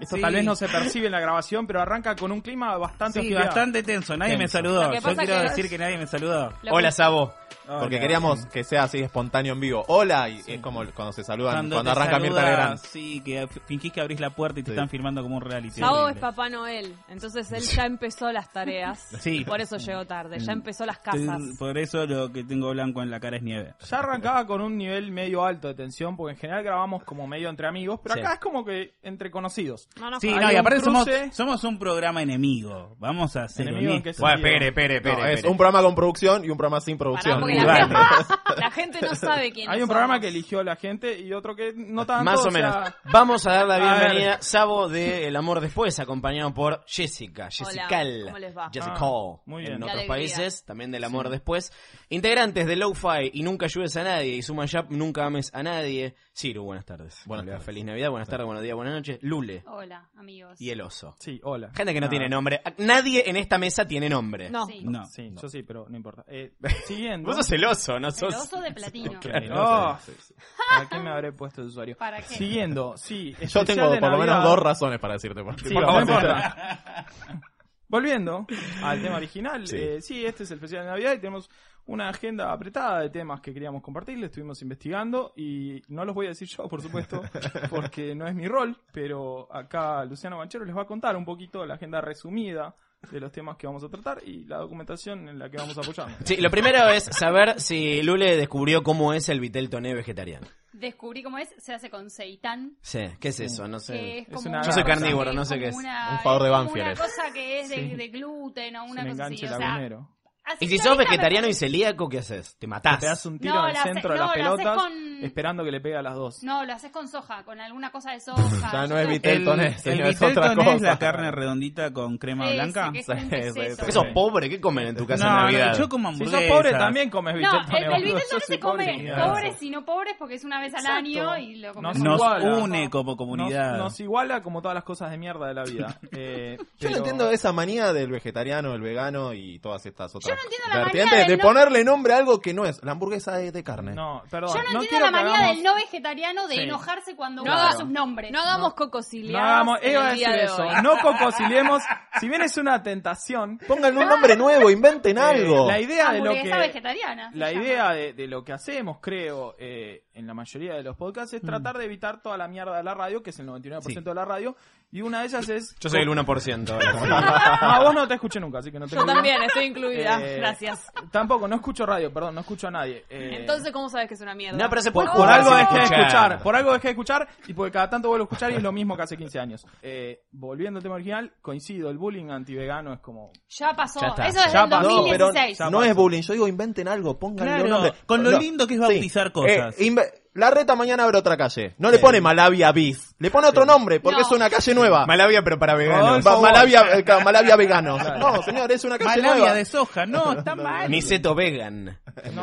Speaker 12: esto
Speaker 15: Sí.
Speaker 12: tal vez no se percibe en la grabación, pero arranca con un clima bastante
Speaker 15: Sí,
Speaker 12: hostigado.
Speaker 15: bastante tenso. Nadie me
Speaker 12: Tenso.
Speaker 15: saludó.
Speaker 12: *laughs* Lo que
Speaker 15: Yo
Speaker 12: pasa
Speaker 15: quiero
Speaker 12: que-
Speaker 15: decir que nadie me saludó.
Speaker 12: Lo que- Hola,
Speaker 16: Sabo.
Speaker 15: Hola.
Speaker 16: Porque queríamos que sea así espontáneo en vivo. Hola, y eh, es como cuando se saludan, cuando,
Speaker 15: te
Speaker 16: arranca
Speaker 15: saluda,
Speaker 16: Mirta Legrand.
Speaker 15: Sí, que f- fingís que abrís la puerta y te
Speaker 16: Sí.
Speaker 15: están filmando como un reality.
Speaker 14: Sabo es
Speaker 15: Horrible.
Speaker 14: Papá Noel, entonces él ya empezó las tareas.
Speaker 15: Sí.
Speaker 14: Por eso llegó tarde, ya empezó las
Speaker 15: Te-
Speaker 14: casas.
Speaker 15: Por eso lo que tengo blanco en la cara es nieve.
Speaker 12: Ya arrancaba con un nivel medio alto de tensión, porque en general grabamos como medio entre amigos, pero
Speaker 15: Sí.
Speaker 12: acá es como que entre conocidos.
Speaker 15: Sí,
Speaker 12: Hay
Speaker 15: no, y
Speaker 12: un
Speaker 15: aparte somos,
Speaker 12: cruce,
Speaker 15: somos un programa enemigo. Vamos a ser
Speaker 12: ¿Enemigo en qué
Speaker 15: honestos.
Speaker 16: Bueno, espere, espere, espere. es un programa con producción y un programa sin producción.
Speaker 12: porque
Speaker 14: La gente no sabe quién
Speaker 12: Hay un programa que eligió la gente y otro que no tanto.
Speaker 2: Más o
Speaker 12: sea,
Speaker 2: menos. Vamos a dar la
Speaker 12: A ver.
Speaker 2: bienvenida, Sabo, de El Amor Después, acompañado por Jessica, Jessical,
Speaker 12: ¿cómo les va?
Speaker 2: Jessica,
Speaker 12: Ah, muy bien.
Speaker 2: en
Speaker 12: Qué
Speaker 2: otros
Speaker 12: alegría.
Speaker 2: países, también del Amor Después. Integrantes de Lo-Fi y Nunca Ayudes a Nadie y Suma Yap, Nunca Ames a Nadie. Ciro, buenas tardes. Buenas Feliz Navidad, buenas tardes, buenos días, buenas noches. Lule
Speaker 8: Hola, amigos.
Speaker 2: y El Oso.
Speaker 12: Sí, hola.
Speaker 2: Gente que no,
Speaker 12: No.
Speaker 2: tiene nombre. Nadie en esta mesa tiene nombre.
Speaker 8: No.
Speaker 12: Sí,
Speaker 15: No.
Speaker 12: yo sí, pero no importa.
Speaker 15: *laughs*
Speaker 12: Eh, siguiendo.
Speaker 2: Vos sos el oso, no sos...
Speaker 12: de
Speaker 14: platino.
Speaker 10: Oh.
Speaker 12: Claro. ¿Para qué me habré puesto de usuario?
Speaker 14: ¿Para qué?
Speaker 12: Siguiendo, sí.
Speaker 16: Yo
Speaker 12: especial
Speaker 16: tengo
Speaker 12: de
Speaker 16: por lo menos
Speaker 12: Navidad.
Speaker 16: dos razones para decirte por qué.
Speaker 12: Sí,
Speaker 16: Por
Speaker 12: no
Speaker 16: favor,
Speaker 12: importa.
Speaker 16: *laughs*
Speaker 12: Volviendo al tema original,
Speaker 16: Sí.
Speaker 12: eh, sí, este es el Festival de Navidad y tenemos una agenda apretada de temas que queríamos compartirles, estuvimos investigando y no los voy a decir yo,
Speaker 16: *laughs*
Speaker 12: por supuesto, porque no es mi rol, pero acá Luciano Banchero les va a contar un poquito la agenda resumida de los temas que vamos a tratar y la documentación en la que vamos apoyando.
Speaker 2: Sí, lo primero es saber si Lule descubrió cómo es el vitel toné vegetariano.
Speaker 17: Descubrí cómo es, se hace con seitan.
Speaker 2: Sí, ¿qué es eso? No
Speaker 17: que
Speaker 2: sé.
Speaker 17: es como
Speaker 2: Yo soy
Speaker 17: una-
Speaker 2: carnívoro, no sé
Speaker 17: como
Speaker 2: qué es.
Speaker 17: una- es como Una cosa que es de,
Speaker 2: Sí.
Speaker 17: de gluten o una cosa
Speaker 2: un
Speaker 17: así.
Speaker 2: enganche
Speaker 17: O sea,
Speaker 2: lagunero.
Speaker 17: así
Speaker 2: Y si
Speaker 17: que
Speaker 2: sos
Speaker 17: ahorita me-
Speaker 2: vegetariano y celíaco, ¿qué haces? Te matás.
Speaker 12: Te das un tiro
Speaker 17: No,
Speaker 12: en el
Speaker 17: la hace-
Speaker 12: centro de
Speaker 17: no,
Speaker 12: las
Speaker 17: la haces
Speaker 12: pelotas
Speaker 17: con-
Speaker 12: esperando que le pegue a las dos.
Speaker 17: No, lo haces con soja, con alguna cosa de
Speaker 12: *laughs*
Speaker 17: soja.
Speaker 16: Ya no es vitel toné, señor,
Speaker 15: El
Speaker 16: es
Speaker 15: vitel
Speaker 16: otra
Speaker 15: toné es
Speaker 16: cosa.
Speaker 15: la carne redondita con crema
Speaker 17: Sí,
Speaker 15: blanca.
Speaker 17: sí, que es un queso.
Speaker 2: Porque sos pobre, ¿qué comen en tu casa
Speaker 15: No,
Speaker 2: en
Speaker 15: no,
Speaker 2: Navidad?
Speaker 15: yo como
Speaker 2: Si sos
Speaker 15: hamburguesas.
Speaker 2: pobre, también
Speaker 12: comes
Speaker 17: eh, No, el, el vitel no se come
Speaker 15: Claro.
Speaker 17: pobres sino pobres porque es una vez al año y lo comemos.
Speaker 15: Nos, une como comunidad.
Speaker 12: Nos, nos iguala como todas las cosas de mierda de la
Speaker 15: *laughs*
Speaker 12: vida. Eh,
Speaker 16: Yo no
Speaker 12: pero-
Speaker 16: entiendo esa manía del vegetariano, el vegano y todas estas otras
Speaker 17: entiendo la manía
Speaker 16: vertientes
Speaker 17: del
Speaker 16: de
Speaker 17: no-
Speaker 16: ponerle nombre a algo que no es. La hamburguesa es de carne.
Speaker 12: No,
Speaker 17: Yo
Speaker 12: perdón.
Speaker 17: no, entiendo
Speaker 12: quiero
Speaker 17: la
Speaker 12: que
Speaker 17: manía
Speaker 12: hagamos-
Speaker 17: del no vegetariano de
Speaker 12: Sí.
Speaker 17: enojarse cuando
Speaker 12: No
Speaker 17: usa
Speaker 12: haga-
Speaker 17: sus nombres.
Speaker 14: No hagamos cocosiliadas
Speaker 12: No hagamos,
Speaker 14: en
Speaker 12: iba a
Speaker 14: el
Speaker 12: decir
Speaker 14: día de
Speaker 12: eso.
Speaker 14: hoy.
Speaker 12: No cococilemos. Si bien es una tentación. eh,
Speaker 16: Pónganle un nombre nuevo,
Speaker 12: *laughs*
Speaker 16: inventen algo.
Speaker 12: La idea
Speaker 14: Ah,
Speaker 12: de lo
Speaker 17: Hamburguesa
Speaker 12: que.
Speaker 17: Ah, vegetariana. se
Speaker 12: La
Speaker 17: llama.
Speaker 12: idea de, de lo que hacemos, creo, eh, en la mayoría de los podcasts
Speaker 15: Mm.
Speaker 12: es tratar de evitar toda la mierda de la radio, que es el 99% de la radio, y una de ellas es...
Speaker 2: Yo soy el 1%.
Speaker 12: *laughs* Ah, vos no te escuché nunca, así que no te
Speaker 14: Yo
Speaker 12: incluyo.
Speaker 14: también, estoy incluida.
Speaker 12: Eh,
Speaker 14: Gracias.
Speaker 12: Tampoco, no escucho radio, perdón, no escucho a nadie. Eh,
Speaker 14: Entonces, ¿cómo sabes que es una mierda?
Speaker 2: No, pero se
Speaker 12: por,
Speaker 2: puede
Speaker 12: por
Speaker 2: jugar
Speaker 12: algo
Speaker 2: sin
Speaker 12: dejé de
Speaker 2: escuchar.
Speaker 12: escuchar, por algo dejé de escuchar y porque cada tanto vuelvo a escuchar y es lo mismo que hace 15 años. Eh, volviendo al tema original, coincido, el bullying antivegano es como...
Speaker 17: Ya pasó.
Speaker 12: Ya está.
Speaker 17: Eso es
Speaker 12: Ya
Speaker 17: del
Speaker 12: pasó,
Speaker 17: 2016.
Speaker 16: pero
Speaker 12: Ya
Speaker 16: no
Speaker 12: pasó.
Speaker 16: es bullying. Yo digo, inventen algo, pónganle
Speaker 15: Claro,
Speaker 16: un nombre.
Speaker 15: con lo
Speaker 16: No,
Speaker 15: lindo que es
Speaker 16: sí.
Speaker 15: bautizar cosas.
Speaker 16: Eh, inve- la reta mañana abre otra calle. No le pone Malavia Bis. Le pone otro nombre porque
Speaker 2: No.
Speaker 16: es una calle nueva.
Speaker 2: Malavia, pero para veganos.
Speaker 16: Va- Malavia, eh, claro,
Speaker 15: *laughs*
Speaker 16: Malavia Vegano. No, señor, es una calle
Speaker 15: Malavia
Speaker 16: nueva. *laughs*
Speaker 15: de soja, no, está mal.
Speaker 2: Niceto Vegan.
Speaker 12: es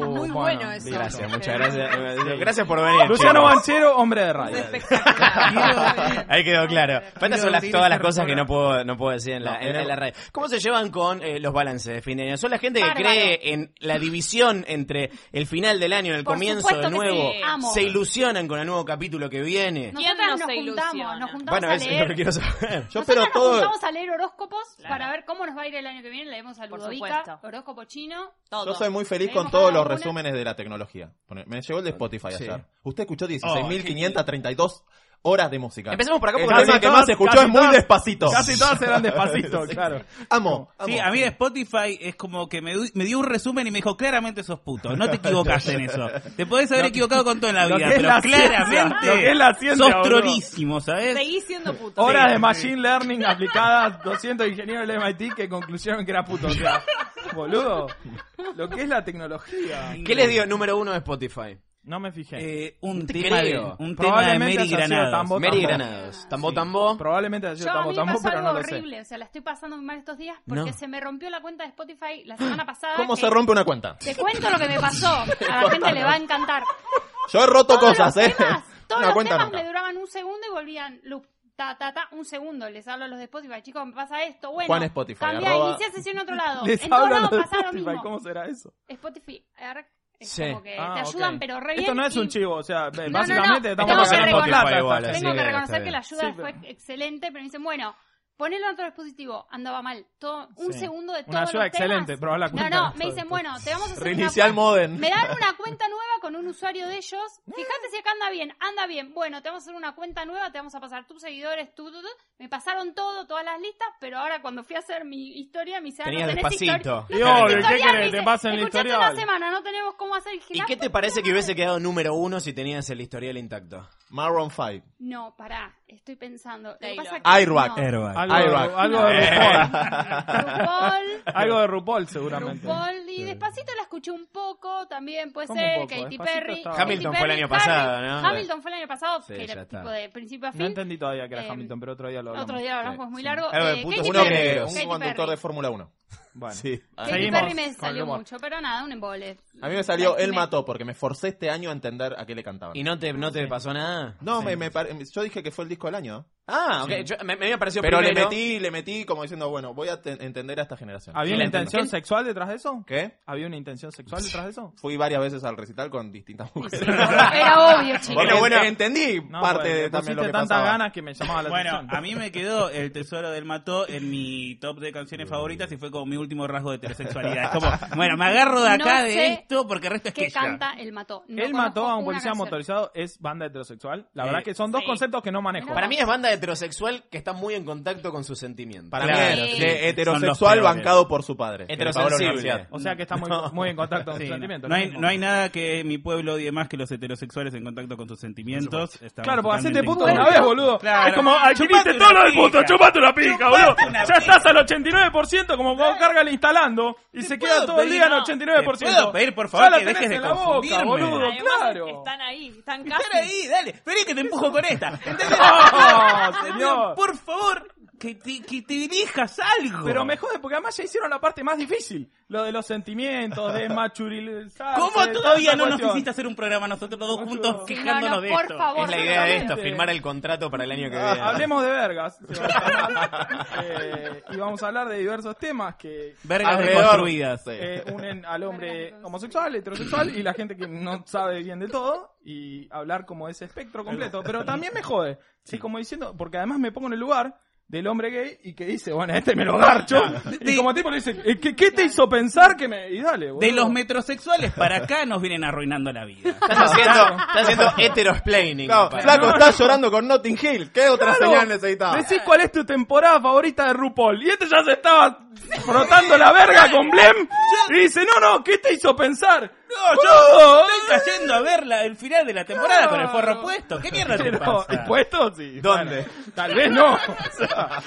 Speaker 12: muy
Speaker 14: bueno eso.
Speaker 2: Gracias, muchas
Speaker 12: *laughs*
Speaker 2: gracias. Gracias por venir.
Speaker 12: Luciano
Speaker 2: chicos.
Speaker 12: Banchero, hombre de radio.
Speaker 2: Ahí quedó claro. Estas son las-
Speaker 12: decir
Speaker 2: todas las
Speaker 12: esta
Speaker 2: cosas que
Speaker 12: persona.
Speaker 2: no puedo, no puedo decir en la,
Speaker 12: No,
Speaker 2: en
Speaker 12: pero-
Speaker 2: la radio. ¿Cómo se llevan con eh, los balances de fin de año? Son la gente que
Speaker 17: Bárbaro.
Speaker 2: cree en la división entre el final del año y el
Speaker 17: Por
Speaker 2: comienzo
Speaker 17: supuesto
Speaker 2: del
Speaker 17: que
Speaker 2: nuevo.
Speaker 17: sí. Amo.
Speaker 2: Se ilusionan con el nuevo capítulo que viene.
Speaker 14: ¿Quién no
Speaker 17: Nosotras nos
Speaker 14: se
Speaker 17: juntamos,
Speaker 14: ilusiona?
Speaker 17: nos juntamos
Speaker 2: Bueno,
Speaker 17: a
Speaker 2: eso es lo
Speaker 17: leer.
Speaker 2: que quiero saber.
Speaker 16: Yo
Speaker 17: Nosotras nos juntamos a leer horóscopos para ver cómo nos va a ir el año que viene. Leemos a
Speaker 14: Por
Speaker 17: Ludovica, horóscopo chino, todo.
Speaker 16: Yo soy muy feliz
Speaker 17: Leemos
Speaker 16: con todos
Speaker 17: cada
Speaker 16: los
Speaker 17: una.
Speaker 16: resúmenes de la tecnología. Pone- Me llegó el de Spotify
Speaker 2: Sí.
Speaker 16: ayer. Usted escuchó
Speaker 15: Oh,
Speaker 16: 16.532 horas de música.
Speaker 2: Empecemos por acá,
Speaker 16: El
Speaker 2: porque
Speaker 16: tema
Speaker 2: casi
Speaker 16: que
Speaker 2: todas-
Speaker 16: más se escuchó
Speaker 2: casi
Speaker 16: es muy
Speaker 2: todas-
Speaker 16: despacito.
Speaker 12: Casi
Speaker 2: *laughs*
Speaker 12: todas eran
Speaker 16: *laughs*
Speaker 12: despacito,
Speaker 16: Sí.
Speaker 12: claro.
Speaker 16: Amo, amo.
Speaker 15: Sí, a mí de Spotify es como que me, du- me dio un resumen y me dijo, claramente sos puto, no te equivocaste en eso. Te podés haber
Speaker 12: Lo-
Speaker 15: equivocado con todo en la
Speaker 12: lo
Speaker 15: vida,
Speaker 12: que es
Speaker 15: pero
Speaker 12: la ciencia,
Speaker 15: claramente
Speaker 12: lo que es la ciencia,
Speaker 15: sos
Speaker 12: boludo.
Speaker 15: tronísimo, ¿sabes?
Speaker 14: Seguís siendo puto.
Speaker 12: Horas
Speaker 15: Sí.
Speaker 12: de Machine Learning aplicadas, 200 ingenieros del MIT que concluyeron que era puto. O sea, boludo, lo que es la tecnología.
Speaker 2: ¿Qué les dio número uno de Spotify?
Speaker 12: No me fijé.
Speaker 15: Eh, un
Speaker 2: Te
Speaker 15: tema de-
Speaker 2: creo.
Speaker 15: un tema de
Speaker 12: Probablemente
Speaker 15: Mary
Speaker 12: haya sido
Speaker 15: Granados.
Speaker 12: Tambo
Speaker 2: Mary
Speaker 12: Tambo.
Speaker 2: Granados. Tambo Tambo.
Speaker 12: Probablemente haya
Speaker 17: Yo
Speaker 12: sido
Speaker 17: a mí
Speaker 12: Tambo
Speaker 17: me
Speaker 12: Tambo,
Speaker 17: pasó
Speaker 12: pero
Speaker 17: algo
Speaker 12: no lo sé.
Speaker 17: horrible, o sea, la estoy pasando muy mal estos días porque
Speaker 12: No.
Speaker 17: se me rompió la cuenta de Spotify la semana pasada.
Speaker 16: ¿Cómo
Speaker 17: que-
Speaker 16: se rompe una cuenta?
Speaker 17: Te cuento lo que me pasó,
Speaker 16: *laughs*
Speaker 17: a la gente le va a encantar.
Speaker 16: Yo he roto
Speaker 17: Todos
Speaker 16: cosas,
Speaker 17: los
Speaker 16: ¿eh?
Speaker 17: Todos
Speaker 16: Una
Speaker 17: los
Speaker 16: cuenta
Speaker 17: temas
Speaker 16: rota.
Speaker 17: me duraban un segundo y volvían loop. ta, ta, ta, un segundo, les hablo a los de Spotify, chicos, me pasa esto, bueno,
Speaker 16: Juan Spotify,
Speaker 17: cambia,
Speaker 16: arroba-
Speaker 17: inicia sesión
Speaker 12: *laughs*
Speaker 17: en otro lado,
Speaker 12: Les
Speaker 17: en todos
Speaker 12: hablan
Speaker 17: lados
Speaker 12: de
Speaker 17: pasa lo
Speaker 12: Spotify,
Speaker 17: mismo.
Speaker 12: ¿Cómo será eso?
Speaker 17: Spotify, ar- es
Speaker 12: Sí.
Speaker 17: como que
Speaker 12: Ah,
Speaker 17: te
Speaker 12: ok.
Speaker 17: ayudan, pero re bien.
Speaker 12: Esto no es
Speaker 17: y-
Speaker 12: un chivo, o
Speaker 17: No,
Speaker 12: sea,
Speaker 17: no, no,
Speaker 12: básicamente
Speaker 17: tengo
Speaker 12: estamos
Speaker 17: que
Speaker 12: ganando
Speaker 17: reconocer-
Speaker 12: plata. está
Speaker 17: Tengo que
Speaker 12: bien.
Speaker 17: reconocer que la ayuda
Speaker 12: Sí,
Speaker 17: fue excelente, pero me dicen, bueno, ponelo en otro dispositivo, andaba mal, todo, un
Speaker 12: Sí.
Speaker 17: segundo de todo.
Speaker 12: Una ayuda excelente, pero la
Speaker 17: No,
Speaker 12: cuenta.
Speaker 17: no, me dicen, bueno, te vamos a hacer una
Speaker 16: Reiniciar modem.
Speaker 17: me dan una cuenta nueva con un usuario de ellos. Fíjate si acá anda bien, anda bien. Bueno, te vamos a hacer una cuenta nueva, te vamos a pasar tus seguidores, tú, tú, tú. Me pasaron todo, todas las listas, pero ahora cuando fui a hacer mi historia, me hicieron.
Speaker 2: Tenías
Speaker 17: no tenés
Speaker 2: despacito.
Speaker 17: histori- no
Speaker 2: Y
Speaker 17: tenés
Speaker 2: obvio, ¿qué
Speaker 17: historial,
Speaker 2: querés?
Speaker 17: me
Speaker 2: Te
Speaker 17: dice,
Speaker 2: pasan el
Speaker 17: "Escuchate
Speaker 2: historial".
Speaker 17: una semana, no tenemos cómo hacer el
Speaker 2: ¿Y qué te parece que hubiese quedado número uno si tenías el historial intacto?
Speaker 16: Maroon 5.
Speaker 17: No, pará, estoy pensando. Lo que pasa es que-
Speaker 16: Airbag.
Speaker 17: no.
Speaker 12: Algo,
Speaker 16: Airbag.
Speaker 12: algo de
Speaker 17: RuPaul.
Speaker 12: RuPaul. algo de RuPaul, seguramente.
Speaker 17: RuPaul, y despacito la escuché un poco, también puede
Speaker 12: ¿Cómo
Speaker 17: ser,
Speaker 12: un poco?
Speaker 17: Katy
Speaker 12: Despacito
Speaker 17: Perry.
Speaker 12: estaba-
Speaker 17: Katy
Speaker 12: Hamilton
Speaker 17: Perry,
Speaker 12: fue el año
Speaker 17: Harry-
Speaker 12: pasado, ¿no?
Speaker 17: Hamilton fue el año pasado,
Speaker 12: Sí,
Speaker 17: que era
Speaker 12: ya está.
Speaker 17: tipo de principio a fin.
Speaker 12: No entendí todavía que era
Speaker 17: Eh,
Speaker 12: Hamilton, pero otro día lo hablamos.
Speaker 17: Otro día lo hablamos, es muy largo.
Speaker 16: Eh,
Speaker 17: Eh,
Speaker 16: puto,
Speaker 17: Katy
Speaker 16: uno
Speaker 17: Perry,
Speaker 16: negro,
Speaker 17: Katy
Speaker 16: un conductor
Speaker 17: Perry.
Speaker 16: de Fórmula 1.
Speaker 12: Bueno.
Speaker 16: Sí.
Speaker 17: Katy Perry me salió mucho, pero nada, un embole.
Speaker 16: A mí me salió
Speaker 17: Lástima.
Speaker 16: Él mató porque me forcé este año a entender a qué le cantaban.
Speaker 2: ¿Y no te, no te pasó nada?
Speaker 16: No, me, me pare- yo dije que fue el disco del año. ¿eh?
Speaker 2: Ah, ok. Yo- me, me había parecido
Speaker 16: Pero le
Speaker 2: primero.
Speaker 16: metí, le metí como diciendo, bueno, voy a te- entender a esta generación.
Speaker 12: ¿Había
Speaker 16: Y
Speaker 12: una
Speaker 16: la entiendo.
Speaker 12: intención sexual detrás de eso?
Speaker 16: ¿Qué?
Speaker 12: ¿Había una intención sexual detrás de eso?
Speaker 16: Fui varias veces al recital con distintas mujeres.
Speaker 12: era *laughs* obvio, chico.
Speaker 16: Porque
Speaker 12: Bueno,
Speaker 16: entendí
Speaker 12: No,
Speaker 16: parte
Speaker 12: pues,
Speaker 16: de
Speaker 12: le
Speaker 16: también lo
Speaker 12: pusiste
Speaker 16: que
Speaker 12: tanta
Speaker 16: pasaba.
Speaker 12: ganas que me llamaba la
Speaker 15: bueno,
Speaker 12: atención.
Speaker 15: a mí me quedó El Tesoro del Mató en mi top de canciones favoritas y fue como mi último rasgo de heterosexualidad. Es como, bueno, me agarro de acá
Speaker 17: No
Speaker 15: de
Speaker 17: sé
Speaker 15: esto porque el resto es
Speaker 17: ¿Qué
Speaker 15: que
Speaker 17: canta El Mató? No
Speaker 12: Él
Speaker 17: conozco
Speaker 12: mató a un
Speaker 17: una
Speaker 12: policía
Speaker 17: canción.
Speaker 12: motorizado, es banda heterosexual. La
Speaker 2: Eh,
Speaker 12: verdad que son dos conceptos que no manejo.
Speaker 2: Para mí es banda heterosexual que está muy en contacto con sus sentimientos.
Speaker 16: Para mí es de heterosexual bancado por su padre. que le pagó la
Speaker 2: Heterosensible.
Speaker 16: universidad.
Speaker 12: O sea que está muy, muy en contacto con sus sentimientos.
Speaker 15: No
Speaker 12: lo
Speaker 15: hay,
Speaker 12: mismo.
Speaker 15: no hay nada que mi pueblo odie más que los heterosexuales en contacto con sus sentimientos. Estamos
Speaker 12: Claro, porque hacete
Speaker 15: totalmente
Speaker 12: puto
Speaker 15: en
Speaker 12: una
Speaker 15: contra.
Speaker 12: vez, boludo.
Speaker 15: Claro.
Speaker 12: Es como, ay, chupiste
Speaker 15: Chupate
Speaker 12: todo
Speaker 15: una
Speaker 12: lo del puto,
Speaker 15: pija.
Speaker 12: chupate una pija,
Speaker 15: Chupate
Speaker 12: boludo.
Speaker 15: una
Speaker 12: Ya estás al 89% como cuando carga el instalando y se queda
Speaker 15: puedo
Speaker 12: todo el día en
Speaker 15: pedir, no.
Speaker 12: 89%.
Speaker 15: Te puedo pedir, por favor,
Speaker 12: Ya la
Speaker 15: que dejes
Speaker 12: tenés
Speaker 15: de
Speaker 12: en la boca,
Speaker 15: confundirme.
Speaker 12: boludo,
Speaker 15: Además,
Speaker 12: claro.
Speaker 14: Están ahí, están
Speaker 15: Están
Speaker 14: casi.
Speaker 15: ahí, dale. Vení que te empujo con esta. ¿Entendés?
Speaker 12: *laughs* No, ¡Oh, señor.
Speaker 15: Por favor, que te, que te dirijas algo.
Speaker 12: Pero me jode porque además ya hicieron la parte más difícil. Lo de los
Speaker 15: *laughs*
Speaker 12: sentimientos, de machurilizar.
Speaker 15: ¿Cómo todavía no nos hiciste hacer un programa nosotros los dos juntos
Speaker 12: Sí, no,
Speaker 15: quejándonos
Speaker 12: no,
Speaker 15: de
Speaker 12: por
Speaker 15: esto?
Speaker 12: favor,
Speaker 2: Es la idea de esto,
Speaker 12: Exactamente.
Speaker 2: firmar el contrato para el año que viene.
Speaker 12: Ah, hablemos de vergas. Eh, y vamos a hablar de diversos temas que
Speaker 15: Vergas
Speaker 12: alrededor,
Speaker 15: reconstruidas.
Speaker 12: eh, unen al hombre homosexual, heterosexual y la gente que no sabe bien de todo y hablar como ese espectro completo. Pero también me jode. Es como diciendo, porque además me pongo en el lugar del hombre gay y que dice, bueno, este me lo garcho. Y como tipo le dice, eh, ¿qué, qué te hizo pensar que me...? Y dale, boludo.
Speaker 15: De los metrosexuales para acá nos vienen arruinando la vida.
Speaker 2: Estás haciendo, estás haciendo heterosplaining.
Speaker 16: No,
Speaker 2: Para-
Speaker 16: flaco, estás llorando con Notting Hill. ¿Qué otra
Speaker 12: Claro.
Speaker 16: señal necesitabas?
Speaker 12: Decís cuál es tu temporada favorita de RuPaul. Y este ya se estaba frotando la verga con Blem. Y dice, no, no, ¿qué te hizo pensar?
Speaker 15: No, yo estoy cayendo a ver la- el final de la temporada con el forro puesto. ¿Qué mierda te
Speaker 12: Pero,
Speaker 15: pasa?
Speaker 12: ¿Puesto? Sí.
Speaker 16: ¿Dónde?
Speaker 12: Bueno, tal vez no. *laughs* O sea,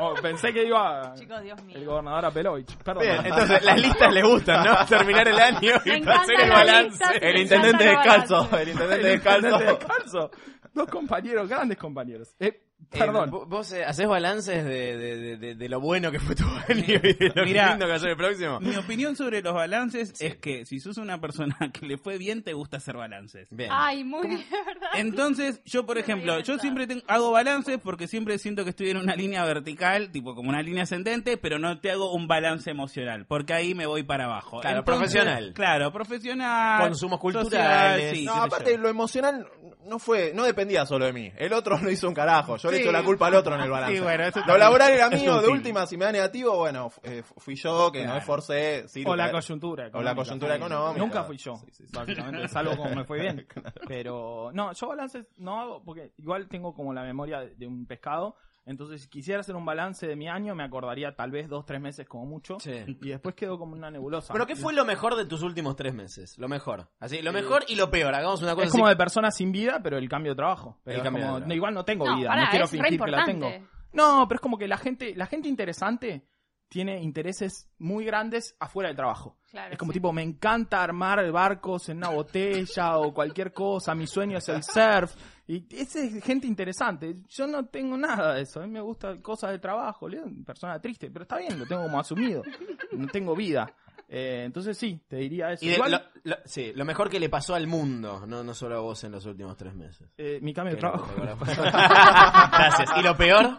Speaker 12: oh, pensé que iba
Speaker 14: Chicos, Dios mío.
Speaker 12: el gobernador Apelovich. Perdón.
Speaker 2: Bien, entonces las listas les gustan,
Speaker 12: *laughs*
Speaker 2: ¿no? Terminar el año
Speaker 17: Me
Speaker 2: y
Speaker 17: encantan
Speaker 2: hacer el
Speaker 17: las
Speaker 2: balance.
Speaker 17: listas, me
Speaker 16: El intendente
Speaker 17: encanta la
Speaker 16: descalzo.
Speaker 17: balanza.
Speaker 16: El
Speaker 12: El
Speaker 16: intendente descalzo.
Speaker 12: intendente descalzo. Dos compañeros, grandes compañeros. Eh,
Speaker 2: Eh,
Speaker 12: perdón.
Speaker 2: vo- vos eh, haces balances de, de- de- de- de lo bueno que fue tu *laughs* año y de *laughs* lo
Speaker 15: Mirá.
Speaker 2: lindo que va a ser el próximo.
Speaker 15: Mi opinión sobre los balances es que si sos una persona que le fue bien, te gusta hacer balances.
Speaker 2: Bien.
Speaker 17: Ay, muy bien, *laughs* ¿verdad?
Speaker 15: Entonces, yo por ejemplo, yo siempre tengo- hago balances porque siempre siento que estoy en una línea vertical, tipo como una línea ascendente, pero no te hago un balance emocional, porque ahí me voy para abajo.
Speaker 2: Claro, profesional.
Speaker 15: Claro, profesional.
Speaker 2: Consumos
Speaker 15: social,
Speaker 2: culturales.
Speaker 15: sí,
Speaker 16: No,
Speaker 15: qué sé
Speaker 16: aparte
Speaker 15: yo.
Speaker 16: lo emocional no fue, no dependía solo de mí. El otro no hizo un carajo. Yo le echo la culpa al otro en el balance.
Speaker 15: Sí, bueno, eso
Speaker 16: lo
Speaker 15: también
Speaker 16: laboral
Speaker 12: *laughs*
Speaker 16: era
Speaker 15: es
Speaker 16: mío, de
Speaker 15: útil.
Speaker 16: última, si me da negativo, bueno, fu- eh, fu- fui yo que no
Speaker 15: Claro.
Speaker 16: esforcé. sí,
Speaker 12: o la
Speaker 16: eh,
Speaker 12: coyuntura económica.
Speaker 16: O la coyuntura económica.
Speaker 12: Nunca fui yo, básicamente, salvo como me
Speaker 16: *laughs*
Speaker 12: fue bien. Pero, no, yo balances no hago, porque igual tengo como la memoria de de un pescado, entonces si quisiera hacer un balance de mi año, me acordaría tal vez dos, tres meses como mucho,
Speaker 2: Sí.
Speaker 12: y después quedo como una nebulosa.
Speaker 2: Pero ¿qué fue lo mejor de tus últimos tres meses? Lo mejor. Así, lo mejor y lo peor. Hagamos una cosa
Speaker 12: Es como
Speaker 2: así.
Speaker 12: de persona sin vida, pero el cambio de trabajo. Pero
Speaker 2: El
Speaker 12: es
Speaker 2: cambio de
Speaker 12: como,
Speaker 2: trabajo.
Speaker 12: no, igual no tengo
Speaker 17: No,
Speaker 12: vida,
Speaker 17: pará,
Speaker 12: no quiero
Speaker 17: es re
Speaker 12: fingir que la tengo.
Speaker 17: importante.
Speaker 12: No, pero es como que la gente, la gente interesante tiene intereses muy grandes afuera del trabajo.
Speaker 17: Claro,
Speaker 12: es como
Speaker 17: sí.
Speaker 12: tipo, me encanta armar barcos en una botella o cualquier cosa, mi sueño es el surf. Y esa es gente interesante. Yo no tengo nada de eso. A mí me gusta cosas de trabajo. Leo, persona triste, pero está bien, lo tengo como asumido. No tengo vida. Eh, entonces sí, te diría eso.
Speaker 2: Y de-
Speaker 12: Igual,
Speaker 2: lo, lo- sí, lo mejor que le pasó al mundo, no, no solo a vos en los últimos tres meses.
Speaker 12: eh, mi cambio de
Speaker 2: Que no
Speaker 12: trabajo.
Speaker 2: te
Speaker 12: *laughs*
Speaker 2: acordás. Gracias. ¿Y lo peor?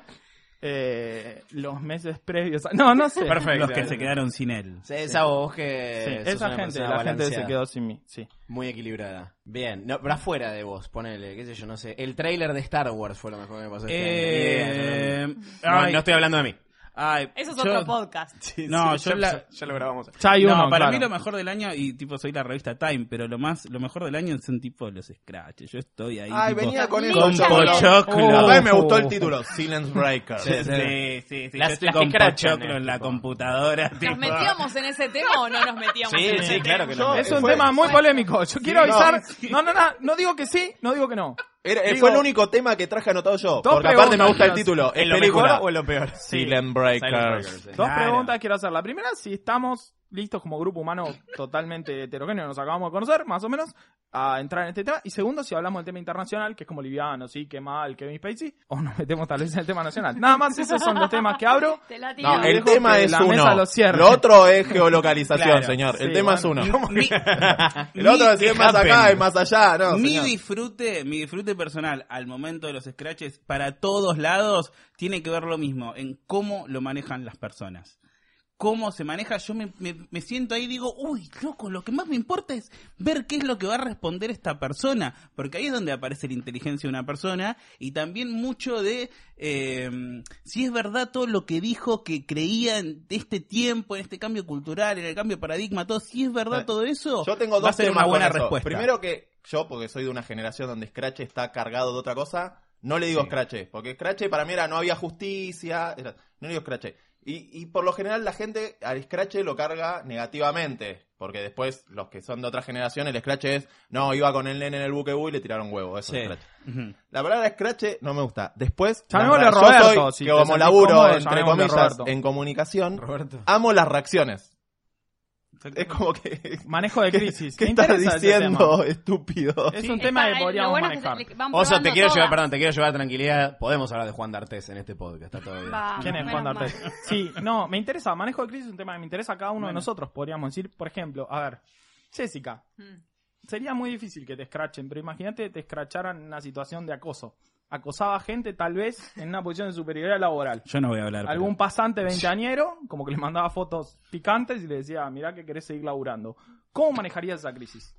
Speaker 12: Eh, los meses previos. a- No, no sé.
Speaker 15: Perfecto. Los que se quedaron sin él.
Speaker 2: Sí, esa vos que
Speaker 12: Sí,
Speaker 2: sos
Speaker 12: esa
Speaker 2: una
Speaker 12: gente,
Speaker 2: persona
Speaker 12: la gente
Speaker 2: balanceada.
Speaker 12: se quedó sin mí. Sí.
Speaker 2: Muy equilibrada. Bien, no, pero afuera de vos, ponele, qué sé yo, no sé. El tráiler de Star Wars fue lo mejor que me pasó. este
Speaker 15: Eh,
Speaker 2: año. Ni idea, yo no- no,
Speaker 15: ay.
Speaker 2: no estoy hablando de mí.
Speaker 15: Ay,
Speaker 14: Eso es
Speaker 15: yo-
Speaker 14: otro podcast.
Speaker 15: No, yo la-
Speaker 16: ya lo grabamos.
Speaker 15: no,
Speaker 12: uno,
Speaker 15: para
Speaker 12: claro.
Speaker 15: mí lo mejor del año, y tipo soy la revista Time, pero lo más, lo mejor del año son tipo los scratches. Yo estoy ahí.
Speaker 16: Ay,
Speaker 15: tipo,
Speaker 16: venía con eso,
Speaker 15: Con
Speaker 16: ya lo-
Speaker 15: pochoclo.
Speaker 16: Oh. Ay, me gustó el título, Silence Breaker.
Speaker 15: Sí, sí, sí, sí,
Speaker 16: Las-
Speaker 15: yo estoy
Speaker 16: las
Speaker 15: con
Speaker 16: que crachan,
Speaker 15: pochoclo en la computadora. tipo.
Speaker 14: ¿Nos metíamos en ese tema o no nos metíamos
Speaker 15: Sí,
Speaker 14: en
Speaker 15: sí,
Speaker 14: ese
Speaker 15: claro
Speaker 14: tema?
Speaker 15: que no.
Speaker 12: es un
Speaker 15: Fue-
Speaker 12: tema muy polémico. Yo quiero
Speaker 16: no,
Speaker 12: avisar. No, no, no, no digo que sí, no digo que no.
Speaker 16: Era- eh,
Speaker 12: Digo-
Speaker 16: fue el único tema que traje anotado yo.
Speaker 12: Dos
Speaker 16: Porque aparte me
Speaker 12: preguntas,
Speaker 16: gusta el
Speaker 12: no sé.
Speaker 16: título. ¿Es
Speaker 12: ¿En lo
Speaker 16: película
Speaker 12: mejor
Speaker 16: o en lo peor? Silent Breakers.
Speaker 12: Dos preguntas quiero hacer. La primera, si estamos listos como grupo humano totalmente heterogéneo, nos acabamos de conocer, más o menos, a entrar en este tema. Y segundo, si hablamos del tema internacional, que es como liviano, sí, qué mal, Kevin Spacey, o nos metemos tal vez en el tema nacional. Nada más, esos son los temas que abro.
Speaker 17: Te la tiro.
Speaker 16: No, el
Speaker 12: Dejo
Speaker 16: tema
Speaker 12: que
Speaker 16: es
Speaker 12: la
Speaker 16: uno.
Speaker 12: mesa lo cierre.
Speaker 16: otro es geolocalización,
Speaker 15: Claro,
Speaker 16: señor. El
Speaker 15: sí,
Speaker 16: tema
Speaker 15: bueno.
Speaker 16: es uno.
Speaker 15: Mi-
Speaker 16: *laughs* el otro es si
Speaker 15: mi
Speaker 16: es más
Speaker 15: happen.
Speaker 16: acá, es más allá. No,
Speaker 15: mi
Speaker 16: señor.
Speaker 15: disfrute, mi disfrute personal al momento de los scratches para todos lados tiene que ver lo mismo en cómo lo manejan las personas. Cómo se maneja, yo me, me- me siento ahí y digo, uy, loco, lo que más me importa es ver qué es lo que va a responder esta persona, porque ahí es donde aparece la inteligencia de una persona y también mucho de eh, si es verdad todo lo que dijo que creía en este tiempo, en este cambio cultural, en el cambio de paradigma, todo, si es verdad todo eso,
Speaker 16: Yo tengo
Speaker 15: va a
Speaker 16: dos
Speaker 15: ser una
Speaker 16: temas con
Speaker 15: buena
Speaker 16: eso.
Speaker 15: respuesta.
Speaker 16: Primero que yo, porque soy de una generación donde Scratch está cargado de otra cosa, no le digo Scratch, porque Scratch para mí era no había justicia, era- no le digo Scratch. Y, y por lo general la gente al Scratch lo carga negativamente, porque después los que son de otra generación, el Scratch es, no, iba con el nene en el buquebú y le tiraron huevo, eso es Scratch. La palabra Scratch no me gusta. Después, la
Speaker 12: Llamémosle
Speaker 16: verdad,
Speaker 12: Roberto,
Speaker 16: yo soy,
Speaker 12: si
Speaker 16: que
Speaker 12: te
Speaker 16: como
Speaker 12: sentís
Speaker 16: laburo,
Speaker 12: cómodo,
Speaker 16: entre
Speaker 12: llamémosle
Speaker 16: comillas,
Speaker 12: Roberto.
Speaker 16: en comunicación, amo las reacciones. Es como que...
Speaker 12: Manejo de crisis.
Speaker 16: *laughs* ¿Qué
Speaker 12: Me
Speaker 16: estás
Speaker 12: interesa ese
Speaker 16: diciendo,
Speaker 12: tema.
Speaker 16: estúpido?
Speaker 12: Es un tema que podríamos
Speaker 17: bueno es que
Speaker 12: manejar.
Speaker 17: se le- van
Speaker 2: Oso, te
Speaker 17: probando
Speaker 2: quiero llevar,
Speaker 17: todas.
Speaker 2: perdón, te quiero llevar tranquilidad. Podemos hablar de Juan D'Artes en este podcast, está todo bien.
Speaker 17: Vamos,
Speaker 12: ¿Quién es
Speaker 17: menos
Speaker 12: Juan
Speaker 17: mal.
Speaker 12: D'Artes? Sí, no, me interesa. Manejo de crisis es un tema que me interesa a cada uno de nosotros. Podríamos decir, por ejemplo, a ver, Jessica,
Speaker 10: Mm.
Speaker 12: sería muy difícil que te escrachen, pero imagínate te escracharan en una situación de acoso. Acosaba gente, tal vez, en una posición de superioridad laboral.
Speaker 15: Yo no voy a hablar.
Speaker 12: Algún pasante veinteañero, como que le mandaba fotos picantes y le decía, mirá que querés seguir laburando. ¿Cómo manejarías esa crisis?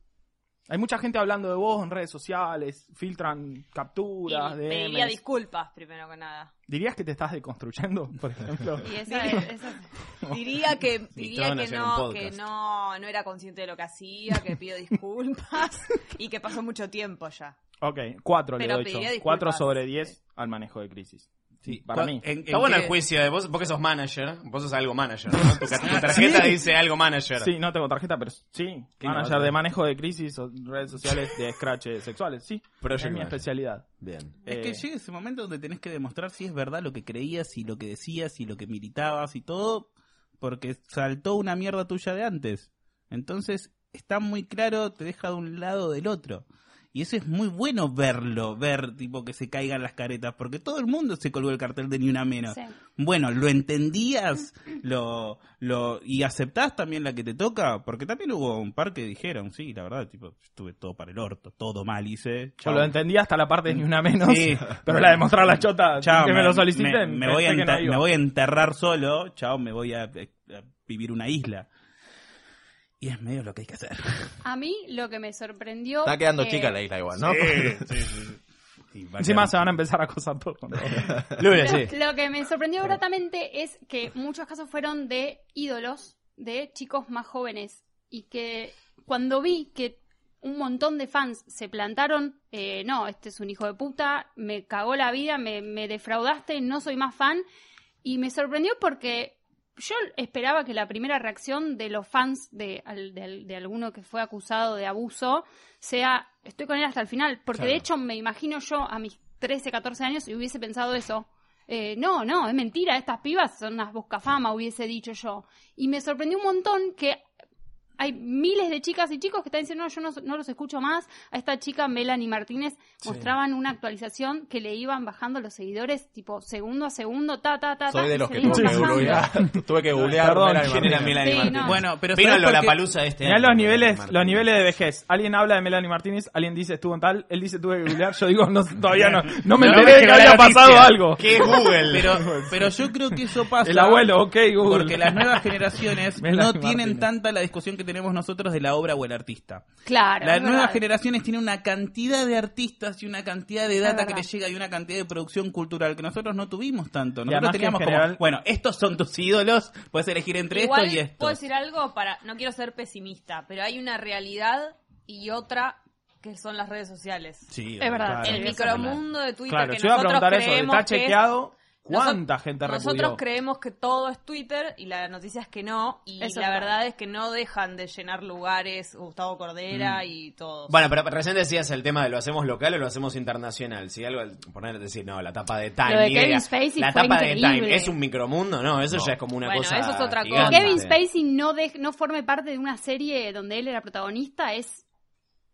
Speaker 12: Hay mucha gente hablando de vos en redes sociales, filtran capturas,
Speaker 14: Y pediría
Speaker 12: DMs.
Speaker 14: disculpas primero que nada.
Speaker 12: ¿Dirías que te estás deconstruyendo, *laughs* por ejemplo?
Speaker 17: Y esa es-
Speaker 14: Diría,
Speaker 17: esa es-
Speaker 14: *laughs* diría que
Speaker 12: Y
Speaker 14: diría
Speaker 12: todos
Speaker 14: que
Speaker 12: hacían un
Speaker 14: no
Speaker 12: podcast.
Speaker 14: que no no era consciente de lo que hacía, que pido disculpas *laughs* y que pasó mucho tiempo ya.
Speaker 12: Ok, cuatro le
Speaker 14: Pero
Speaker 12: doy yo.
Speaker 14: pediría disculpas.
Speaker 12: Cuatro sobre diez al manejo de crisis. Sí, para mí.
Speaker 2: Está bueno el juicio de vos, porque sos manager, vos sos algo manager, ¿no? tu, tar-
Speaker 12: *laughs*
Speaker 2: tu tarjeta
Speaker 12: Sí.
Speaker 2: dice algo manager.
Speaker 12: Sí, no tengo tarjeta, pero sí.
Speaker 2: ¿Qué
Speaker 12: Manager
Speaker 2: innovador?
Speaker 12: de manejo de crisis, o redes sociales
Speaker 15: *laughs*
Speaker 12: de scratches sexuales, sí.
Speaker 2: Project
Speaker 12: es mi
Speaker 2: manager.
Speaker 12: especialidad. Eh,
Speaker 2: Bien.
Speaker 15: Es que llega ese momento donde tenés que demostrar si es verdad lo que creías, si lo que decías, si lo que militabas y todo, porque saltó una mierda tuya de antes. Entonces, está muy claro, te deja de un lado o del otro. Y eso es muy bueno verlo, ver tipo que se caigan las caretas, porque todo el mundo se colgó el cartel de ni una menos.
Speaker 17: Sí.
Speaker 15: Bueno, lo entendías, lo, lo, y aceptás también la que te toca, porque también hubo un par que dijeron, sí, la verdad, tipo, estuve todo para el orto, todo mal hice.
Speaker 12: Yo
Speaker 15: chau".
Speaker 12: lo entendí hasta la parte de ni una menos,
Speaker 15: Sí.
Speaker 12: *laughs* pero la de mostrar la chota,
Speaker 15: Chao,
Speaker 12: que me, lo soliciten.
Speaker 15: me- me voy a
Speaker 12: pensé que no
Speaker 15: enter-
Speaker 12: iba.
Speaker 15: me voy a enterrar solo, chao, me voy a, eh, a vivir una isla. Y es medio lo que hay que hacer.
Speaker 17: A mí lo que me sorprendió.
Speaker 16: Está quedando
Speaker 17: eh,
Speaker 16: chica la isla igual, ¿no?
Speaker 15: *laughs*
Speaker 12: Encima se van a empezar a acosar por
Speaker 17: lo, lo que me sorprendió gratamente es que muchos casos fueron de ídolos, de chicos más jóvenes. Y que cuando vi que un montón de fans se plantaron, eh, no, este es un hijo de puta, me cagó la vida, me, me defraudaste, no soy más fan. Y me sorprendió porque yo esperaba que la primera reacción de los fans de, al- de al- de alguno que fue acusado de abuso sea, estoy con él hasta el final. Porque de hecho me imagino yo a mis 13, 14 años y hubiese pensado eso. Eh, no, no, es mentira, estas pibas son unas buscafama, hubiese dicho yo. Y me sorprendió un montón que hay miles de chicas y chicos que están diciendo, no, yo no, no los escucho más. A esta chica, Melanie Martínez,
Speaker 16: Sí.
Speaker 17: mostraban una actualización que le iban bajando los seguidores, tipo, segundo a segundo, ta, ta, ta, ta,
Speaker 16: Soy
Speaker 17: y
Speaker 16: de los
Speaker 17: se
Speaker 16: que
Speaker 17: le iban
Speaker 16: tuve que
Speaker 17: bajando.
Speaker 16: googlear. Tuve que googlear.
Speaker 12: Perdón,
Speaker 16: Melanie
Speaker 12: ¿quién era
Speaker 16: Martínez.
Speaker 12: Melanie Sí, Martínez? no.
Speaker 15: Bueno, pero
Speaker 16: Vino
Speaker 12: ¿sabes por
Speaker 16: la
Speaker 12: qué?
Speaker 16: palusa de este
Speaker 12: Mirá
Speaker 16: año.
Speaker 12: los niveles, los niveles de vejez. Alguien habla de Melanie Martínez, alguien dice estuvo en tal, él dice tuve que googlear, yo digo no, todavía no, no me
Speaker 15: No,
Speaker 12: enteré
Speaker 15: no,
Speaker 12: de que
Speaker 15: la
Speaker 12: había
Speaker 15: noticia.
Speaker 12: pasado algo.
Speaker 15: ¿Qué es Google? *laughs*
Speaker 12: *laughs*
Speaker 15: Pero- pero yo creo que eso pasa.
Speaker 12: El abuelo, ok, Google.
Speaker 15: Porque las nuevas
Speaker 12: *laughs*
Speaker 15: generaciones
Speaker 12: Melanie
Speaker 15: no tienen
Speaker 12: Martínez.
Speaker 15: tanta la discusión que tenemos nosotros de la obra o el artista.
Speaker 17: Claro.
Speaker 15: Las
Speaker 17: es
Speaker 15: nuevas
Speaker 17: verdad.
Speaker 15: generaciones tienen una cantidad de artistas y una cantidad de
Speaker 17: Es
Speaker 15: data que
Speaker 17: verdad.
Speaker 15: les llega y una cantidad de producción cultural que nosotros no tuvimos tanto.
Speaker 12: además
Speaker 15: Nosotros
Speaker 12: que en
Speaker 15: teníamos
Speaker 12: general-
Speaker 15: como, bueno, estos son tus ídolos, puedes elegir entre
Speaker 14: Igual,
Speaker 15: esto y esto.
Speaker 14: puedo
Speaker 17: pues,
Speaker 14: decir algo para, no quiero ser pesimista, pero hay una realidad y otra que son las redes sociales.
Speaker 12: Sí,
Speaker 14: es verdad.
Speaker 12: claro.
Speaker 14: el micromundo de Twitter
Speaker 12: Claro,
Speaker 14: que
Speaker 12: yo iba a
Speaker 14: nosotros
Speaker 12: preguntar eso,
Speaker 14: creemos
Speaker 12: ¿está
Speaker 14: que es-
Speaker 12: chequeado? ¿Cuánta
Speaker 14: Noso-
Speaker 12: gente
Speaker 14: Nosotros
Speaker 12: repudió?
Speaker 14: creemos que todo es Twitter y la noticia es que no. Y
Speaker 17: Eso
Speaker 14: la
Speaker 17: está.
Speaker 14: verdad es que no dejan de llenar lugares Gustavo Cordera
Speaker 2: Mm.
Speaker 14: y todos.
Speaker 2: Bueno, pero recién decías el tema de lo hacemos local o lo hacemos internacional. Si algo, poner, decir, no, la tapa de Time.
Speaker 17: Lo de
Speaker 2: ni
Speaker 17: Kevin
Speaker 2: idea.
Speaker 17: Spacey
Speaker 2: la
Speaker 17: fue
Speaker 2: tapa de Time
Speaker 17: increíble.
Speaker 2: es un micromundo, no, eso ya es como una
Speaker 14: Bueno,
Speaker 2: cosa.
Speaker 14: eso es otra
Speaker 17: Que
Speaker 2: gigante.
Speaker 17: Kevin Spacey no, dej- no forme parte de una serie donde él era protagonista es.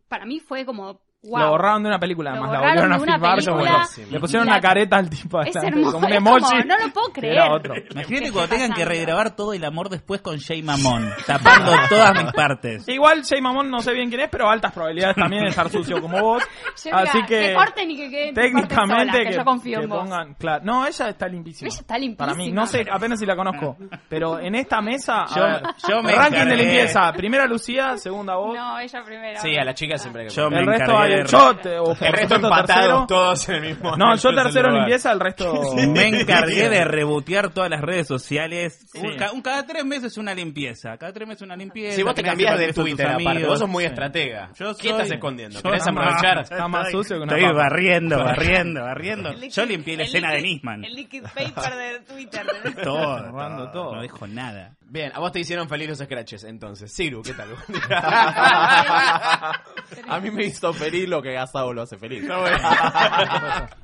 Speaker 17: Para mí fue como. ¡Wow!
Speaker 12: Lo borraron de una película,
Speaker 17: Lo
Speaker 12: además la
Speaker 17: borraron
Speaker 12: volvieron a
Speaker 17: de una
Speaker 12: filmar, yo,
Speaker 17: película.
Speaker 12: bueno, le pusieron
Speaker 17: Y
Speaker 12: una
Speaker 17: la-
Speaker 12: careta al tipo *laughs*
Speaker 17: Es
Speaker 12: adelante,
Speaker 17: hermoso,
Speaker 12: como un
Speaker 17: es como,
Speaker 12: emoji.
Speaker 17: no lo puedo
Speaker 12: que era
Speaker 17: creer.
Speaker 12: otro.
Speaker 15: Imagínate
Speaker 12: ¿Qué
Speaker 15: cuando
Speaker 12: está
Speaker 15: tengan que
Speaker 12: pasando?
Speaker 15: regrabar todo el amor después con Jay Mamón,
Speaker 12: *laughs*
Speaker 15: tapando todas mis partes.
Speaker 12: Igual Jay Mamón no sé bien quién es, pero altas probabilidades también de estar sucio como vos.
Speaker 17: *laughs* Yo, mira,
Speaker 12: Así que
Speaker 17: corten y que queden
Speaker 12: técnicamente
Speaker 17: sola, que,
Speaker 12: que,
Speaker 17: yo confío
Speaker 12: que
Speaker 17: en vos.
Speaker 12: pongan, claro, no, ella está limpísima.
Speaker 17: Ella está limpísima.
Speaker 12: Para mí, no sé, apenas si
Speaker 15: *laughs*
Speaker 12: la conozco. Pero en esta mesa, a
Speaker 15: Yo-
Speaker 12: ver,
Speaker 15: yo me
Speaker 12: ranking de
Speaker 15: encargué.
Speaker 12: limpieza. Primera Lucía, segunda vos.
Speaker 17: No, ella primero.
Speaker 2: Sí, a la chica siempre hay que
Speaker 15: Yo me
Speaker 12: el resto
Speaker 15: encargué de-
Speaker 12: hay el shot. eh, o por
Speaker 2: El resto
Speaker 12: supuesto
Speaker 2: empatados
Speaker 12: tercero.
Speaker 2: *laughs* todos en el mismo.
Speaker 12: No, yo
Speaker 15: en el
Speaker 12: tercero en
Speaker 15: lugar.
Speaker 12: limpieza, el resto.
Speaker 15: *laughs*
Speaker 2: *laughs*
Speaker 15: Me encargué de rebotear todas las redes sociales.
Speaker 12: Sí.
Speaker 15: Un ca- un- cada tres meses una limpieza. Cada tres meses una limpieza.
Speaker 2: Si vos te
Speaker 15: Tenés
Speaker 2: cambiás
Speaker 15: que
Speaker 2: de
Speaker 15: hacer tus
Speaker 2: Twitter aparte,
Speaker 15: amigos.
Speaker 2: vos sos muy
Speaker 15: Sí.
Speaker 2: estratega.
Speaker 15: Yo soy-
Speaker 2: ¿Qué estás escondiendo?
Speaker 15: yo-
Speaker 2: ¿Querés
Speaker 15: Está más-
Speaker 2: aprovechar?
Speaker 15: *laughs* está más
Speaker 12: Estoy-
Speaker 15: sucio que una
Speaker 12: estoy
Speaker 15: papa. *laughs*
Speaker 12: barriendo,
Speaker 15: barriendo, barriendo. Yo limpié la
Speaker 14: El
Speaker 15: escena de
Speaker 14: liquid-
Speaker 15: Nisman.
Speaker 14: El liquid paper de Twitter.
Speaker 15: *laughs* Todo,
Speaker 12: Borrando todo.
Speaker 15: No dejo nada.
Speaker 2: Bien, a vos te hicieron feliz los scratches, entonces. Siru,
Speaker 15: *laughs*
Speaker 2: ¿qué tal?
Speaker 16: A mí me hizo feliz lo que Gasao lo hace feliz.
Speaker 12: *laughs*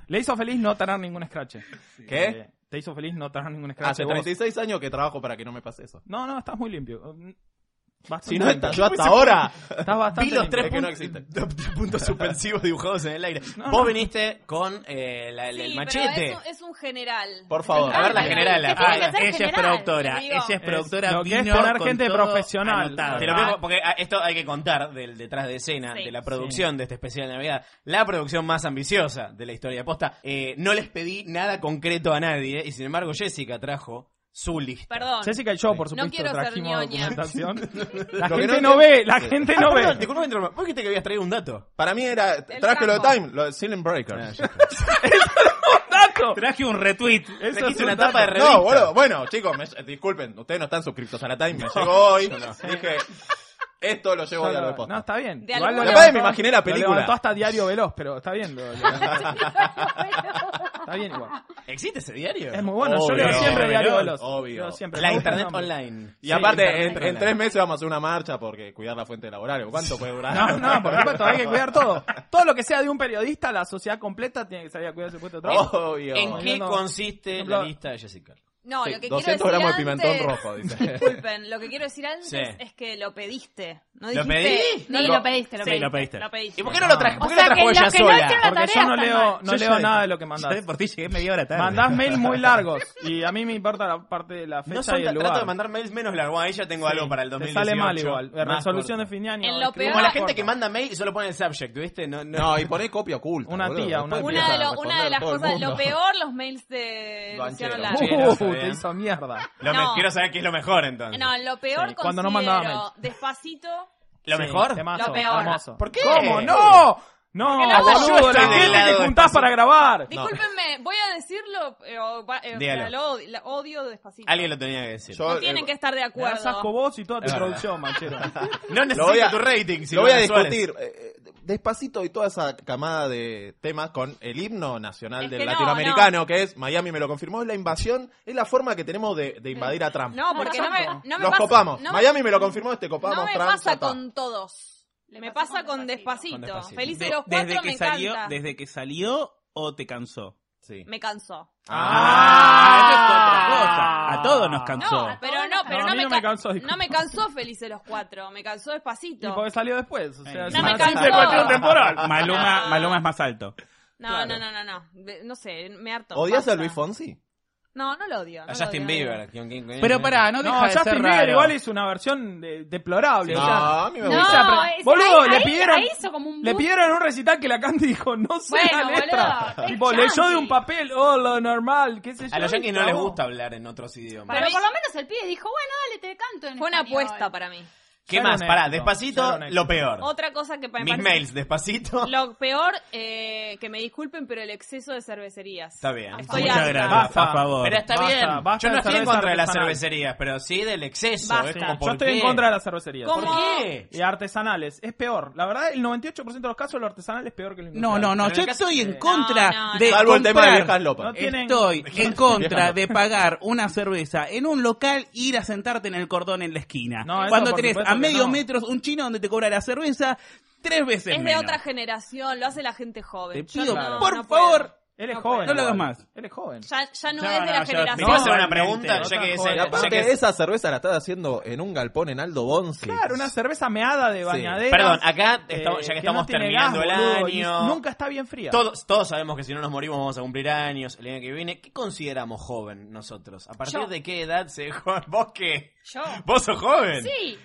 Speaker 12: Le hizo feliz no tener ningún scratch.
Speaker 16: ¿Qué?
Speaker 12: Eh, Te hizo feliz no tener ningún scratch.
Speaker 16: Hace
Speaker 12: vos.
Speaker 16: 36 años que trabajo para que no me pase eso.
Speaker 12: No, no, estás muy limpio. Mm, Bastante
Speaker 16: Si no,
Speaker 12: limpio.
Speaker 16: yo hasta ahora
Speaker 12: Estás
Speaker 2: Vi
Speaker 12: bastante
Speaker 2: los
Speaker 12: limpio.
Speaker 2: tres
Speaker 16: Es que no
Speaker 2: puntos,
Speaker 16: existe. *laughs*
Speaker 2: tres *laughs* puntos suspensivos dibujados en el aire.
Speaker 12: No,
Speaker 2: Vos
Speaker 12: no.
Speaker 2: viniste con eh, la- el, el
Speaker 14: Sí, pero
Speaker 2: machete.
Speaker 14: es un, es un general.
Speaker 16: Por favor.
Speaker 2: A ver, la
Speaker 14: Ah,
Speaker 2: general.
Speaker 14: ¿qué
Speaker 2: la-
Speaker 14: tiene que
Speaker 2: Ah,
Speaker 14: ser
Speaker 15: Ella es
Speaker 14: general?
Speaker 15: productora.
Speaker 14: Te digo.
Speaker 15: Ella es productora.
Speaker 12: lo que es
Speaker 15: vino
Speaker 12: tener
Speaker 15: con
Speaker 12: gente
Speaker 15: todo
Speaker 12: profesional.
Speaker 15: anotado.
Speaker 2: Te lo pongo porque ah, esto hay que contar del detrás de escena,
Speaker 14: Sí.
Speaker 2: de la producción de este especial de Navidad. La producción más ambiciosa de la historia de posta. Eh, no les pedí nada concreto a nadie y sin embargo Jessica trajo su lista.
Speaker 14: Perdón.
Speaker 12: Jessica y yo, por supuesto,
Speaker 14: quiero ser
Speaker 12: trajimos
Speaker 14: ñoña. *laughs*
Speaker 10: *laughs*
Speaker 12: documentación. La
Speaker 16: Lo que
Speaker 12: gente
Speaker 16: no
Speaker 12: no
Speaker 16: entiendo-
Speaker 12: ve, la
Speaker 16: Sí.
Speaker 12: gente
Speaker 2: Ah,
Speaker 12: no
Speaker 2: perdón,
Speaker 12: ve.
Speaker 2: disculpame interrumpir. Vos dijiste que habías traído un dato. Ah,
Speaker 16: Para mí era. Traje lo de Time, lo de Silent Breaker.
Speaker 12: *laughs*
Speaker 15: Traje un retweet.
Speaker 12: Eso
Speaker 2: Trajiste
Speaker 12: es
Speaker 2: una
Speaker 12: un dato.
Speaker 2: tapa de revista.
Speaker 16: No, boludo, bueno, chicos, me- disculpen, ustedes no están suscritos a la Time, me
Speaker 2: *laughs*
Speaker 16: llegó hoy. Dije, esto lo llevo hoy a lo de
Speaker 12: No,
Speaker 16: posta.
Speaker 12: está bien.
Speaker 14: De
Speaker 12: Igual lo
Speaker 14: alguna-
Speaker 16: Capaz que me
Speaker 12: levantó-
Speaker 16: imaginé la
Speaker 12: lo levantó
Speaker 16: película.
Speaker 12: hasta Diario Veloz, pero está bien. lo- lo- está bien igual.
Speaker 2: ¿Existe ese diario?
Speaker 12: Es muy bueno, yo
Speaker 16: Obvio.
Speaker 12: leo siempre
Speaker 16: Obvio.
Speaker 12: Diario Veloz.
Speaker 16: Obvio.
Speaker 12: Leo siempre.
Speaker 2: La
Speaker 12: Me gusta el
Speaker 2: internet
Speaker 12: nombre.
Speaker 2: online.
Speaker 16: Y
Speaker 12: Sí,
Speaker 16: aparte, en,
Speaker 12: internet
Speaker 16: en
Speaker 12: online.
Speaker 16: tres meses vamos a hacer una marcha porque cuidar la fuente laboral. ¿Cuánto puede durar?
Speaker 12: No, no, por supuesto, hay que cuidar todo. Todo lo que sea de un periodista, la sociedad completa tiene que salir a cuidar su puesto de trabajo.
Speaker 16: Obvio.
Speaker 2: ¿En qué
Speaker 12: No, no.
Speaker 2: consiste la
Speaker 12: Ejemplo-
Speaker 2: lista de Jessica?
Speaker 14: No,
Speaker 16: Sí,
Speaker 14: lo que
Speaker 16: 200
Speaker 14: quiero decir
Speaker 16: gramos de
Speaker 14: antes-
Speaker 16: pimentón rojo, dice.
Speaker 14: *laughs*
Speaker 12: *laughs*
Speaker 14: Disculpen, lo que quiero decir antes
Speaker 2: Sí.
Speaker 14: es que lo pediste. No
Speaker 2: ¿Lo
Speaker 14: dijiste,
Speaker 2: pedí?
Speaker 14: No,
Speaker 17: Sí, lo pediste, lo
Speaker 15: Sí,
Speaker 17: pediste.
Speaker 15: lo pediste.
Speaker 14: Lo pediste.
Speaker 2: ¿Y por qué no lo trajo?
Speaker 17: O
Speaker 2: ¿Por qué
Speaker 17: sea
Speaker 2: lo
Speaker 17: que
Speaker 2: trajo
Speaker 17: los
Speaker 2: ella
Speaker 17: que no
Speaker 2: sola?
Speaker 17: hicieron la
Speaker 12: Porque yo
Speaker 17: tarea
Speaker 12: no
Speaker 17: están
Speaker 12: leo,
Speaker 17: mal.
Speaker 12: no leo nada de lo que mandás.
Speaker 15: Yo por ti llegué media hora tarde.
Speaker 12: Mandás mail
Speaker 2: *laughs*
Speaker 12: muy largos y a mí me importa la parte de la
Speaker 2: No
Speaker 12: fecha
Speaker 2: son,
Speaker 12: y el
Speaker 2: trato
Speaker 12: lugar.
Speaker 2: de mandar mails menos largo. A ella tengo algo para el
Speaker 12: Te
Speaker 2: 2018.
Speaker 12: sale mal igual. Eh,
Speaker 2: Más
Speaker 12: Resolución
Speaker 2: corto.
Speaker 12: de fin de año.
Speaker 14: En lo
Speaker 12: escribo
Speaker 2: Como la
Speaker 12: más
Speaker 2: gente que
Speaker 12: corta.
Speaker 2: manda mail y solo pone el subject, ¿viste? No, no.
Speaker 16: No, y poné copia oculta.
Speaker 12: Una
Speaker 16: boludo.
Speaker 12: tía, una
Speaker 16: Después
Speaker 12: tía.
Speaker 14: Una de,
Speaker 16: empieza a
Speaker 14: lo- una de
Speaker 16: responder
Speaker 14: las
Speaker 16: todo el
Speaker 14: cosas,
Speaker 16: mundo.
Speaker 14: lo peor, los mails de
Speaker 16: Banchero.
Speaker 14: Luciano
Speaker 2: Sí,
Speaker 14: Lange.
Speaker 2: no,
Speaker 12: Uh,
Speaker 2: está bien.
Speaker 12: te hizo mierda.
Speaker 2: Lo
Speaker 14: No.
Speaker 2: me- quiero saber qué es lo mejor entonces.
Speaker 14: No, lo peor
Speaker 12: Sí,
Speaker 14: considero
Speaker 12: cuando no mandaba mails.
Speaker 14: despacito.
Speaker 2: ¿Lo
Speaker 12: Sí,
Speaker 2: mejor?
Speaker 12: temazo,
Speaker 14: Lo peor.
Speaker 12: hermoso.
Speaker 2: ¿Por qué?
Speaker 12: ¿Cómo? ¡No! No,
Speaker 14: Porque la hago yo,
Speaker 12: boludo, la
Speaker 14: estoy del
Speaker 12: gente
Speaker 2: lado
Speaker 12: que juntás para grabar.
Speaker 14: Discúlpenme, voy a decirlo, eh, o va- eh, o sea,
Speaker 2: Dígalo.
Speaker 14: lo, odi- la odio de despacito.
Speaker 2: Alguien lo tenía que decir.
Speaker 16: Yo,
Speaker 14: No
Speaker 16: eh,
Speaker 14: tienen que estar de
Speaker 12: Me das asco
Speaker 14: acuerdo.
Speaker 12: vos y toda tu
Speaker 2: Es verdad.
Speaker 12: producción, manchero.
Speaker 14: *laughs*
Speaker 2: No
Speaker 16: Lo voy
Speaker 2: necesito
Speaker 16: a-
Speaker 2: tu rating.
Speaker 16: lo voy a
Speaker 2: Silvana Suárez.
Speaker 16: discutir eh, eh, despacito y toda esa camada de temas con el himno nacional
Speaker 14: Es
Speaker 16: del
Speaker 14: que no,
Speaker 16: latinoamericano, que es Miami me lo confirmó, es la invasión, es la forma que tenemos de, de invadir a Trump.
Speaker 14: No, porque no me, no me
Speaker 16: Nos
Speaker 14: pasa,
Speaker 16: copamos.
Speaker 14: no me-
Speaker 16: Miami me lo confirmó, este copamos
Speaker 14: no me
Speaker 16: Trump. ya
Speaker 14: pasa
Speaker 16: está.
Speaker 14: con todos. Me pasa con despacito.
Speaker 2: Con Despacito.
Speaker 14: Feliz
Speaker 15: De-
Speaker 14: de los cuatro
Speaker 15: desde que
Speaker 14: me
Speaker 15: salió,
Speaker 14: encanta.
Speaker 15: desde que salió o te cansó.
Speaker 16: Sí.
Speaker 14: Me cansó.
Speaker 2: Ah,
Speaker 16: Ah,
Speaker 15: Ah, eso es otra cosa. A todos nos
Speaker 14: No,
Speaker 15: cansó.
Speaker 14: pero no,
Speaker 12: No,
Speaker 14: pero
Speaker 12: a
Speaker 14: no,
Speaker 12: mí
Speaker 14: me,
Speaker 12: no me
Speaker 14: ca-
Speaker 12: cansó, disculpa.
Speaker 14: no me cansó Felices los Cuatro, me cansó
Speaker 12: Y
Speaker 14: Despacito.
Speaker 12: porque salió después. O sea,
Speaker 14: No
Speaker 12: es
Speaker 14: me
Speaker 12: una-
Speaker 14: cansó.
Speaker 12: de
Speaker 2: *laughs*
Speaker 12: cualquier temporal.
Speaker 15: Maluma, Maluma es más alto.
Speaker 14: No, no, no, no, no, De- no sé, me harto.
Speaker 16: ¿Odias a
Speaker 14: basta.
Speaker 16: Luis Fonsi?
Speaker 14: No, no lo odio. no
Speaker 16: A
Speaker 14: lo
Speaker 16: Justin
Speaker 14: odio.
Speaker 16: Bieber.
Speaker 12: Pero pará, no
Speaker 16: deja de
Speaker 12: Justin
Speaker 16: ser
Speaker 12: Bieber
Speaker 16: raro.
Speaker 12: igual hizo una versión de- deplorable.
Speaker 16: Sí.
Speaker 12: o sea,
Speaker 16: No, a mí me
Speaker 12: hizo
Speaker 16: gusta.
Speaker 12: apre-
Speaker 17: No, es-
Speaker 12: boludo,
Speaker 17: ahí-
Speaker 12: le
Speaker 17: ahí-
Speaker 12: pidieron.
Speaker 17: ahí hizo como un
Speaker 12: le
Speaker 17: bus.
Speaker 12: pidieron en un recital que la canta y dijo, no sé
Speaker 17: Bueno,
Speaker 12: la letra.
Speaker 17: boludo,
Speaker 12: tipo,
Speaker 17: es
Speaker 12: leyó de
Speaker 17: yankee.
Speaker 12: un papel, oh, lo normal, qué sé yo.
Speaker 2: A los
Speaker 12: y
Speaker 2: yankees no les
Speaker 12: clavó.
Speaker 2: gusta hablar en otros idiomas.
Speaker 17: Pero por lo menos el pibe dijo, bueno, dale, te canto en
Speaker 14: Fue una
Speaker 17: español.
Speaker 14: apuesta para mí.
Speaker 2: ¿Qué
Speaker 12: Ya
Speaker 2: más?
Speaker 12: era un
Speaker 2: Pará,
Speaker 12: éxito, ya era
Speaker 2: despacito,
Speaker 12: un éxito.
Speaker 2: lo peor.
Speaker 14: Otra cosa que me
Speaker 2: Mis
Speaker 14: parece-
Speaker 2: mails, despacito.
Speaker 14: Lo peor, eh, que me disculpen, pero el exceso de cervecerías.
Speaker 2: Está bien.
Speaker 14: Estoy
Speaker 2: Muchas
Speaker 14: harta.
Speaker 2: gracias,
Speaker 12: Basta.
Speaker 2: por favor. Pero está
Speaker 12: Basta,
Speaker 2: bien.
Speaker 12: basta
Speaker 2: Yo no
Speaker 12: de
Speaker 2: estoy en
Speaker 12: cerveza
Speaker 2: contra de las
Speaker 12: artesanal.
Speaker 2: cervecerías, pero sí del exceso.
Speaker 12: Basta.
Speaker 2: Es ¿eh? como,
Speaker 12: Yo
Speaker 2: ¿por
Speaker 12: estoy
Speaker 2: qué?
Speaker 12: en contra de las cervecerías.
Speaker 2: ¿Por qué?
Speaker 12: Y artesanales. Es peor. La verdad, el 98% de los casos lo artesanal es peor que lo
Speaker 15: No,
Speaker 12: industrial.
Speaker 15: no, no, yo estoy en contra de
Speaker 12: Salvo el tema de
Speaker 15: comprar.
Speaker 12: viejas lopas. No tienen-
Speaker 15: Estoy en
Speaker 12: *laughs* Viejas
Speaker 15: contra
Speaker 12: lopas.
Speaker 15: de pagar una cerveza en un local e ir a sentarte en el cordón en la esquina.
Speaker 12: No, eso
Speaker 15: Cuando
Speaker 12: por
Speaker 15: tenés
Speaker 12: supuesto
Speaker 15: a
Speaker 12: que
Speaker 15: medio
Speaker 12: no.
Speaker 15: metros un chino donde te cobra la cerveza tres veces
Speaker 14: Es de
Speaker 15: menos.
Speaker 14: otra generación, lo hace la gente joven.
Speaker 15: Te
Speaker 14: Yo
Speaker 15: pido,
Speaker 14: no,
Speaker 15: por
Speaker 14: no puedo.
Speaker 15: favor.
Speaker 12: Él es
Speaker 14: No
Speaker 12: joven.
Speaker 15: No lo hagas
Speaker 12: igual.
Speaker 15: más.
Speaker 12: Él es joven.
Speaker 14: Ya, ya no,
Speaker 12: No,
Speaker 14: es de
Speaker 12: no,
Speaker 14: la
Speaker 12: yo-
Speaker 14: generación.
Speaker 12: No,
Speaker 16: ¿Me puedo hacer una
Speaker 12: realmente,
Speaker 16: pregunta?
Speaker 12: no
Speaker 16: Ya
Speaker 12: tan
Speaker 16: que, es-
Speaker 12: joven.
Speaker 16: ya
Speaker 12: Aparte,
Speaker 16: que es- esa cerveza la estás haciendo en un galpón en Aldo Bonce.
Speaker 12: Claro, una cerveza meada de bañadera. eh,
Speaker 2: Perdón, acá estamos- ya que estamos terminando el año.
Speaker 12: Nunca está bien fría.
Speaker 2: Todos, todos sabemos que si no nos morimos vamos a cumplir años el año que viene. ¿Qué consideramos joven nosotros? ¿A partir
Speaker 17: Yo.
Speaker 2: de qué edad se joven? ¿Vos qué?
Speaker 17: Yo.
Speaker 2: ¿Vos sos joven?
Speaker 17: Sí.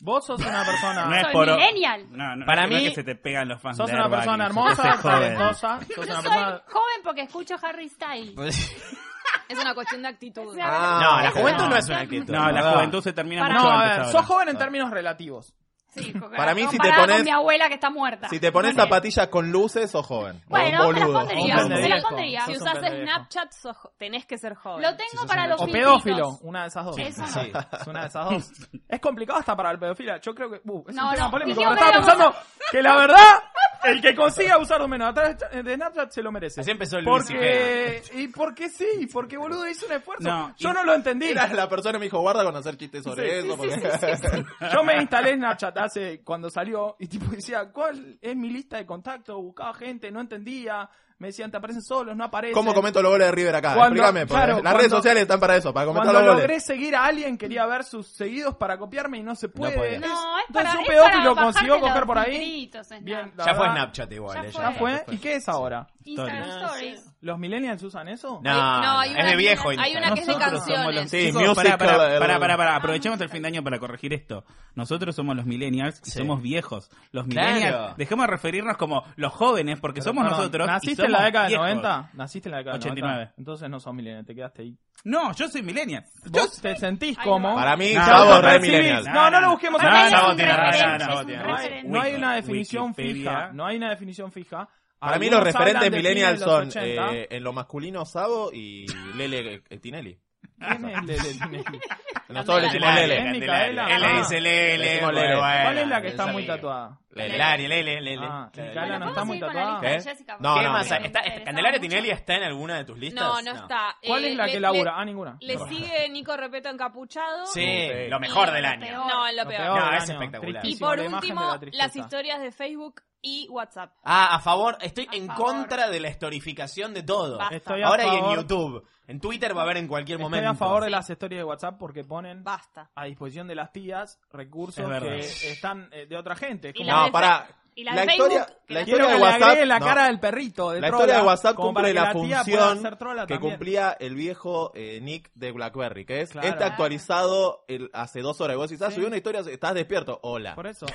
Speaker 12: Vos sos una
Speaker 15: *laughs*
Speaker 12: persona.
Speaker 15: No es
Speaker 17: Soy
Speaker 15: por-
Speaker 17: millennial.
Speaker 15: No, no,
Speaker 2: Para
Speaker 15: no es
Speaker 2: mí,
Speaker 15: que se te pegan los fans
Speaker 12: Sos
Speaker 15: de
Speaker 12: una
Speaker 15: Airbag
Speaker 12: persona
Speaker 15: y se-
Speaker 12: hermosa,
Speaker 15: sos
Speaker 17: *laughs*
Speaker 15: joven.
Speaker 12: talentosa. Sos
Speaker 17: Yo
Speaker 12: una
Speaker 17: soy
Speaker 12: persona. Pues
Speaker 17: joven porque escucho Harry Styles. *laughs*
Speaker 14: Es una cuestión de actitud.
Speaker 17: Ah,
Speaker 2: No, la juventud no es una actitud.
Speaker 15: No, la
Speaker 2: ¿verdad?
Speaker 15: juventud se termina
Speaker 12: Para-
Speaker 15: mucho
Speaker 12: no, a
Speaker 15: antes
Speaker 12: ver,
Speaker 15: ahora. Ah.
Speaker 12: sos joven en términos relativos.
Speaker 17: Sí,
Speaker 16: Para mí, si te
Speaker 17: comparada con
Speaker 16: pones-
Speaker 17: mi abuela que está muerta.
Speaker 16: Si te pones zapatillas con luces, o joven.
Speaker 17: Bueno,
Speaker 16: o un
Speaker 17: me las
Speaker 16: boludo.
Speaker 17: pondría,
Speaker 16: O un
Speaker 17: me
Speaker 16: boludo.
Speaker 17: las pondría.
Speaker 14: Si
Speaker 12: Sos un
Speaker 14: usas
Speaker 12: pendejo.
Speaker 14: Snapchat, sos jo- tenés que ser joven.
Speaker 17: Lo tengo para los
Speaker 12: O
Speaker 17: filtritos.
Speaker 12: pedófilo, una de esas dos.
Speaker 17: Sí, Eso no.
Speaker 12: Sí, es una de esas dos. Es complicado hasta para el pedófilo. Yo creo que. uh, es
Speaker 17: No,
Speaker 12: un tema
Speaker 17: no,
Speaker 12: polémico.
Speaker 17: dijimos
Speaker 12: Pero
Speaker 17: que
Speaker 12: estaba
Speaker 17: lo vamos
Speaker 12: pensando que la verdad, el que consiga usar un menos atrás de Snapchat se lo merece.
Speaker 2: Así empezó el
Speaker 12: Porque. ¿Y porque sí? Porque boludo hizo un esfuerzo.
Speaker 15: No,
Speaker 12: Yo no lo entendí.
Speaker 16: Mira, la persona me dijo, guarda con hacer chistes sobre
Speaker 12: Sí, sí,
Speaker 16: eso. porque... *laughs*
Speaker 12: Yo me instalé Snapchat hace cuando salió y tipo decía, ¿cuál es mi lista de contacto? Buscaba gente, no entendía. Me decían, te aparecen solos, no aparecen.
Speaker 16: ¿Cómo comento los goles de River acá?
Speaker 12: Cuando-
Speaker 16: Explícame. porque
Speaker 12: claro,
Speaker 16: las
Speaker 12: cuando-
Speaker 16: redes sociales están para eso, para comentar
Speaker 12: Cuando
Speaker 16: los goles.
Speaker 12: logré seguir a alguien, quería ver sus seguidos para copiarme y no se puede.
Speaker 16: podía.
Speaker 17: No, es para,
Speaker 12: Entonces un
Speaker 17: es para
Speaker 12: pedófilo
Speaker 17: bajarte
Speaker 12: consiguió
Speaker 17: los
Speaker 12: coger por ahí.
Speaker 17: filtritos, Snapchat.
Speaker 12: Bien, la
Speaker 2: Ya fue
Speaker 12: verdad,
Speaker 2: Snapchat igual.
Speaker 17: Ya
Speaker 2: eh,
Speaker 12: Ya fue. ¿Y qué es ahora?
Speaker 17: Instagram Stories.
Speaker 12: ¿Los millennials usan eso?
Speaker 2: No, no,
Speaker 14: hay
Speaker 2: es
Speaker 14: una
Speaker 2: de viejo.
Speaker 14: que- hay
Speaker 2: Instagram.
Speaker 14: una que es de
Speaker 15: Nosotros somos los
Speaker 14: canciones.
Speaker 16: Sí,
Speaker 15: chicos, pará,
Speaker 16: musical,
Speaker 15: pará,
Speaker 16: el-
Speaker 15: pará, pará, pará, aprovechemos el fin de año para corregir esto. Nosotros somos los millennials y somos viejos. Los
Speaker 2: Claro.
Speaker 15: millennials, dejemos de referirnos como los jóvenes porque somos
Speaker 12: Perdón,
Speaker 15: nosotros. y
Speaker 12: ¿Naciste
Speaker 15: somos
Speaker 12: en la década
Speaker 15: viejos.
Speaker 12: de 90? ¿Naciste en la década
Speaker 15: 89.
Speaker 12: de 90? Entonces no sos millennial, te quedaste ahí.
Speaker 15: No, yo soy millennial. Yo
Speaker 12: ¿Vos te sentís como?
Speaker 16: Para mí,
Speaker 15: No,
Speaker 16: Sabo
Speaker 12: Vos
Speaker 16: re
Speaker 12: recibís-
Speaker 16: millennial.
Speaker 12: No, no lo busquemos
Speaker 17: Para
Speaker 15: Ah,
Speaker 12: acá.
Speaker 17: mí es un
Speaker 12: Sabo tiene razón,
Speaker 17: referente,
Speaker 12: Sabo
Speaker 17: es un
Speaker 12: tiene razón.
Speaker 17: referente.
Speaker 12: No hay una definición
Speaker 15: Wikipedia.
Speaker 12: fija. No hay una definición fija.
Speaker 16: Para mí
Speaker 12: Algunos
Speaker 16: los referentes
Speaker 12: hablan de
Speaker 16: millennials
Speaker 12: fines de
Speaker 16: son
Speaker 12: los 80.
Speaker 16: eh, en lo masculino Sabo y Lele eh, Tinelli.
Speaker 12: ¿Quién es Lele?
Speaker 10: *laughs*
Speaker 16: Nosotros le decimos
Speaker 12: Candelaria,
Speaker 16: Lele.
Speaker 12: Candelaria.
Speaker 16: Él le dice
Speaker 2: Lele,
Speaker 16: decimos
Speaker 2: bueno,
Speaker 16: Lele.
Speaker 2: bueno,
Speaker 12: ¿Cuál es la que
Speaker 2: él
Speaker 12: está muy
Speaker 2: sabía.
Speaker 12: tatuada?
Speaker 2: Lele, Lele, Lele, Lele.
Speaker 12: Ah,
Speaker 2: Lele.
Speaker 12: Candelaria no
Speaker 17: Bueno,
Speaker 12: está
Speaker 17: ¿podemos
Speaker 12: muy
Speaker 17: seguir con la
Speaker 12: tatuada.
Speaker 17: lista de
Speaker 16: ¿Eh?
Speaker 17: Jessica?
Speaker 16: No,
Speaker 2: ¿Qué
Speaker 16: no,
Speaker 2: más?
Speaker 16: no.
Speaker 2: ¿Está- está- ¿Candelaria Tinelli está en alguna de tus listas?
Speaker 14: No, no está.
Speaker 12: ¿Cuál
Speaker 14: Eh,
Speaker 12: es la
Speaker 14: le-
Speaker 12: que
Speaker 14: le-
Speaker 12: labura? Ah, ninguna.
Speaker 14: Le sigue Nico Repeto encapuchado.
Speaker 2: Sí,
Speaker 16: Sí.
Speaker 2: lo mejor del
Speaker 17: Lo
Speaker 2: año.
Speaker 17: peor.
Speaker 14: No, lo
Speaker 12: Lo
Speaker 14: peor.
Speaker 12: peor
Speaker 2: No,
Speaker 12: del
Speaker 2: es
Speaker 12: año.
Speaker 2: espectacular.
Speaker 14: Y
Speaker 12: Tristísimo,
Speaker 14: por
Speaker 12: la imagen de
Speaker 14: último,
Speaker 12: la tristeza.
Speaker 14: las historias de Facebook y WhatsApp.
Speaker 2: Ah, a favor, estoy en
Speaker 17: favor.
Speaker 2: contra de la estorificación de todo.
Speaker 14: Basta.
Speaker 12: Estoy a
Speaker 2: Ahora y en
Speaker 12: favor-
Speaker 2: YouTube. En Twitter va a haber en cualquier
Speaker 12: Estoy
Speaker 2: momento.
Speaker 12: a favor de las historias de WhatsApp porque ponen
Speaker 14: Basta.
Speaker 12: a disposición de las tías recursos
Speaker 15: Es verdad.
Speaker 12: que están eh, de otra gente. Es
Speaker 14: Y
Speaker 12: como-
Speaker 14: la
Speaker 16: No,
Speaker 14: de
Speaker 16: pará.
Speaker 14: Fe- y la
Speaker 16: La
Speaker 14: de
Speaker 16: historia-
Speaker 14: Facebook, que
Speaker 16: la
Speaker 14: la
Speaker 12: Quiero
Speaker 16: historia
Speaker 12: que
Speaker 16: de
Speaker 12: le
Speaker 16: WhatsApp,
Speaker 12: agregue la
Speaker 16: no.
Speaker 12: cara del perrito. De
Speaker 16: La
Speaker 12: trola,
Speaker 16: historia de WhatsApp
Speaker 12: como
Speaker 16: cumple
Speaker 12: para que
Speaker 16: la,
Speaker 12: la tía pueda hacer
Speaker 16: función
Speaker 12: trola
Speaker 16: que
Speaker 12: también.
Speaker 16: cumplía el viejo eh, Nick de BlackBerry, que es
Speaker 12: Claro.
Speaker 16: este actualizado el- hace dos horas. Y vos quizás
Speaker 12: Sí.
Speaker 16: subí una historia, estás despierto. Hola. *laughs*
Speaker 12: Por eso.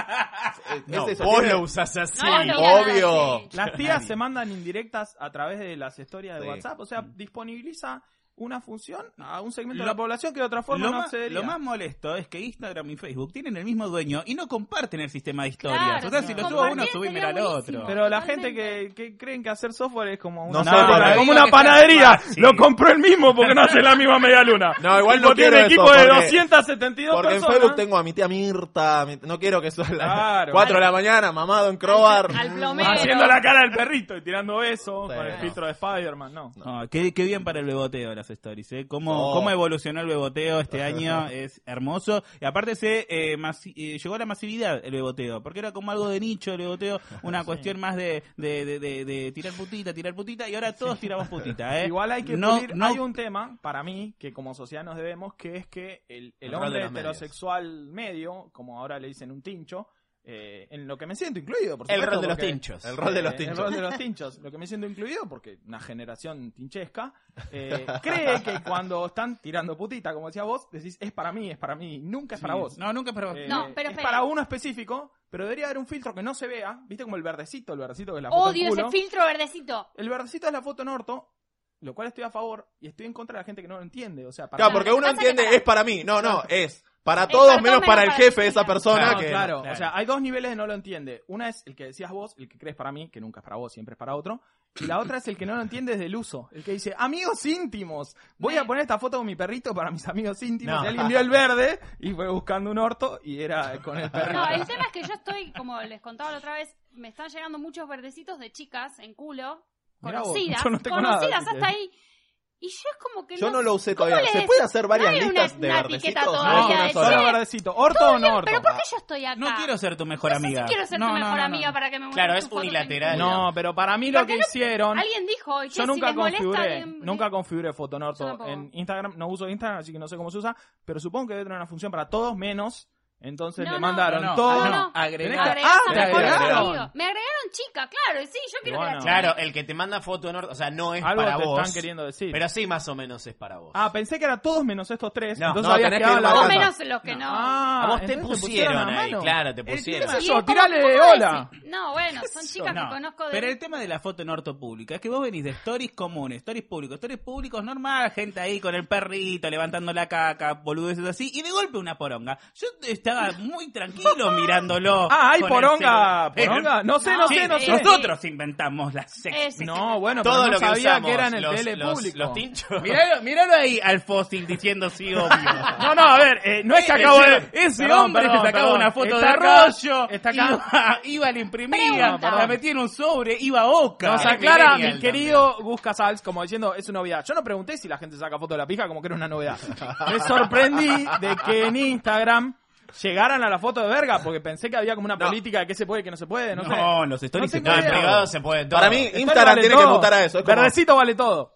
Speaker 16: Eh,
Speaker 2: No,
Speaker 16: es eso,
Speaker 2: vos
Speaker 16: tiene-
Speaker 2: lo usás así.
Speaker 14: No, no, no.
Speaker 16: Obvio.
Speaker 12: Las tías se mandan indirectas a través de las historias de
Speaker 16: Sí. Mm.
Speaker 12: WhatsApp. O sea, disponibiliza una función a un segmento de
Speaker 15: Lo-
Speaker 12: la población que de otra forma
Speaker 15: Lo,
Speaker 12: no
Speaker 15: más,
Speaker 12: accedería.
Speaker 15: lo más molesto es que Instagram y Facebook tienen el mismo dueño y no comparten el sistema de historias.
Speaker 17: Claro,
Speaker 15: o sea,
Speaker 17: sí.
Speaker 15: si lo subo a uno,
Speaker 17: Compartir
Speaker 15: subímela
Speaker 17: sería
Speaker 15: al
Speaker 17: buenísimo.
Speaker 15: otro.
Speaker 12: Pero la gente
Speaker 17: Totalmente.
Speaker 12: que, que creen que hacer software es como una,
Speaker 16: No sé, pero
Speaker 12: como
Speaker 15: digo
Speaker 12: una
Speaker 15: que
Speaker 12: panadería.
Speaker 15: está fácil.
Speaker 12: Lo compró el mismo porque no hace la misma media luna.
Speaker 16: No, igual
Speaker 12: Tipo,
Speaker 16: no
Speaker 12: tiene
Speaker 16: quiero
Speaker 12: equipo
Speaker 16: eso,
Speaker 12: de
Speaker 16: porque-
Speaker 12: 272
Speaker 16: Porque en
Speaker 12: personas.
Speaker 16: Facebook tengo a mi tía Mirta, a mi- no quiero que sea las
Speaker 12: Claro.
Speaker 16: 4 de la mañana, mamado en Croar.
Speaker 14: Al plomero.
Speaker 12: Haciendo la cara del perrito y tirando besos
Speaker 16: Sí,
Speaker 12: con el
Speaker 16: no.
Speaker 12: filtro de Spider-Man, no.
Speaker 15: Ah, qué, qué bien para el beboteo la las stories. ¿eh? Cómo,
Speaker 16: Oh.
Speaker 15: cómo evolucionó el beboteo
Speaker 16: *laughs*
Speaker 15: este año es hermoso. Y aparte se eh, masi- eh, llegó a la masividad el beboteo, porque era como algo de nicho el beboteo,
Speaker 16: *laughs*
Speaker 15: una *laughs* cuestión más de, de, de, de- de tirar putita, tirar putita, y ahora todos tiramos putita. ¿eh?
Speaker 12: Igual hay que
Speaker 15: no,
Speaker 12: pulir-
Speaker 15: no
Speaker 12: hay un tema, para mí, que como sociedad nos debemos, que es que el, el
Speaker 15: El rol de
Speaker 12: hombre
Speaker 15: los medios.
Speaker 12: heterosexual medio, como ahora le dicen un tincho, eh, en lo que me siento incluido, por
Speaker 15: El
Speaker 12: supuesto,
Speaker 15: rol de los
Speaker 12: porque-
Speaker 15: tinchos. El rol de los
Speaker 12: eh,
Speaker 15: tinchos.
Speaker 12: El rol de los tinchos. *laughs* Lo que me siento incluido, porque una generación tinchesca, eh,
Speaker 15: *laughs*
Speaker 12: cree que cuando están tirando putita, como decía vos, decís, es para mí, es para mí, nunca es para
Speaker 15: Sí.
Speaker 12: vos. Eh,
Speaker 15: No, nunca es para vos. No, pero
Speaker 12: es
Speaker 17: espera.
Speaker 12: para uno específico, pero debería haber un filtro que no se vea, viste como el verdecito, el verdecito que es la foto en
Speaker 17: Odio ese
Speaker 12: culo.
Speaker 17: filtro verdecito.
Speaker 12: El verdecito es la foto en orto, lo cual estoy a favor y estoy en contra de la gente que no lo entiende. O sea, para
Speaker 16: Claro, porque uno entiende, es para mí. No, no, es para todos menos para el jefe de esa persona
Speaker 12: Claro,
Speaker 16: que.
Speaker 12: claro. o sea, hay dos niveles de no lo entiende. Una es el que decías vos, el que crees para mí, que nunca es para vos, siempre es para otro. Y la otra es el que no lo entiende desde el uso. El que dice, amigos íntimos, voy a poner esta foto con mi perrito para mis amigos íntimos.
Speaker 16: No.
Speaker 12: Y alguien vio el verde y fue buscando un orto y era
Speaker 16: *laughs*
Speaker 12: con el perrito.
Speaker 17: No, el tema es que yo estoy, como les contaba la otra vez, me están llegando muchos verdecitos de chicas en culo,
Speaker 16: Mirá vos,
Speaker 17: conocidas,
Speaker 16: yo no tengo nada,
Speaker 17: conocidas
Speaker 16: así que-
Speaker 17: hasta ahí. Y yo es como que
Speaker 16: Yo no lo usé
Speaker 17: ¿Cómo
Speaker 16: todavía.
Speaker 17: les
Speaker 16: ¿Se
Speaker 17: des-
Speaker 16: puede hacer varias
Speaker 17: no hay
Speaker 16: listas
Speaker 17: una-
Speaker 16: de
Speaker 17: una
Speaker 16: verdecitos?
Speaker 17: etiqueta
Speaker 16: No,
Speaker 17: todavía
Speaker 16: una
Speaker 17: de
Speaker 16: sola.
Speaker 17: che,
Speaker 12: verdecito, orto
Speaker 17: todo
Speaker 12: o no
Speaker 17: bien,
Speaker 12: orto.
Speaker 17: Pero ¿por Ah. qué yo estoy acá?
Speaker 15: No quiero ser tu mejor amiga.
Speaker 17: quiero ser tu mejor amiga para que me muestres
Speaker 15: Claro,
Speaker 17: tus
Speaker 15: es
Speaker 17: fotos en
Speaker 15: unilateral.
Speaker 17: culo.
Speaker 12: No, pero para mí lo que hicieron.
Speaker 17: Alguien dijo hoy que
Speaker 12: Yo
Speaker 17: si
Speaker 12: nunca
Speaker 17: les molesta,
Speaker 12: configuré,
Speaker 17: den-
Speaker 12: nunca configuré
Speaker 17: Yo
Speaker 12: Fotonorto
Speaker 17: tampoco.
Speaker 12: en Instagram, no uso Instagram, así que no sé cómo se usa, pero supongo que debe tener una función para todos menos, entonces
Speaker 17: No,
Speaker 12: le
Speaker 17: no.
Speaker 12: mandaron
Speaker 15: No, no,
Speaker 12: todo.
Speaker 15: no, no.
Speaker 2: *laughs*
Speaker 12: Tenés
Speaker 15: Agregar.
Speaker 12: que-
Speaker 15: Agregar.
Speaker 12: Ah,
Speaker 17: Me
Speaker 12: te agregaron.
Speaker 17: agregaron, me agregaron chica, claro, y sí, yo quiero que la chica-
Speaker 2: Claro, el que te manda foto en orden, o sea, no es
Speaker 12: Algo
Speaker 2: para
Speaker 12: te
Speaker 2: vos.
Speaker 12: están queriendo decir.
Speaker 2: Pero sí, más o menos es para vos.
Speaker 12: Ah, pensé que era todos menos estos tres,
Speaker 2: No,
Speaker 12: entonces
Speaker 2: no,
Speaker 12: habías
Speaker 2: tenés que
Speaker 12: quedado
Speaker 2: ir
Speaker 12: la
Speaker 2: más
Speaker 12: otra.
Speaker 17: menos los que no.
Speaker 12: Ah,
Speaker 2: a vos te
Speaker 12: entonces te
Speaker 2: pusieron,
Speaker 12: pusieron a
Speaker 2: ahí,
Speaker 12: mano.
Speaker 2: claro, te
Speaker 12: El
Speaker 2: pusieron.
Speaker 12: tema
Speaker 17: Y
Speaker 12: es
Speaker 17: es como,
Speaker 12: tirale
Speaker 17: ¿cómo
Speaker 12: de
Speaker 17: decís?
Speaker 12: hola.
Speaker 17: No, bueno, son chicas
Speaker 15: No,
Speaker 17: que conozco de...
Speaker 15: Pero el tema de la foto en orto pública es que vos venís de stories comunes, stories públicos, stories públicos normal, gente ahí con el perrito levantando la caca, boludeces así, y de golpe una poronga. Yo estaba
Speaker 17: *laughs*
Speaker 15: muy tranquilo mirándolo.
Speaker 12: Ah, hay
Speaker 15: con el
Speaker 12: poronga,
Speaker 15: celular.
Speaker 12: poronga. No sé, no
Speaker 15: Sí,
Speaker 12: sé, no sé.
Speaker 15: Nosotros inventamos la sex.
Speaker 12: No, bueno, pero no sabía que era en el tele público.
Speaker 17: Eh,
Speaker 2: *laughs*
Speaker 15: Miralo, miralo ahí al fósil diciendo sí, obvio. No, no, a ver, eh,
Speaker 12: no es que acabo de-
Speaker 15: Ese
Speaker 12: Perdón,
Speaker 15: hombre
Speaker 12: perdón,
Speaker 15: que sacaba
Speaker 12: perdón.
Speaker 15: una foto
Speaker 12: Está
Speaker 15: de
Speaker 12: acá,
Speaker 15: rollo,
Speaker 12: está acá.
Speaker 15: Iba, iba, la imprimía,
Speaker 12: Pregunta.
Speaker 15: *laughs* la metía en un sobre, iba a Oca.
Speaker 12: Nos aclara mi querido Gus Casals como diciendo, es una novedad. Yo no pregunté si la gente saca foto de la pija como que era una novedad. Me sorprendí de que en Instagram llegaran a la foto de verga porque pensé que había como una política de qué se puede y qué no se puede. No, sé.
Speaker 15: No, en los stories se
Speaker 12: tengo
Speaker 15: puede.
Speaker 12: idea.
Speaker 15: En privado se puede todo.
Speaker 16: Para mí,
Speaker 12: Stories
Speaker 16: Instagram
Speaker 12: vale
Speaker 16: tiene que
Speaker 12: todo.
Speaker 16: votar a eso. Es como
Speaker 12: Verdecito vale todo.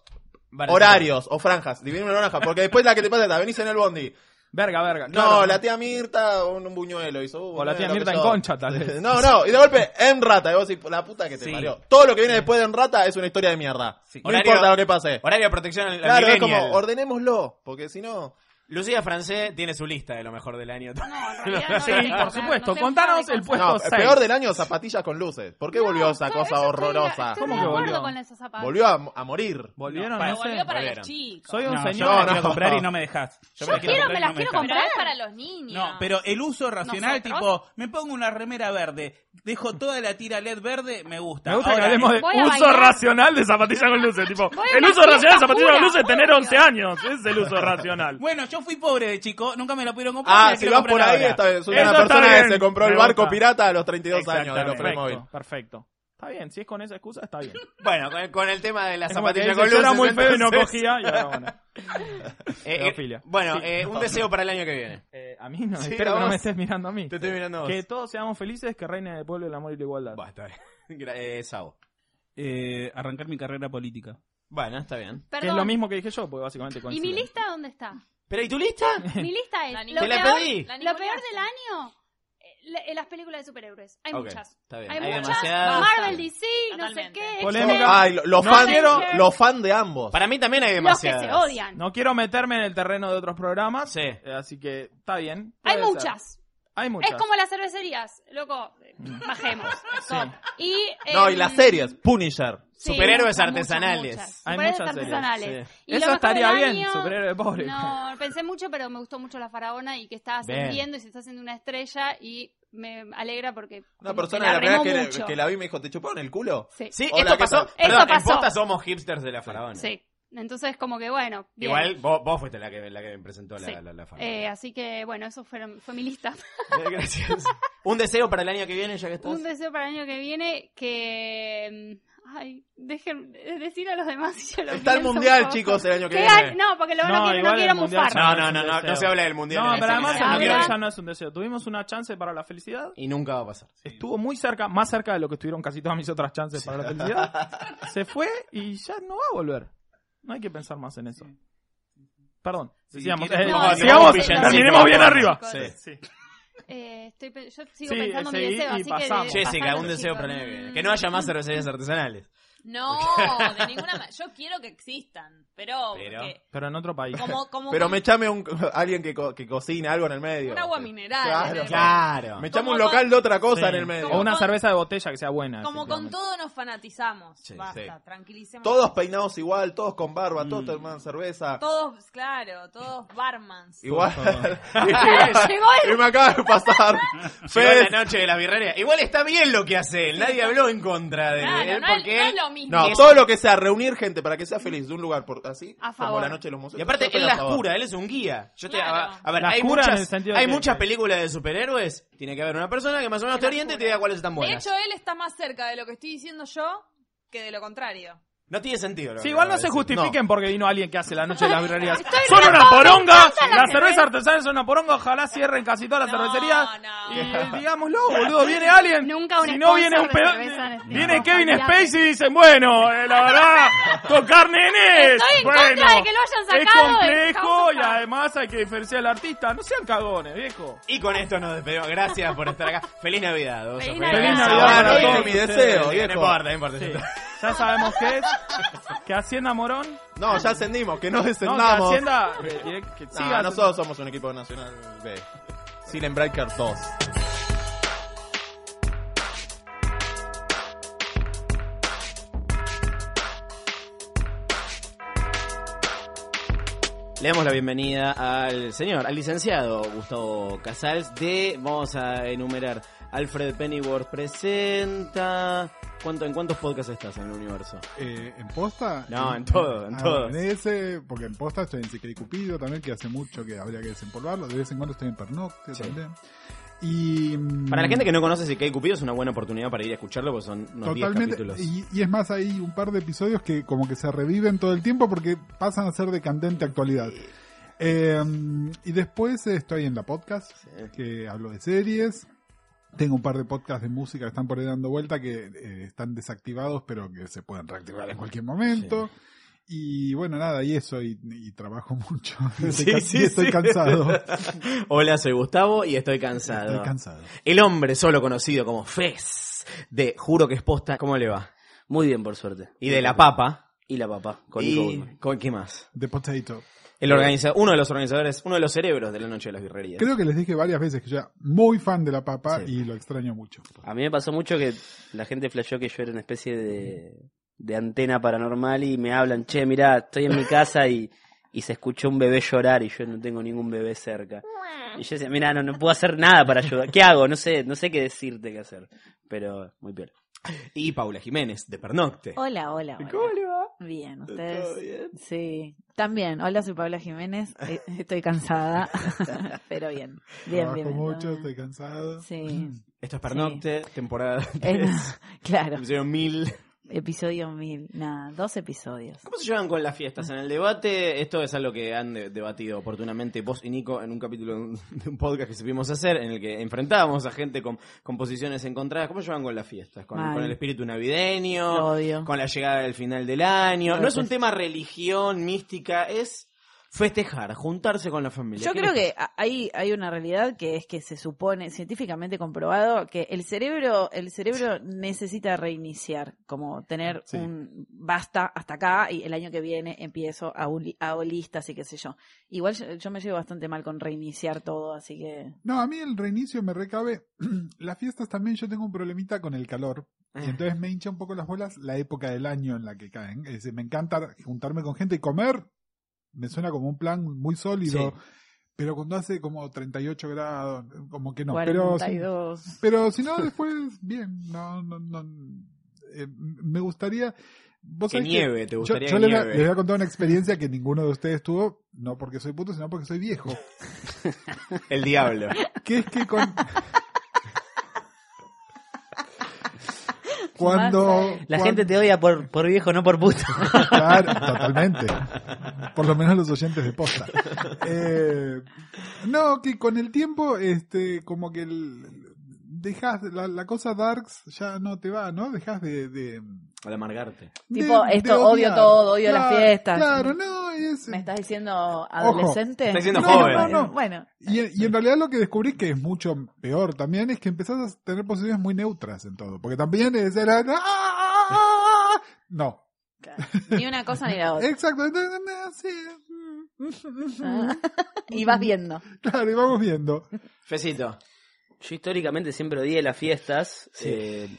Speaker 16: horarios o franjas. Divino una naranja. Porque después la que te pasa es la venís en el bondi.
Speaker 12: Verga, verga.
Speaker 16: No,
Speaker 12: claro.
Speaker 16: la tía Mirta un, un buñuelo hizo. uh,
Speaker 12: O la tía
Speaker 16: lo que
Speaker 12: Mirta en
Speaker 16: yo.
Speaker 12: concha, tal
Speaker 16: *laughs*
Speaker 12: vez.
Speaker 16: No, no, y de golpe, en rata. Y vos decís, la puta que te
Speaker 2: Sí.
Speaker 16: parió. Todo lo que viene después de en rata es una historia de mierda. No
Speaker 2: Horario-
Speaker 16: importa lo que pase.
Speaker 2: Horario de protección al, al
Speaker 16: Claro, es
Speaker 2: millennial.
Speaker 16: como, ordenémoslo, porque si no...
Speaker 2: Lucía Francé tiene su lista de lo mejor del año. *laughs*
Speaker 12: Sí, por supuesto. Contanos el puesto
Speaker 16: No, el
Speaker 12: seis.
Speaker 16: peor del año, zapatillas con luces. ¿Por qué volvió esa cosa horrorosa?
Speaker 12: estoy ¿Cómo de que acuerdo volvió? con
Speaker 17: esos zapatos.
Speaker 16: Volvió a, a morir.
Speaker 12: ¿Volvieron
Speaker 16: No,
Speaker 12: a ese?
Speaker 16: volvió para
Speaker 15: los Volvieron.
Speaker 17: chicos.
Speaker 12: Soy un
Speaker 15: No,
Speaker 12: señor.
Speaker 15: yo me las quiero comprar y no me
Speaker 2: *laughs*
Speaker 15: dejas.
Speaker 12: Yo
Speaker 15: me las
Speaker 12: quiero,
Speaker 15: comprar y
Speaker 12: me
Speaker 15: no
Speaker 12: las quiero
Speaker 15: dejas.
Speaker 12: comprar.
Speaker 14: es para los niños.
Speaker 15: No, pero el uso racional,
Speaker 14: ¿Nosotros?
Speaker 15: tipo, me pongo una remera verde, dejo toda la tira LED verde, me gusta.
Speaker 12: Me gusta que
Speaker 15: Ahora,
Speaker 12: hablemos de
Speaker 15: voy a
Speaker 12: uso
Speaker 15: bailar.
Speaker 12: racional de zapatillas con luces. Tipo,
Speaker 15: Voy a
Speaker 12: el
Speaker 15: una
Speaker 12: uso racional
Speaker 15: fiesta
Speaker 12: de zapatillas con
Speaker 15: pura,
Speaker 12: luces es tener 11 años. Ese es el uso racional.
Speaker 15: Bueno, yo fui pobre de chico, nunca me lo pudieron comprar.
Speaker 16: Ah,
Speaker 15: me
Speaker 16: si
Speaker 15: quiero
Speaker 16: vas
Speaker 15: comprar
Speaker 16: por ahí,
Speaker 15: ahora.
Speaker 16: está bien. Soy una persona que se compró el barco pirata a los 32 años de los
Speaker 12: Exactamente.
Speaker 16: Playmobil.
Speaker 12: Perfecto. Está bien, si es con esa excusa, está bien.
Speaker 2: *laughs* Bueno, con, con el tema de las
Speaker 12: Es como que
Speaker 2: zapatillas
Speaker 12: dice,
Speaker 2: con
Speaker 12: yo
Speaker 2: luces.
Speaker 12: era muy feo y no
Speaker 2: entonces-
Speaker 12: cogía, y ahora bueno.
Speaker 2: *laughs* Eh, eh,
Speaker 12: Pedofilia.
Speaker 2: bueno,
Speaker 12: Sí.
Speaker 2: eh, un deseo para el año que viene.
Speaker 12: a mí No,
Speaker 2: Sí,
Speaker 12: espero
Speaker 2: a
Speaker 12: que no me
Speaker 2: vos.
Speaker 12: estés mirando a mí.
Speaker 2: Te estoy mirando a vos.
Speaker 12: Que todos seamos felices, que reine en el pueblo el amor y la igualdad.
Speaker 2: Basta. *laughs* Gra- eh, Sabo.
Speaker 15: Eh, arrancar mi carrera política.
Speaker 2: Bueno, está bien.
Speaker 12: Que es lo mismo que dije yo, porque básicamente
Speaker 17: ¿Y mi
Speaker 12: coincide.
Speaker 17: lista dónde está?
Speaker 2: ¿Pero y tu lista?
Speaker 17: Mi lista es.
Speaker 12: Te
Speaker 17: lo
Speaker 12: la
Speaker 17: peor,
Speaker 12: pedí.
Speaker 17: lo peor del año. eh, le- Las películas de superhéroes. Hay
Speaker 16: Ok,
Speaker 17: muchas.
Speaker 16: está bien.
Speaker 17: Hay,
Speaker 16: Hay
Speaker 17: muchas.
Speaker 16: demasiadas.
Speaker 17: Marvel, DC, no sé qué. X-Men.
Speaker 16: Ay, lo- los
Speaker 12: No
Speaker 16: fans
Speaker 12: quiero-
Speaker 16: los fan de ambos.
Speaker 2: Para mí también hay
Speaker 17: Los que demasiadas. se odian.
Speaker 12: No quiero meterme en el terreno de otros programas. eh, Así que está bien. puede
Speaker 17: Hay
Speaker 12: ser.
Speaker 17: muchas.
Speaker 12: Hay muchas. Mm.
Speaker 17: Es como las cervecerías, loco. eh, Bajemos. Stop. Y,
Speaker 16: No,
Speaker 17: em,
Speaker 16: y las series, Punisher.
Speaker 17: Sí, Superhéroes muchas, artesanales. muchas.
Speaker 12: Hay
Speaker 17: Superhéroes
Speaker 12: muchas series.
Speaker 17: artesanales.
Speaker 12: sí.
Speaker 17: Y lo
Speaker 12: Eso
Speaker 17: mejor
Speaker 12: estaría
Speaker 17: del
Speaker 12: bien,
Speaker 17: año-
Speaker 12: superhéroe pobre. *laughs*
Speaker 17: No, pensé mucho, pero me gustó mucho la faraona y que está
Speaker 16: Bien.
Speaker 17: ascendiendo y se está haciendo una estrella y me alegra porque
Speaker 16: Una
Speaker 17: como que
Speaker 16: persona de la
Speaker 17: remó
Speaker 16: primera que,
Speaker 17: mucho.
Speaker 16: que la vi me dijo, ¿te chuparon el culo?
Speaker 17: Sí.
Speaker 2: Sí,
Speaker 16: Hola,
Speaker 2: esto
Speaker 16: ¿qué
Speaker 2: pasó.
Speaker 16: tal?
Speaker 2: Perdón,
Speaker 17: Esto
Speaker 2: en
Speaker 17: pasó.
Speaker 2: posta somos hipsters de la faraona.
Speaker 17: Sí. Entonces, como que bueno. bien.
Speaker 2: Igual vos, vos fuiste la que, la que me presentó la,
Speaker 17: Sí.
Speaker 2: la, la fama.
Speaker 17: Eh, así que bueno, eso fueron- fue mi
Speaker 2: *laughs*
Speaker 17: lista.
Speaker 2: Gracias. Un deseo para el año que viene, ya que estás.
Speaker 17: *laughs* Un deseo para el año que viene que. mm, Ay, dejen eh, decir a los demás si yo lo
Speaker 16: Está el
Speaker 17: pienso un
Speaker 16: mundial,
Speaker 17: poco.
Speaker 16: chicos, el año que
Speaker 17: ¿Qué
Speaker 16: viene.
Speaker 17: hay? No, porque lo van a
Speaker 12: No,
Speaker 17: quiero, no
Speaker 12: igual
Speaker 17: quiero
Speaker 12: el mundial
Speaker 17: mufar.
Speaker 2: No,
Speaker 12: es
Speaker 2: no,
Speaker 12: un
Speaker 2: no, no,
Speaker 12: deseo.
Speaker 2: no se habla del mundial
Speaker 12: No,
Speaker 2: en
Speaker 12: pero
Speaker 2: esta
Speaker 12: además el
Speaker 2: mesa.
Speaker 12: mundial
Speaker 14: Ah,
Speaker 2: Ahora-
Speaker 12: ya no es un deseo. Tuvimos una chance para la felicidad.
Speaker 2: Y nunca va a pasar.
Speaker 12: Estuvo muy cerca, más cerca de lo que estuvieron casi todas mis otras chances para la
Speaker 16: *laughs*
Speaker 12: felicidad. Se fue y ya no va a volver. No hay que pensar más en eso. Perdón. Decíamos,
Speaker 15: quieren-
Speaker 12: eh,
Speaker 15: No, no,
Speaker 12: sigamos,
Speaker 15: no, no,
Speaker 12: terminemos
Speaker 15: no,
Speaker 12: bien
Speaker 15: no,
Speaker 12: arriba.
Speaker 17: chicos.
Speaker 12: Sí.
Speaker 17: Eh, estoy pe- yo sigo
Speaker 12: Sí,
Speaker 17: pensando en mi
Speaker 12: seguí
Speaker 17: deseo,
Speaker 12: y
Speaker 17: así que.
Speaker 12: pasamos.
Speaker 17: de-
Speaker 2: Jessica,
Speaker 17: pasalo,
Speaker 2: un deseo
Speaker 17: chicos.
Speaker 2: para el año que viene. Que no haya más cervecerías
Speaker 12: *laughs*
Speaker 2: artesanales.
Speaker 14: No, de ninguna manera. Yo quiero que existan, pero, porque-
Speaker 12: Pero en otro país.
Speaker 14: como, como
Speaker 16: Pero me echame un, *laughs* alguien que, co- que cocina algo en el medio.
Speaker 14: un agua mineral.
Speaker 16: Claro,
Speaker 14: ¿entendés?
Speaker 16: Me echame un
Speaker 14: Como
Speaker 16: local de otra cosa
Speaker 12: Sí.
Speaker 16: en el medio.
Speaker 12: O una cerveza de botella que sea buena.
Speaker 14: Como con
Speaker 12: efectivamente.
Speaker 14: todo nos fanatizamos.
Speaker 16: Sí,
Speaker 14: Basta,
Speaker 16: sí.
Speaker 14: tranquilicemos.
Speaker 16: Todos peinados igual, todos con barba, todos toman cerveza.
Speaker 14: Todos, claro, todos barmans.
Speaker 16: Igual. *laughs*
Speaker 10: *laughs*
Speaker 18: *laughs*
Speaker 14: Llegó el-
Speaker 16: y me acaba de pasar.
Speaker 2: Fue
Speaker 16: Fede.
Speaker 2: la noche de la birrería. Igual está bien lo que hace él. Nadie habló en contra
Speaker 1: Ah,
Speaker 2: de
Speaker 14: Claro,
Speaker 2: él.
Speaker 14: no es-
Speaker 2: porque
Speaker 14: no es
Speaker 2: él-
Speaker 14: lo mismo.
Speaker 16: No,
Speaker 2: Es-
Speaker 16: todo lo que sea reunir gente para que sea feliz de un lugar por, así,
Speaker 2: A
Speaker 16: como
Speaker 2: favor.
Speaker 16: la noche de los museos.
Speaker 2: Y aparte,
Speaker 16: Yo estoy
Speaker 2: él
Speaker 16: a
Speaker 2: las
Speaker 16: favor.
Speaker 2: cura, él es un guía. Yo te,
Speaker 16: Claro.
Speaker 2: a, a ver,
Speaker 16: Las
Speaker 2: hay
Speaker 16: cura en el
Speaker 2: muchas,
Speaker 16: sentido
Speaker 2: hay
Speaker 16: que-
Speaker 2: muchas películas de superhéroes. Tiene que haber una persona que más o menos te oriente y te diga cuáles están
Speaker 14: De
Speaker 2: buenas.
Speaker 14: hecho, él está más cerca de lo que estoy diciendo yo que de lo contrario.
Speaker 2: no tiene sentido. lo que
Speaker 12: Sí, igual no
Speaker 2: acabo de
Speaker 12: se
Speaker 2: decir.
Speaker 12: justifiquen porque vino alguien que hace la noche de las birrerías.
Speaker 2: Estoy
Speaker 12: Son
Speaker 2: re
Speaker 12: una poronga.
Speaker 2: contenta la
Speaker 12: Las
Speaker 2: que
Speaker 12: cervezas artesanales son una poronga. Ojalá cierren casi todas las cervecerías. Y digámoslo, boludo. Viene alguien.
Speaker 17: Nunca un
Speaker 12: si no viene un
Speaker 17: sponsor de
Speaker 12: pedo.
Speaker 17: cerveza en este
Speaker 12: Viene
Speaker 17: momento.
Speaker 12: Kevin
Speaker 17: Olvídate.
Speaker 12: Spacey y dicen, bueno, eh, la verdad, tocar nenes.
Speaker 17: Estoy en
Speaker 12: bueno,
Speaker 17: contra de que lo hayan sacado
Speaker 12: Es
Speaker 17: de
Speaker 12: complejo
Speaker 17: House
Speaker 12: y además hay que diferenciar al artista. No sean cagones, viejo.
Speaker 2: Y con esto nos despedimos. Gracias por estar acá. *laughs* Feliz Navidad. oso.
Speaker 12: Feliz Navidad para
Speaker 2: Bueno,
Speaker 12: todos
Speaker 2: mi
Speaker 12: ustedes.
Speaker 2: deseo.
Speaker 12: Sí,
Speaker 2: No importa, no importa.
Speaker 12: Sí. Ya sabemos qué es. Que Hacienda Morón.
Speaker 16: No, ya ascendimos, que no
Speaker 12: No,
Speaker 16: descendamos.
Speaker 12: que Hacienda. eh, direct- que
Speaker 16: No,
Speaker 12: siga
Speaker 16: nosotros somos un equipo nacional B. Silent Breaker 2.
Speaker 2: Le damos la bienvenida al señor, al licenciado Gustavo Casals de, vamos a enumerar, Alfred Pennyworth presenta... ¿Cuánto, ¿En cuántos podcasts estás en el universo?
Speaker 19: Eh, ¿En posta?
Speaker 2: No, en todo, en
Speaker 19: Ah,
Speaker 2: todo.
Speaker 19: bueno, en ese, porque en posta estoy en Secret Cupido también, que hace mucho que habría que desempolvarlo. De vez en cuando estoy en Pernocte
Speaker 2: Sí.
Speaker 19: también. Y. mm,
Speaker 2: Para la gente que no conoce si hay Cupido es una buena oportunidad para ir a escucharlo porque son unos 10
Speaker 19: Totalmente.
Speaker 2: capítulos. *laughs*
Speaker 19: Y, y es más, hay un par de episodios que como que se reviven todo el tiempo porque pasan a ser de candente actualidad. Eh, y después estoy en la podcast, que hablo de series. Tengo un par de podcasts de música que están por ahí dando vuelta, que eh, están desactivados, pero que se pueden reactivar en cualquier momento. Y bueno, nada, y eso, y, y trabajo *laughs* mucho. Y estoy
Speaker 2: Sí,
Speaker 19: ca-
Speaker 2: sí,
Speaker 19: y estoy
Speaker 2: sí.
Speaker 19: cansado.
Speaker 2: *laughs* Hola, soy Gustavo y estoy cansado.
Speaker 19: Estoy cansado.
Speaker 2: El hombre solo conocido como Fez de Juro que es posta. ¿Cómo le va?
Speaker 20: Muy bien, por suerte.
Speaker 2: Y de La Papa.
Speaker 20: Y la papá, con Nico
Speaker 2: ¿Y
Speaker 20: Goodman.
Speaker 2: con qué más?
Speaker 19: De Potato.
Speaker 2: El organiza uno de los organizadores, uno de los cerebros de la Noche de las Birrerías.
Speaker 19: Creo que les dije varias veces que yo era muy fan de la papa y lo extraño mucho.
Speaker 20: A mí me pasó mucho que la gente flasheó que yo era una especie de, de antena paranormal y me hablan, che, mirá, estoy en mi casa y, y se escuchó un bebé llorar y yo no tengo ningún bebé cerca. Y yo decía, mirá, no, no puedo hacer nada para ayudar. ¿Qué hago? No sé, no sé qué decirte qué hacer. Pero muy bien.
Speaker 2: Y Paula Jiménez, de Pernocte.
Speaker 21: Hola, hola. hola.
Speaker 2: ¿Cómo le va?
Speaker 21: Bien, ustedes. Sí, también. Hola, soy Paula Jiménez. Eh, Estoy cansada, *laughs* pero bien. Bien,
Speaker 19: trabajo
Speaker 21: bien. bien.
Speaker 19: mucho, estoy cansado.
Speaker 21: Sí.
Speaker 2: Esto es Pernocte, temporada
Speaker 21: Eh,
Speaker 2: 3.
Speaker 21: *laughs* claro.
Speaker 2: Episodio 1000.
Speaker 21: Episodio mil. Nada, dos episodios.
Speaker 2: ¿Cómo Pues se llevan con las fiestas? En el debate, esto es algo que han de- debatido oportunamente vos y Nico en un capítulo de un- de un podcast que supimos hacer, en el que enfrentábamos a gente con, con posiciones encontradas. ¿Cómo se llevan con las fiestas? Con,
Speaker 21: Mal.
Speaker 2: con el espíritu navideño,
Speaker 21: Lo odio.
Speaker 2: con la llegada del final del año.
Speaker 21: Lo
Speaker 2: No es un
Speaker 21: detesto.
Speaker 2: tema religión, mística, es festejar, juntarse con la familia.
Speaker 21: Yo
Speaker 2: ¿Qué
Speaker 21: creo
Speaker 2: les-
Speaker 21: que a- hay, hay una realidad que es que se supone, científicamente comprobado, que el cerebro, el cerebro necesita reiniciar, como tener un basta hasta acá y el año que viene empiezo a, un, li- a listas y qué sé yo. Igual yo, yo me llevo bastante mal con reiniciar todo, así que...
Speaker 19: *clears throat* No, a mí el reinicio me recabe. *clears throat* Las fiestas también yo tengo un problemita con el calor.
Speaker 21: Ah.
Speaker 19: Y entonces me hincha un poco las bolas la época del año en la que caen. Es decir, me encanta juntarme con gente y comer. Me suena como un plan muy sólido. Pero cuando hace como 38 grados, como que no. Pero, si-
Speaker 21: 42.
Speaker 19: pero si no, después, bien. No, no, no. Eh, me gustaría. Vos
Speaker 2: Que
Speaker 19: sabés
Speaker 2: nieve, te gustaría
Speaker 19: yo, yo
Speaker 2: que
Speaker 19: les voy a-
Speaker 2: nieve.
Speaker 19: Les voy a contar una experiencia que ninguno de ustedes tuvo, no porque soy puto, sino porque soy
Speaker 21: *laughs*
Speaker 19: viejo.
Speaker 2: El diablo. *laughs*
Speaker 19: Que es que con... Cuando...
Speaker 20: La
Speaker 19: cuan-
Speaker 20: gente te odia por, por viejo, no por puto.
Speaker 19: Claro, totalmente. Por lo menos los oyentes de posta. *laughs* Eh, no, que con el tiempo, este, como que el, dejas la, la cosa darks ya no te va, ¿no? Dejas de, de
Speaker 2: Al amargarte.
Speaker 21: Tipo,
Speaker 19: de- de
Speaker 21: esto odio
Speaker 19: odiar.
Speaker 21: todo, odio
Speaker 19: Claro,
Speaker 21: las fiestas.
Speaker 19: Claro, no, es...
Speaker 21: ¿Me estás diciendo adolescente?
Speaker 19: Estás diciendo
Speaker 21: No,
Speaker 19: joven.
Speaker 21: no,
Speaker 19: No, no.
Speaker 21: Bueno,
Speaker 19: Y, en- y en realidad lo que descubrí que es mucho peor también es que empezás a tener posiciones muy neutras en todo. Porque también es... era- ¡Ah, ah, ah, ah! No.
Speaker 21: ni una cosa ni la otra.
Speaker 19: Exacto.
Speaker 21: Ah. Y vas viendo.
Speaker 19: Claro, y vamos viendo.
Speaker 20: Fecito. Yo históricamente siempre odié las fiestas.
Speaker 19: Sí.
Speaker 20: Eh,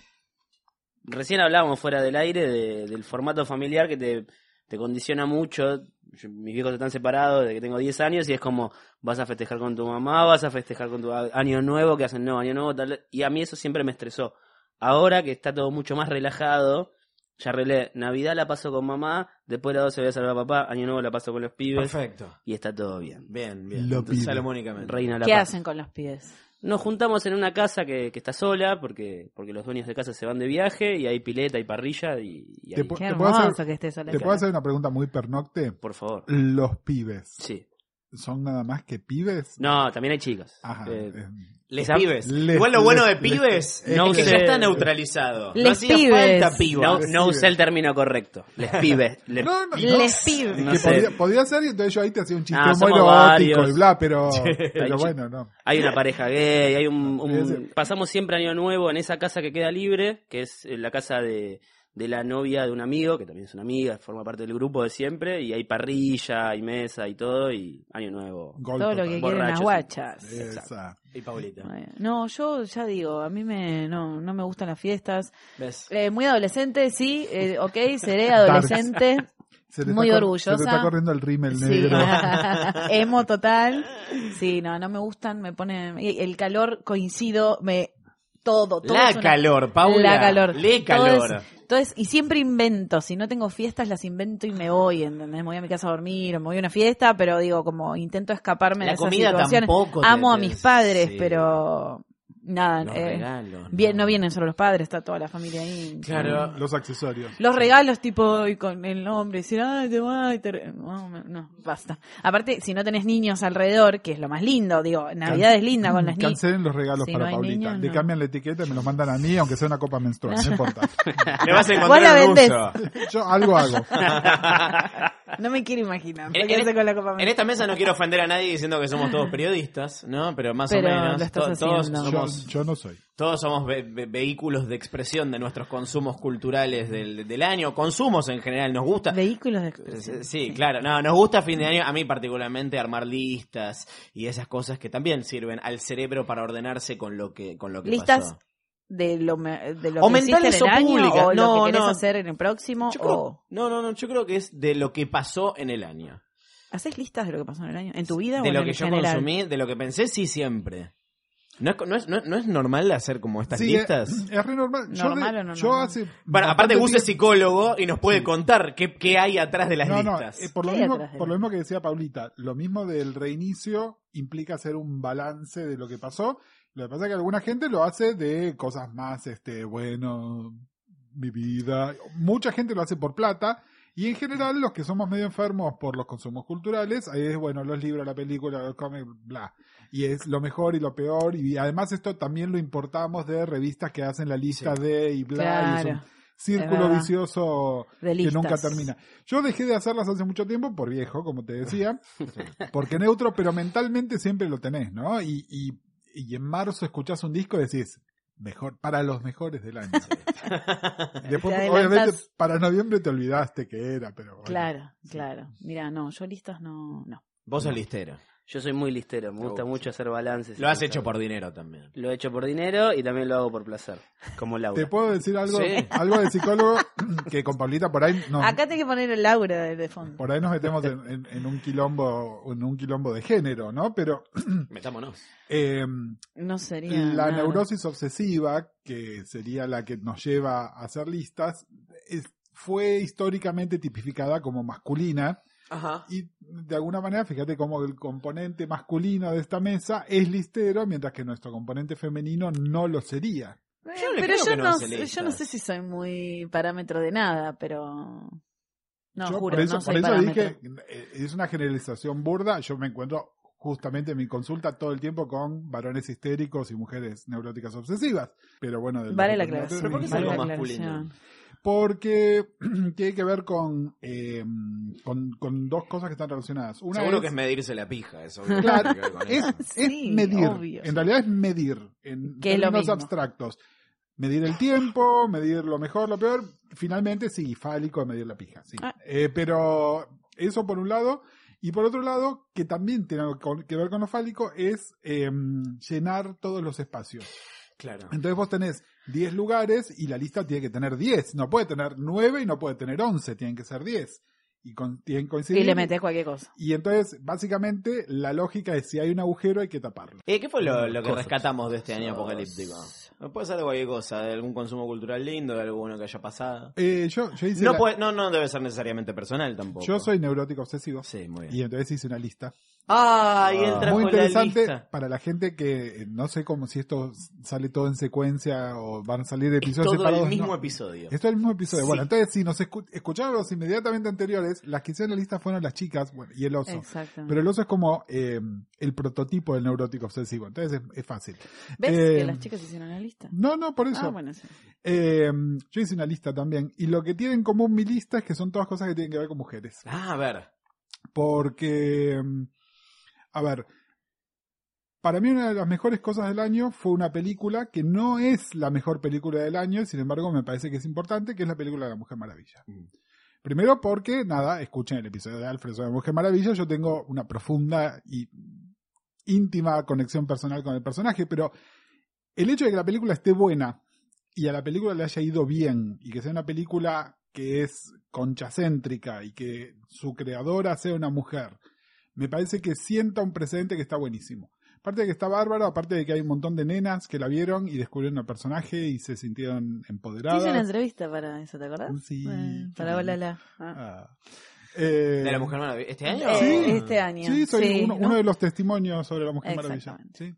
Speaker 20: recién hablábamos fuera del aire de- del formato familiar que te, te condiciona mucho. Yo- mis viejos están separados desde que tengo 10 años y es como vas a festejar con tu mamá, vas a festejar con tu a- año nuevo, que hacen no, año nuevo, tal. Y a mí eso siempre me estresó. Ahora que está todo mucho más relajado, ya arreglé. Navidad la paso con mamá, después de la 12 voy a salvar a papá, año nuevo la paso con los pibes.
Speaker 2: Perfecto.
Speaker 20: Y está todo bien.
Speaker 2: Bien,
Speaker 20: bien.
Speaker 2: Lo Entonces, pido. salomónicamente.
Speaker 20: Reina la
Speaker 21: ¿Qué
Speaker 20: paz.
Speaker 21: hacen con los pies?
Speaker 20: Nos juntamos en una casa que, que está sola porque, porque los dueños de casa se van de viaje y hay pileta y parrilla y, y
Speaker 19: Te
Speaker 20: ahí-
Speaker 19: pu- te puedo hacer- ¿Te puedo hacer una pregunta muy pernocte?
Speaker 20: Por favor.
Speaker 19: Los pibes.
Speaker 20: Sí.
Speaker 19: ¿Son nada más que pibes?
Speaker 20: No, también hay chicas.
Speaker 19: Ajá.
Speaker 20: Eh,
Speaker 2: Les
Speaker 20: ¿sab-
Speaker 2: pibes. Igual lo bueno de
Speaker 20: les-
Speaker 2: pibes
Speaker 20: no
Speaker 2: es que
Speaker 20: usé-
Speaker 2: ya está neutralizado. no
Speaker 20: Les
Speaker 2: hacía
Speaker 20: pibes.
Speaker 2: falta piba.
Speaker 20: No, no usé el término correcto. Les
Speaker 19: *laughs*
Speaker 20: pibes. Les,
Speaker 19: No, no, no.
Speaker 20: les pibes.
Speaker 19: Que
Speaker 20: No sé.
Speaker 19: podía, podía ser y entonces yo ahí te hacía un chiste
Speaker 20: Ah,
Speaker 19: muy
Speaker 20: somos
Speaker 19: robótico
Speaker 20: varios.
Speaker 19: y bla,
Speaker 20: *laughs*
Speaker 19: pero, pero
Speaker 20: Hay chi-
Speaker 19: bueno, no.
Speaker 20: Hay una pareja gay,
Speaker 19: *laughs*
Speaker 20: hay un, un- pasamos siempre año nuevo en esa casa que queda libre, que es eh, la casa de, de la novia de un amigo, que también es una amiga, forma parte del grupo de siempre, y hay parrilla, hay mesa y todo, y año nuevo.
Speaker 21: Gol Todo lo total. que quieren las guachas.
Speaker 20: Exacto.
Speaker 2: Y Paulita.
Speaker 21: No, yo ya digo, a mí me, no, no me gustan las fiestas.
Speaker 2: ¿Ves?
Speaker 21: Eh, muy adolescente, sí, eh, ok, seré adolescente.
Speaker 19: *laughs* Se te
Speaker 21: muy
Speaker 19: está cor-
Speaker 21: orgullosa.
Speaker 19: Se te está corriendo el rímel
Speaker 21: Sí.
Speaker 19: negro.
Speaker 21: *laughs* Emo total. Sí, no, no me gustan, me pone y el calor coincido, me todo, todo
Speaker 2: La
Speaker 21: es una-
Speaker 2: calor, Paula.
Speaker 21: La calor.
Speaker 2: Le
Speaker 21: Todo es-
Speaker 2: calor.
Speaker 21: todo es- y siempre invento, si no tengo fiestas las invento y me voy, ¿entendés? Me voy a mi casa a dormir, o me voy a una fiesta, pero digo, como intento escaparme
Speaker 2: La
Speaker 21: de esas
Speaker 2: comida
Speaker 21: situaciones.
Speaker 2: tampoco te-
Speaker 21: Amo a
Speaker 2: te-
Speaker 21: mis padres,
Speaker 2: sí.
Speaker 21: pero nada,
Speaker 2: Los
Speaker 21: eh,
Speaker 2: regalos,
Speaker 21: bien, no vienen solo los padres, está toda la familia ahí.
Speaker 19: Claro. Mm, Los accesorios.
Speaker 21: Los regalos, tipo, y con el nombre, decir, ay, te va, y te re-". No, me- no, basta. Aparte, si no tenés niños alrededor, que es lo más lindo, digo, Navidad
Speaker 19: Can-
Speaker 21: es linda con las niñas.
Speaker 19: Cancelen los regalos
Speaker 21: Si
Speaker 19: para
Speaker 21: no hay
Speaker 19: Paulita.
Speaker 21: niños,
Speaker 19: Le
Speaker 21: no.
Speaker 19: cambian la etiqueta y me los mandan a mí, aunque sea una copa menstrual.
Speaker 21: *laughs*
Speaker 19: No importa.
Speaker 2: Le vas a encontrar
Speaker 21: Vos la
Speaker 2: un
Speaker 21: vendés.
Speaker 2: uso.
Speaker 19: Yo algo hago.
Speaker 21: *laughs*
Speaker 2: *laughs*
Speaker 21: No me quiero imaginar.
Speaker 2: En,
Speaker 21: ¿Qué
Speaker 2: en-
Speaker 21: hace con la Copa
Speaker 2: en esta mesa no quiero ofender a nadie diciendo que somos todos periodistas, ¿no? Pero más
Speaker 21: Pero
Speaker 2: o menos.
Speaker 21: lo estás
Speaker 2: to- todos
Speaker 21: haciendo.
Speaker 2: somos.
Speaker 19: Yo, yo no soy.
Speaker 2: Todos somos ve- ve- vehículos de expresión de nuestros consumos culturales del, del año, consumos en general, nos gusta.
Speaker 21: Vehículos de
Speaker 2: expresión. Sí, claro, no, nos gusta a fin de año, a mí particularmente, armar listas y esas cosas que también sirven al cerebro para ordenarse con lo que, con lo que
Speaker 21: Listas
Speaker 2: pasó.
Speaker 21: de lo, me- de lo
Speaker 2: O
Speaker 21: que hiciste
Speaker 2: mentales
Speaker 21: en el
Speaker 2: o
Speaker 21: año,
Speaker 2: públicas.
Speaker 21: o lo
Speaker 2: No,
Speaker 21: que querés
Speaker 2: no.
Speaker 21: hacer en el próximo,
Speaker 2: Yo creo-
Speaker 21: o...
Speaker 2: No, no, no, yo creo que es de lo que pasó en el año.
Speaker 21: ¿Haces listas de lo que pasó en el año? ¿En tu vida o
Speaker 2: De
Speaker 21: en
Speaker 2: lo
Speaker 21: el
Speaker 2: que yo
Speaker 21: general?
Speaker 2: consumí, de lo que pensé, sí, siempre. No es, no es, no- no es normal hacer como estas
Speaker 19: Sí,
Speaker 2: listas.
Speaker 19: es, es re normal. Yo
Speaker 21: ¿Normal
Speaker 19: de-
Speaker 21: o no
Speaker 19: yo
Speaker 21: normal?
Speaker 19: hace
Speaker 2: Bueno, aparte Gus
Speaker 19: bastante
Speaker 2: es psicólogo y nos puede contar qué, qué hay atrás de las
Speaker 19: No, no,
Speaker 2: listas.
Speaker 19: eh, por, lo
Speaker 2: ¿Qué hay
Speaker 19: mismo,
Speaker 2: atrás de
Speaker 19: por
Speaker 2: la-
Speaker 19: lo mismo que decía Paulita, lo mismo del reinicio implica hacer un balance de lo que pasó. Lo que pasa es que alguna gente lo hace de cosas más, este, bueno, mi vida. Mucha gente lo hace por plata. Y en general, los que somos medio enfermos por los consumos culturales, ahí es, bueno, los libros, la película, los cómics, bla. Y es lo mejor y lo peor. Y además esto también lo importamos de revistas que hacen la lista de y bla. y es un
Speaker 21: Claro. Es
Speaker 19: círculo
Speaker 21: verdad.
Speaker 19: vicioso
Speaker 21: De
Speaker 19: que
Speaker 21: listas.
Speaker 19: nunca termina. Yo dejé de hacerlas hace mucho tiempo por viejo, como te
Speaker 21: *laughs*
Speaker 19: decía, porque neutro, pero mentalmente siempre lo tenés, ¿no? Y, y, y en marzo escuchás un disco y decís, mejor, para los mejores del año. *laughs* Después,
Speaker 21: Te
Speaker 19: obviamente,
Speaker 21: adelantás.
Speaker 19: para noviembre te olvidaste que era, pero bueno.
Speaker 21: Claro, claro. Mira, no, yo listas no, no.
Speaker 2: Vos sos listero.
Speaker 20: Yo soy muy listero, me gusta mucho hacer balances.
Speaker 2: Lo has hecho por dinero también.
Speaker 20: Lo he hecho por dinero y también lo hago por placer, como Laura.
Speaker 19: Te puedo decir algo,
Speaker 20: Sí.
Speaker 19: algo de
Speaker 21: *laughs*
Speaker 19: psicólogo que con Paulita por ahí no,
Speaker 21: Acá tenés que poner el Laura de,
Speaker 19: *clears throat*
Speaker 21: de fondo.
Speaker 19: por ahí nos metemos en, en- en un quilombo, en un quilombo de género, ¿no? Pero
Speaker 2: Metámonos.
Speaker 19: eh,
Speaker 21: No sería
Speaker 19: la
Speaker 21: nada.
Speaker 19: neurosis obsesiva, que sería la que nos lleva a hacer listas, es- fue históricamente tipificada como masculina.
Speaker 22: Ajá.
Speaker 19: Y de alguna manera, fíjate cómo el componente masculino de esta mesa es listero, mientras que nuestro componente femenino no lo sería.
Speaker 21: Eh, pero yo no, sé- yo no sé si soy muy parámetro de nada, pero. No,
Speaker 19: Yo
Speaker 21: juro,
Speaker 19: por eso,
Speaker 21: no
Speaker 19: por
Speaker 21: soy
Speaker 19: eso
Speaker 21: parámetro.
Speaker 19: dije, eh, es una generalización burda. Yo me encuentro justamente en mi consulta todo el tiempo con varones histéricos y mujeres neuróticas obsesivas. Pero bueno, del-
Speaker 21: Vale la
Speaker 19: del-
Speaker 21: aclaración,
Speaker 19: del-
Speaker 21: ¿Pero por qué es vale algo la masculino? aclaración.
Speaker 19: Porque *clears throat* tiene que ver con, eh, con, con dos cosas que están relacionadas. Una
Speaker 2: Seguro
Speaker 19: es-
Speaker 2: que es medirse la pija,
Speaker 19: *laughs*
Speaker 2: eso.
Speaker 19: Claro,
Speaker 2: tiene que ver con
Speaker 19: es,
Speaker 2: eso.
Speaker 19: es
Speaker 21: Sí,
Speaker 19: medir.
Speaker 21: obvio.
Speaker 19: En realidad es medir. En
Speaker 21: Que es lo
Speaker 19: términos
Speaker 21: mismo.
Speaker 19: abstractos. Medir el tiempo, medir lo mejor, lo peor. Finalmente, sí, fálico, medir la pija. sí.
Speaker 21: Ah.
Speaker 19: Eh, pero eso por un lado. Y por otro lado, que también tiene algo con- que ver con lo fálico, es eh, llenar todos los espacios.
Speaker 2: *laughs* Claro.
Speaker 19: Entonces vos tenés 10 lugares y la lista tiene que tener 10. No puede tener 9 y no puede tener 11. Tienen que ser 10. Y con, tienen que coincidir.
Speaker 21: Y le metes cualquier cosa.
Speaker 19: Y entonces, básicamente, la lógica es si hay un agujero hay que taparlo.
Speaker 2: Eh, ¿Qué fue lo, lo que
Speaker 19: Cosas.
Speaker 2: rescatamos de este año apocalíptico? Puede ser de cualquier cosa, de algún consumo cultural lindo, de algo bueno que haya pasado.
Speaker 19: Eh, yo, yo hice
Speaker 2: No,
Speaker 19: la-
Speaker 2: puede- no, no debe ser necesariamente personal tampoco.
Speaker 19: yo soy neurótico obsesivo.
Speaker 2: Sí, muy bien.
Speaker 19: Y entonces hice una lista.
Speaker 2: Ah, y él trajo
Speaker 19: Muy
Speaker 2: la
Speaker 19: interesante
Speaker 2: lista.
Speaker 19: para la gente que eh, no sé cómo si esto sale todo en secuencia o van a salir episodios
Speaker 2: todo el
Speaker 19: separados.
Speaker 2: mismo
Speaker 19: no.
Speaker 2: episodio.
Speaker 19: Esto es el mismo episodio.
Speaker 2: Sí.
Speaker 19: Bueno, entonces si nos escu- escucharon los inmediatamente anteriores, las que hicieron la lista fueron las chicas bueno, y el oso.
Speaker 21: Exactamente.
Speaker 19: Pero el oso es como eh, el prototipo del neurótico obsesivo. Entonces es, es fácil.
Speaker 21: ¿Ves
Speaker 19: Eh,
Speaker 21: que las chicas hicieron la lista?
Speaker 19: No, no, por eso.
Speaker 21: Ah, bueno, sí.
Speaker 19: Eh, yo hice una lista también. Y lo que tiene en común mi lista es que son todas cosas que tienen que ver con mujeres.
Speaker 2: Ah, a ver.
Speaker 19: Porque, mm, a ver, para mí una de las mejores cosas del año fue una película que no es la mejor película del año, sin embargo me parece que es importante, que es la película de la Mujer Maravilla. Primero porque, nada, escuchen el episodio de Alfred sobre la Mujer Maravilla, yo tengo una profunda y íntima conexión personal con el personaje, pero el hecho de que la película esté buena y a la película le haya ido bien y que sea una película que es conchacéntrica y que su creadora sea una mujer, me parece que sienta un precedente que está buenísimo. Aparte de que está bárbaro, aparte de que hay un montón de nenas que la vieron y descubrieron al personaje y se sintieron
Speaker 21: Te hice una
Speaker 19: empoderadas. Uh,
Speaker 21: entrevista para eso, ¿te acordás?
Speaker 19: Sí.
Speaker 21: Eh, para Olala. Ah.
Speaker 19: Eh,
Speaker 2: De la Mujer Maravilla. ¿Este año?
Speaker 21: Eh,
Speaker 19: Sí.
Speaker 21: este año.
Speaker 19: Sí, soy
Speaker 21: Sí,
Speaker 19: uno,
Speaker 21: ¿no?
Speaker 19: uno de los testimonios sobre la Mujer Maravilla. Sí,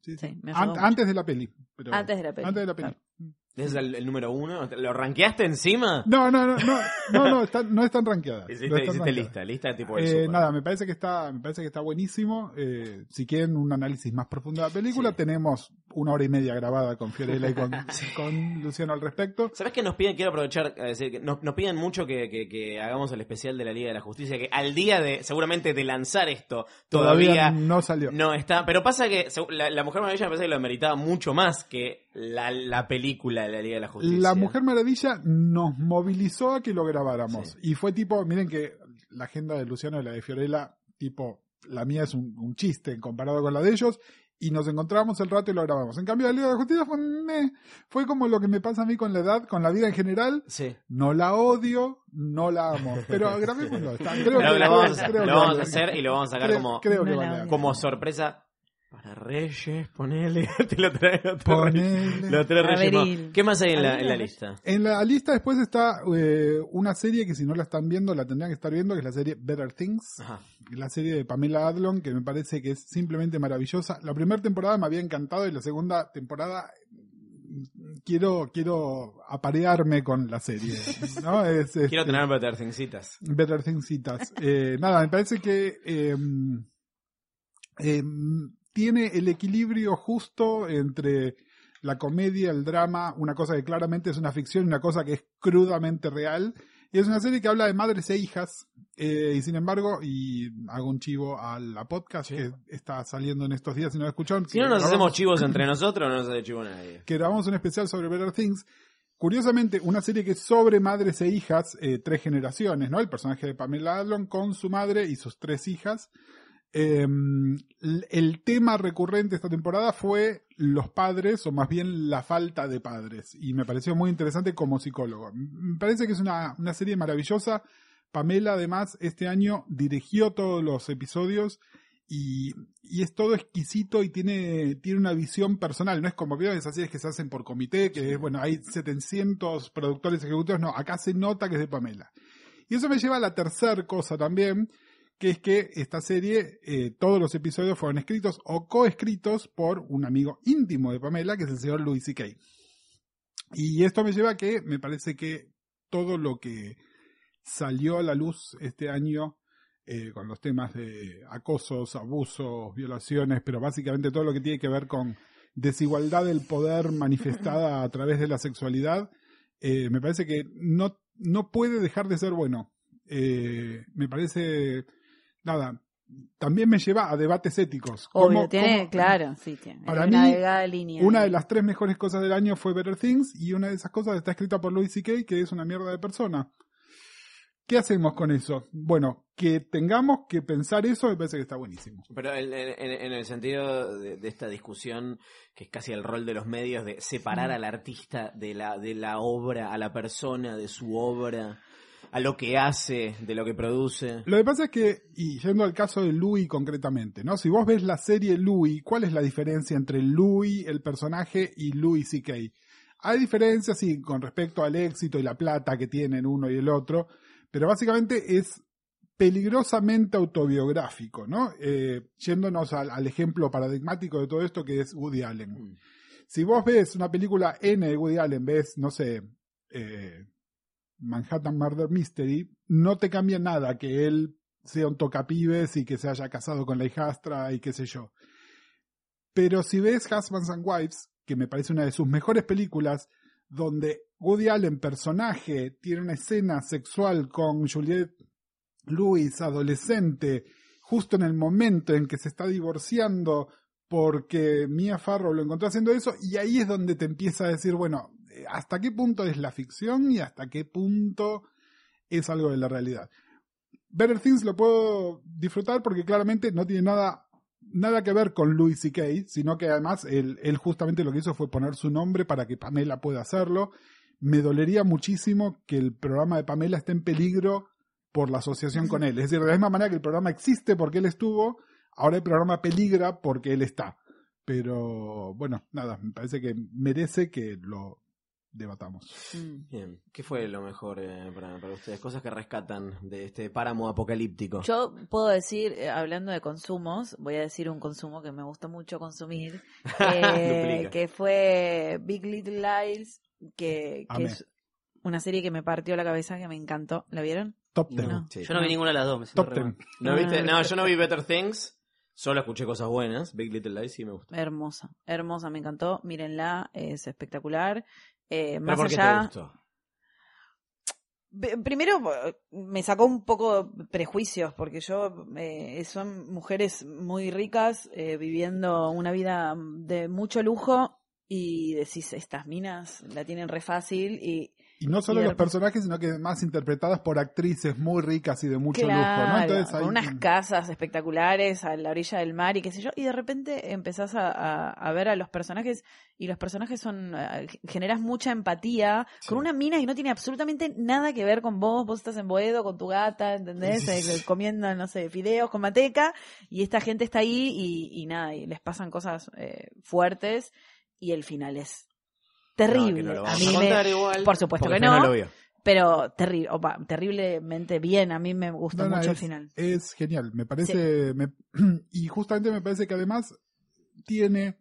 Speaker 19: sí, sí.
Speaker 21: me
Speaker 19: An-
Speaker 21: ayudó mucho.
Speaker 19: antes de la peli. pero-
Speaker 21: Antes de la peli,
Speaker 19: Antes de la peli.
Speaker 2: ¿Es el, el número uno? ¿Lo ranqueaste encima?
Speaker 19: No, no, no, no, no, no, está- no están rankeadas.
Speaker 2: Hiciste,
Speaker 19: No están
Speaker 2: hiciste pues,
Speaker 19: rankeadas.
Speaker 2: lista, lista tipo el
Speaker 19: Eh,
Speaker 2: super.
Speaker 19: nada, me parece que está, me parece que está buenísimo. Eh, si quieren un análisis más profundo de la película, tenemos una hora y media grabada con Fiorella y
Speaker 2: *laughs*
Speaker 19: con, con Luciano al respecto.
Speaker 2: ¿Sabes que nos piden? Quiero aprovechar a decir que nos, nos piden mucho que, que- que hagamos el especial de la Liga de la Justicia, que al día de, seguramente de lanzar esto, todavía,
Speaker 19: no salió.
Speaker 2: no está. Pero pasa que seg- la, la Mujer Maravilla me parece que lo meritaba mucho más que la, la película de la Liga de la Justicia.
Speaker 19: La Mujer Maravilla nos movilizó a que lo grabáramos. Y fue tipo, miren que la agenda de Luciano y la de Fiorella, tipo, la mía es un, un chiste comparado con la de ellos. Y nos encontramos el rato y lo grabamos. En cambio, la Liga de la Justicia fue, meh. fue como lo que me pasa a mí con la edad, con la vida en general. No la odio, no la amo. Pero grabémoslo. está- creo
Speaker 2: Lo-
Speaker 19: que-
Speaker 2: lo vamos a hacer,
Speaker 19: creo que
Speaker 2: lo vamos a
Speaker 19: vale.
Speaker 2: hacer y lo vamos a sacar
Speaker 19: Creo-
Speaker 2: como,
Speaker 19: creo que vale.
Speaker 2: como sorpresa. Para Reyes, ponele. *laughs* Te lo trae, lo trae-
Speaker 19: Ponele.
Speaker 2: lo trae Reyes.
Speaker 19: Abril.
Speaker 2: ¿Qué más hay en la, en la
Speaker 19: Abril.
Speaker 2: lista?
Speaker 19: En la lista después está eh, una serie que si no la están viendo la tendrían que estar viendo, que es la serie Better Things, la serie de Pamela Adlon, que me parece que es simplemente maravillosa. La primera temporada me había encantado y la segunda temporada mm, quiero quiero aparearme con la serie. ¿no? Es, este,
Speaker 2: Quiero tener batercincitas.
Speaker 19: Better Things citas. Eh, nada, me parece que eh, eh, tiene el equilibrio justo entre la comedia, el drama, una cosa que claramente es una ficción y una cosa que es crudamente real. Y es una serie que habla de madres e hijas, eh, y sin embargo, y hago un chivo a la podcast que está saliendo en estos días, si no lo escucharon.
Speaker 2: Si no nos hacemos chivos entre
Speaker 19: *laughs*
Speaker 2: nosotros, no nos hace chivo nadie.
Speaker 19: que grabamos un especial sobre Better Things. Curiosamente, una serie que es sobre madres e hijas, eh, tres generaciones, ¿no? El personaje de Pamela Adlon con su madre y sus tres hijas. Eh, l- el tema recurrente esta temporada fue los padres, o más bien la falta de padres. Y me pareció muy interesante como psicólogo. M- Me parece que es una, una serie maravillosa. Pamela, además, este año dirigió todos los episodios y, y es todo exquisito y tiene, tiene una visión personal. No es como videos así, es que se hacen por comité, que es, bueno, hay 700 productores ejecutivos. No, acá se nota que es de Pamela. Y eso me lleva a la tercera cosa también, que es que esta serie, eh, todos los episodios fueron escritos o coescritos por un amigo íntimo de Pamela, que es el señor Louis C.K. Y esto me lleva a que me parece que todo lo que salió a la luz este año eh, con los temas de acosos, abusos, violaciones, pero básicamente todo lo que tiene que ver con desigualdad del poder
Speaker 21: *laughs*
Speaker 19: manifestada a través de la sexualidad, eh, me parece que no, no puede dejar de ser bueno. Eh, me parece, nada, también me lleva a debates éticos.
Speaker 21: Obvio,
Speaker 19: ¿Cómo-
Speaker 21: tiene,
Speaker 19: cómo-
Speaker 21: claro, sí, tiene
Speaker 19: para
Speaker 21: una
Speaker 19: mí,
Speaker 21: delgada línea.
Speaker 19: una de las tres mejores cosas del año fue Better Things y una de esas cosas está escrita por Louis C.K., que es una mierda de persona. ¿Qué hacemos con eso? Bueno, que tengamos que pensar eso me parece que está buenísimo.
Speaker 2: Pero en, en- en- en el sentido de, de esta discusión, que es casi el rol de los medios, de separar
Speaker 19: Mm.
Speaker 2: al artista de la, de la obra, a la persona, de su obra, a lo que hace, de lo que produce.
Speaker 19: Lo que pasa es que, y yendo al caso de Louis concretamente, ¿no? Si vos ves la serie Louis, ¿cuál es la diferencia entre Louis, el personaje, y Louis C.K.? Hay diferencias, sí, con respecto al éxito y la plata que tienen uno y el otro, pero básicamente es peligrosamente autobiográfico, ¿no? Eh, yéndonos al, al ejemplo paradigmático de todo esto que es Woody Allen. Si vos ves una película N de Woody Allen, ves, no sé, eh, Manhattan Murder Mystery, no te cambia nada que él sea un tocapibes y que se haya casado con la hijastra y qué sé yo. Pero si ves Husbands and Wives, que me parece una de sus mejores películas, donde Woody Allen, personaje, tiene una escena sexual con Juliette Lewis, adolescente, justo en el momento en que se está divorciando porque Mia Farrow lo encontró haciendo eso, y ahí es donde te empieza a decir, bueno, eh, ¿hasta qué punto es la ficción y hasta qué punto es algo de la realidad? Better Things lo puedo disfrutar porque claramente no tiene nada nada que ver con Louis C.K., sino que además él, él justamente lo que hizo fue poner su nombre para que Pamela pueda hacerlo. Me dolería muchísimo que el programa de Pamela esté en peligro por la asociación con él. Es decir, de la misma manera que el programa existe porque él estuvo, ahora el programa peligra porque él está. Pero bueno, nada, me parece que merece que lo debatamos.
Speaker 2: Bien, ¿qué fue lo mejor eh, para, para ustedes? Cosas que rescatan de este páramo apocalíptico.
Speaker 21: Yo puedo decir, eh, hablando de consumos, voy a decir un consumo que me gustó mucho consumir, eh,
Speaker 2: Duplica.
Speaker 21: que fue Big Little Lies, que, que
Speaker 20: Amé.
Speaker 21: es una serie que me partió la cabeza, que me encantó. ¿La vieron?
Speaker 19: Top
Speaker 21: ten.
Speaker 2: Sí.
Speaker 20: Yo no vi ninguna de las dos, me siento re mal.
Speaker 2: ¿No, viste? no, yo no
Speaker 20: *laughs*
Speaker 2: vi Better Things, solo escuché cosas buenas. Big Little Lies sí me
Speaker 20: Eh,
Speaker 2: gustó.
Speaker 21: Hermosa, hermosa, me encantó. Mírenla, es espectacular. Eh,
Speaker 2: ¿Pero
Speaker 21: más
Speaker 2: por qué te
Speaker 21: allá.
Speaker 2: gustó?
Speaker 21: Be- Primero eh, me sacó un poco de prejuicios porque yo eh, son mujeres muy ricas eh, viviendo una vida de mucho lujo y decís estas minas la tienen re fácil y
Speaker 19: Y no solo
Speaker 21: Y
Speaker 19: los
Speaker 21: hermoso.
Speaker 19: personajes, sino que más interpretadas por actrices muy ricas y de mucho lujo, ¿no?
Speaker 21: claro,
Speaker 19: Entonces ahí-
Speaker 21: con unas casas espectaculares a la orilla del mar y qué sé yo y de repente empezás a, a- a ver a los personajes y los personajes son eh, generas mucha empatía con una mina que no tiene absolutamente nada que ver con vos vos estás en Boedo con tu gata ¿entendés?
Speaker 14: Sí, sí,
Speaker 21: Eh,
Speaker 14: sí.
Speaker 21: comiendo no sé fideos con mateca y esta gente está ahí y, y nada y les pasan cosas eh, fuertes y el final es terrible
Speaker 14: No, que no lo
Speaker 21: a
Speaker 14: vamos
Speaker 21: mí
Speaker 14: a
Speaker 21: me-
Speaker 14: contar igual,
Speaker 21: por supuesto
Speaker 14: porque
Speaker 21: que
Speaker 14: yo
Speaker 21: no,
Speaker 14: no lo vi.
Speaker 21: pero terrible opa, terriblemente bien a mí me gustó
Speaker 19: No, no,
Speaker 21: mucho el
Speaker 19: es-
Speaker 21: final
Speaker 19: Es genial, me parece. me- *clears throat* y justamente me parece que además tiene.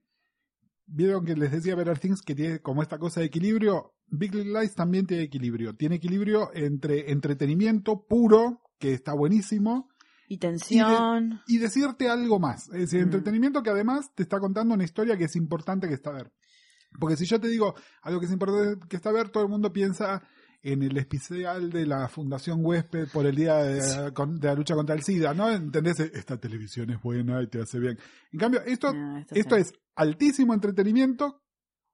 Speaker 19: Vieron que les decía Better Things que tiene como esta cosa de equilibrio. Big Little Lies también tiene equilibrio. Tiene equilibrio entre entretenimiento puro, que está buenísimo.
Speaker 21: Y tensión. Mm.
Speaker 19: Y, decirte algo más. Es decir, entretenimiento que además te está contando una historia que es importante que está a ver. Porque si yo te digo algo que es importante que está a ver, todo el mundo piensa en el especial de la Fundación Huésped por el día de, con- de la lucha contra el SIDA, ¿no? ¿Entendés? Esta televisión es buena y te hace bien. En cambio, esto, esto es altísimo entretenimiento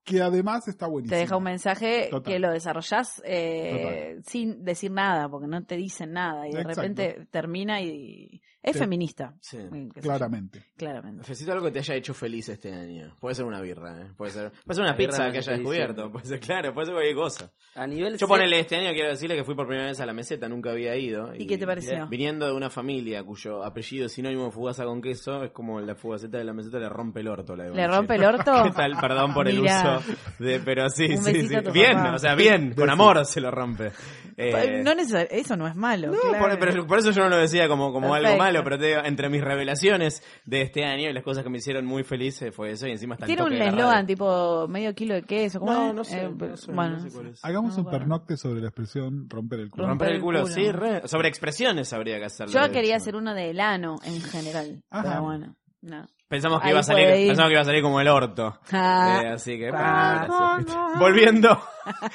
Speaker 19: que además está buenísimo.
Speaker 21: te deja un mensaje
Speaker 19: Total.
Speaker 21: que lo desarrollás eh, sin decir nada porque no te dicen nada y de
Speaker 19: Exacto.
Speaker 21: repente termina y Es
Speaker 2: Te-
Speaker 21: feminista.
Speaker 2: Sí.
Speaker 21: Mm, qué sé yo.
Speaker 19: Claramente.
Speaker 21: Claramente.
Speaker 2: Necesito algo que te haya hecho feliz este año. Puede ser una birra, ¿eh? Puede ser, puede ser una
Speaker 20: La birra
Speaker 2: pizza
Speaker 20: me
Speaker 2: que
Speaker 20: hace
Speaker 2: haya
Speaker 20: feliz,
Speaker 2: descubierto.
Speaker 20: sí.
Speaker 2: Puede ser, claro, puede ser cualquier cosa.
Speaker 20: A nivel
Speaker 2: Yo
Speaker 20: C-
Speaker 2: ponele este año, quiero decirle que fui por primera vez a la meseta, nunca había ido.
Speaker 21: ¿Y qué te pareció?
Speaker 2: Viniendo de una familia cuyo apellido es sinónimo de fugaza con queso, es como la fugaceta de la meseta le rompe el orto. La de
Speaker 21: ¿Le
Speaker 2: Bonchero. *laughs*
Speaker 21: rompe el orto?
Speaker 2: ¿Qué tal? Perdón por
Speaker 21: Mirá.
Speaker 2: el uso. De, pero sí,
Speaker 21: Un
Speaker 2: sí,
Speaker 21: besito
Speaker 2: sí.
Speaker 21: a tu
Speaker 2: Bien,
Speaker 21: papá.
Speaker 2: o sea, bien, con amor se lo rompe. Eh,
Speaker 21: Pues, No necesar- eso no es malo.
Speaker 2: No,
Speaker 21: claro.
Speaker 2: por, pero por eso yo no lo decía como, como algo
Speaker 21: Perfecto.
Speaker 2: malo, pero te digo, entre mis revelaciones de este año y las cosas que me hicieron muy felices fue eso y encima está el
Speaker 21: Tiene
Speaker 2: toque
Speaker 21: un
Speaker 2: de la
Speaker 21: eslogan tipo medio kilo de queso. ¿cómo
Speaker 2: No,
Speaker 21: es?
Speaker 2: no sé,
Speaker 21: Eh,
Speaker 2: no sé,
Speaker 21: bueno,
Speaker 2: no sé cuál es.
Speaker 19: Hagamos un pernocte sobre la expresión romper el culo.
Speaker 2: radio. Romper el culo, sí, re. Sobre expresiones habría que hacerlo.
Speaker 21: Yo
Speaker 2: de
Speaker 21: quería
Speaker 2: hecho.
Speaker 21: hacer uno de helano en general. Pero bueno, no.
Speaker 2: Pensamos que,
Speaker 21: Ahí
Speaker 2: iba a salir,
Speaker 21: puede ir.
Speaker 2: pensamos que iba a salir como el orto.
Speaker 21: Ah.
Speaker 2: Eh, así
Speaker 21: *laughs*
Speaker 2: que,
Speaker 21: Ah.
Speaker 2: bueno, ahora
Speaker 21: *laughs*
Speaker 2: sí. *laughs* Volviendo.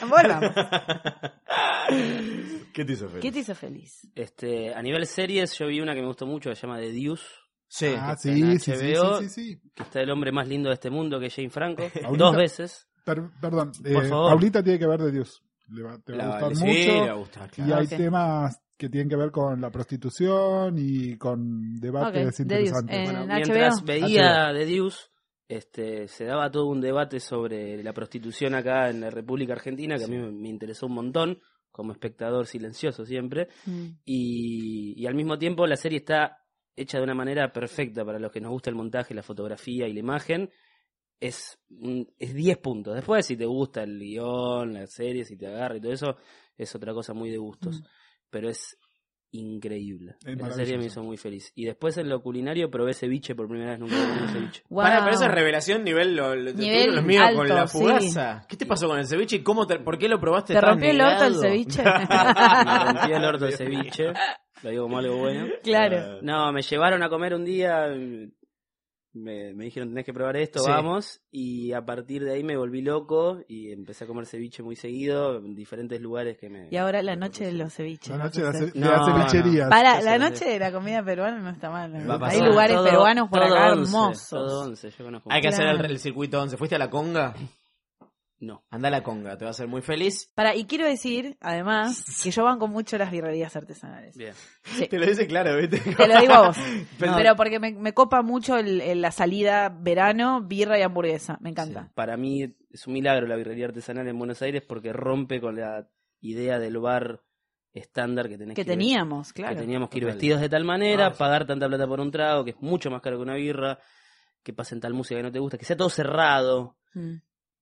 Speaker 21: Volvamos.
Speaker 2: *laughs*
Speaker 19: *laughs*
Speaker 2: ¿Qué te hizo
Speaker 21: ¿Qué te hizo feliz?
Speaker 20: Este, a nivel series, yo vi una que me gustó mucho, que se llama The Deuce.
Speaker 2: Sí.
Speaker 19: Ah,
Speaker 20: que está
Speaker 19: sí,
Speaker 20: en
Speaker 19: sí, sí,
Speaker 20: HBO,
Speaker 19: sí, sí,
Speaker 20: Que está el hombre más lindo de este mundo, que es
Speaker 19: *laughs*
Speaker 20: Jane Franco.
Speaker 19: Paulita-
Speaker 20: dos veces.
Speaker 19: Per- perdón, eh,
Speaker 20: Por favor.
Speaker 19: Paulita tiene que ver de Dios. Le va, te va
Speaker 20: La-
Speaker 19: a gustar
Speaker 20: sí,
Speaker 19: mucho.
Speaker 20: le va a gustar, claro.
Speaker 19: Y hay
Speaker 20: Ok.
Speaker 19: temas que tienen que ver con la prostitución y con debates
Speaker 20: Ok, de Dios. eh,
Speaker 19: interesantes.
Speaker 20: Bueno, mientras veía The Deuce, este, se daba todo un debate sobre la prostitución acá en la República Argentina, que a mí me- me interesó un montón, como espectador silencioso siempre.
Speaker 21: Mm.
Speaker 20: Y, y al mismo tiempo la serie está hecha de una manera perfecta para los que nos gusta el montaje, la fotografía y la imagen. Es, mm, es 10 puntos. Después, si te gusta el guión, la serie, si te agarra y todo eso, es otra cosa muy de gustos.
Speaker 19: Mm.
Speaker 20: Pero es increíble. Esa
Speaker 2: maravilloso.
Speaker 20: serie me hizo muy feliz. Y después en lo culinario probé ceviche por primera vez, nunca había comido
Speaker 21: *laughs*
Speaker 20: ceviche.
Speaker 2: Pará, pero esa es revelación nivel lo, lo-
Speaker 20: Nivel
Speaker 2: lo mío con
Speaker 20: alto,
Speaker 2: la
Speaker 20: sí.
Speaker 2: fugaza. ¿Qué te pasó con el ceviche y cómo te- por qué lo probaste
Speaker 21: ¿Te
Speaker 2: tan
Speaker 21: rompió el orto el
Speaker 2: negado? *laughs*
Speaker 21: ceviche?
Speaker 20: me rompí el orto el ceviche. Lo digo como algo bueno.
Speaker 21: *laughs* Claro.
Speaker 20: No, me llevaron a comer un día. Me, me dijeron, tenés que probar esto,
Speaker 21: Sí.
Speaker 20: vamos. Y a partir de ahí me volví loco y empecé a comer ceviche muy seguido en diferentes lugares que me.
Speaker 21: Y ahora la noche de los ceviches.
Speaker 19: La
Speaker 21: ¿vas
Speaker 19: noche
Speaker 21: a
Speaker 19: de las
Speaker 21: hacer?
Speaker 19: ce- de las
Speaker 20: No, no.
Speaker 19: cevicherías.
Speaker 21: Para,
Speaker 20: Yo
Speaker 21: la
Speaker 20: sé,
Speaker 21: noche de la comida peruana no está mal.
Speaker 2: Va a
Speaker 21: Hay
Speaker 2: pasar.
Speaker 21: lugares
Speaker 2: Todo-
Speaker 21: peruanos por
Speaker 2: todo
Speaker 21: acá
Speaker 2: once,
Speaker 21: hermosos.
Speaker 2: todo
Speaker 20: once, yo conozco.
Speaker 2: Hay que hacer el,
Speaker 21: Claro.
Speaker 2: el circuito 11. ¿Fuiste a la conga?
Speaker 20: No.
Speaker 2: Anda a la conga, te va a hacer muy feliz.
Speaker 21: Para, y quiero decir,
Speaker 19: *laughs*
Speaker 21: además, que yo banco mucho las birrerías artesanales.
Speaker 2: Bien.
Speaker 21: Sí.
Speaker 2: Te lo dice claro, ¿viste?
Speaker 21: Te lo digo
Speaker 19: *laughs*
Speaker 21: a vos.
Speaker 2: Pero-
Speaker 21: No, Pero porque me, me copa mucho el- el- la salida verano, birra y hamburguesa. Me encanta.
Speaker 20: Para mí es un milagro la birrería artesanal en Buenos Aires porque rompe con la idea del bar estándar que tenés
Speaker 21: Que
Speaker 20: que ver.
Speaker 21: teníamos, claro.
Speaker 20: Que teníamos que ir
Speaker 21: Total.
Speaker 20: vestidos de tal manera,
Speaker 21: Ah, sí.
Speaker 20: pagar tanta plata por un trago, que es mucho más caro que una birra, que pasen tal música que no te gusta, que sea todo cerrado.
Speaker 21: Mm.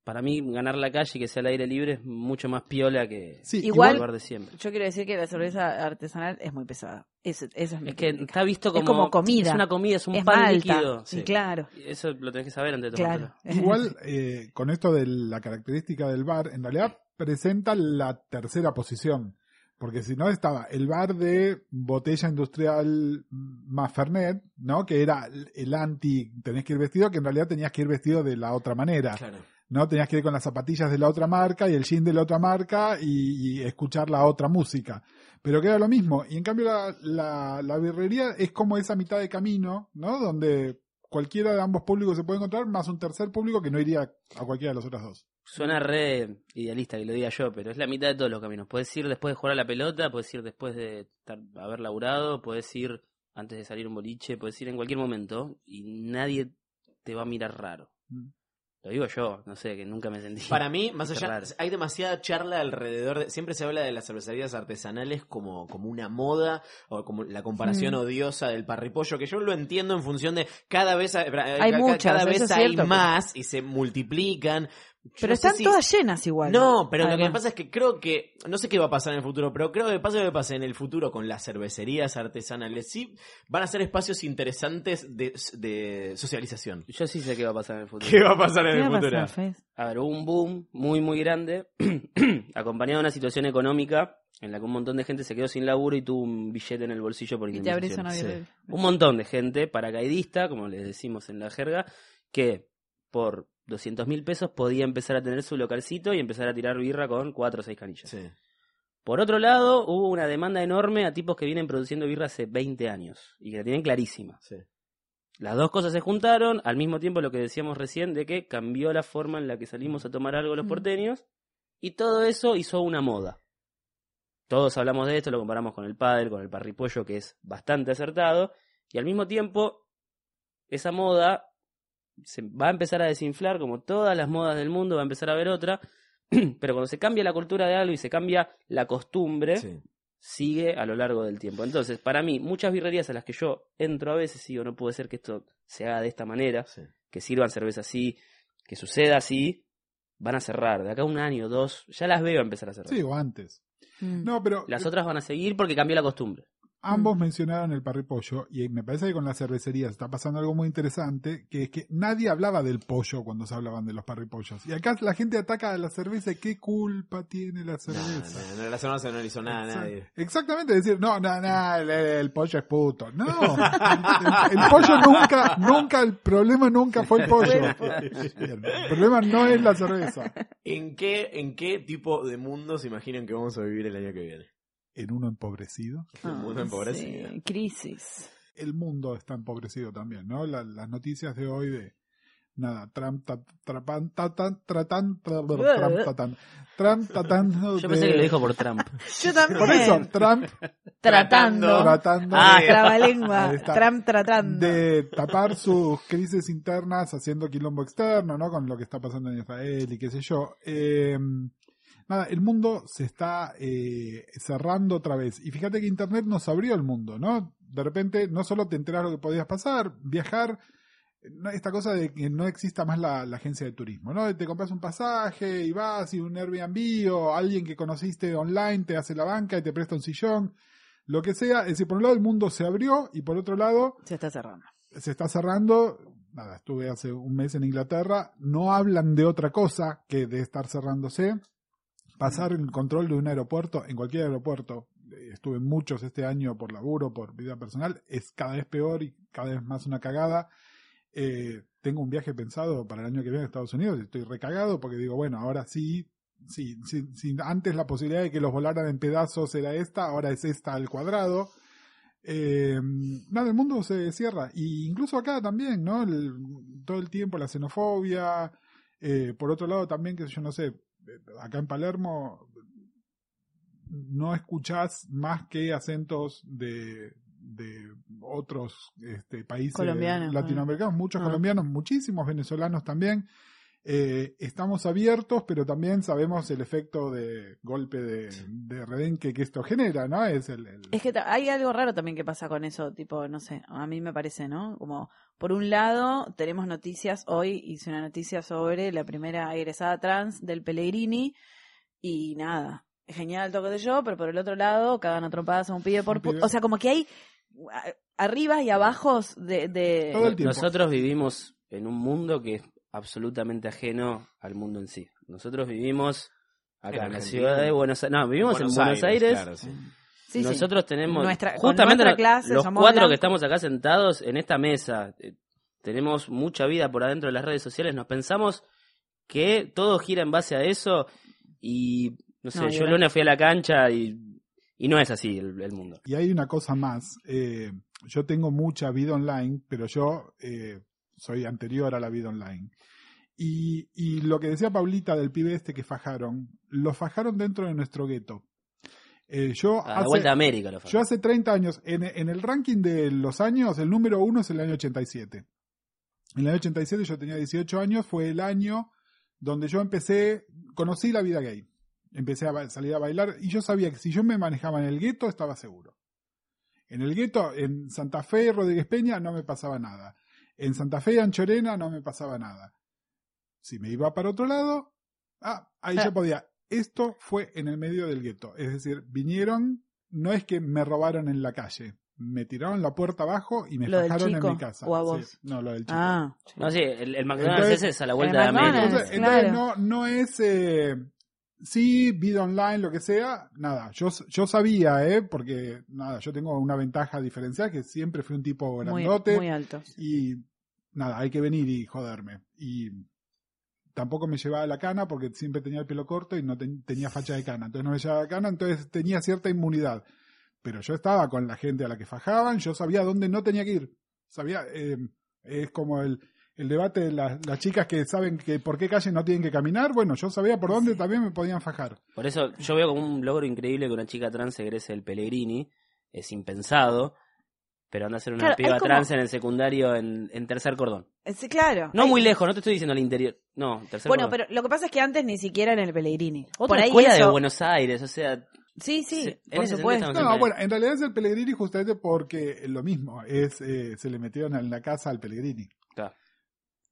Speaker 20: Para mí, ganar la calle y que sea al aire libre es mucho más piola que
Speaker 21: igual,
Speaker 20: el bar de siempre.
Speaker 21: yo quiero decir que la cerveza artesanal es muy pesada. Eso, eso es, mi
Speaker 20: Es que
Speaker 21: crítica.
Speaker 20: está visto como,
Speaker 21: es como comida.
Speaker 20: Es una comida, es un
Speaker 21: Es
Speaker 20: pan
Speaker 21: malta.
Speaker 20: líquido.
Speaker 21: Y claro.
Speaker 20: Eso lo tenés que saber antes de tomártelo.
Speaker 21: Claro.
Speaker 19: *laughs*
Speaker 21: *laughs*
Speaker 20: *laughs*
Speaker 19: Igual, eh, con esto de la característica del bar, en realidad presenta la tercera posición. Porque si no estaba el bar de botella industrial más Fernet, ¿no? Que era el- el anti, tenés que ir vestido, que en realidad tenías que ir vestido de la otra manera. ¿No? Tenías que ir con las zapatillas de la otra marca y el jean de la otra marca y, y escuchar la otra música. Pero que era lo mismo. Y en cambio la, la, la birrería es como esa mitad de camino, ¿no? Donde cualquiera de ambos públicos se puede encontrar, más un tercer público que no iría a cualquiera de las otras dos.
Speaker 20: Suena re idealista que lo diga yo, pero es la mitad de todos los caminos. Puedes ir después de jugar a la pelota, puedes ir después de estar- haber laburado, puedes ir antes de salir a un boliche, puedes ir en cualquier momento y nadie te va a mirar raro.
Speaker 19: Mm.
Speaker 20: Lo digo yo, no sé, que nunca me sentí.
Speaker 2: *laughs* Para mí,
Speaker 20: *laughs*
Speaker 2: más
Speaker 20: Qué
Speaker 2: allá,
Speaker 20: raro.
Speaker 2: hay demasiada charla alrededor de... Siempre se habla de las cervecerías artesanales como, como una moda o como la comparación
Speaker 21: Mm.
Speaker 2: odiosa del parripollo, que yo lo entiendo en función de cada vez hay,
Speaker 21: Hay muchas,
Speaker 2: cada
Speaker 21: eso es
Speaker 2: vez hay
Speaker 21: cierto, pero-
Speaker 2: más y se multiplican. Yo
Speaker 21: Pero
Speaker 2: no sé
Speaker 21: están
Speaker 2: si-
Speaker 21: todas llenas igual.
Speaker 2: No, pero lo que me
Speaker 21: Además.
Speaker 2: pasa es que creo que, no sé qué va a pasar en el futuro, pero creo que pasa lo que pasa en el futuro con las cervecerías artesanales. Sí, van a ser espacios interesantes de, de socialización.
Speaker 20: Yo sí sé qué va a pasar en el futuro.
Speaker 2: ¿Qué va a pasar en
Speaker 20: ¿Qué
Speaker 2: el
Speaker 20: va a
Speaker 2: futuro?
Speaker 20: pasar, A ver, hubo un boom muy, muy grande, *clears throat* acompañado de una situación económica en la que un montón de gente se quedó sin laburo y tuvo un billete en el bolsillo por
Speaker 21: Y te
Speaker 20: indemnización.
Speaker 21: abrís una birrería.
Speaker 20: Un montón de gente, paracaidista, como les decimos en la jerga, que por 200 mil pesos podía empezar a tener su localcito y empezar a tirar birra con cuatro o seis canillas. Por otro lado, hubo una demanda enorme a tipos que vienen produciendo birra hace 20 años y que la tienen clarísima. Las dos cosas se juntaron, al mismo tiempo lo que decíamos recién de que cambió la forma en la que salimos a tomar algo los
Speaker 21: Mm.
Speaker 20: porteños y todo eso hizo una moda. Todos hablamos de esto, lo comparamos con el pádel, con el parripollo que es bastante acertado Y al mismo tiempo, esa moda se va a empezar a desinflar, como todas las modas del mundo, va a empezar a haber otra. *clears throat* Pero cuando se cambia la cultura de algo y se cambia la costumbre, sigue a lo largo del tiempo. Entonces, para mí, muchas birrerías a las que yo entro a veces, y digo, no puede ser que esto se haga de esta manera, que sirvan cerveza así, que suceda así, van a cerrar. De acá a un año, dos, ya las veo empezar a cerrar.
Speaker 19: Sí, o antes. No, pero
Speaker 20: Las otras van a seguir porque cambió la costumbre.
Speaker 19: Ambos mencionaron el parripollo y me parece que con las cervecerías está pasando algo muy interesante, que es que nadie hablaba del pollo cuando se hablaban de los parripollos. Y acá la gente ataca a la cerveza y qué culpa tiene la cerveza.
Speaker 2: No, no, la zona no le hizo nada a nadie.
Speaker 19: Exactamente, decir, no, no, no, el, el pollo es puto. No, el, el pollo nunca, nunca, el problema nunca fue
Speaker 2: *laughs*
Speaker 19: el pollo. El problema no es la cerveza.
Speaker 2: ¿En qué, ¿En qué tipo de mundo se imaginan que vamos a vivir el año que viene?
Speaker 19: En uno empobrecido.
Speaker 2: Un
Speaker 21: Ah,
Speaker 2: mundo empobrecido.
Speaker 21: Crisis.
Speaker 19: El mundo está empobrecido también, ¿no? La- las noticias de hoy de nada, Trump ta- trapan- ta- tan- tratan- tra- Trump tatan- Trump tratando
Speaker 20: Yo pensé
Speaker 19: de-
Speaker 20: que lo dijo por Trump. *laughs*
Speaker 21: Yo también.
Speaker 19: Por eso, Trump
Speaker 21: Tratando.
Speaker 19: tratando
Speaker 21: Ah,
Speaker 19: de-
Speaker 21: trabalengua.
Speaker 19: Ahí está.
Speaker 21: Trump tratando.
Speaker 19: de tapar sus crisis internas haciendo quilombo externo, ¿no? Con lo que está pasando en Israel y qué sé yo. Eh, nada, el mundo se está eh, cerrando otra vez. Y fíjate que Internet nos abrió el mundo, ¿no? De repente no solo te enteras lo que podías pasar, viajar, no, esta cosa de que no exista más la, la agencia de turismo, ¿no? Te compras un pasaje y vas y un Airbnb o alguien que conociste online te hace la banca y te presta un sillón, lo que sea. Es decir, por un lado el mundo se abrió y por otro lado...
Speaker 21: Se está cerrando.
Speaker 19: Se está cerrando. Nada, estuve hace un mes en Inglaterra. No hablan de otra cosa que de estar cerrándose. Pasar el control de un aeropuerto, en cualquier aeropuerto, eh, estuve en muchos este año por laburo, por vida personal, es cada vez peor y cada vez más una cagada. Eh, tengo un viaje pensado para el año que viene a Estados Unidos y estoy recagado porque digo, bueno, ahora sí, sí, sí, sí, antes la posibilidad de que los volaran en pedazos era esta, ahora es esta al cuadrado. Eh, nada, el mundo se cierra. Y incluso acá también, ¿no? El- todo el tiempo la xenofobia. eh, por otro lado también, que yo no sé, eh, acá en Palermo no escuchás más que acentos de, de otros este, países
Speaker 21: Colombianos,
Speaker 19: latinoamericanos, muchos
Speaker 21: Ah.
Speaker 19: colombianos, muchísimos venezolanos también. Eh, estamos abiertos, pero también sabemos el efecto de golpe de, de redenque que esto genera, ¿no? Es el- el
Speaker 21: Es que ta- hay algo raro también que pasa con eso, tipo, no sé, a mí me parece, ¿no? Como, por un lado, tenemos noticias, hoy hice una noticia sobre la primera egresada trans del Pellegrini y nada, genial todo de yo, pero por el otro lado, cagan atropadas a un pibe por...
Speaker 20: Un
Speaker 21: pu-
Speaker 20: pibe.
Speaker 21: O sea, como que hay a- arribas y abajos de... de-
Speaker 20: Nosotros vivimos en un mundo que es absolutamente ajeno al mundo en sí. Nosotros vivimos
Speaker 2: En
Speaker 20: acá en la
Speaker 2: Argentina.
Speaker 20: ciudad de Buenos Aires. No, vivimos
Speaker 2: Buenos
Speaker 20: en Buenos
Speaker 2: Aires,
Speaker 20: Aires.
Speaker 2: claro, sí.
Speaker 21: Sí, sí.
Speaker 20: Nosotros tenemos
Speaker 21: Nuestra- con
Speaker 20: justamente
Speaker 21: nuestra
Speaker 20: lo-
Speaker 21: clase
Speaker 20: los
Speaker 21: somos
Speaker 20: cuatro
Speaker 21: blancos.
Speaker 20: que estamos acá sentados en esta mesa. eh, tenemos mucha vida por adentro de las redes sociales. Nos pensamos que todo gira en base a eso y no sé,
Speaker 19: No,
Speaker 20: yo
Speaker 19: yo-
Speaker 20: el lunes fui a la cancha y, y no es así el- el mundo.
Speaker 19: Y hay una cosa más. eh, yo tengo mucha vida online, pero yo eh, soy anterior a la vida online. Y, y lo que decía Paulita del pibe este que fajaron, lo fajaron dentro de nuestro gueto. Eh, yo
Speaker 20: A la vuelta a América lo fajaron.
Speaker 19: Yo hace 30 años, en, en el ranking de los años, el número uno es el año 87. En el año 87 yo tenía 18 años, fue el año donde yo empecé, conocí la vida gay. Empecé a ba- salir a bailar y yo sabía que si yo me manejaba en el gueto estaba seguro. En el gueto, en Santa Fe, Rodríguez Peña, no me pasaba nada. En Santa Fe, Anchorena, no me pasaba nada. Si me iba para otro lado, ah, ahí yo podía. Esto fue en el medio del gueto. Es decir, vinieron, no es que me robaron en la calle. Me tiraron la puerta abajo y me
Speaker 21: Lo del
Speaker 19: fajaron en
Speaker 21: chico,
Speaker 19: mi casa.
Speaker 21: o a
Speaker 19: Sí,
Speaker 21: vos.
Speaker 19: no, lo del chico.
Speaker 21: Ah.
Speaker 20: No, sí, el, el McDonald's ese es a la vuelta de América.
Speaker 19: Entonces, entonces no, no es. Eh, sí, vida online, lo que sea. Nada, yo, yo sabía, ¿eh? Porque, nada, yo tengo una ventaja diferencial que siempre fui un tipo
Speaker 21: Muy-
Speaker 19: grandote.
Speaker 21: muy alto.
Speaker 19: Y, nada, hay que venir y joderme. Y tampoco me llevaba la cana porque siempre tenía el pelo corto y no ten- tenía facha de cana. Entonces no me llevaba la cana, entonces tenía cierta inmunidad. Pero yo estaba con la gente a la que fajaban, yo sabía dónde no tenía que ir. Sabía, eh, es como el, el debate de las, las chicas que saben que por qué calle no tienen que caminar. Bueno, yo sabía por dónde también me podían fajar.
Speaker 20: Por eso yo veo como un logro increíble que una chica trans egrese del Pellegrini. Es impensado. Pero anda a ser una
Speaker 21: Claro,
Speaker 20: piba
Speaker 21: hay como-
Speaker 20: trans en el secundario en, en tercer cordón.
Speaker 21: Eh, Sí, claro.
Speaker 20: No
Speaker 21: Hay-
Speaker 20: muy lejos, no te estoy diciendo al interior. No, tercer
Speaker 21: Bueno,
Speaker 20: cordón.
Speaker 21: pero lo que pasa es que antes ni siquiera en el Pellegrini.
Speaker 20: Otra
Speaker 21: Por ahí
Speaker 20: escuela de
Speaker 21: eso-
Speaker 20: Buenos Aires, o sea.
Speaker 21: Sí, sí,
Speaker 20: se-
Speaker 21: por
Speaker 20: en ese sentido
Speaker 21: supuesto.
Speaker 20: estamos en
Speaker 19: No,
Speaker 20: Pellegrini.
Speaker 19: bueno, en realidad es el Pellegrini justamente porque lo mismo, es eh, se le metieron en la casa al Pellegrini.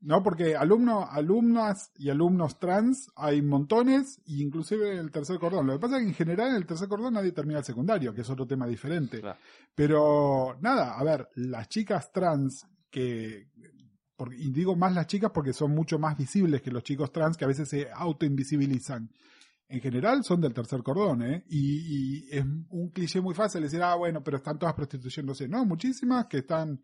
Speaker 19: No, porque alumno, alumnas y alumnos trans hay montones, e inclusive en el tercer cordón. Lo que pasa es que en general en el tercer cordón nadie termina el secundario, que es otro tema diferente. Pero nada, a ver, las chicas trans que porque- y digo más las chicas porque son mucho más visibles que los chicos trans que a veces se autoinvisibilizan. En general son del tercer cordón, ¿eh? Y, y es un cliché muy fácil decir, ah, bueno, pero están todas prostituyéndose. No, muchísimas que están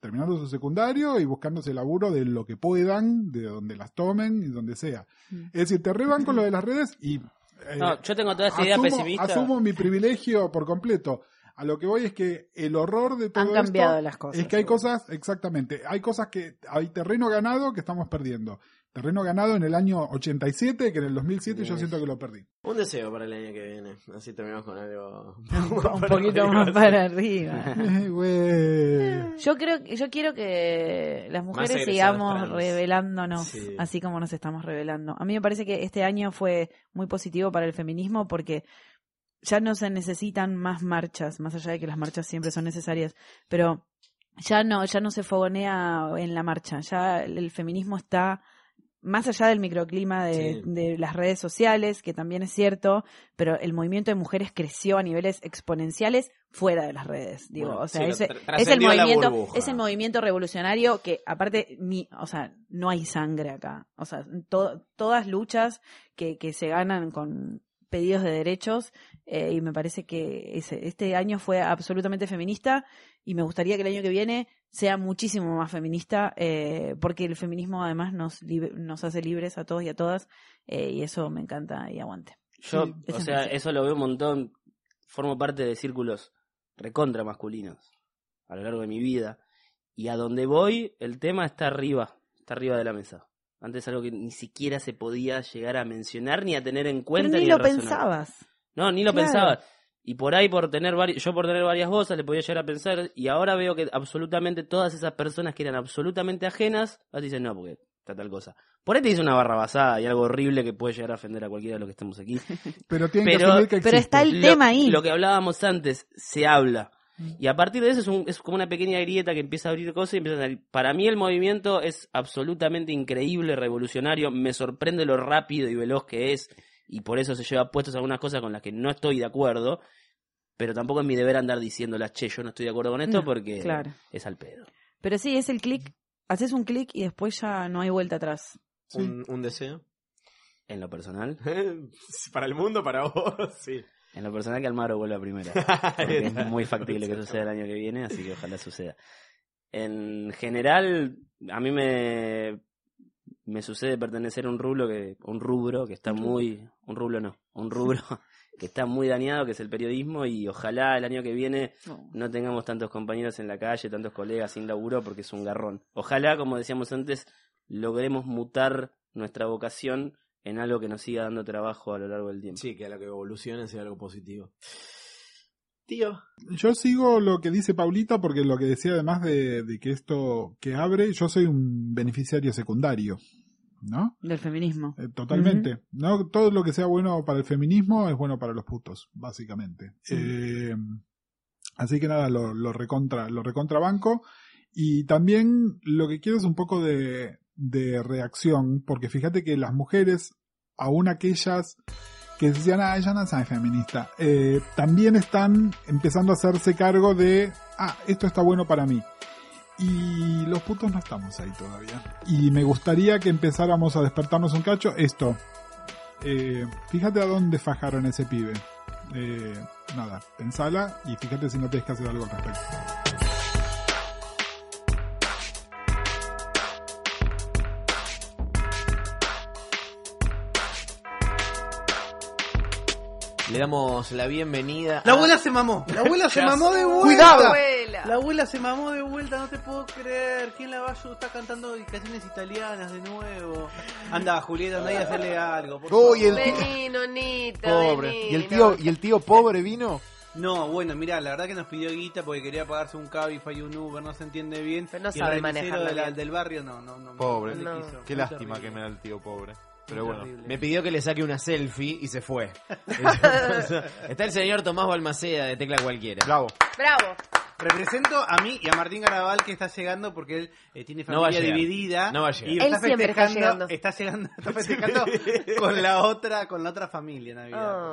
Speaker 19: terminando su secundario y buscándose laburo de lo que puedan, de donde las tomen y donde sea.
Speaker 21: Mm.
Speaker 19: Es decir, te reban con lo de las redes y... eh,
Speaker 20: No, yo tengo toda esta idea
Speaker 19: asumo-
Speaker 20: pesimista.
Speaker 19: Asumo mi privilegio por completo. A lo que voy es que el horror de todo
Speaker 21: Han cambiado
Speaker 19: esto
Speaker 21: las cosas,
Speaker 19: Es que hay cosas, exactamente, hay cosas que hay terreno ganado que estamos perdiendo. Terreno ganado en el año 87, que en el 2007 yo
Speaker 2: Yes.
Speaker 19: siento que lo perdí.
Speaker 2: Un deseo para el año que viene. Así terminamos con algo. *laughs*
Speaker 21: *laughs* Un poquito más para arriba.
Speaker 19: Eh, güey.
Speaker 21: Yo creo, yo quiero que las mujeres
Speaker 19: egresadas
Speaker 21: sigamos
Speaker 19: trans.
Speaker 21: revelándonos,
Speaker 19: Sí.
Speaker 21: así como nos estamos revelando. A mí me parece que este año fue muy positivo para el feminismo porque ya no se necesitan más marchas, más allá de que las marchas siempre son necesarias, pero ya no, ya no se fogonea en la marcha, ya el el feminismo está más allá del microclima de,
Speaker 14: Sí.
Speaker 21: de las redes sociales, que también es cierto, pero el movimiento de mujeres creció a niveles exponenciales fuera de las redes. Digo,
Speaker 14: Bueno,
Speaker 21: o sea,
Speaker 14: sí, lo
Speaker 21: ese-
Speaker 14: tr-
Speaker 21: es el
Speaker 14: trascendió la
Speaker 21: movimiento,
Speaker 14: burbuja.
Speaker 21: es el movimiento revolucionario que aparte mi, o sea, no hay sangre acá. O sea, to- todas luchas que, que se ganan con pedidos de derechos eh, y me parece que ese- este año fue absolutamente feminista y me gustaría que el año que viene sea muchísimo más feminista eh, porque el feminismo además nos libe- nos hace libres a todos y a todas eh, y eso me encanta y aguante.
Speaker 20: Yo,
Speaker 21: Sí, ese
Speaker 20: o
Speaker 21: es
Speaker 20: sea,
Speaker 21: mi deseo.
Speaker 20: eso lo veo un montón. Formo parte de círculos recontra masculinos a lo largo de mi vida. Y a donde voy, el tema está arriba, está arriba de la mesa. Antes algo que ni siquiera se podía llegar a mencionar ni a tener en
Speaker 21: Pero
Speaker 20: cuenta.
Speaker 21: ni lo
Speaker 20: a razonar.
Speaker 21: pensabas.
Speaker 20: No, ni lo
Speaker 21: Claro.
Speaker 20: pensaba. Y por ahí, por tener vari- yo por tener varias cosas, le podía llegar a pensar. Y ahora veo que absolutamente todas esas personas que eran absolutamente ajenas, ahora te dicen, no, porque está tal cosa. Por ahí te dice una barrabasada y algo horrible que puede llegar a ofender a cualquiera de los que
Speaker 21: *laughs*
Speaker 20: estamos aquí.
Speaker 19: Pero tienen que asumir que existe. Mm.
Speaker 20: lo- Lo que hablábamos antes, se habla. Y a partir de eso es, un- es como una pequeña grieta que empieza a abrir cosas y empiezan a salir. Para mí el movimiento es absolutamente increíble, revolucionario. Me sorprende lo rápido y veloz que es. Y por eso se lleva puestos algunas cosas con las que no estoy de acuerdo. Pero tampoco es mi deber andar diciéndolas, che, yo no estoy de acuerdo con esto
Speaker 21: No,
Speaker 20: porque
Speaker 21: claro.
Speaker 20: es al pedo.
Speaker 21: Pero sí, es el clic, haces un clic y después ya no hay vuelta atrás.
Speaker 2: ¿Un, un deseo?
Speaker 20: En lo personal.
Speaker 2: *laughs* para el mundo, para vos, *laughs* sí.
Speaker 20: En lo personal que Almagro
Speaker 2: *laughs*
Speaker 20: vuelva primero. Porque es muy factible que suceda el año que viene, así que ojalá suceda. En general, a mí me, me sucede pertenecer a un rubro que, un rubro que está
Speaker 2: Un rubro.
Speaker 20: muy, un rubro no, un rubro *laughs* que está muy dañado, que es el periodismo, y ojalá el año que viene
Speaker 21: No.
Speaker 20: no tengamos tantos compañeros en la calle, tantos colegas sin laburo, porque es un garrón. Ojalá, como decíamos antes, logremos mutar nuestra vocación en algo que nos siga dando trabajo a lo largo del tiempo.
Speaker 2: Sí, que a lo que evolucione sea algo positivo.
Speaker 19: Yo sigo lo que dice Paulita porque lo que decía además de, de que esto que abre, yo soy un beneficiario secundario, ¿no? Eh,
Speaker 21: Del feminismo.
Speaker 19: Totalmente. ¿no? Todo lo que sea bueno para el feminismo es bueno para los putos, básicamente. Eh, así que nada, lo, lo recontra, lo recontrabanco. Y también lo que quiero es un poco de, de reacción, porque fíjate que las mujeres, aún aquellas que decían, ah, ella no es feminista, eh, también están empezando a hacerse cargo de, ah, esto está bueno para mí. Y los putos no estamos ahí todavía. Y me gustaría que empezáramos a despertarnos un cacho. Esto. Eh, fíjate a dónde fajaron ese pibe. Eh, nada, pensala y fíjate si no tienes que hacer algo al respecto.
Speaker 2: Le damos la bienvenida.
Speaker 22: La
Speaker 2: a-
Speaker 22: abuela se mamó. La abuela se
Speaker 2: Ya
Speaker 22: mamó
Speaker 2: sé.
Speaker 22: de vuelta.
Speaker 2: Cuidado.
Speaker 22: La abuela se mamó de vuelta, no te puedo creer. ¿Quién la va a ayudar? Está cantando canciones italianas de nuevo. Anda, Julieta, anda y hacerle algo. por
Speaker 4: Uy, el
Speaker 22: favor.
Speaker 4: tío-
Speaker 18: Vení, nonita,
Speaker 4: Pobre.
Speaker 18: vení,
Speaker 4: ¿Y el tío,
Speaker 18: no.
Speaker 4: y el tío pobre vino?
Speaker 22: No, bueno, mira, la verdad que nos pidió guita porque quería pagarse un Cabify y un Uber, no se entiende bien. Pero
Speaker 23: no sabe manejarlo bien.
Speaker 22: del barrio no, no, no.
Speaker 23: Pobre.
Speaker 22: no le quiso.
Speaker 23: Qué
Speaker 22: Muy
Speaker 23: lástima
Speaker 22: terrible.
Speaker 23: que me da el tío pobre.
Speaker 2: Pero bueno,
Speaker 23: Terrible.
Speaker 2: me pidió que le saque una selfie y se *laughs* fue. Está el señor Tomás Balmaceda de Tecla Cualquiera.
Speaker 23: Bravo.
Speaker 21: Bravo.
Speaker 22: Represento a mí y a Martín Garabal que está llegando porque él eh, tiene
Speaker 2: No va a
Speaker 22: familia
Speaker 2: llegar.
Speaker 22: dividida.
Speaker 2: No va a llegar.
Speaker 22: Y
Speaker 2: Él
Speaker 22: está
Speaker 2: siempre está
Speaker 22: festejando, está llegando.
Speaker 2: *laughs*
Speaker 22: Está festejando con la otra, con la otra familia Navidad.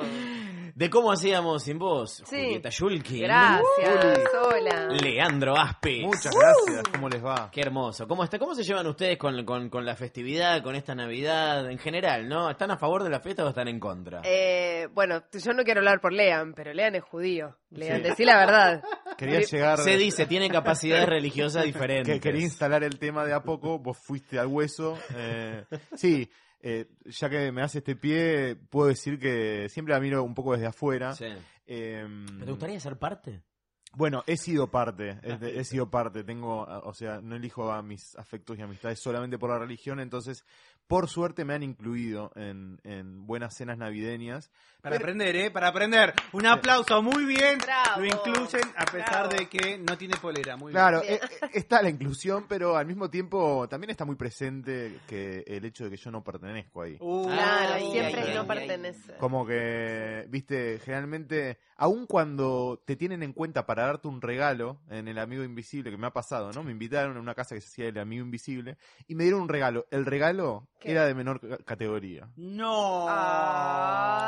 Speaker 2: De cómo hacíamos sin vos,
Speaker 21: Sí.
Speaker 2: Julieta Yulkin.
Speaker 21: Gracias, hola.
Speaker 2: Eh. Leandro Aspe.
Speaker 23: Muchas
Speaker 2: gracias.
Speaker 23: ¿Cómo les va?
Speaker 2: Qué hermoso. ¿Cómo, está? ¿Cómo se llevan ustedes con, con, con la festividad, con esta Navidad en general, no? ¿Están a favor de la fiesta o están en contra?
Speaker 24: Eh, bueno, t- yo no quiero hablar por Lean, pero Lean es judío. Lean,
Speaker 2: Sí.
Speaker 24: decí la verdad.
Speaker 23: Quería
Speaker 24: Sí.
Speaker 23: llegar.
Speaker 2: Se dice, tiene capacidades religiosas diferentes.
Speaker 23: *laughs* Que quería instalar el tema de a poco, vos fuiste al hueso. eh, sí, eh, ya que me hace este pie, puedo decir que siempre la miro un poco desde afuera.
Speaker 2: Sí.
Speaker 23: Em,
Speaker 2: ¿Pero ¿Te gustaría ser parte?
Speaker 23: Bueno, he sido parte, es de- he sido parte, tengo, a- o sea, no elijo a mis afectos y amistades solamente por la religión, entonces, por suerte me han incluido en, en buenas cenas navideñas.
Speaker 22: Para
Speaker 23: Ah, Pero-
Speaker 22: aprender, ¿eh? Para aprender. Un aplauso, muy bien.
Speaker 24: Bravo.
Speaker 22: Lo incluyen a pesar
Speaker 24: Bravo.
Speaker 22: de que no tiene polera. Muy
Speaker 23: Claro,
Speaker 22: bien.
Speaker 23: eh, eh, está la inclusión, pero al mismo tiempo también está muy presente que el hecho de que yo no pertenezco ahí.
Speaker 24: Claro,
Speaker 21: Ay,
Speaker 24: siempre
Speaker 21: ay,
Speaker 24: no
Speaker 21: ay,
Speaker 24: pertenece.
Speaker 23: Como que, viste, generalmente, aun cuando te tienen en cuenta para darte un regalo en el amigo invisible, que me ha pasado, ¿no? Me invitaron a una casa que se hacía el amigo invisible y me dieron un regalo. El regalo era de menor ca- categoría.
Speaker 22: No.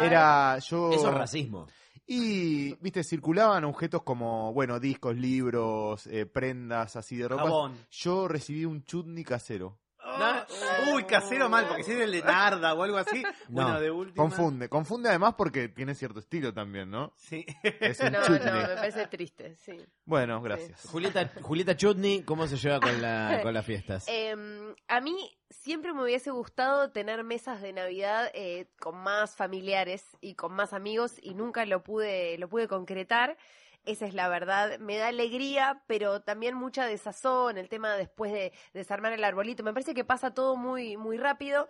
Speaker 23: Era yo.
Speaker 2: Eso es racismo.
Speaker 23: Y, viste, circulaban objetos como, bueno, discos, libros, eh, prendas así de ropa.
Speaker 22: Jabón.
Speaker 23: Yo recibí un chutney casero.
Speaker 22: No. Oh, Uy, casero mal, porque si es el de Narda o algo así.
Speaker 23: No,
Speaker 22: Bueno, de última.
Speaker 23: Confunde, confunde además porque tiene cierto estilo también, ¿no?
Speaker 22: Sí.
Speaker 23: Es un
Speaker 24: no,
Speaker 23: chutney.
Speaker 24: no, me parece triste, sí.
Speaker 23: Bueno, gracias.
Speaker 2: Julieta, Julieta Chutney, ¿cómo se lleva con,
Speaker 24: *laughs*
Speaker 2: la, con las fiestas?
Speaker 24: Eh, a mí siempre me hubiese gustado tener mesas de Navidad eh, con más familiares y con más amigos y nunca lo pude, lo pude concretar. Esa es la verdad. Me da alegría, pero también mucha desazón, el tema después de desarmar el arbolito. Me parece que pasa todo muy, muy rápido.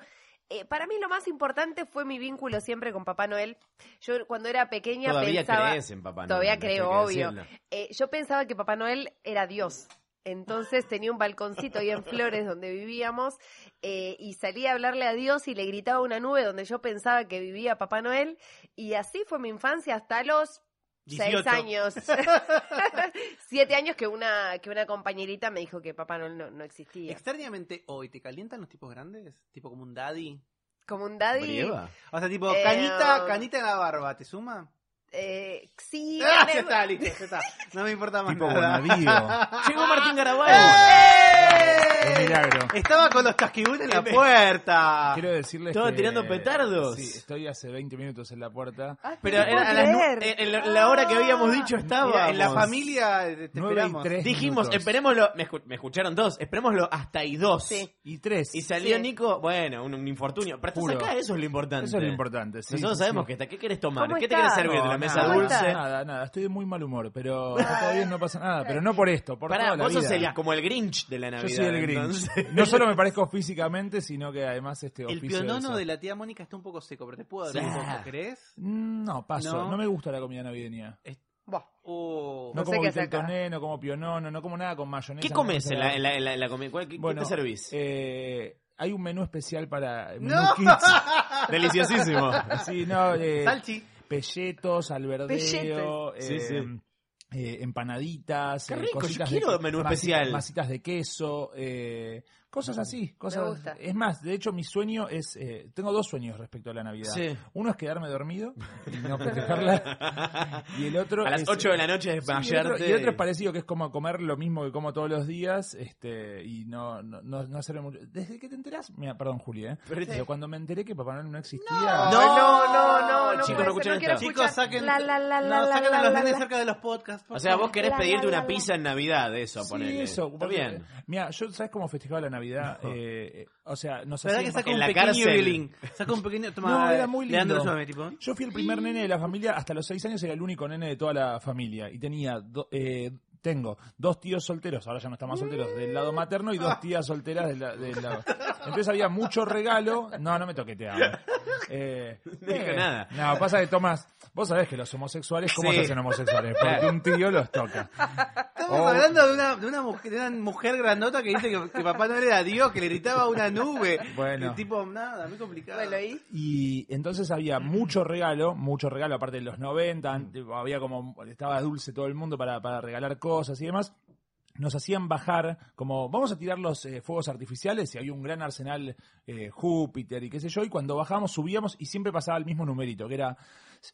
Speaker 24: Eh, para mí lo más importante fue mi vínculo siempre con Papá Noel. Yo cuando era pequeña
Speaker 2: Todavía
Speaker 24: pensaba...
Speaker 2: crees en Papá Noel,
Speaker 24: Todavía
Speaker 2: esto hay
Speaker 24: creo,
Speaker 2: que
Speaker 24: obvio.
Speaker 2: decirlo.
Speaker 24: Eh, yo pensaba que Papá Noel era Dios. Entonces tenía un balconcito ahí en Flores donde vivíamos eh, y salía a hablarle a Dios y le gritaba a una nube donde yo pensaba que vivía Papá Noel. Y así fue mi infancia hasta los
Speaker 21: 18.
Speaker 24: seis años. Siete años que una, que una compañerita me dijo que Papá Noel no, no existía.
Speaker 22: Extrañamente hoy, ¿te calientan los tipos grandes? Tipo como un daddy.
Speaker 24: Como un daddy.
Speaker 22: O sea, tipo,
Speaker 24: Eh,
Speaker 22: canita, canita en la barba, ¿te suma?
Speaker 24: eh, sí.
Speaker 22: Ah,
Speaker 24: en
Speaker 22: ya
Speaker 24: el-
Speaker 22: está, listo, ya está. No me importa más
Speaker 16: Tipo
Speaker 22: nada.
Speaker 16: Bonavío.
Speaker 22: *laughs* Llegó Martín Garabal.
Speaker 24: ¡Eh!
Speaker 16: Un milagro.
Speaker 22: Estaba con los casquibunes en la
Speaker 2: Ah,
Speaker 22: puerta.
Speaker 18: Quiero decirles
Speaker 22: Estaba
Speaker 18: que-
Speaker 22: tirando petardos.
Speaker 18: Sí, estoy hace 20 minutos en la puerta.
Speaker 2: Pero era a las nu- en la, la hora que
Speaker 24: Ah,
Speaker 2: habíamos dicho estaba.
Speaker 22: Mira, en la familia eh, te esperamos.
Speaker 2: Dijimos, esperémoslo. Me, escu- me escucharon dos. Esperémoslo hasta y dos.
Speaker 18: Y tres.
Speaker 2: Y salió
Speaker 18: Sí.
Speaker 2: Nico, bueno, un, un infortunio. Pero estás
Speaker 18: Juro.
Speaker 2: acá, eso es lo importante.
Speaker 18: Eso es lo importante, sí,
Speaker 2: Nosotros
Speaker 18: sí,
Speaker 2: sabemos
Speaker 18: sí.
Speaker 2: que está. ¿Qué querés tomar? ¿Qué te querés servir de la
Speaker 18: No,
Speaker 2: mesa
Speaker 18: nada,
Speaker 2: dulce?
Speaker 18: Nada, nada. Estoy de muy mal humor, pero todo bien, no pasa nada. Pero no por esto, por
Speaker 2: Pará,
Speaker 18: toda la
Speaker 2: vos sos
Speaker 18: vida.
Speaker 2: el- como el Grinch de la Navidad.
Speaker 18: Yo soy el Grinch.
Speaker 2: entonces.
Speaker 18: *laughs* No solo me parezco físicamente, sino que además este
Speaker 22: El
Speaker 18: oficio
Speaker 22: pionono
Speaker 18: de-
Speaker 22: de la tía Mónica está un poco seco, pero te puedo dar
Speaker 18: Sí.
Speaker 22: un poco, ¿crees?
Speaker 18: Mm, No, paso.
Speaker 22: No.
Speaker 18: No. me gusta la comida navideña.
Speaker 22: Oh.
Speaker 18: No como vitel toné, no como pionono, no como nada con mayonesa.
Speaker 2: *laughs* ¿Qué comes
Speaker 18: no
Speaker 2: en
Speaker 18: como
Speaker 2: la,
Speaker 18: salada.
Speaker 2: en la- en la- en la comida? ¿Cuál- ¿Qué, qué
Speaker 18: Bueno,
Speaker 2: te servís?
Speaker 18: eh, hay un menú especial para... menú
Speaker 2: ¡No!
Speaker 18: kids.
Speaker 2: *laughs* Deliciosísimo.
Speaker 18: Sí, no, eh,
Speaker 2: Salchi.
Speaker 18: Pelletos, alberdeo,
Speaker 2: Pelletes. Sí,
Speaker 18: eh, eh, empanaditas,
Speaker 2: Qué
Speaker 18: eh,
Speaker 2: rico, yo
Speaker 18: cositas
Speaker 2: quiero
Speaker 18: de,
Speaker 2: menú
Speaker 18: masitas-
Speaker 2: especial.
Speaker 18: masitas de queso, eh, cosas así, cosas.
Speaker 24: gusta.
Speaker 18: Es más, de hecho mi sueño es, eh, tengo dos sueños respecto a la Navidad.
Speaker 2: Sí.
Speaker 18: Uno es quedarme dormido y
Speaker 2: *laughs*
Speaker 18: no festejarla, y el otro
Speaker 2: A las
Speaker 18: es-
Speaker 2: 8 de la noche
Speaker 18: Sí, y el otro-
Speaker 2: desmayarte.
Speaker 18: y el otro es parecido, que es como comer lo mismo que como todos los días este y no, no, no, no hacerme mucho. Desde que te enterás, mira, perdón, Julia, ¿eh?
Speaker 2: Pero-
Speaker 18: pero, cuando me enteré que Papá Noel no existía.
Speaker 22: No, no, no, no, no
Speaker 18: Chicos,
Speaker 22: puede ser,
Speaker 18: escucharon
Speaker 22: no quiero
Speaker 18: esta.
Speaker 22: escuchar. Chicos, saquen-
Speaker 24: La, la, la,
Speaker 22: No,
Speaker 24: la, la,
Speaker 22: saquen a
Speaker 24: la,
Speaker 22: los
Speaker 24: la,
Speaker 22: nenes
Speaker 24: la.
Speaker 22: cerca de los podcasts. por
Speaker 2: O sea, vos
Speaker 22: favor.
Speaker 2: querés
Speaker 22: La, la,
Speaker 2: pedirte
Speaker 22: la,
Speaker 2: una
Speaker 22: la.
Speaker 2: pizza en Navidad, eso,
Speaker 18: Sí,
Speaker 2: ponele.
Speaker 18: eso.
Speaker 2: Está bien.
Speaker 18: Mira, yo, ¿sabes cómo festejaba la Navidad? Eh, eh, o sea, nos
Speaker 22: ¿Verdad
Speaker 18: hacían
Speaker 22: que saca
Speaker 18: en
Speaker 22: un
Speaker 18: la
Speaker 22: pequeño
Speaker 18: cárcel.
Speaker 22: violín? Saca un pequeño... Toma,
Speaker 18: no,
Speaker 22: eh,
Speaker 18: era muy lindo.
Speaker 22: Leandro, súbame, tipo.
Speaker 18: Yo fui el primer nene de la familia, hasta los seis años era el único nene de toda la familia. Y tenía do- eh, tengo dos tíos solteros, ahora ya no están más solteros, del lado materno y dos tías solteras del, la- del lado. Entonces había mucho regalo. No, no me
Speaker 22: *laughs*
Speaker 18: toqueteaba. Eh,
Speaker 2: No dijo
Speaker 18: eh,
Speaker 2: nada.
Speaker 18: No, pasa que Tomás, vos sabés que los homosexuales, ¿cómo
Speaker 22: Sí.
Speaker 18: se hacen homosexuales? Porque
Speaker 22: Claro.
Speaker 18: un tío los toca.
Speaker 22: Estamos
Speaker 18: Oh.
Speaker 22: hablando de *laughs* una, de, una mujer, de una mujer grandota que dice que, que papá no era Dios, que le gritaba a una nube.
Speaker 18: Bueno.
Speaker 22: El tipo, nada, muy complicado.
Speaker 18: Y entonces había mucho regalo, mucho regalo, aparte de los 90, an- tipo, había como, estaba dulce todo el mundo para, para regalar cosas y demás. Nos hacían bajar, como, vamos a tirar los eh, fuegos artificiales, y había un gran arsenal eh, Júpiter y qué sé yo, y cuando bajábamos subíamos y siempre pasaba el mismo numerito, que era,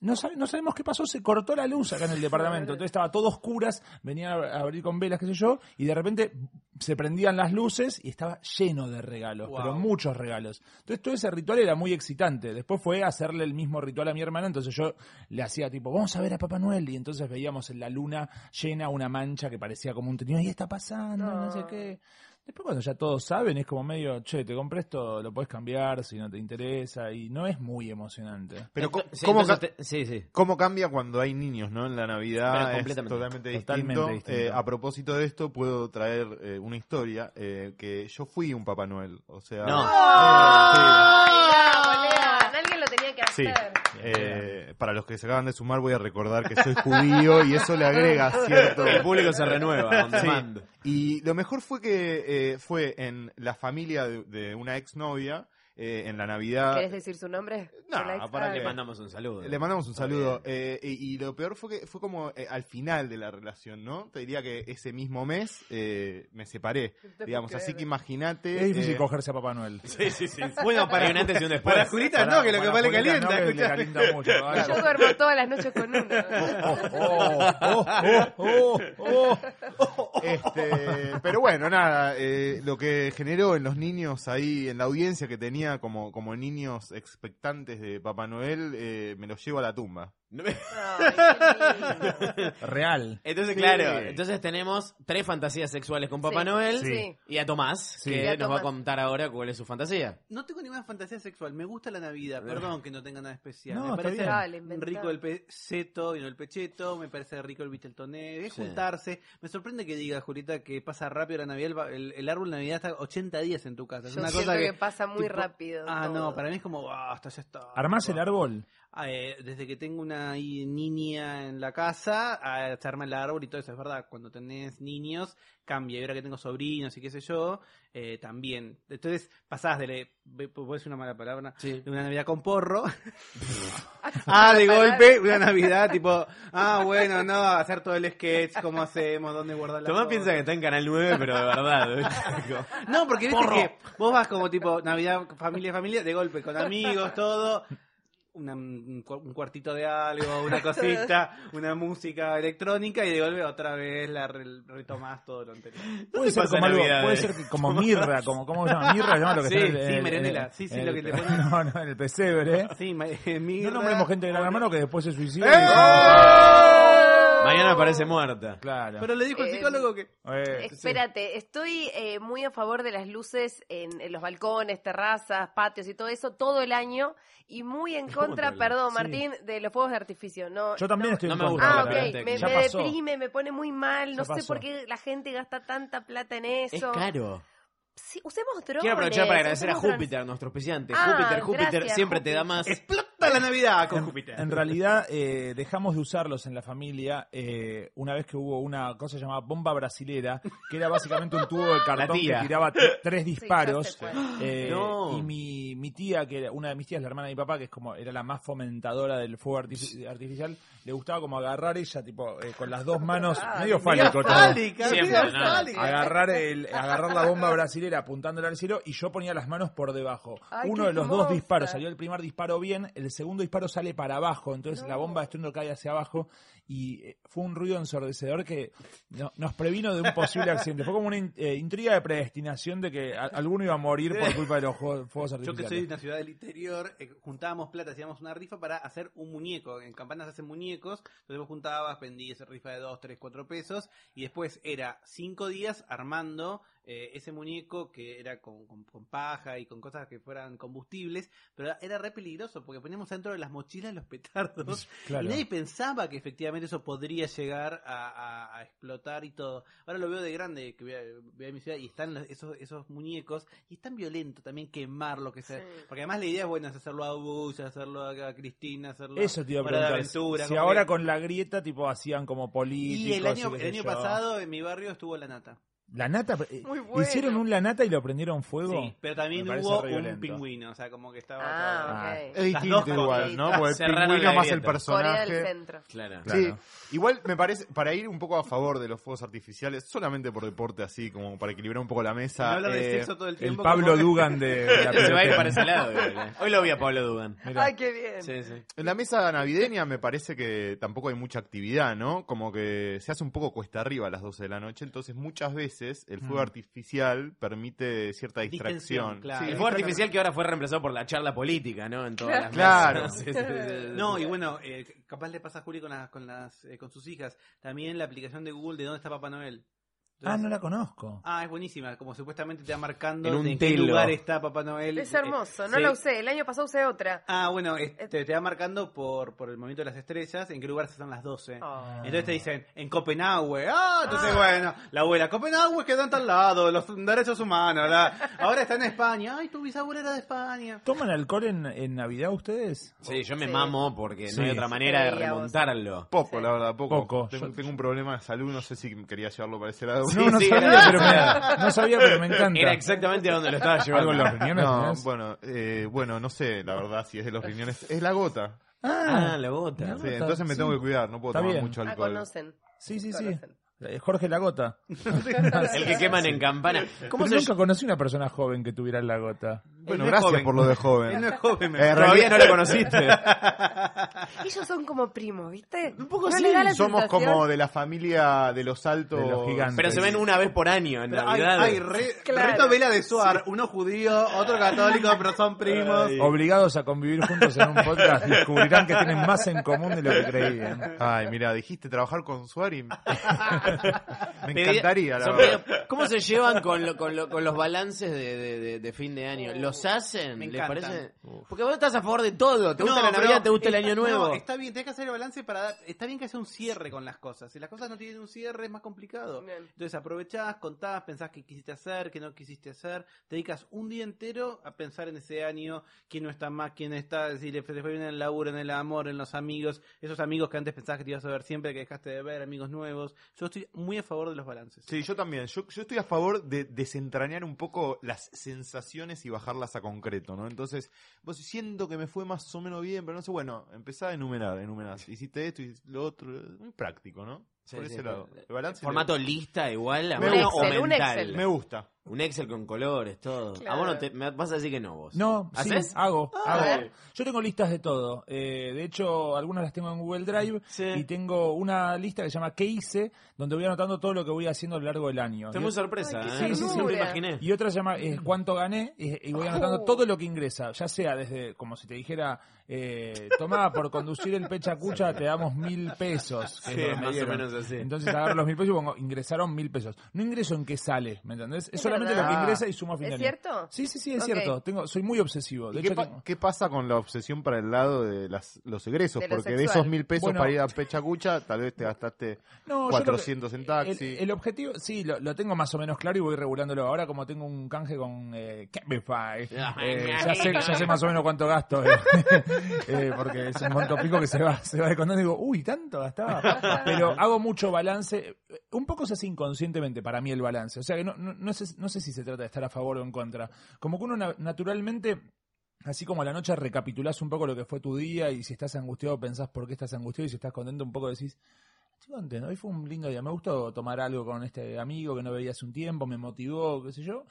Speaker 18: no, sabe- no sabemos qué pasó, se cortó la luz acá en el departamento, entonces estaba todo oscuras, venían a abrir con velas, qué sé yo, y de repente se prendían las luces y estaba lleno de regalos, pero muchos regalos. Entonces todo ese ritual era muy excitante. Después fue hacerle el mismo ritual a mi hermana, entonces yo le hacía tipo, vamos a ver a Papá Noel, y entonces veíamos en la luna llena una mancha que parecía como un teñido, y está pasando, no
Speaker 22: Ah.
Speaker 18: sé qué. Después cuando ya todos saben, es como medio, che, te compré esto, lo puedes cambiar si no te interesa, y no es muy emocionante.
Speaker 2: Pero co-
Speaker 23: Sí,
Speaker 2: ¿cómo,
Speaker 23: entonces
Speaker 2: ca-
Speaker 23: te-
Speaker 2: sí.
Speaker 23: ¿Cómo cambia cuando hay niños, no? En la
Speaker 2: Pero
Speaker 23: Navidad es
Speaker 2: completamente.
Speaker 23: totalmente distinto.
Speaker 2: Totalmente distinto.
Speaker 23: Eh, a propósito de esto, puedo traer eh, una historia eh, que yo fui un Papá Noel. O sea... eh,
Speaker 2: No.
Speaker 23: Sí.
Speaker 24: Alguien lo tenía que
Speaker 23: Sí,
Speaker 24: hacer.
Speaker 23: eh, para los que se acaban de sumar voy a recordar que soy judío y eso le agrega cierto...
Speaker 2: El público se
Speaker 23: *laughs*
Speaker 2: renueva, on
Speaker 23: Sí.
Speaker 2: demand.
Speaker 23: Y lo mejor fue que eh, fue en la familia de, de una exnovia, eh, en la Navidad...
Speaker 24: ¿Querés decir su nombre?
Speaker 23: No, para que
Speaker 2: Ah, Le mandamos un saludo.
Speaker 23: Le mandamos un saludo. Eh, y, y lo peor fue que fue como eh, al final de la relación, ¿no? Te diría que ese mismo mes eh, me separé,
Speaker 18: puedo
Speaker 23: digamos. Así
Speaker 18: creer.
Speaker 23: que imagínate.
Speaker 18: Es difícil
Speaker 23: eh,
Speaker 18: cogerse a Papá Noel.
Speaker 23: *laughs* Sí, sí, sí.
Speaker 18: Bueno, para-
Speaker 23: Hay un antes y un después.
Speaker 18: para Julita no, que lo que más le
Speaker 23: Julita
Speaker 18: calienta,
Speaker 23: que le
Speaker 18: escuchá.
Speaker 23: calienta mucho.
Speaker 24: Yo duermo todas las noches con uno. Oh,
Speaker 23: Este, pero bueno, nada, eh, lo que generó en los niños ahí, en la audiencia que tenía como, como niños expectantes de Papá Noel, eh, me los llevo a la tumba.
Speaker 2: *laughs*
Speaker 18: Real.
Speaker 2: Entonces,
Speaker 23: Sí.
Speaker 2: claro, entonces tenemos tres fantasías sexuales con Papá
Speaker 23: Sí.
Speaker 2: Noel
Speaker 23: Sí.
Speaker 2: y a Tomás,
Speaker 23: Sí.
Speaker 2: que
Speaker 23: Y a
Speaker 2: nos va a
Speaker 23: Tomás.
Speaker 2: contar ahora cuál es su fantasía.
Speaker 22: No tengo ninguna fantasía sexual, me gusta la Navidad, perdón que no tenga nada especial.
Speaker 2: No,
Speaker 22: me
Speaker 2: está
Speaker 22: parece
Speaker 2: bien. Dale,
Speaker 24: inventá.
Speaker 22: rico el peseto y no el pecheto, me parece rico el Viteltoné, es
Speaker 2: Sí.
Speaker 22: juntarse. Me sorprende que diga, Julita, que pasa rápido la Navidad, el ba- el, el árbol de Navidad está 80 días en tu casa. Es
Speaker 24: Yo
Speaker 22: una
Speaker 24: siento
Speaker 22: cosa
Speaker 24: que,
Speaker 22: que,
Speaker 24: pasa muy
Speaker 22: tipo,
Speaker 24: rápido.
Speaker 22: Ah,
Speaker 24: todo.
Speaker 22: no, para mí es como, ah, hasta ya está.
Speaker 18: ¿Armás el árbol?
Speaker 22: Ah, eh, desde que tengo una ahí niña en la casa, ah, se arma el árbol y todo eso, es verdad. Cuando tenés niños, cambia. Y ahora que tengo sobrinos y qué sé yo, eh, también. Entonces, pasás de, la- ve- ¿puedo decir una mala palabra? De una Navidad con porro. ah, de golpe, una Navidad tipo, ah, bueno, no, hacer todo el sketch, cómo hacemos, dónde guardar la
Speaker 2: Tomás piensa que está en Canal 9, pero de *laughs* verdad.
Speaker 22: *laughs* no, porque viste
Speaker 2: Porro.
Speaker 22: que vos vas como tipo Navidad, familia, familia, de golpe, con amigos, todo. una- un cu- un cuartito de algo, una cosita, una música electrónica y de golpe otra vez la re- retomás todo lo anterior.
Speaker 18: Puede ser como algo, puede ser que *laughs* como mirra, como ¿cómo se llama? Mirra, se llama lo que
Speaker 22: Sí,
Speaker 18: está en el-
Speaker 22: sí,
Speaker 18: en el-
Speaker 22: merendela,
Speaker 18: en el-
Speaker 22: sí, sí,
Speaker 18: en
Speaker 22: lo
Speaker 18: el-
Speaker 22: que
Speaker 18: *laughs*
Speaker 22: te ponen.
Speaker 18: No, no, en el pesebre.
Speaker 22: Sí, *laughs* mirra.
Speaker 18: No nombremos gente de la hermano que después se suicida.
Speaker 2: Mañana aparece muerta.
Speaker 18: Claro.
Speaker 22: ¡Eh! Pero le dijo el
Speaker 24: Eh,
Speaker 22: psicólogo que...
Speaker 24: Espérate, estoy eh, muy a favor de las luces en, en los balcones, terrazas, patios y todo eso todo el año y muy en contra, perdón,
Speaker 18: Sí.
Speaker 24: Martín, de los fuegos de artificio. No,
Speaker 18: Yo también estoy
Speaker 2: no
Speaker 18: en
Speaker 2: me
Speaker 18: contra.
Speaker 24: Ah,
Speaker 18: de
Speaker 24: ok.
Speaker 18: la
Speaker 24: Me,
Speaker 18: técnica.
Speaker 24: me
Speaker 18: Ya pasó.
Speaker 24: deprime, me pone muy mal.
Speaker 18: Ya
Speaker 24: No sé
Speaker 18: pasó.
Speaker 24: por qué la gente gasta tanta plata en eso.
Speaker 2: Es caro.
Speaker 24: Sí, usemos drones.
Speaker 2: Quiero aprovechar para agradecer a
Speaker 24: usemos drones.
Speaker 2: Júpiter, nuestro auspiciante.
Speaker 24: Ah,
Speaker 2: Júpiter, Júpiter
Speaker 24: gracias,
Speaker 2: siempre te da más.
Speaker 22: ¡Explota la Navidad con Júpiter!
Speaker 18: En realidad, eh, dejamos de usarlos en la familia eh, una vez que hubo una cosa llamada bomba brasilera, que era básicamente un tubo de cartón que
Speaker 2: tía.
Speaker 18: tiraba t- tres disparos. eh,
Speaker 2: No.
Speaker 18: Y mi, mi tía, que era una de mis tías, la hermana de mi papá, que es como era la más fomentadora del fuego artifici- artificial, le gustaba como agarrar ella, tipo, eh, con las dos manos,
Speaker 2: Ah, medio
Speaker 18: medio fálico todo.
Speaker 2: fálica, Siempre, medio ¿no? fálica.
Speaker 18: Agarrar, el, agarrar la bomba brasilera apuntándola al cielo y yo ponía las manos por debajo.
Speaker 2: Ay,
Speaker 18: Uno
Speaker 2: qué
Speaker 18: de los dos
Speaker 2: hermosa.
Speaker 18: disparos salió el primer disparo bien, el segundo disparo sale para abajo, entonces la bomba de estruendo cae hacia abajo y eh, fue un ruido ensordecedor que no- nos previno de un posible accidente. Fue como una in- eh, intriga de predestinación de que a- alguno iba a morir por culpa de
Speaker 22: *laughs*
Speaker 18: los juegos, fuegos
Speaker 22: Yo que soy de
Speaker 18: artificiales.
Speaker 22: una ciudad del interior, eh, juntábamos plata, hacíamos una rifa para hacer un muñeco. En campanas hacen muñecos, entonces vos juntabas, vendías rifa de 2, 3, 4 pesos, y después era 5 días armando eh, ese muñeco que era con, con- con paja y con cosas que fueran combustibles, pero era re peligroso porque poníamos dentro de las mochilas los
Speaker 18: *laughs*
Speaker 22: petardos Claro. y nadie pensaba que efectivamente eso podría llegar a, a- a explotar y todo. Ahora lo veo de grande, que voy a, voy a mi ciudad y están los- esos, esos muñecos y es tan violento también quemarlo que se...
Speaker 25: Sí.
Speaker 22: Porque además la idea es buena, es hacerlo a Bush, hacerlo a Cristina, hacerlo
Speaker 25: Eso te iba a
Speaker 22: Hora de
Speaker 18: preguntar.
Speaker 22: Aventura,
Speaker 18: si
Speaker 22: como
Speaker 18: ahora
Speaker 22: que-
Speaker 18: con la grieta, tipo, hacían como políticos.
Speaker 22: Y el año,
Speaker 18: qué
Speaker 22: el
Speaker 18: sé
Speaker 22: año
Speaker 18: yo.
Speaker 22: pasado en mi barrio estuvo la nata.
Speaker 18: La nata. eh,
Speaker 22: Muy bueno.
Speaker 18: Hicieron un la nata y lo prendieron fuego.
Speaker 22: Sí, pero también
Speaker 18: Me parece
Speaker 22: hubo
Speaker 18: re
Speaker 22: un
Speaker 18: violento.
Speaker 22: pingüino, o sea, como que estaba...
Speaker 24: Ah,
Speaker 22: todo-
Speaker 24: ok.
Speaker 22: Las
Speaker 18: Es
Speaker 22: dos
Speaker 18: distinto
Speaker 22: cosas.
Speaker 18: igual, ¿no?
Speaker 22: Porque el
Speaker 18: Cerraron
Speaker 23: pingüino
Speaker 18: la
Speaker 23: más
Speaker 18: grieta.
Speaker 23: el personaje.
Speaker 24: Corea del Centro.
Speaker 23: Claro.
Speaker 24: Claro.
Speaker 23: Igual me parece, para ir un poco a favor de los fuegos artificiales, solamente por deporte así, como para equilibrar un poco la mesa.
Speaker 22: No hablar de
Speaker 23: eh,
Speaker 22: sexo todo el tiempo,
Speaker 2: Pablo Dugan
Speaker 23: *laughs*
Speaker 2: de- de la
Speaker 23: Se va a ir
Speaker 2: pelota.
Speaker 23: para ese lado, igual, eh. Hoy lo vi a Pablo Dugan.
Speaker 24: Ay, qué bien.
Speaker 23: En la mesa navideña me parece que tampoco hay mucha actividad, ¿no? Como que se hace un poco cuesta arriba a las 12 de la noche, entonces muchas veces el fuego
Speaker 2: Mm.
Speaker 23: artificial permite cierta
Speaker 22: Distensión,
Speaker 23: distracción.
Speaker 22: claro.
Speaker 23: Sí,
Speaker 2: el fuego
Speaker 23: exactamente.
Speaker 2: artificial que ahora fue reemplazado por la charla política, ¿no? En
Speaker 23: *laughs*
Speaker 2: todas las
Speaker 23: Claro.
Speaker 18: *laughs*
Speaker 2: mesas. *laughs* Sí, sí, sí, sí.
Speaker 22: No, y bueno, eh, capaz le pasa a Juli con, las, con, las, eh, con sus hijas. También la aplicación de Google de dónde está Papá Noel.
Speaker 18: Ah, no la conozco.
Speaker 22: Ah, es buenísima, como supuestamente te va marcando
Speaker 18: En un
Speaker 22: de en qué
Speaker 18: telo.
Speaker 22: lugar está Papá Noel. eh,
Speaker 24: Es hermoso, no
Speaker 22: Sí.
Speaker 24: la usé, el año pasado usé otra. *laughs*
Speaker 22: Ah, bueno, es- te, te va marcando por, por el movimiento de las estrellas en qué lugar están las 12.
Speaker 24: Ah.
Speaker 22: Entonces te dicen, en Copenhague. Ah, entonces bueno, la abuela, Copenhague quedó en tal lado, los derechos humanos. la- Ahora está en España. Ay, tu bisabuela era de España.
Speaker 18: ¿Toman alcohol en, en Navidad ustedes?
Speaker 2: Sí, yo me mamo porque
Speaker 23: Sí.
Speaker 2: no hay otra manera de remontarlo.
Speaker 23: Poco, la verdad, poco.
Speaker 2: Poco.
Speaker 23: Tengo,
Speaker 2: Yo-
Speaker 23: tengo un problema de salud, no sé si quería llevarlo para ese lado.
Speaker 2: Sí, No, no sí, sabía, era- pero me- no sabía, pero *laughs* me encanta. Era
Speaker 23: exactamente
Speaker 2: a donde lo estaba llevando. ¿Algo en los riñones
Speaker 23: No,
Speaker 2: tenías?
Speaker 23: bueno, eh, bueno, no sé, la verdad, si es de los riñones. Es la gota.
Speaker 18: Ah, Ah, la
Speaker 2: gota.
Speaker 18: la
Speaker 23: Sí,
Speaker 18: gota,
Speaker 23: entonces me
Speaker 18: sí.
Speaker 23: tengo que cuidar, no puedo
Speaker 18: Está
Speaker 23: tomar
Speaker 18: bien.
Speaker 23: mucho
Speaker 18: Ah,
Speaker 23: alcohol.
Speaker 18: Sí, sí, sí. Eh, Jorge *laughs* Lagota.
Speaker 2: El que queman en campana. ¿Cómo
Speaker 18: ¿Cómo
Speaker 2: se
Speaker 18: nunca conocí una persona joven que tuviera la gota.
Speaker 23: Bueno, no es gracias joven. por lo de joven.
Speaker 18: Él
Speaker 23: Él
Speaker 18: no
Speaker 23: no
Speaker 18: es
Speaker 23: es
Speaker 18: joven.
Speaker 23: joven. Eh, Todavía *laughs* no lo conociste.
Speaker 24: Ellos son como primos, ¿viste? Un
Speaker 2: poco
Speaker 24: no
Speaker 2: sí,
Speaker 24: les da la
Speaker 23: Somos
Speaker 24: sensación?
Speaker 23: como de la familia de los altos.
Speaker 2: De los gigantes. Pero se ven una vez por año en
Speaker 22: Ay,
Speaker 2: Navidad.
Speaker 22: ay, re,
Speaker 24: Claro.
Speaker 22: Reto Vela de Suar, uno judío, otro católico, pero son primos.
Speaker 18: Obligados a convivir juntos en un podcast, descubrirán que tienen más en común de lo que creían.
Speaker 23: Ay, mira, dijiste trabajar con
Speaker 18: *laughs*
Speaker 23: Suarim. Me
Speaker 2: Pedía-
Speaker 23: encantaría, la
Speaker 2: son
Speaker 23: verdad.
Speaker 2: pedido- ¿Cómo se llevan con, lo- con, lo- con los balances de, de- de- de fin de año? ¿Los hacen?
Speaker 22: me
Speaker 2: ¿Les
Speaker 22: encantan.
Speaker 2: parece? Porque vos estás a favor de todo. ¿Te gusta
Speaker 22: No,
Speaker 2: la Navidad?
Speaker 22: pero
Speaker 2: ¿Te gusta el
Speaker 22: es-
Speaker 2: Año Nuevo?
Speaker 22: no, está bien, tenés que hacer el balance para dar. Está bien que haya un cierre con las cosas. Si las cosas no tienen un cierre, es más complicado. Entonces aprovechás, contás, pensás qué quisiste hacer, qué no quisiste hacer. Te dedicas un día entero a pensar en ese año, quién no está más, quién está, si le fue bien en el laburo, en el amor, en los amigos, esos amigos que antes pensabas que te ibas a ver siempre, que dejaste de ver, amigos nuevos. Yo estoy muy a favor de los balances.
Speaker 23: Sí, yo también. Yo, yo estoy a favor de desentrañar un poco las sensaciones y bajarlas a concreto, ¿no? Entonces, vos siento que me fue más o menos bien, pero no sé, bueno, empezá a enumerar, enumerás. Hiciste esto y lo otro, muy práctico, ¿no?
Speaker 2: Sí,
Speaker 23: Por
Speaker 2: sí,
Speaker 23: ese
Speaker 2: pero-
Speaker 23: lado. El balance
Speaker 2: Formato
Speaker 23: le-
Speaker 2: lista igual, a
Speaker 23: Me
Speaker 2: mano
Speaker 23: gusta.
Speaker 2: o
Speaker 23: Un
Speaker 2: mental.
Speaker 23: Excel, me gusta.
Speaker 2: Un Excel con colores, todo. A
Speaker 18: Claro.
Speaker 2: vos no te, me vas a decir que no vos.
Speaker 18: No, sí,
Speaker 2: ¿Haces?
Speaker 18: hago,
Speaker 2: Ah,
Speaker 18: hago.
Speaker 2: a ver.
Speaker 18: Yo tengo listas de todo. Eh, de hecho, algunas las tengo en Google Drive y tengo una lista que se llama ¿Qué hice? donde voy anotando todo lo que voy haciendo a lo largo del año.
Speaker 2: Estoy
Speaker 18: Y
Speaker 2: muy
Speaker 18: ot-
Speaker 2: sorpresa,
Speaker 18: Sí,
Speaker 2: ¿eh?
Speaker 18: sí, sí,
Speaker 2: No me lo imaginé.
Speaker 18: Y otra se llama eh, ¿Cuánto gané? Y, y voy anotando
Speaker 2: Oh.
Speaker 18: todo lo que ingresa, ya sea desde, como si te dijera, eh, tomá, por conducir el pechacucha te damos mil pesos. que
Speaker 2: Sí,
Speaker 18: es lo que me
Speaker 2: más o
Speaker 18: dieron.
Speaker 2: menos así.
Speaker 18: Entonces agarro los mil pesos y pongo, ingresaron mil pesos. No ingreso en qué sale, ¿me entendés? Es,
Speaker 2: Es
Speaker 18: solamente
Speaker 2: verdad.
Speaker 18: lo que ingresa y sumo a fin
Speaker 24: ¿Es
Speaker 18: de año.
Speaker 24: cierto?
Speaker 18: Sí, sí, sí, es
Speaker 24: Ok.
Speaker 18: cierto. Tengo, soy muy obsesivo. De
Speaker 23: ¿Y qué,
Speaker 18: hecho,
Speaker 23: pa-
Speaker 18: tengo-
Speaker 23: qué pasa con la obsesión para el lado de las, los egresos?
Speaker 18: De lo
Speaker 23: Porque de
Speaker 18: sexual.
Speaker 23: esos mil pesos
Speaker 18: Bueno.
Speaker 23: para ir a Pechacucha, tal vez te gastaste
Speaker 18: No, yo creo que
Speaker 23: 400 en taxi.
Speaker 18: El, el objetivo, sí, lo, lo tengo más o menos claro y voy regulándolo. Ahora como tengo un canje con eh, Cabify,
Speaker 23: Ah,
Speaker 18: eh, ya, sé, ya sé más o menos cuánto gasto, eh, *laughs* eh, porque es un monto pico que se va, se va descontando y digo, uy, tanto gastaba. Pero hago mucho balance, eh, un poco se hace inconscientemente para mí el balance. O sea que no, no, no sé, no sé si se trata de estar a favor o en contra. Como que uno na- naturalmente Así como a la noche recapitulás un poco lo que fue tu día y si estás angustiado pensás por qué estás angustiado y si estás contento un poco decís, estoy contento, hoy fue un lindo día, me gustó tomar algo con este amigo que no veía hace un tiempo, me motivó, qué sé yo.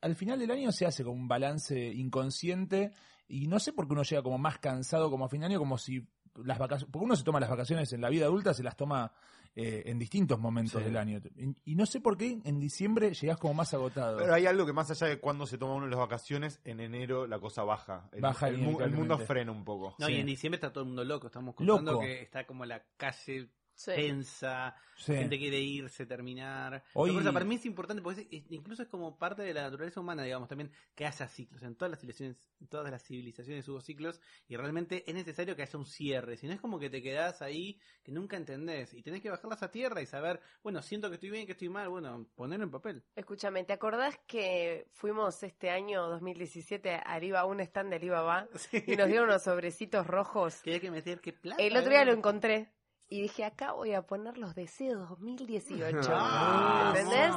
Speaker 18: Al final del año se hace como un balance inconsciente y no sé por qué uno llega como más cansado como a fin de año, como si las vacaciones, porque uno se toma las vacaciones en la vida adulta, se las toma eh, en distintos momentos
Speaker 23: Sí.
Speaker 18: del año. Y no sé por qué en diciembre llegás como más agotado.
Speaker 23: Pero hay algo que más allá de cuando se toma uno las vacaciones, en enero la cosa baja. El,
Speaker 18: Baja
Speaker 23: el, mu- el mundo
Speaker 18: inevitablemente.
Speaker 23: frena un poco.
Speaker 22: No, y en diciembre está todo el mundo loco. Estamos contando
Speaker 18: Loco.
Speaker 22: que está como la calle
Speaker 1: Sí.
Speaker 22: tensa,
Speaker 18: Sí.
Speaker 22: gente quiere irse, terminar.
Speaker 18: Hoy-
Speaker 22: Pero por eso para mí es importante porque es- es- incluso es como parte de la naturaleza humana, digamos, también que haya ciclos. En todas las civilizaciones, en todas las civilizaciones hubo ciclos y realmente es necesario que haya un cierre. Si no es como que te quedás ahí que nunca entendés y tenés que bajarlas a tierra y saber, bueno, siento que estoy bien, que estoy mal, bueno, ponerlo en papel.
Speaker 24: Escúchame, ¿te acordás que fuimos este año 2017 a Ariba, un stand de
Speaker 2: *laughs*
Speaker 24: Alibaba y
Speaker 22: *laughs*
Speaker 24: nos dieron unos sobrecitos rojos?
Speaker 22: Que hay que meter que plata.
Speaker 24: El otro día lo
Speaker 22: ¿verdad?
Speaker 24: encontré y dije, acá voy a poner los deseos 2018.
Speaker 2: *laughs* Ah,
Speaker 24: ¿Entendés?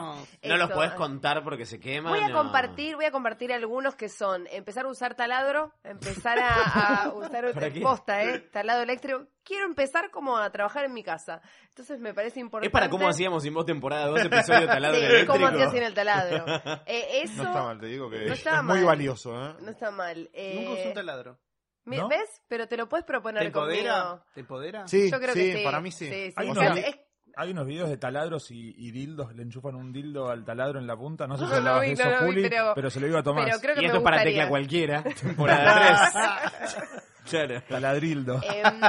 Speaker 2: No los
Speaker 24: Esto,
Speaker 2: podés
Speaker 24: ah.
Speaker 2: contar porque se queman.
Speaker 24: Voy a
Speaker 2: no.
Speaker 24: compartir, voy a compartir algunos que son empezar a usar taladro, empezar a,
Speaker 2: *laughs*
Speaker 24: a usar
Speaker 2: ¿Para qué?
Speaker 24: posta, eh, taladro eléctrico. Quiero empezar como a trabajar en mi casa. Entonces me parece importante.
Speaker 2: Es para cómo hacíamos sin vos temporada 2, episodio taladro
Speaker 24: Sí,
Speaker 2: eléctrico.
Speaker 24: cómo hacía sin el taladro. Eh, eso
Speaker 3: No está mal, te digo que
Speaker 24: no
Speaker 3: es
Speaker 24: estaba
Speaker 3: muy
Speaker 24: mal.
Speaker 3: valioso, ¿eh?
Speaker 24: no está mal. Eh,
Speaker 22: Nunca usé un taladro.
Speaker 24: mi-
Speaker 22: ¿No?
Speaker 24: ¿Ves? Pero te lo puedes proponer
Speaker 22: ¿Te empodera?
Speaker 24: *laughs* conmigo.
Speaker 22: ¿Te empodera?
Speaker 24: Sí, Yo creo que sí, para mí sí. sí,
Speaker 18: Hay,
Speaker 24: sí.
Speaker 18: unos,
Speaker 24: O sea,
Speaker 18: vi-
Speaker 24: es-
Speaker 18: hay unos videos de taladros y, y dildos, le enchufan un dildo al taladro en la punta.
Speaker 24: *laughs*
Speaker 18: No sé si
Speaker 24: No lo
Speaker 18: hablabas
Speaker 24: vi,
Speaker 18: de eso,
Speaker 24: no lo vi,
Speaker 18: Juli,
Speaker 24: pero-
Speaker 18: pero, se lo iba a tomar.
Speaker 24: pero creo que
Speaker 2: y
Speaker 24: me
Speaker 2: esto es para
Speaker 24: gustaría.
Speaker 2: tecla
Speaker 24: *laughs*
Speaker 2: cualquiera, temporada
Speaker 22: Ah.
Speaker 2: 3. claro.
Speaker 18: Taladrildo.
Speaker 24: Em,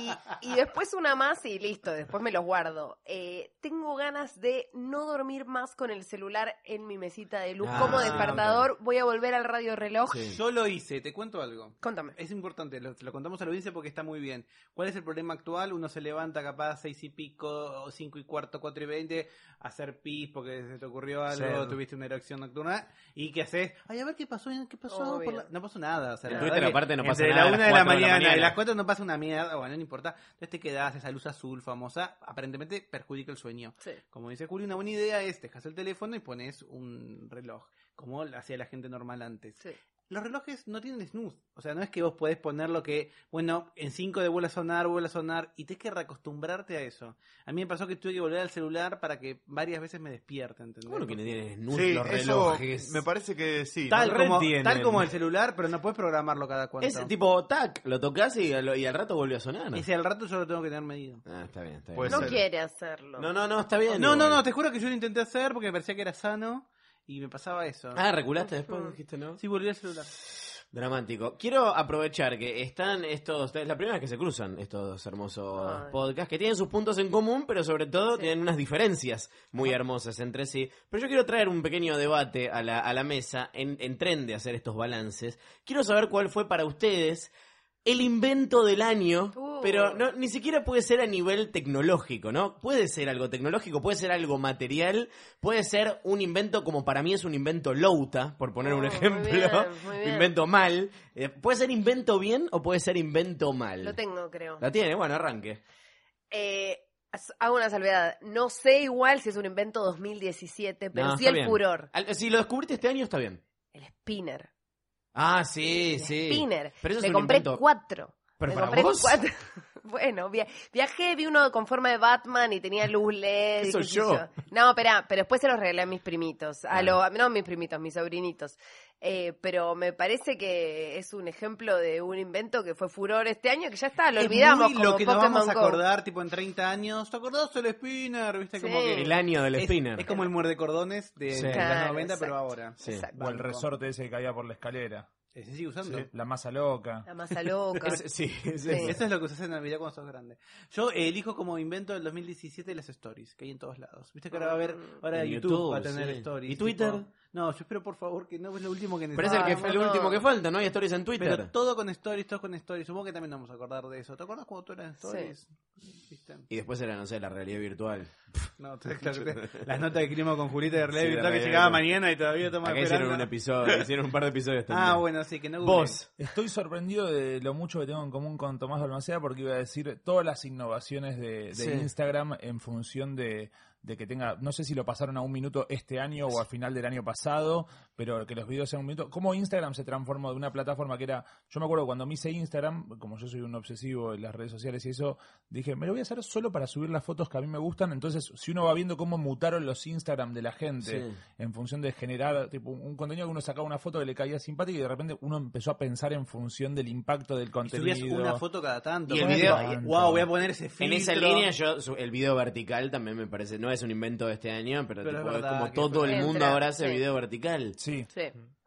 Speaker 24: y, y después una más y listo, después me los guardo. Eh, tengo ganas de no dormir más con el celular en mi mesita de luz
Speaker 22: Ah,
Speaker 24: como
Speaker 22: sí,
Speaker 24: despertador. Voy a volver al radio reloj.
Speaker 22: Yo lo hice, te cuento algo.
Speaker 24: Contame.
Speaker 22: Es importante, lo, lo contamos a la audiencia porque está muy bien. ¿Cuál es el problema actual? Uno se levanta capaz seis y pico, o cinco y cuarto, cuatro y veinte, a hacer pis porque se te ocurrió algo,
Speaker 18: Sí.
Speaker 22: tuviste una erección nocturna, y que haces, ay, a ver qué pasó, qué pasó,
Speaker 18: Obvio.
Speaker 22: por la- no pasó nada. O sea,
Speaker 2: En
Speaker 22: la
Speaker 2: Twitter
Speaker 22: verdad que
Speaker 2: aparte no pasa
Speaker 22: entre
Speaker 2: nada a
Speaker 22: la
Speaker 2: las cuatro
Speaker 22: una de la
Speaker 2: de la
Speaker 22: mañana y
Speaker 2: mañana.
Speaker 22: las cuatro no pasa una mierda, bueno, no importa. Entonces te quedás, esa luz azul famosa, aparentemente perjudica el sueño. Como dice Julio, una buena idea es, dejas el teléfono y pones un reloj, como lo hacía la gente normal antes. Los relojes no tienen snooze, o sea, no es que vos podés poner lo que, bueno, en 5 de vuelta a sonar, vuelve a sonar, y tenés que reacostumbrarte a eso. A mí me pasó que tuve que volver al celular para que varias veces me despierte, ¿entendés?
Speaker 2: Bueno, que no tienen snooze
Speaker 3: Sí,
Speaker 2: los
Speaker 3: eso
Speaker 2: relojes.
Speaker 3: me parece que sí.
Speaker 22: Tal,
Speaker 3: ¿no?
Speaker 22: como,
Speaker 3: Retienen.
Speaker 22: tal como el celular, pero no puedes programarlo cada cuanto.
Speaker 2: Es tipo, tac, lo tocas y, al- y al rato volvió a sonar.
Speaker 22: Y si al rato yo lo tengo que tener medido.
Speaker 2: Ah, está bien, está bien.
Speaker 24: no quiere hacerlo.
Speaker 2: No, no, no, está bien.
Speaker 22: No, no,
Speaker 2: igual.
Speaker 22: no, te juro que yo lo intenté hacer porque me parecía que era sano y me pasaba eso.
Speaker 2: Ah, reculaste después, dijiste, ¿no?
Speaker 22: Sí, volví al celular.
Speaker 2: Dramático. Quiero aprovechar que están estos, es la primera vez que se cruzan estos dos hermosos
Speaker 16: Ay.
Speaker 2: podcasts, que tienen sus puntos en común, pero sobre todo tienen unas diferencias muy
Speaker 24: Ah.
Speaker 2: hermosas entre sí. Pero yo quiero traer un pequeño debate a la, a la mesa, en, en tren de hacer estos balances. Quiero saber cuál fue para ustedes el invento del año,
Speaker 24: Uh.
Speaker 2: pero no, ni siquiera puede ser a nivel tecnológico, ¿no? Puede ser algo tecnológico, puede ser algo material, puede ser un invento como para mí es un invento louta, por poner un ejemplo,
Speaker 24: Oh,
Speaker 2: *laughs*
Speaker 24: bien, muy bien.
Speaker 2: invento mal. Eh, ¿Puede ser invento bien o puede ser invento mal?
Speaker 24: Lo tengo, creo.
Speaker 2: La tiene, bueno, arranque.
Speaker 24: Eh, as- hago una salvedad. No sé igual si es un invento 2017, pero
Speaker 2: No,
Speaker 24: sí
Speaker 2: está
Speaker 24: el
Speaker 2: bien.
Speaker 24: furor.
Speaker 2: Al- si lo descubriste este año está bien.
Speaker 24: Spinner.
Speaker 2: Ah, sí, sí.
Speaker 24: Spinner.
Speaker 2: Pero eso
Speaker 24: Me
Speaker 2: es un
Speaker 24: compré
Speaker 2: invento-
Speaker 24: cuatro.
Speaker 2: Pero
Speaker 24: Me
Speaker 2: para
Speaker 24: compré
Speaker 2: vos.
Speaker 24: cuatro. *laughs* Bueno, via- viajé, vi uno con forma de Batman y tenía luz LED. y
Speaker 2: Eso
Speaker 24: qué sé
Speaker 2: yo. Ah.
Speaker 24: No, espera, pero después se los regalé a mis primitos. A lo, a- no, mis primitos, mis sobrinitos. Eh, pero me parece que es un ejemplo de un invento que fue furor este año, que ya está, lo
Speaker 22: Es
Speaker 24: olvidamos.
Speaker 22: muy
Speaker 24: como
Speaker 22: lo que nos
Speaker 24: Pokémon
Speaker 22: vamos a
Speaker 24: Go.
Speaker 22: acordar, tipo en 30 años. ¿Te acordás del Spinner? ¿Viste? Como
Speaker 24: Sí.
Speaker 22: que
Speaker 2: El año del
Speaker 22: es-
Speaker 2: Spinner.
Speaker 22: Es, como el muerde cordones de
Speaker 18: Sí.
Speaker 22: los
Speaker 18: Claro,
Speaker 22: 90, pero
Speaker 24: exacto.
Speaker 22: ahora.
Speaker 18: O el resorte ese que caía por la escalera.
Speaker 22: Ese sigue usando.
Speaker 18: La masa loca.
Speaker 24: La
Speaker 22: *laughs*
Speaker 18: *laughs*
Speaker 24: masa loca.
Speaker 18: Es- sí, es
Speaker 22: Sí.
Speaker 18: eso.
Speaker 22: Eso es lo que usas en Navidad cuando sos grande. Yo eh, elijo como invento del 2017 las stories, que hay en todos lados. Viste que ahora va a haber, ahora
Speaker 2: En
Speaker 22: YouTube,
Speaker 2: YouTube,
Speaker 22: va a tener
Speaker 2: sí.
Speaker 22: stories.
Speaker 2: ¿Y Twitter?
Speaker 22: tipo- no, yo espero por favor que no es lo último que
Speaker 2: Pero es el, que, el último que falta, ¿no? Hay stories en Twitter.
Speaker 22: Pero todo con stories, todo con stories. Supongo que también nos vamos a acordar de eso. ¿Te acuerdas cuando tú eras en stories? ¿Viste?
Speaker 2: Y después era, no sé, la realidad virtual.
Speaker 22: *laughs* No, te- claro
Speaker 2: *laughs*
Speaker 22: que- las notas de clima con Julita de
Speaker 2: Sí,
Speaker 22: Relay,
Speaker 2: la
Speaker 22: que
Speaker 2: realidad
Speaker 22: llegaba
Speaker 2: virtual.
Speaker 22: mañana y todavía toma
Speaker 2: Acá hicieron un episodio, hicieron un par de episodios también.
Speaker 22: Ah, bueno, sí, que no googleen.
Speaker 18: Vos, estoy sorprendido de lo mucho que tengo en común con Tomás Balmaceda porque iba a decir todas las innovaciones de, de
Speaker 2: Sí.
Speaker 18: Instagram en función de, de que tenga, no sé si lo pasaron a un minuto este año o al final del año pasado, pero que los videos sean un minuto. ¿Cómo Instagram se transformó de una plataforma que era, yo me acuerdo cuando me hice Instagram, como yo soy un obsesivo en las redes sociales y eso, dije, me lo voy a hacer solo para subir las fotos que a mí me gustan, entonces si uno va viendo cómo mutaron los Instagram de la gente
Speaker 2: Sí.
Speaker 18: en función de generar tipo, un contenido que uno sacaba una foto que le caía simpática y de repente uno empezó a pensar en función del impacto del contenido.
Speaker 22: Subías una foto cada tanto.
Speaker 2: Y el
Speaker 22: Bueno,
Speaker 2: video-
Speaker 22: tipo, Wow, voy a poner ese
Speaker 2: En
Speaker 22: filtro.
Speaker 2: esa línea, yo su- el video vertical también me parece, no es un invento de este año, pero,
Speaker 22: Pero
Speaker 2: tipo,
Speaker 22: es
Speaker 2: es
Speaker 22: verdad
Speaker 2: como
Speaker 22: que
Speaker 2: todo el mundo
Speaker 22: entra,
Speaker 2: ahora hace
Speaker 22: sí.
Speaker 2: video vertical.
Speaker 18: Sí.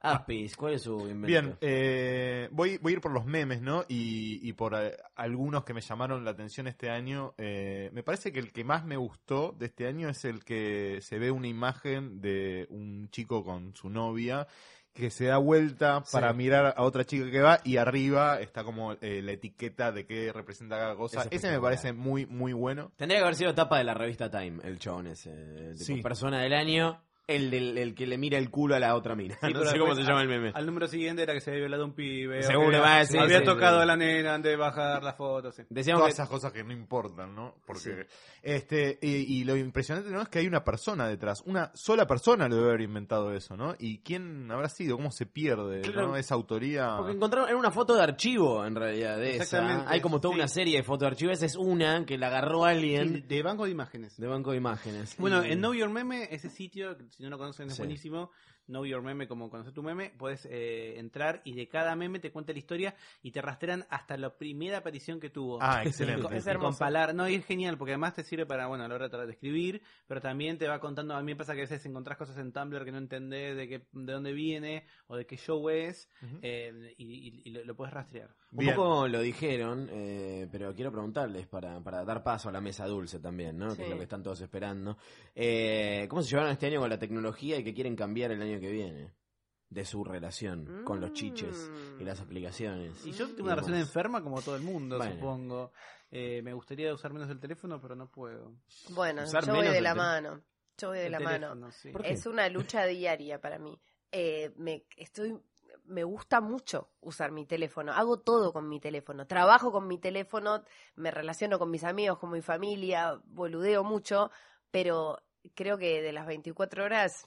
Speaker 2: Apis, ¿cuál es su invento?
Speaker 23: Bien, eh, voy, voy a ir por los memes, ¿no? Y, y por eh, algunos que me llamaron la atención este año. Eh, me parece que el que más me gustó de este año es el que se ve una imagen de un chico con su novia que se da vuelta
Speaker 2: Sí.
Speaker 23: para mirar a otra chica que va y arriba está como eh, la etiqueta de qué representa cada cosa.
Speaker 2: Es
Speaker 23: Ese me
Speaker 2: espectacular.
Speaker 23: parece muy, muy bueno.
Speaker 2: Tendría que haber sido tapa de la revista Time, el chabón ese. eh, tipo,
Speaker 23: Sí.
Speaker 2: Persona del año, el, del el que le mira el culo a la otra mina.
Speaker 22: *laughs*
Speaker 2: *laughs*
Speaker 22: Sí,
Speaker 2: no
Speaker 22: pero
Speaker 2: sé cómo se
Speaker 22: después
Speaker 2: llama
Speaker 22: al-
Speaker 2: el meme.
Speaker 22: Al número siguiente era que se había violado un pibe. o
Speaker 2: Seguro,
Speaker 22: que
Speaker 2: va a
Speaker 22: había,
Speaker 2: decir,
Speaker 22: había
Speaker 2: sí,
Speaker 22: tocado
Speaker 2: sí.
Speaker 22: a la nena antes de bajar la foto. Sí.
Speaker 23: Todas esas cosas que no importan, ¿no? Porque este y, y lo impresionante no es que hay una persona detrás, una sola persona lo debe haber inventado eso, ¿no? ¿Y quién habrá sido? ¿Cómo se pierde
Speaker 2: Claro.
Speaker 23: ¿no? esa autoría?
Speaker 2: Porque encontraron, era una foto de archivo en realidad de
Speaker 23: Exactamente,
Speaker 2: esa. Hay como toda una serie de fotos de archivo, esa es una que la agarró alguien.
Speaker 22: De banco de imágenes.
Speaker 2: De banco de imágenes.
Speaker 22: Bueno,
Speaker 2: Y-
Speaker 22: en Know Your Meme, ese sitio, si no lo conocen, es
Speaker 2: Sí.
Speaker 22: buenísimo. Know Your Meme, como conocer tu meme, puedes eh, entrar y de cada meme te cuenta la historia y te rastrean hasta la primera aparición que tuvo.
Speaker 23: Ah, excelente.
Speaker 22: Y con-
Speaker 23: Es
Speaker 22: y
Speaker 23: hermoso.
Speaker 22: comparar. No, y es genial, porque además te sirve para, bueno, a la hora de tratar de escribir, pero también te va contando. A mí me pasa que a veces encontrás cosas en Tumblr que no entendés de, qué, de dónde viene o de qué show es, eh, y, y- y lo, puedes rastrear.
Speaker 2: Un poco lo dijeron, eh, pero quiero preguntarles para, para dar paso a la mesa dulce también, ¿no? Que es
Speaker 22: Sí.
Speaker 2: lo que están todos esperando. Eh, ¿Cómo se llevaron este año con la tecnología y qué quieren cambiar el año que viene? De su relación con los chiches y las aplicaciones.
Speaker 22: Y yo tengo una relación
Speaker 2: relación
Speaker 22: enferma como todo el mundo,
Speaker 2: Bueno.
Speaker 22: supongo. Eh, me gustaría usar menos el teléfono, pero no puedo.
Speaker 24: Bueno, yo voy de la mano. Yo voy de
Speaker 22: El
Speaker 24: la mano.
Speaker 22: teléfono, sí. ¿Por qué?
Speaker 24: Es una lucha diaria para mí. Eh, me estoy me gusta mucho usar mi teléfono. Hago todo con mi teléfono. Trabajo con mi teléfono, me relaciono con mis amigos, con mi familia, boludeo mucho, pero creo que de las 24 horas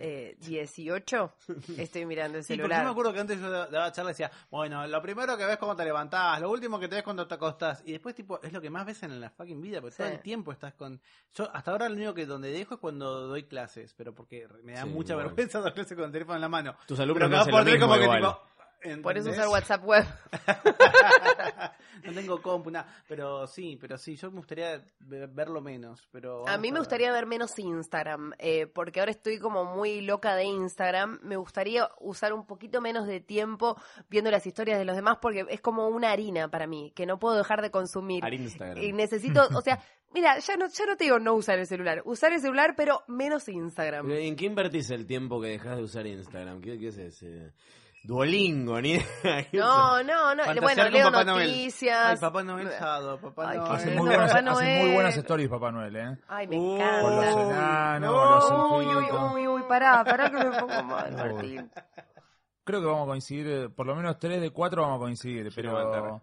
Speaker 22: *laughs*
Speaker 24: eh, 18 estoy mirando el
Speaker 22: Sí, porque yo me
Speaker 24: celular.
Speaker 22: acuerdo que antes yo da- daba charla y decía, bueno, lo primero que ves cuando te levantás, lo último que te ves cuando te acostás, y después tipo, es lo que más ves en la fucking vida, porque
Speaker 24: Sí.
Speaker 22: todo el tiempo estás con... Yo hasta ahora lo único que donde dejo es cuando doy clases, pero porque me da
Speaker 2: Sí,
Speaker 22: mucha
Speaker 2: igual.
Speaker 22: vergüenza *laughs* dar clases con el teléfono en la mano.
Speaker 2: Tus alumnos
Speaker 22: Pero
Speaker 2: no
Speaker 22: acá
Speaker 2: hacen
Speaker 22: por
Speaker 2: lo
Speaker 22: tener
Speaker 2: mismo
Speaker 22: como que
Speaker 2: igual.
Speaker 22: tipo,
Speaker 24: Por eso
Speaker 22: ¿entendés?
Speaker 24: usar WhatsApp web.
Speaker 22: *laughs* No tengo compu, nada, pero sí, pero sí, yo me gustaría ve- verlo menos, pero...
Speaker 24: A
Speaker 22: vamos
Speaker 24: mí me
Speaker 22: ver.
Speaker 24: gustaría ver menos Instagram, eh, porque ahora estoy como muy loca de Instagram. Me gustaría usar un poquito menos de tiempo viendo las historias de los demás, porque es como una harina para mí, que no puedo dejar de consumir.
Speaker 2: Al Instagram.
Speaker 24: Y necesito, o sea, *laughs* mira, ya no, ya no te digo no usar el celular, usar el celular, pero menos Instagram.
Speaker 2: ¿En qué invertís el tiempo que dejas de usar Instagram? ¿Qué, qué es ese? Duolingo, ni *laughs* idea.
Speaker 24: No, no, no.
Speaker 2: Fantasear
Speaker 24: Bueno,
Speaker 2: con
Speaker 24: leo
Speaker 2: Papá Noel.
Speaker 24: noticias.
Speaker 22: Ay, Papá Noel, Jado, Papá
Speaker 24: Ay, qué
Speaker 22: Noel.
Speaker 24: lindo,
Speaker 18: Hace muy, buenas,
Speaker 24: Papá
Speaker 18: hace muy
Speaker 24: Noel.
Speaker 18: buenas stories, Papá Noel, ¿eh?
Speaker 24: Ay, me
Speaker 18: Con los
Speaker 24: encanta.
Speaker 18: enanos,
Speaker 24: No,
Speaker 18: con
Speaker 24: uy,
Speaker 18: los
Speaker 24: uy,
Speaker 18: elfitos.
Speaker 24: uy, uy, pará, pará que me pongo mal, Martín.
Speaker 18: Creo que vamos a coincidir, eh, por lo menos tres de cuatro vamos a coincidir, pero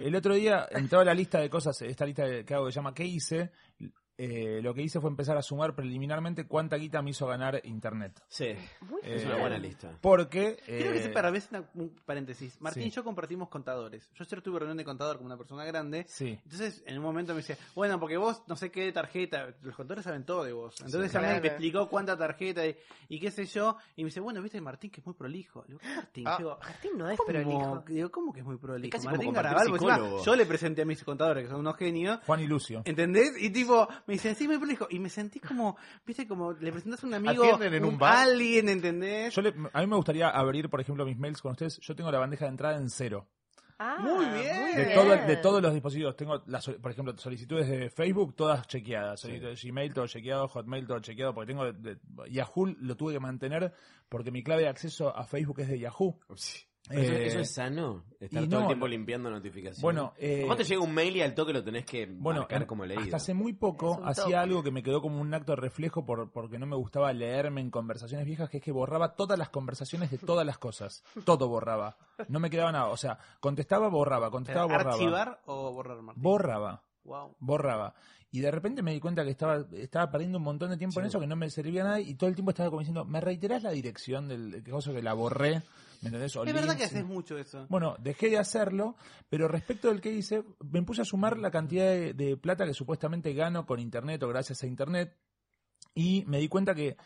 Speaker 18: el otro día entró a la lista de cosas, esta lista que hago que se llama ¿Qué hice? Eh, lo que hice fue empezar a sumar preliminarmente cuánta guita me hizo ganar internet. Eh,
Speaker 2: Sí,
Speaker 22: bien.
Speaker 2: es una buena lista.
Speaker 18: Porque...
Speaker 22: Quiero que
Speaker 18: eh,
Speaker 22: sepa, a veces, una- un paréntesis. Martín
Speaker 18: Sí.
Speaker 22: y yo compartimos contadores. Yo ayer tuve reunión de contador con una persona grande.
Speaker 18: Sí.
Speaker 22: Entonces, en un momento me dice, bueno, porque vos no sé qué tarjeta, los contadores saben todo de vos. Entonces Sí, ya me claro. explicó cuánta tarjeta y, y qué sé yo. Y me dice, bueno, viste Martín que es muy prolijo. Le digo, ¿qué Martín? Ah. Digo,
Speaker 24: Martín no es
Speaker 22: ¿cómo? prolijo. Digo, ¿cómo que es muy Es prolijo? casi como Martín compartir Garabal, "Ah, porque encima psicólogo. yo le presenté a mis contadores, que son unos genios.
Speaker 18: Juan y Lucio.
Speaker 22: ¿Entendés? Y tipo, me dicen, sí, muy prolijo. Y me sentí como, viste, como le presentas a un amigo,
Speaker 18: Atienden en un bar.
Speaker 22: alguien, ¿entendés?
Speaker 18: Yo le- a mí me gustaría abrir, por ejemplo, mis mails con ustedes. Yo tengo la bandeja de entrada en cero.
Speaker 22: muy
Speaker 10: Ah,
Speaker 22: bien.
Speaker 18: De, todo- de todos los dispositivos. Tengo, las, sol- por ejemplo, solicitudes de Facebook, todas chequeadas. Solicitudes de Gmail, todo chequeado. Hotmail, todo chequeado. Porque tengo. de- de- Yahoo lo tuve que mantener porque mi clave de acceso a Facebook es de Yahoo.
Speaker 2: Pero eso-
Speaker 18: Eh,
Speaker 2: ¿Eso es sano? Estar
Speaker 18: y
Speaker 2: todo el
Speaker 18: no,
Speaker 2: tiempo limpiando notificaciones.
Speaker 18: Bueno, eh,
Speaker 2: ¿Cómo te llega un mail y al toque lo tenés que
Speaker 18: Bueno,
Speaker 2: marcar
Speaker 18: en-
Speaker 2: como leído?
Speaker 18: hasta hace muy poco
Speaker 2: Es un toque.
Speaker 18: hacía algo que me quedó como un acto de reflejo por, porque no me gustaba leerme en conversaciones viejas, que es que borraba todas las conversaciones de todas las cosas. Todo borraba. No me quedaba nada. O sea, contestaba, borraba, contestaba, borraba.
Speaker 22: ¿Archivar o borrar, Martín?
Speaker 18: Borraba.
Speaker 22: Wow.
Speaker 18: borraba. Y de repente me di cuenta que estaba, estaba perdiendo un montón de tiempo en eso, que no me servía nada, y todo el tiempo estaba como diciendo, ¿me reiterás la dirección del que cosa que la borré? ¿Me entendés? O
Speaker 22: Es verdad
Speaker 18: links,
Speaker 22: que haces
Speaker 18: sí.
Speaker 22: mucho eso.
Speaker 18: Bueno, dejé de hacerlo, pero respecto del que hice, me puse a sumar la cantidad de, de plata que supuestamente gano con internet o gracias a internet, y me di cuenta que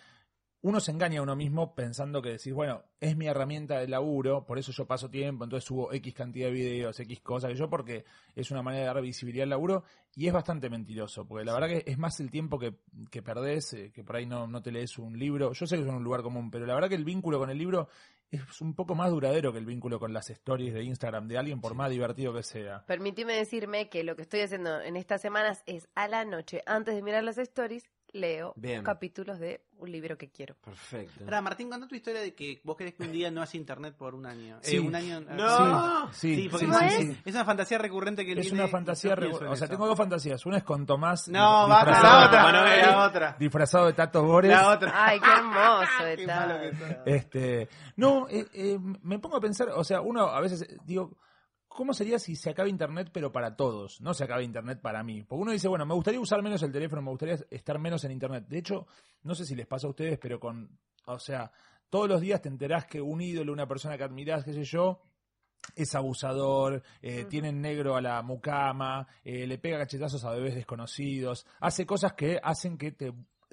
Speaker 18: uno se engaña a uno mismo pensando que decís, bueno, es mi herramienta de laburo, por eso yo paso tiempo, entonces subo X cantidad de videos, X cosas que yo, porque es una manera de dar visibilidad al laburo, y es bastante mentiroso, porque la verdad que es más el tiempo que, que perdés, eh, que por ahí no, no te lees un libro. Yo sé que es un lugar común, pero la verdad que el vínculo con el libro es un poco más duradero que el vínculo con las stories de Instagram de alguien, por más divertido que sea.
Speaker 22: Eh,
Speaker 24: Permitime decirme que lo que estoy haciendo en estas semanas es a la noche, antes de mirar las stories, leo
Speaker 2: Bien.
Speaker 24: capítulos de un libro que quiero.
Speaker 2: Perfecto.
Speaker 22: Ahora, Martín, contá tu historia de que vos querés que un día no haya internet por un año. Eh,
Speaker 18: Sí.
Speaker 22: un año.
Speaker 18: No. Sí, sí.
Speaker 22: porque
Speaker 18: Sí,
Speaker 22: es-
Speaker 18: sí, sí.
Speaker 22: es una fantasía recurrente que
Speaker 18: Es
Speaker 22: viene
Speaker 18: una
Speaker 22: y
Speaker 18: fantasía,
Speaker 22: *laughs* yo pienso
Speaker 18: revo-
Speaker 22: en
Speaker 18: o sea,
Speaker 22: eso.
Speaker 18: tengo dos fantasías. Una es con Tomás
Speaker 22: No,
Speaker 18: dif-
Speaker 22: va, la
Speaker 18: disfrazado-
Speaker 22: otra, la otra.
Speaker 18: disfrazado de Tato Bores.
Speaker 22: La otra.
Speaker 24: Ay, qué
Speaker 22: *laughs*
Speaker 24: hermoso está.
Speaker 18: Este, no, eh, eh, me pongo a pensar, o sea, uno a veces eh, digo, ¿cómo sería si se acaba Internet pero para todos? No se acaba Internet para mí. Porque uno dice, bueno, me gustaría usar menos el teléfono, me gustaría estar menos en Internet. De hecho, no sé si les pasa a ustedes, pero con, o sea, todos los días te enterás que un ídolo, una persona que admirás, qué sé yo, es abusador, eh, tiene en negro a la mucama, eh, le pega cachetazos a bebés desconocidos, hace cosas que hacen que te,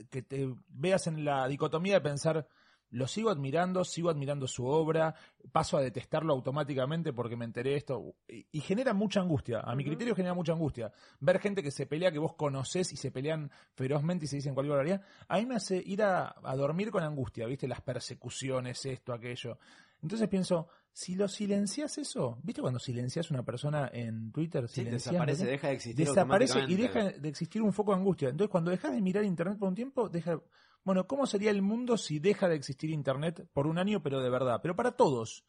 Speaker 18: que te veas en la dicotomía de pensar, lo sigo admirando, sigo admirando su obra, paso a detestarlo automáticamente porque me enteré de esto. Y, y genera mucha angustia, a mi criterio genera mucha angustia. Ver gente que se pelea, que vos conocés y se pelean ferozmente y se dicen cualquier barbaridad, a mí me hace ir a, a dormir con angustia, ¿viste? Las persecuciones, esto, aquello. Entonces pienso, si lo silencias eso, ¿viste cuando silencias una persona en Twitter? Silencias,
Speaker 2: desaparece,
Speaker 18: ¿verdad?
Speaker 2: deja de existir
Speaker 18: Desaparece y
Speaker 2: automáticamente.
Speaker 18: deja de existir un foco de angustia. Entonces, cuando dejas de mirar Internet por un tiempo, deja. Bueno, ¿cómo sería el mundo si deja de existir Internet por un año, pero de verdad? Pero para todos.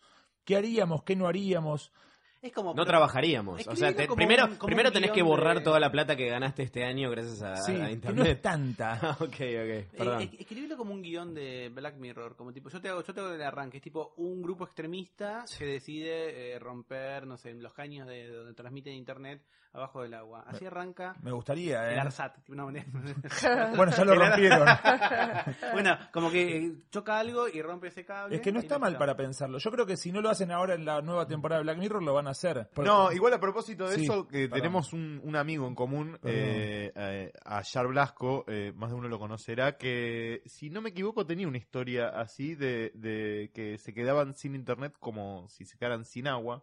Speaker 18: ¿Qué haríamos? ¿Qué no haríamos?
Speaker 22: Es como.
Speaker 2: No trabajaríamos. O sea,
Speaker 18: Escribilo
Speaker 2: te-
Speaker 18: como
Speaker 2: primero,
Speaker 18: un- como
Speaker 2: primero
Speaker 18: un
Speaker 2: tenés
Speaker 18: guión
Speaker 2: que borrar
Speaker 18: de-
Speaker 2: toda la plata que ganaste este año gracias a,
Speaker 18: Sí,
Speaker 2: a
Speaker 18: que no
Speaker 2: internet.
Speaker 18: es tanta.
Speaker 2: *laughs* ok, ok, perdón.
Speaker 22: Eh, eh, escribilo como un guión de Black Mirror, como tipo, yo te hago, yo te hago el arranque, es tipo un grupo extremista que decide eh, romper, no sé, los caños de donde transmiten internet abajo del agua. Así arranca.
Speaker 18: Me gustaría,
Speaker 22: El
Speaker 18: ¿eh?
Speaker 22: ARSAT, de una manera. *laughs*
Speaker 18: Bueno, ya lo
Speaker 22: El ar-
Speaker 18: rompieron.
Speaker 22: *laughs* bueno, como que eh, choca algo y rompe ese cable.
Speaker 18: Es que no
Speaker 22: y
Speaker 18: está mal
Speaker 22: listo.
Speaker 18: para pensarlo. Yo creo que si no lo hacen ahora en la nueva temporada de Black Mirror, lo van a hacer. Porque-
Speaker 23: No, igual a propósito de
Speaker 18: Sí,
Speaker 23: eso, que
Speaker 18: perdón.
Speaker 23: tenemos un, un amigo en común, eh, eh, a Yar Blasco, eh, más de uno lo conocerá, que si no me equivoco tenía una historia así de, de que se quedaban sin internet como si se quedaran sin agua.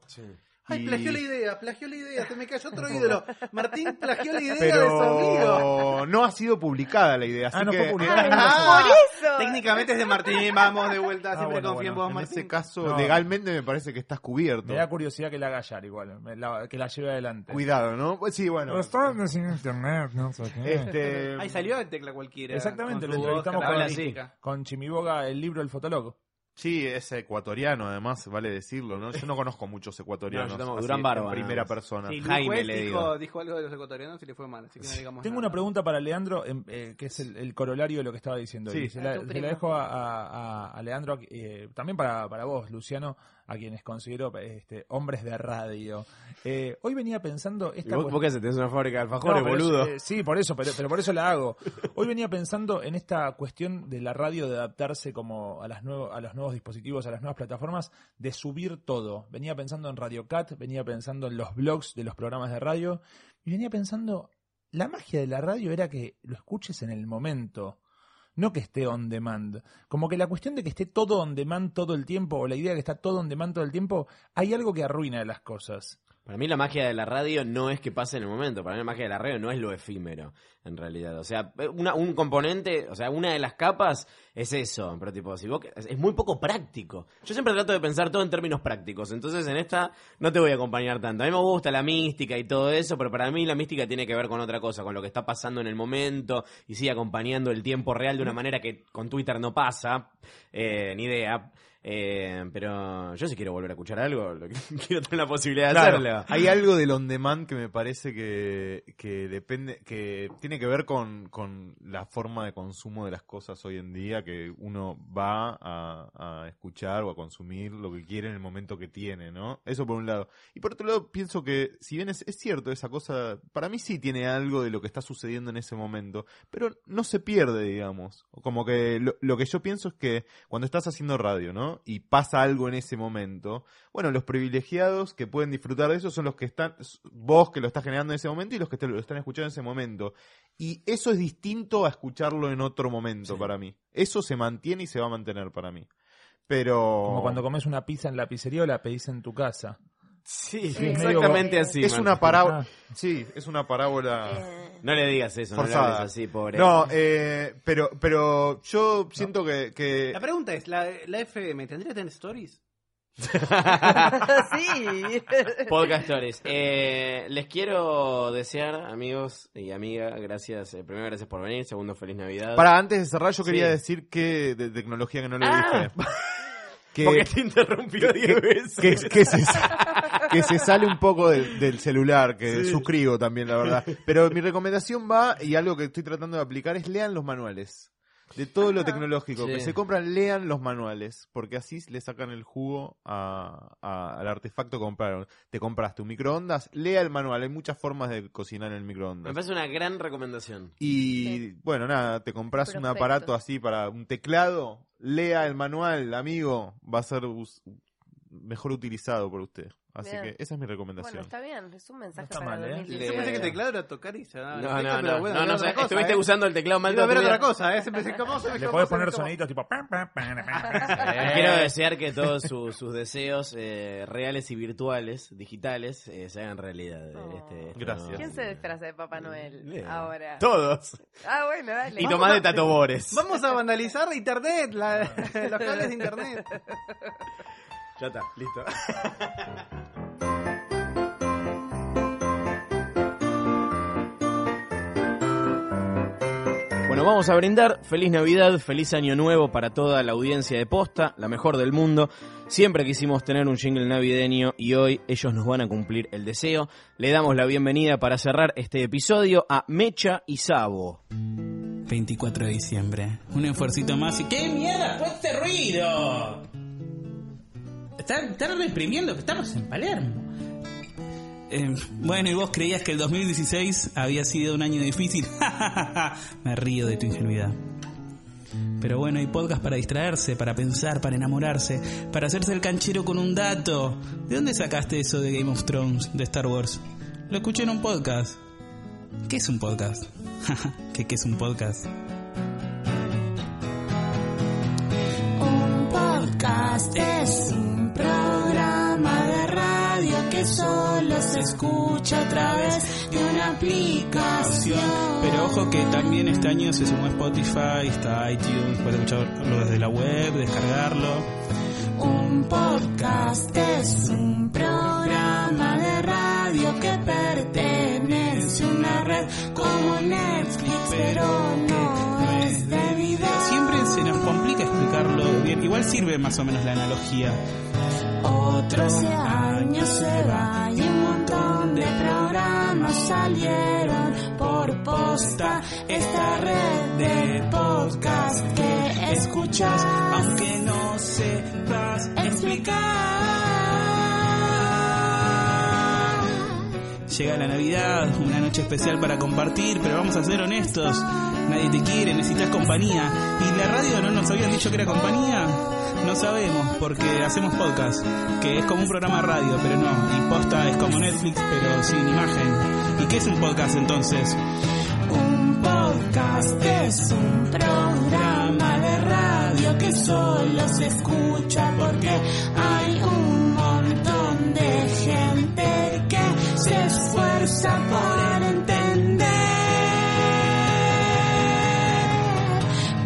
Speaker 22: Ay,
Speaker 23: Y-
Speaker 22: plagió la idea, plagió la idea, se me cayó otro ídolo. Martín plagió la idea de su amigo.
Speaker 23: Pero no ha sido publicada la idea, así
Speaker 22: Ah, no
Speaker 23: que...
Speaker 22: fue *laughs* publicada. Ah, por eso. técnicamente es de Martín, vamos de
Speaker 18: Ah,
Speaker 22: vuelta, siempre confío en vos,
Speaker 23: En
Speaker 22: Martín.
Speaker 23: ese caso,
Speaker 18: No.
Speaker 23: legalmente me parece que estás cubierto.
Speaker 18: Me da curiosidad que la haga Yar igual, me la- que la lleve adelante.
Speaker 23: Cuidado, ¿no? Pues sí, bueno.
Speaker 18: Pero estaban sin internet, no sé qué.
Speaker 23: Este-
Speaker 22: Ahí salió de tecla cualquiera.
Speaker 18: ¿Eh? Exactamente,
Speaker 22: con su
Speaker 18: lo
Speaker 22: voz
Speaker 18: entrevistamos con,
Speaker 22: característica.
Speaker 18: con Chimiboga, el libro El Fotoloco.
Speaker 23: Sí, es ecuatoriano, además, vale decirlo, ¿no? Yo no conozco muchos ecuatorianos.
Speaker 18: No, yo tampoco,
Speaker 23: así,
Speaker 18: Durán
Speaker 23: en
Speaker 18: Barba, nada
Speaker 23: primera
Speaker 18: más.
Speaker 23: persona.
Speaker 22: Sí, Luis Juez dijo, dijo algo de los ecuatorianos y le fue mal, así que no digamos
Speaker 18: Tengo una pregunta para Leandro, em, eh, que es el, el corolario de lo que estaba diciendo.
Speaker 23: Sí.
Speaker 18: y se
Speaker 23: A
Speaker 18: la,
Speaker 23: tu
Speaker 18: se la
Speaker 23: primo.
Speaker 18: dejo a, a- a- a Leandro, eh, también para, para vos, Luciano, a quienes considero este, hombres de radio. Eh, hoy venía pensando...
Speaker 2: ¿Y
Speaker 18: Esta
Speaker 2: ¿Vos, vos
Speaker 18: cuestión-
Speaker 2: qué haces? Tenés una fábrica de alfajores,
Speaker 18: No, pero
Speaker 2: boludo.
Speaker 18: es- eh, sí, por eso, pero, pero por eso la hago. Hoy venía pensando en esta cuestión de la radio de adaptarse como a, las nuevo- a los nuevos dispositivos, a las nuevas plataformas, de subir todo. Venía pensando en Radio Cat, venía pensando en los blogs de los programas de radio y venía pensando, la magia de la radio era que lo escuches en el momento. No que esté on demand. Como que la cuestión de que esté todo on demand todo el tiempo, o la idea de que está todo on demand todo el tiempo, hay algo que arruina las cosas.
Speaker 2: Para mí la magia de la radio no es que pase en el momento, para mí la magia de la radio no es lo efímero, en realidad. O sea, una- un componente, o sea, una de las capas es eso, pero tipo, si vos, que- es muy poco práctico. Yo siempre trato de pensar todo en términos prácticos, entonces en esta no te voy a acompañar tanto. A mí me gusta la mística y todo eso, pero para mí la mística tiene que ver con otra cosa, con lo que está pasando en el momento y sí, acompañando el tiempo real de una manera que con Twitter no pasa, eh, ni idea. Eh, pero yo si quiero volver a escuchar algo, lo que- *laughs* quiero tener la posibilidad de
Speaker 23: Claro,
Speaker 2: hacerlo.
Speaker 23: Hay algo del on demand que me parece que, que depende, que tiene que ver con, con la forma de consumo de las cosas hoy en día, que uno va a, a escuchar o a consumir lo que quiere en el momento que tiene, ¿no? Eso por un lado. Y por otro lado, pienso que, si bien es, es cierto esa cosa, para mí sí tiene algo de lo que está sucediendo en ese momento, pero no se pierde, digamos. Como que lo, lo que yo pienso es que cuando estás haciendo radio, ¿no? año y pasa algo en ese momento, bueno, los privilegiados que pueden disfrutar de eso son los que están, vos que lo estás generando en ese momento y los que te lo están escuchando en ese momento. Y eso es distinto a escucharlo en otro momento para mí. Eso se mantiene y se va a mantener para mí. Pero...
Speaker 18: Como cuando comes una pizza en la pizzería o la pedís en tu casa.
Speaker 2: Sí,
Speaker 23: Sí, es medio- Es una
Speaker 18: Ah.
Speaker 23: parábola. Sí, es una parábola.
Speaker 2: Ah. No le digas eso, no le
Speaker 23: forzada.
Speaker 2: hables así, pobre.
Speaker 23: No, eh, pero, pero yo siento que, que
Speaker 22: La pregunta es, ¿la, la FM tendría que tener
Speaker 24: *laughs*
Speaker 22: stories? *laughs*
Speaker 24: sí.
Speaker 2: *laughs* Podcastores, eh, les quiero desear, amigos y amigas, gracias. eh, primero, gracias por venir. Segundo, feliz Navidad.
Speaker 23: Para antes de cerrar, yo quería
Speaker 2: Sí.
Speaker 23: decir que de tecnología que no le
Speaker 2: Ah. *laughs*
Speaker 23: dije.
Speaker 2: Porque te interrumpió
Speaker 23: que-
Speaker 2: diez
Speaker 23: que-
Speaker 2: veces.
Speaker 23: Que, que se,
Speaker 2: *laughs*
Speaker 23: que se sale un poco del, del celular, que
Speaker 2: Sí.
Speaker 23: suscribo también, la
Speaker 2: *laughs*
Speaker 23: verdad. Pero mi recomendación va, y algo que estoy tratando de aplicar, es lean los manuales. De todo lo tecnológico
Speaker 2: Ah, Sí.
Speaker 23: que se compran, lean los manuales, porque así le sacan el jugo a- a- al artefacto que compraron. Te compraste un microondas, lea el manual, hay muchas formas de cocinar en el microondas.
Speaker 2: Me parece una gran recomendación.
Speaker 23: *laughs* Y bueno, nada, te compras un
Speaker 2: Perfecto.
Speaker 23: aparato así para un teclado, lea el manual, amigo, va a ser us- mejor utilizado por usted. Así
Speaker 24: Bien.
Speaker 23: que esa es mi
Speaker 24: Bueno,
Speaker 23: recomendación.
Speaker 24: está bien, es un mensaje
Speaker 22: está
Speaker 24: para
Speaker 22: mal, ¿eh?
Speaker 24: 2015.
Speaker 22: Yo pensé que teclado era tocar y se daba
Speaker 2: No,
Speaker 22: la tecla,
Speaker 2: no,
Speaker 22: pero
Speaker 2: no,
Speaker 22: bueno,
Speaker 2: no,
Speaker 22: era
Speaker 2: no,
Speaker 22: otra
Speaker 2: sé, estuviste
Speaker 22: ¿eh?
Speaker 2: usando el teclado más
Speaker 22: Iba a
Speaker 2: toda
Speaker 22: ver
Speaker 2: tu
Speaker 22: otra
Speaker 2: vida.
Speaker 22: cosa, ¿eh? Siempre pensé, ¿cómo se me
Speaker 18: Le
Speaker 22: cómo
Speaker 18: podés
Speaker 22: se me
Speaker 18: poner
Speaker 22: cómo?
Speaker 18: soniditos tipo. pam, pam, pam,
Speaker 2: Les
Speaker 18: pam.
Speaker 2: Eh, quiero desear que todos
Speaker 22: *laughs*
Speaker 2: su- sus deseos eh, reales y virtuales, digitales, eh, se hagan realidad. eh, este- este nuevo
Speaker 24: ¿Quién
Speaker 2: año.
Speaker 24: se disfraza de Papá Noel
Speaker 2: Bien.
Speaker 24: ahora?
Speaker 2: Todos.
Speaker 24: Ah, bueno, dale.
Speaker 2: Y tomás de tatobores.
Speaker 22: Vamos a vandalizar internet, la- *laughs* los cables de internet.
Speaker 24: *laughs*
Speaker 2: Ya está, listo. Bueno, vamos a brindar. Feliz Navidad, feliz Año Nuevo para toda la audiencia de Posta, la mejor del mundo. Siempre quisimos tener un jingle navideño y hoy ellos nos van a cumplir el deseo. Le damos la bienvenida para cerrar este episodio a Mecha y Sabo.
Speaker 10: 24 de diciembre.
Speaker 15: Un esfuercito más y... ¡Qué mierda fue este ruido! Están, están reprimiendo que estamos en Palermo. Eh, bueno, y vos creías que el 2016 había sido un año difícil. *laughs* Me río de tu ingenuidad. Pero bueno, hay podcast para distraerse, para pensar, para enamorarse, para hacerse el canchero con un dato. ¿De dónde sacaste eso de Game of Thrones, de Star Wars? Lo escuché en un podcast. ¿Qué es un podcast? *laughs* ¿Qué, qué es un podcast?
Speaker 10: Un podcast es un programa de radio que solo se escucha a través de una aplicación.
Speaker 15: Pero ojo que también este año se sumó Spotify, está iTunes, puedes escucharlo desde la web, descargarlo.
Speaker 10: Un podcast es un programa de radio que pertenece a una red como Netflix, pero no es de video.
Speaker 15: Siempre se nos complica explicarlo bien, igual sirve más o menos la analogía.
Speaker 10: Otro ese año se va y un montón de programas salieron por posta. Esta red de podcast que escuchas, aunque no sepas explicar.
Speaker 15: Llega la Navidad, una noche especial para compartir, pero vamos a ser honestos, nadie te quiere, necesitas compañía. ¿Y la radio no nos habían dicho que era compañía? No sabemos, porque hacemos podcast, que es como un programa de radio, pero no, y posta es como Netflix, pero sin imagen. ¿Y qué es un podcast entonces?
Speaker 10: Un podcast Este es un programa de radio que solo se escucha porque hay un montón de gente que se esfuerza por entender.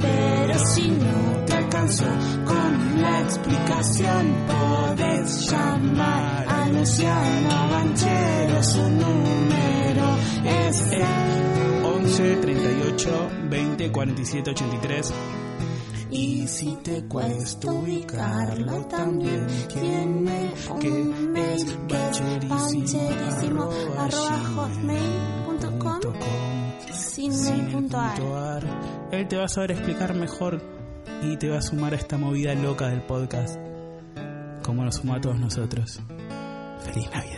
Speaker 10: Pero si no te alcanzó con la explicación, podés llamar a Luciano Banchero. Su número es el
Speaker 15: 11 38 20 47 83
Speaker 10: Y si te cuesta ubicarlo también, tiene que es pancherísimo arroba hotmail.com sin el punto ar.
Speaker 15: puntuar. Él te va a saber explicar mejor y te va a sumar a esta movida loca del podcast. Como nos sumó a todos nosotros. Feliz Navidad.